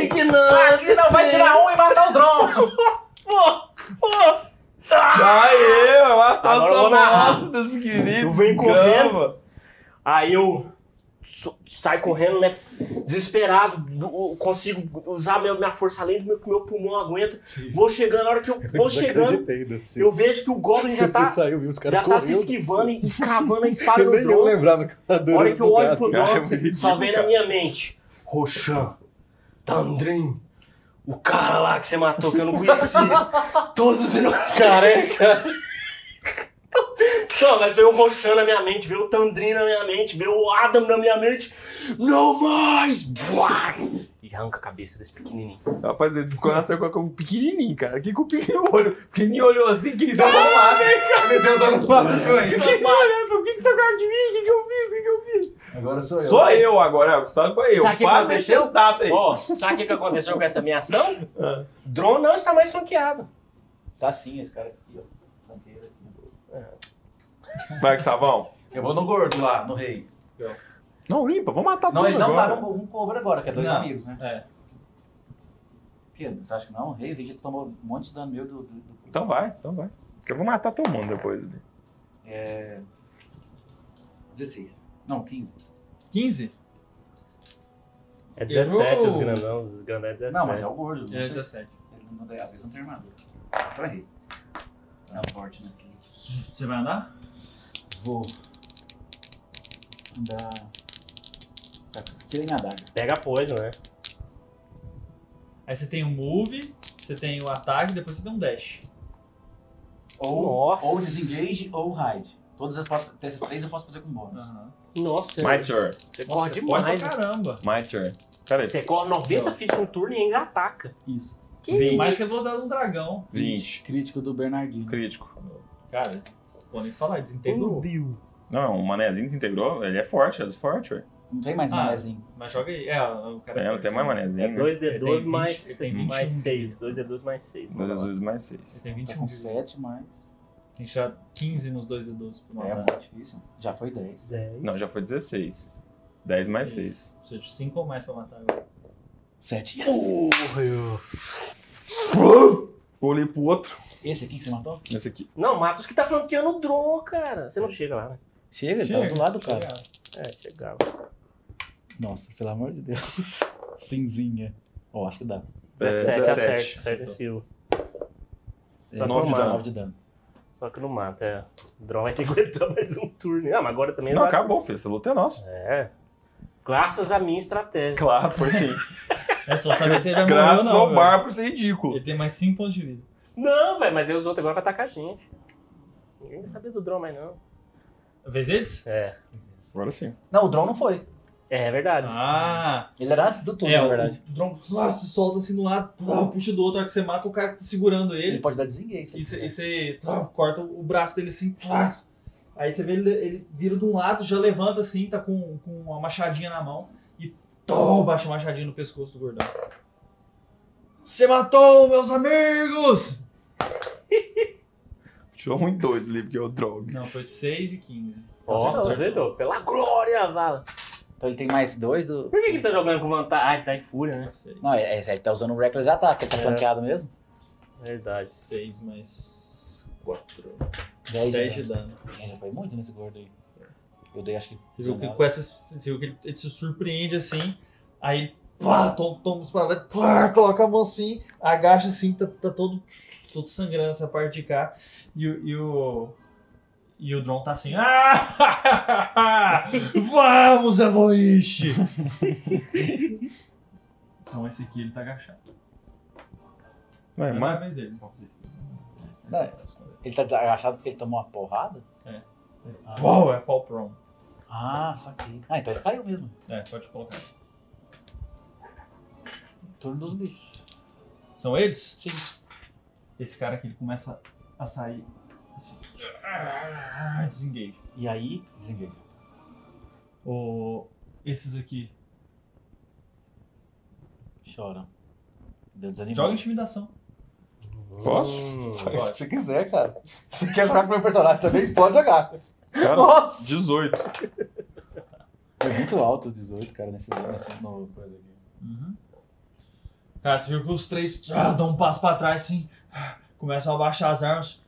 [SPEAKER 5] sim!
[SPEAKER 2] que não!
[SPEAKER 5] Aqui não vai tirar um e matar o drone!
[SPEAKER 3] Aê, tá vai matar
[SPEAKER 2] Agora eu vou
[SPEAKER 3] essa
[SPEAKER 2] narrar.
[SPEAKER 3] bolada dos pequenininhos.
[SPEAKER 2] Vem correndo.
[SPEAKER 3] Gama.
[SPEAKER 2] Aí eu so- saio correndo, né? Desesperado, eu consigo usar meu- minha força além do meu, que meu pulmão aguenta. Vou chegando, a hora que eu vou chegando,
[SPEAKER 16] desacreditei desse.
[SPEAKER 2] eu vejo que o Goblin já tá,
[SPEAKER 16] Você saiu, viu? Os caras
[SPEAKER 2] já tá se
[SPEAKER 16] correndo.
[SPEAKER 2] esquivando e cavando a espada
[SPEAKER 16] Eu
[SPEAKER 2] no
[SPEAKER 16] nem eu
[SPEAKER 2] drone.
[SPEAKER 16] lembrava que eu
[SPEAKER 2] A hora que eu olho pro
[SPEAKER 4] cara.
[SPEAKER 2] Nox,
[SPEAKER 4] É ridículo,
[SPEAKER 2] só vem na
[SPEAKER 4] cara.
[SPEAKER 2] minha mente. Roxan, Tandrin, o cara lá que você matou, que eu não conhecia. Todos os inocentes.
[SPEAKER 16] Careca!
[SPEAKER 2] Não, mas veio o Roxan na minha mente, veio o Tandrin na minha mente, veio o Adam na minha mente. Não mais! Buá! E arranca a cabeça desse pequenininho.
[SPEAKER 3] Rapaz, ele ficou nasceu com o pequenininho, cara. O que que o pequenininho olhou? O pequenininho olhou assim que ele deu uma massa.
[SPEAKER 16] Ele deu dando passo aí.
[SPEAKER 3] Pequenininho olhando, por que que você gosta de mim? O que que eu fiz? O que que eu fiz?
[SPEAKER 5] Agora sou eu.
[SPEAKER 3] Só eu agora, é, o Gustavo foi eu.
[SPEAKER 2] Sabe o que
[SPEAKER 3] Para de
[SPEAKER 2] aconteceu?
[SPEAKER 3] mexer os dados aí.
[SPEAKER 2] Ó, sabe o que que aconteceu com essa minha ação? Drone não está mais flanqueado.
[SPEAKER 5] Tá sim, esse cara aqui, ó. Ranqueiro aqui.
[SPEAKER 3] Vai com sabão.
[SPEAKER 5] Eu vou no gordo lá, no rei.
[SPEAKER 3] Não, limpa, vamos matar
[SPEAKER 5] não,
[SPEAKER 3] tudo
[SPEAKER 5] ele não
[SPEAKER 3] agora.
[SPEAKER 5] tá com um cover agora, que é dois
[SPEAKER 1] Não.
[SPEAKER 5] amigos, né?
[SPEAKER 1] É.
[SPEAKER 5] Porque você acha que não? O rei, o rei já tomou um monte de dano meu do. do, do-
[SPEAKER 4] Então vai, então vai. Que eu vou matar todo mundo depois. ali.
[SPEAKER 5] 16. Não, 15.
[SPEAKER 1] 15?
[SPEAKER 2] É
[SPEAKER 1] 17 os
[SPEAKER 2] grandão, os grandão é 17.
[SPEAKER 5] Não, mas é o gordo. Não
[SPEAKER 1] É
[SPEAKER 5] sei.
[SPEAKER 1] 17.
[SPEAKER 5] Ele não, às vezes não tem armadura. Então é rei. Não, forte, né?
[SPEAKER 1] Você vai andar?
[SPEAKER 5] Vou. Andar. Tá, Tirei minha adaga.
[SPEAKER 2] Pega poison, né?
[SPEAKER 1] Aí você tem o move, você tem o ataque, depois você tem um dash.
[SPEAKER 5] Ou,
[SPEAKER 2] Nossa.
[SPEAKER 5] ou disengage ou hide. Todas as posso, essas três eu posso fazer com bônus.
[SPEAKER 1] Aham.
[SPEAKER 2] Nossa,
[SPEAKER 4] My turn.
[SPEAKER 2] você corre
[SPEAKER 1] Nossa, você pode
[SPEAKER 2] demais.
[SPEAKER 1] pra caramba.
[SPEAKER 4] My turn. Pera aí. é
[SPEAKER 2] Você corre 90 feet no turno e ainda ataca.
[SPEAKER 5] Isso.
[SPEAKER 2] Que
[SPEAKER 4] Vinte.
[SPEAKER 1] Mais que a velocidade de um dragão.
[SPEAKER 4] 20.
[SPEAKER 5] Crítico do Bernardinho.
[SPEAKER 4] um Crítico.
[SPEAKER 1] Cara, pô, nem falar,
[SPEAKER 4] um
[SPEAKER 1] desintegrou.
[SPEAKER 4] Não, é um o manézinho desintegrou. Ele é forte, ele é forte, ué.
[SPEAKER 5] Não tem mais Tá
[SPEAKER 1] Ah.
[SPEAKER 5] manézinho.
[SPEAKER 1] Mas joga aí. É, o cara.
[SPEAKER 4] É, não tem mais manézinho,
[SPEAKER 2] É
[SPEAKER 4] né?
[SPEAKER 2] 2D12
[SPEAKER 1] Ele tem
[SPEAKER 2] mais,
[SPEAKER 1] 20, ele
[SPEAKER 2] seis-
[SPEAKER 1] tem
[SPEAKER 2] mais
[SPEAKER 1] 21.
[SPEAKER 2] 6. 2D12 mais 6.
[SPEAKER 4] né? Dois azuis mais
[SPEAKER 1] Você
[SPEAKER 4] seis.
[SPEAKER 1] tem
[SPEAKER 5] Tá
[SPEAKER 1] 21
[SPEAKER 5] com
[SPEAKER 1] de-
[SPEAKER 5] 7 mais.
[SPEAKER 1] Tem que tirar 15 nos 2 D12 pro
[SPEAKER 5] É
[SPEAKER 1] maldade.
[SPEAKER 5] muito difícil. Já foi 10.
[SPEAKER 2] 10.
[SPEAKER 4] Não, já foi 16. 10 mais 6.
[SPEAKER 1] Ou seja, 5 ou mais pra matar agora.
[SPEAKER 5] 7. Yes.
[SPEAKER 4] Pulei pro outro.
[SPEAKER 5] Esse aqui que você matou?
[SPEAKER 4] Esse aqui.
[SPEAKER 2] Não, mata os que tá flanqueando o Dron, cara. Você não chega lá, né?
[SPEAKER 5] Chega, ele
[SPEAKER 1] Chega,
[SPEAKER 5] tava do lado do cara.
[SPEAKER 2] É, chegava.
[SPEAKER 5] Nossa, pelo amor de Deus. Cinzinha. Ó, acho que
[SPEAKER 1] Tá
[SPEAKER 5] dá.
[SPEAKER 4] É,
[SPEAKER 2] 17, acerta. Acerta o
[SPEAKER 1] Acertou.
[SPEAKER 2] Silva.
[SPEAKER 5] Ele
[SPEAKER 4] Nove de
[SPEAKER 5] tomou
[SPEAKER 4] dano.
[SPEAKER 5] É, nove de dano.
[SPEAKER 2] Só que não mata, é. O Dron vai ter que aguentar mais um turno. Ah, mas agora também
[SPEAKER 4] Não,
[SPEAKER 2] vai-
[SPEAKER 4] acabou, filho. Essa luta é nossa.
[SPEAKER 2] É. Graças à minha estratégia.
[SPEAKER 4] Claro, foi sim.
[SPEAKER 1] É só saber se ele vai morrer ou
[SPEAKER 4] Graças
[SPEAKER 1] não.
[SPEAKER 4] ao
[SPEAKER 1] velho.
[SPEAKER 4] bar por ser ridículo.
[SPEAKER 1] Ele tem mais 5 pontos de vida.
[SPEAKER 2] Não, velho, mas aí os outros agora vai atacar a gente. Ninguém vai saber do Dron mais não.
[SPEAKER 1] Vez eles?
[SPEAKER 2] É.
[SPEAKER 4] Agora sim.
[SPEAKER 5] Não, o drone não foi.
[SPEAKER 2] É, é verdade.
[SPEAKER 1] Ah!
[SPEAKER 5] Ele era antes do turno,
[SPEAKER 1] é,
[SPEAKER 5] na verdade.
[SPEAKER 1] o drone ah, se solta assim de um lado, ah, puxa do outro, a hora que você mata o cara que tá segurando
[SPEAKER 5] Ele
[SPEAKER 1] ele.
[SPEAKER 5] pode dar desengage. se
[SPEAKER 1] E
[SPEAKER 5] ele quiser.
[SPEAKER 1] você corta o braço dele assim. ah. Aí você vê ele, ele vira de um lado, já levanta assim, tá com, com uma machadinha na mão. E tó, baixa a machadinha no pescoço do gordão. Você matou, meus amigos!
[SPEAKER 4] Tirou muito dois ali, porque é o drogue.
[SPEAKER 1] Não, foi 6 e 15.
[SPEAKER 2] Ó, acertou. Pela glória, Vala.
[SPEAKER 5] Então ele tem mais dois do.
[SPEAKER 2] Por que, que ele tá jogando com vantagem? Ah, ele tá em fúria, né?
[SPEAKER 5] Não,
[SPEAKER 1] Ah,
[SPEAKER 5] é- esse aí tá usando o Reckless Attack, ele tá
[SPEAKER 2] É.
[SPEAKER 5] flanqueado mesmo.
[SPEAKER 2] Verdade.
[SPEAKER 1] 6 mais 4.
[SPEAKER 5] 10
[SPEAKER 1] 10 de
[SPEAKER 5] de
[SPEAKER 1] dano.
[SPEAKER 5] dano. É, Já foi muito nesse gordo aí. Eu dei acho que.
[SPEAKER 1] Você viu que,
[SPEAKER 5] 19.
[SPEAKER 1] com essas, você viu que ele, ele se surpreende assim, aí ele pá, toma, toma os paradas, pá, coloca a mão assim, agacha assim, tá, tá todo, todo sangrando essa parte de cá. E, o- e o. E o Dron tá assim. Ah! Vamos, Evoish! então esse aqui ele tá agachado.
[SPEAKER 4] Não, é,
[SPEAKER 1] Não é a
[SPEAKER 4] mata.
[SPEAKER 1] vez dele.
[SPEAKER 5] Não, Ele tá desagachado porque ele tomou uma porrada?
[SPEAKER 1] É.
[SPEAKER 5] Ah,
[SPEAKER 1] Uau, é fall prone.
[SPEAKER 5] ah, saquei. Ah, então ele caiu mesmo.
[SPEAKER 1] É, pode colocar.
[SPEAKER 5] Turno dos bichos.
[SPEAKER 1] São eles?
[SPEAKER 5] Sim.
[SPEAKER 1] Esse cara aqui ele começa a sair assim. Ah, Desengage.
[SPEAKER 5] E aí, desengage.
[SPEAKER 1] O, esses aqui.
[SPEAKER 5] Choram. Deu
[SPEAKER 1] Joga
[SPEAKER 5] desanimado.
[SPEAKER 1] intimidação.
[SPEAKER 4] Posso?
[SPEAKER 16] Faz o que você quiser, cara. Se quer jogar com meu personagem também, pode jogar.
[SPEAKER 4] Cara,
[SPEAKER 16] Nossa!
[SPEAKER 4] 18.
[SPEAKER 6] Foi muito alto o 18, cara, nesse, nessa nova coisa aqui.
[SPEAKER 1] Cara, você viu que os três ah, dão um passo pra trás, assim. Começam a baixar as armas.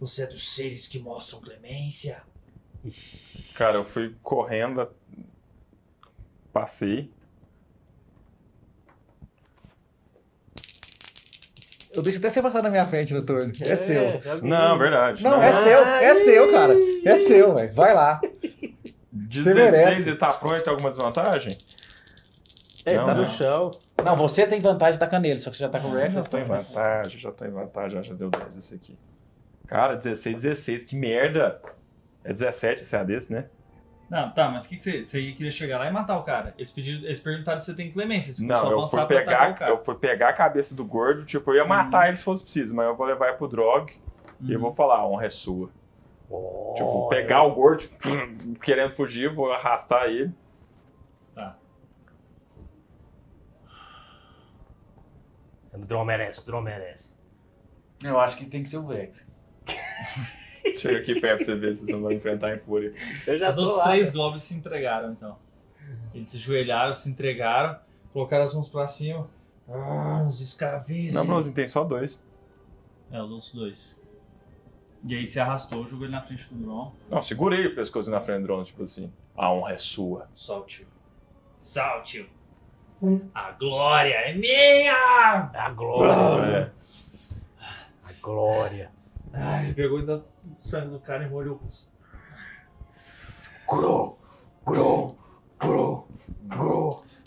[SPEAKER 1] Você é dos seres que mostram clemência.
[SPEAKER 4] Cara, eu fui correndo. a- Passei.
[SPEAKER 16] Eu deixo até você passar na minha frente no turno. É, seu.
[SPEAKER 4] Não, verdade.
[SPEAKER 16] Não, é seu. É seu, cara. É seu, velho. Vai lá.
[SPEAKER 4] 16 e tá pronto, tem alguma desvantagem?
[SPEAKER 2] É,
[SPEAKER 4] Não,
[SPEAKER 2] tá
[SPEAKER 4] não.
[SPEAKER 2] no chão.
[SPEAKER 6] Não, você tem vantagem de tacar nele, só que você já tá com o Red.
[SPEAKER 4] já tô em vantagem, já tô em vantagem, já deu 10 esse aqui. Cara, 16, 16, que merda! É 17 esse AD, né?
[SPEAKER 1] Não, tá, mas o que, que você. Você queria chegar lá e matar o cara. Eles, pediram, eles perguntaram se você tem clemência. Você começou
[SPEAKER 4] Não,
[SPEAKER 1] a
[SPEAKER 4] eu
[SPEAKER 1] avançar
[SPEAKER 4] fui,
[SPEAKER 1] pra atacar o
[SPEAKER 4] pegar,
[SPEAKER 1] cara.
[SPEAKER 4] eu fui pegar a cabeça do gordo, tipo, eu ia matar ele se fosse preciso, mas eu vou levar ele pro drog e eu vou falar, a honra é sua. tipo, pegar o gordo, tipo, querendo fugir, vou arrastar ele.
[SPEAKER 2] O drone merece, o drone merece.
[SPEAKER 6] Eu acho que tem que ser o Vex.
[SPEAKER 4] Chega aqui perto pra você ver se você não vai enfrentar em fúria.
[SPEAKER 2] Eu já
[SPEAKER 1] Os
[SPEAKER 2] tô
[SPEAKER 1] outros
[SPEAKER 2] lá.
[SPEAKER 1] três goblins se entregaram, então. Eles se joelharam, se entregaram, colocaram as mãos pra cima. Ah, nos escravizem.
[SPEAKER 4] Não, Brunozinho, tem só dois.
[SPEAKER 1] É, os outros dois. E aí se arrastou, jogou ele na frente do Dron.
[SPEAKER 4] Não, segurei o pescoço na frente do drone, tipo assim, a honra é sua.
[SPEAKER 1] Solte-o. Solte-o. A glória é minha!
[SPEAKER 2] A glória,
[SPEAKER 4] É.
[SPEAKER 2] a glória.
[SPEAKER 1] Ai, ele pegou ainda o sangue do cara e molhou o rosto.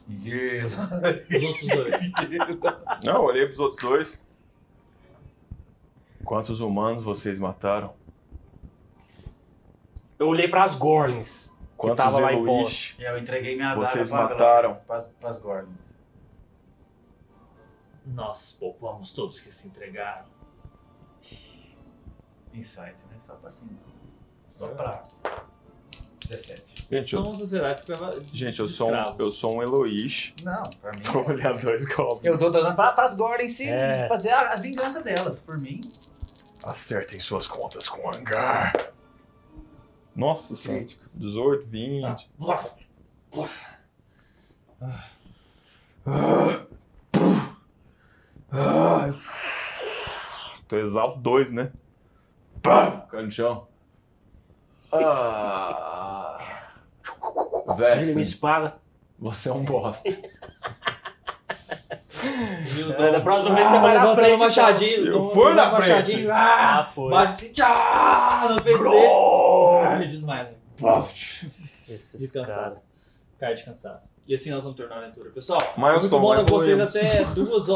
[SPEAKER 6] Yes.
[SPEAKER 1] Os outros dois.
[SPEAKER 4] Não, eu olhei pros outros dois. Quantos humanos vocês mataram?
[SPEAKER 2] Eu olhei pras Gorlins.
[SPEAKER 4] Quantos
[SPEAKER 2] tava lá em
[SPEAKER 4] Eloís
[SPEAKER 6] Eu entreguei minha
[SPEAKER 4] vocês
[SPEAKER 6] adaga pra-
[SPEAKER 4] mataram?
[SPEAKER 6] Pras, pras Gorlins.
[SPEAKER 1] Nós poupamos todos que se entregaram.
[SPEAKER 6] Insight, né? Só pra assim. Só pra. 17.
[SPEAKER 4] Gente, eu,
[SPEAKER 1] São os sociedades escravas.
[SPEAKER 4] gente, eu sou um, eu sou um Eloís.
[SPEAKER 6] Não, pra mim.
[SPEAKER 4] Tô olhando dois goblins.
[SPEAKER 6] Eu tô dando pra, pras Gorlins se
[SPEAKER 2] É.
[SPEAKER 6] fazer a, a vingança delas, por mim.
[SPEAKER 4] Acertem suas contas com o hangar. Nossa senhora. 18, 20. Tô exausto dois, né? Pá! Cai no chão.
[SPEAKER 16] Ah.
[SPEAKER 2] Ele me espada.
[SPEAKER 16] você é um bosta.
[SPEAKER 2] Mas Da próxima vez
[SPEAKER 1] Ah,
[SPEAKER 2] você vai na
[SPEAKER 1] levantando
[SPEAKER 2] frente.
[SPEAKER 1] o machadinho.
[SPEAKER 4] Eu
[SPEAKER 1] tomando-
[SPEAKER 4] fui na
[SPEAKER 1] levantando o
[SPEAKER 4] frente.
[SPEAKER 1] machadinho, Ah,
[SPEAKER 2] Ah, foi.
[SPEAKER 1] bate assim, tchá, no peito dele. Ah, ele desmaia. né?
[SPEAKER 2] Esses caras.
[SPEAKER 1] Descansado. Cai de cansaço. E assim nós vamos tornar a aventura. Pessoal,
[SPEAKER 4] Mas eu
[SPEAKER 1] muito
[SPEAKER 4] tô
[SPEAKER 1] bom
[SPEAKER 4] mais
[SPEAKER 1] com vocês
[SPEAKER 4] doente.
[SPEAKER 1] até duas horas.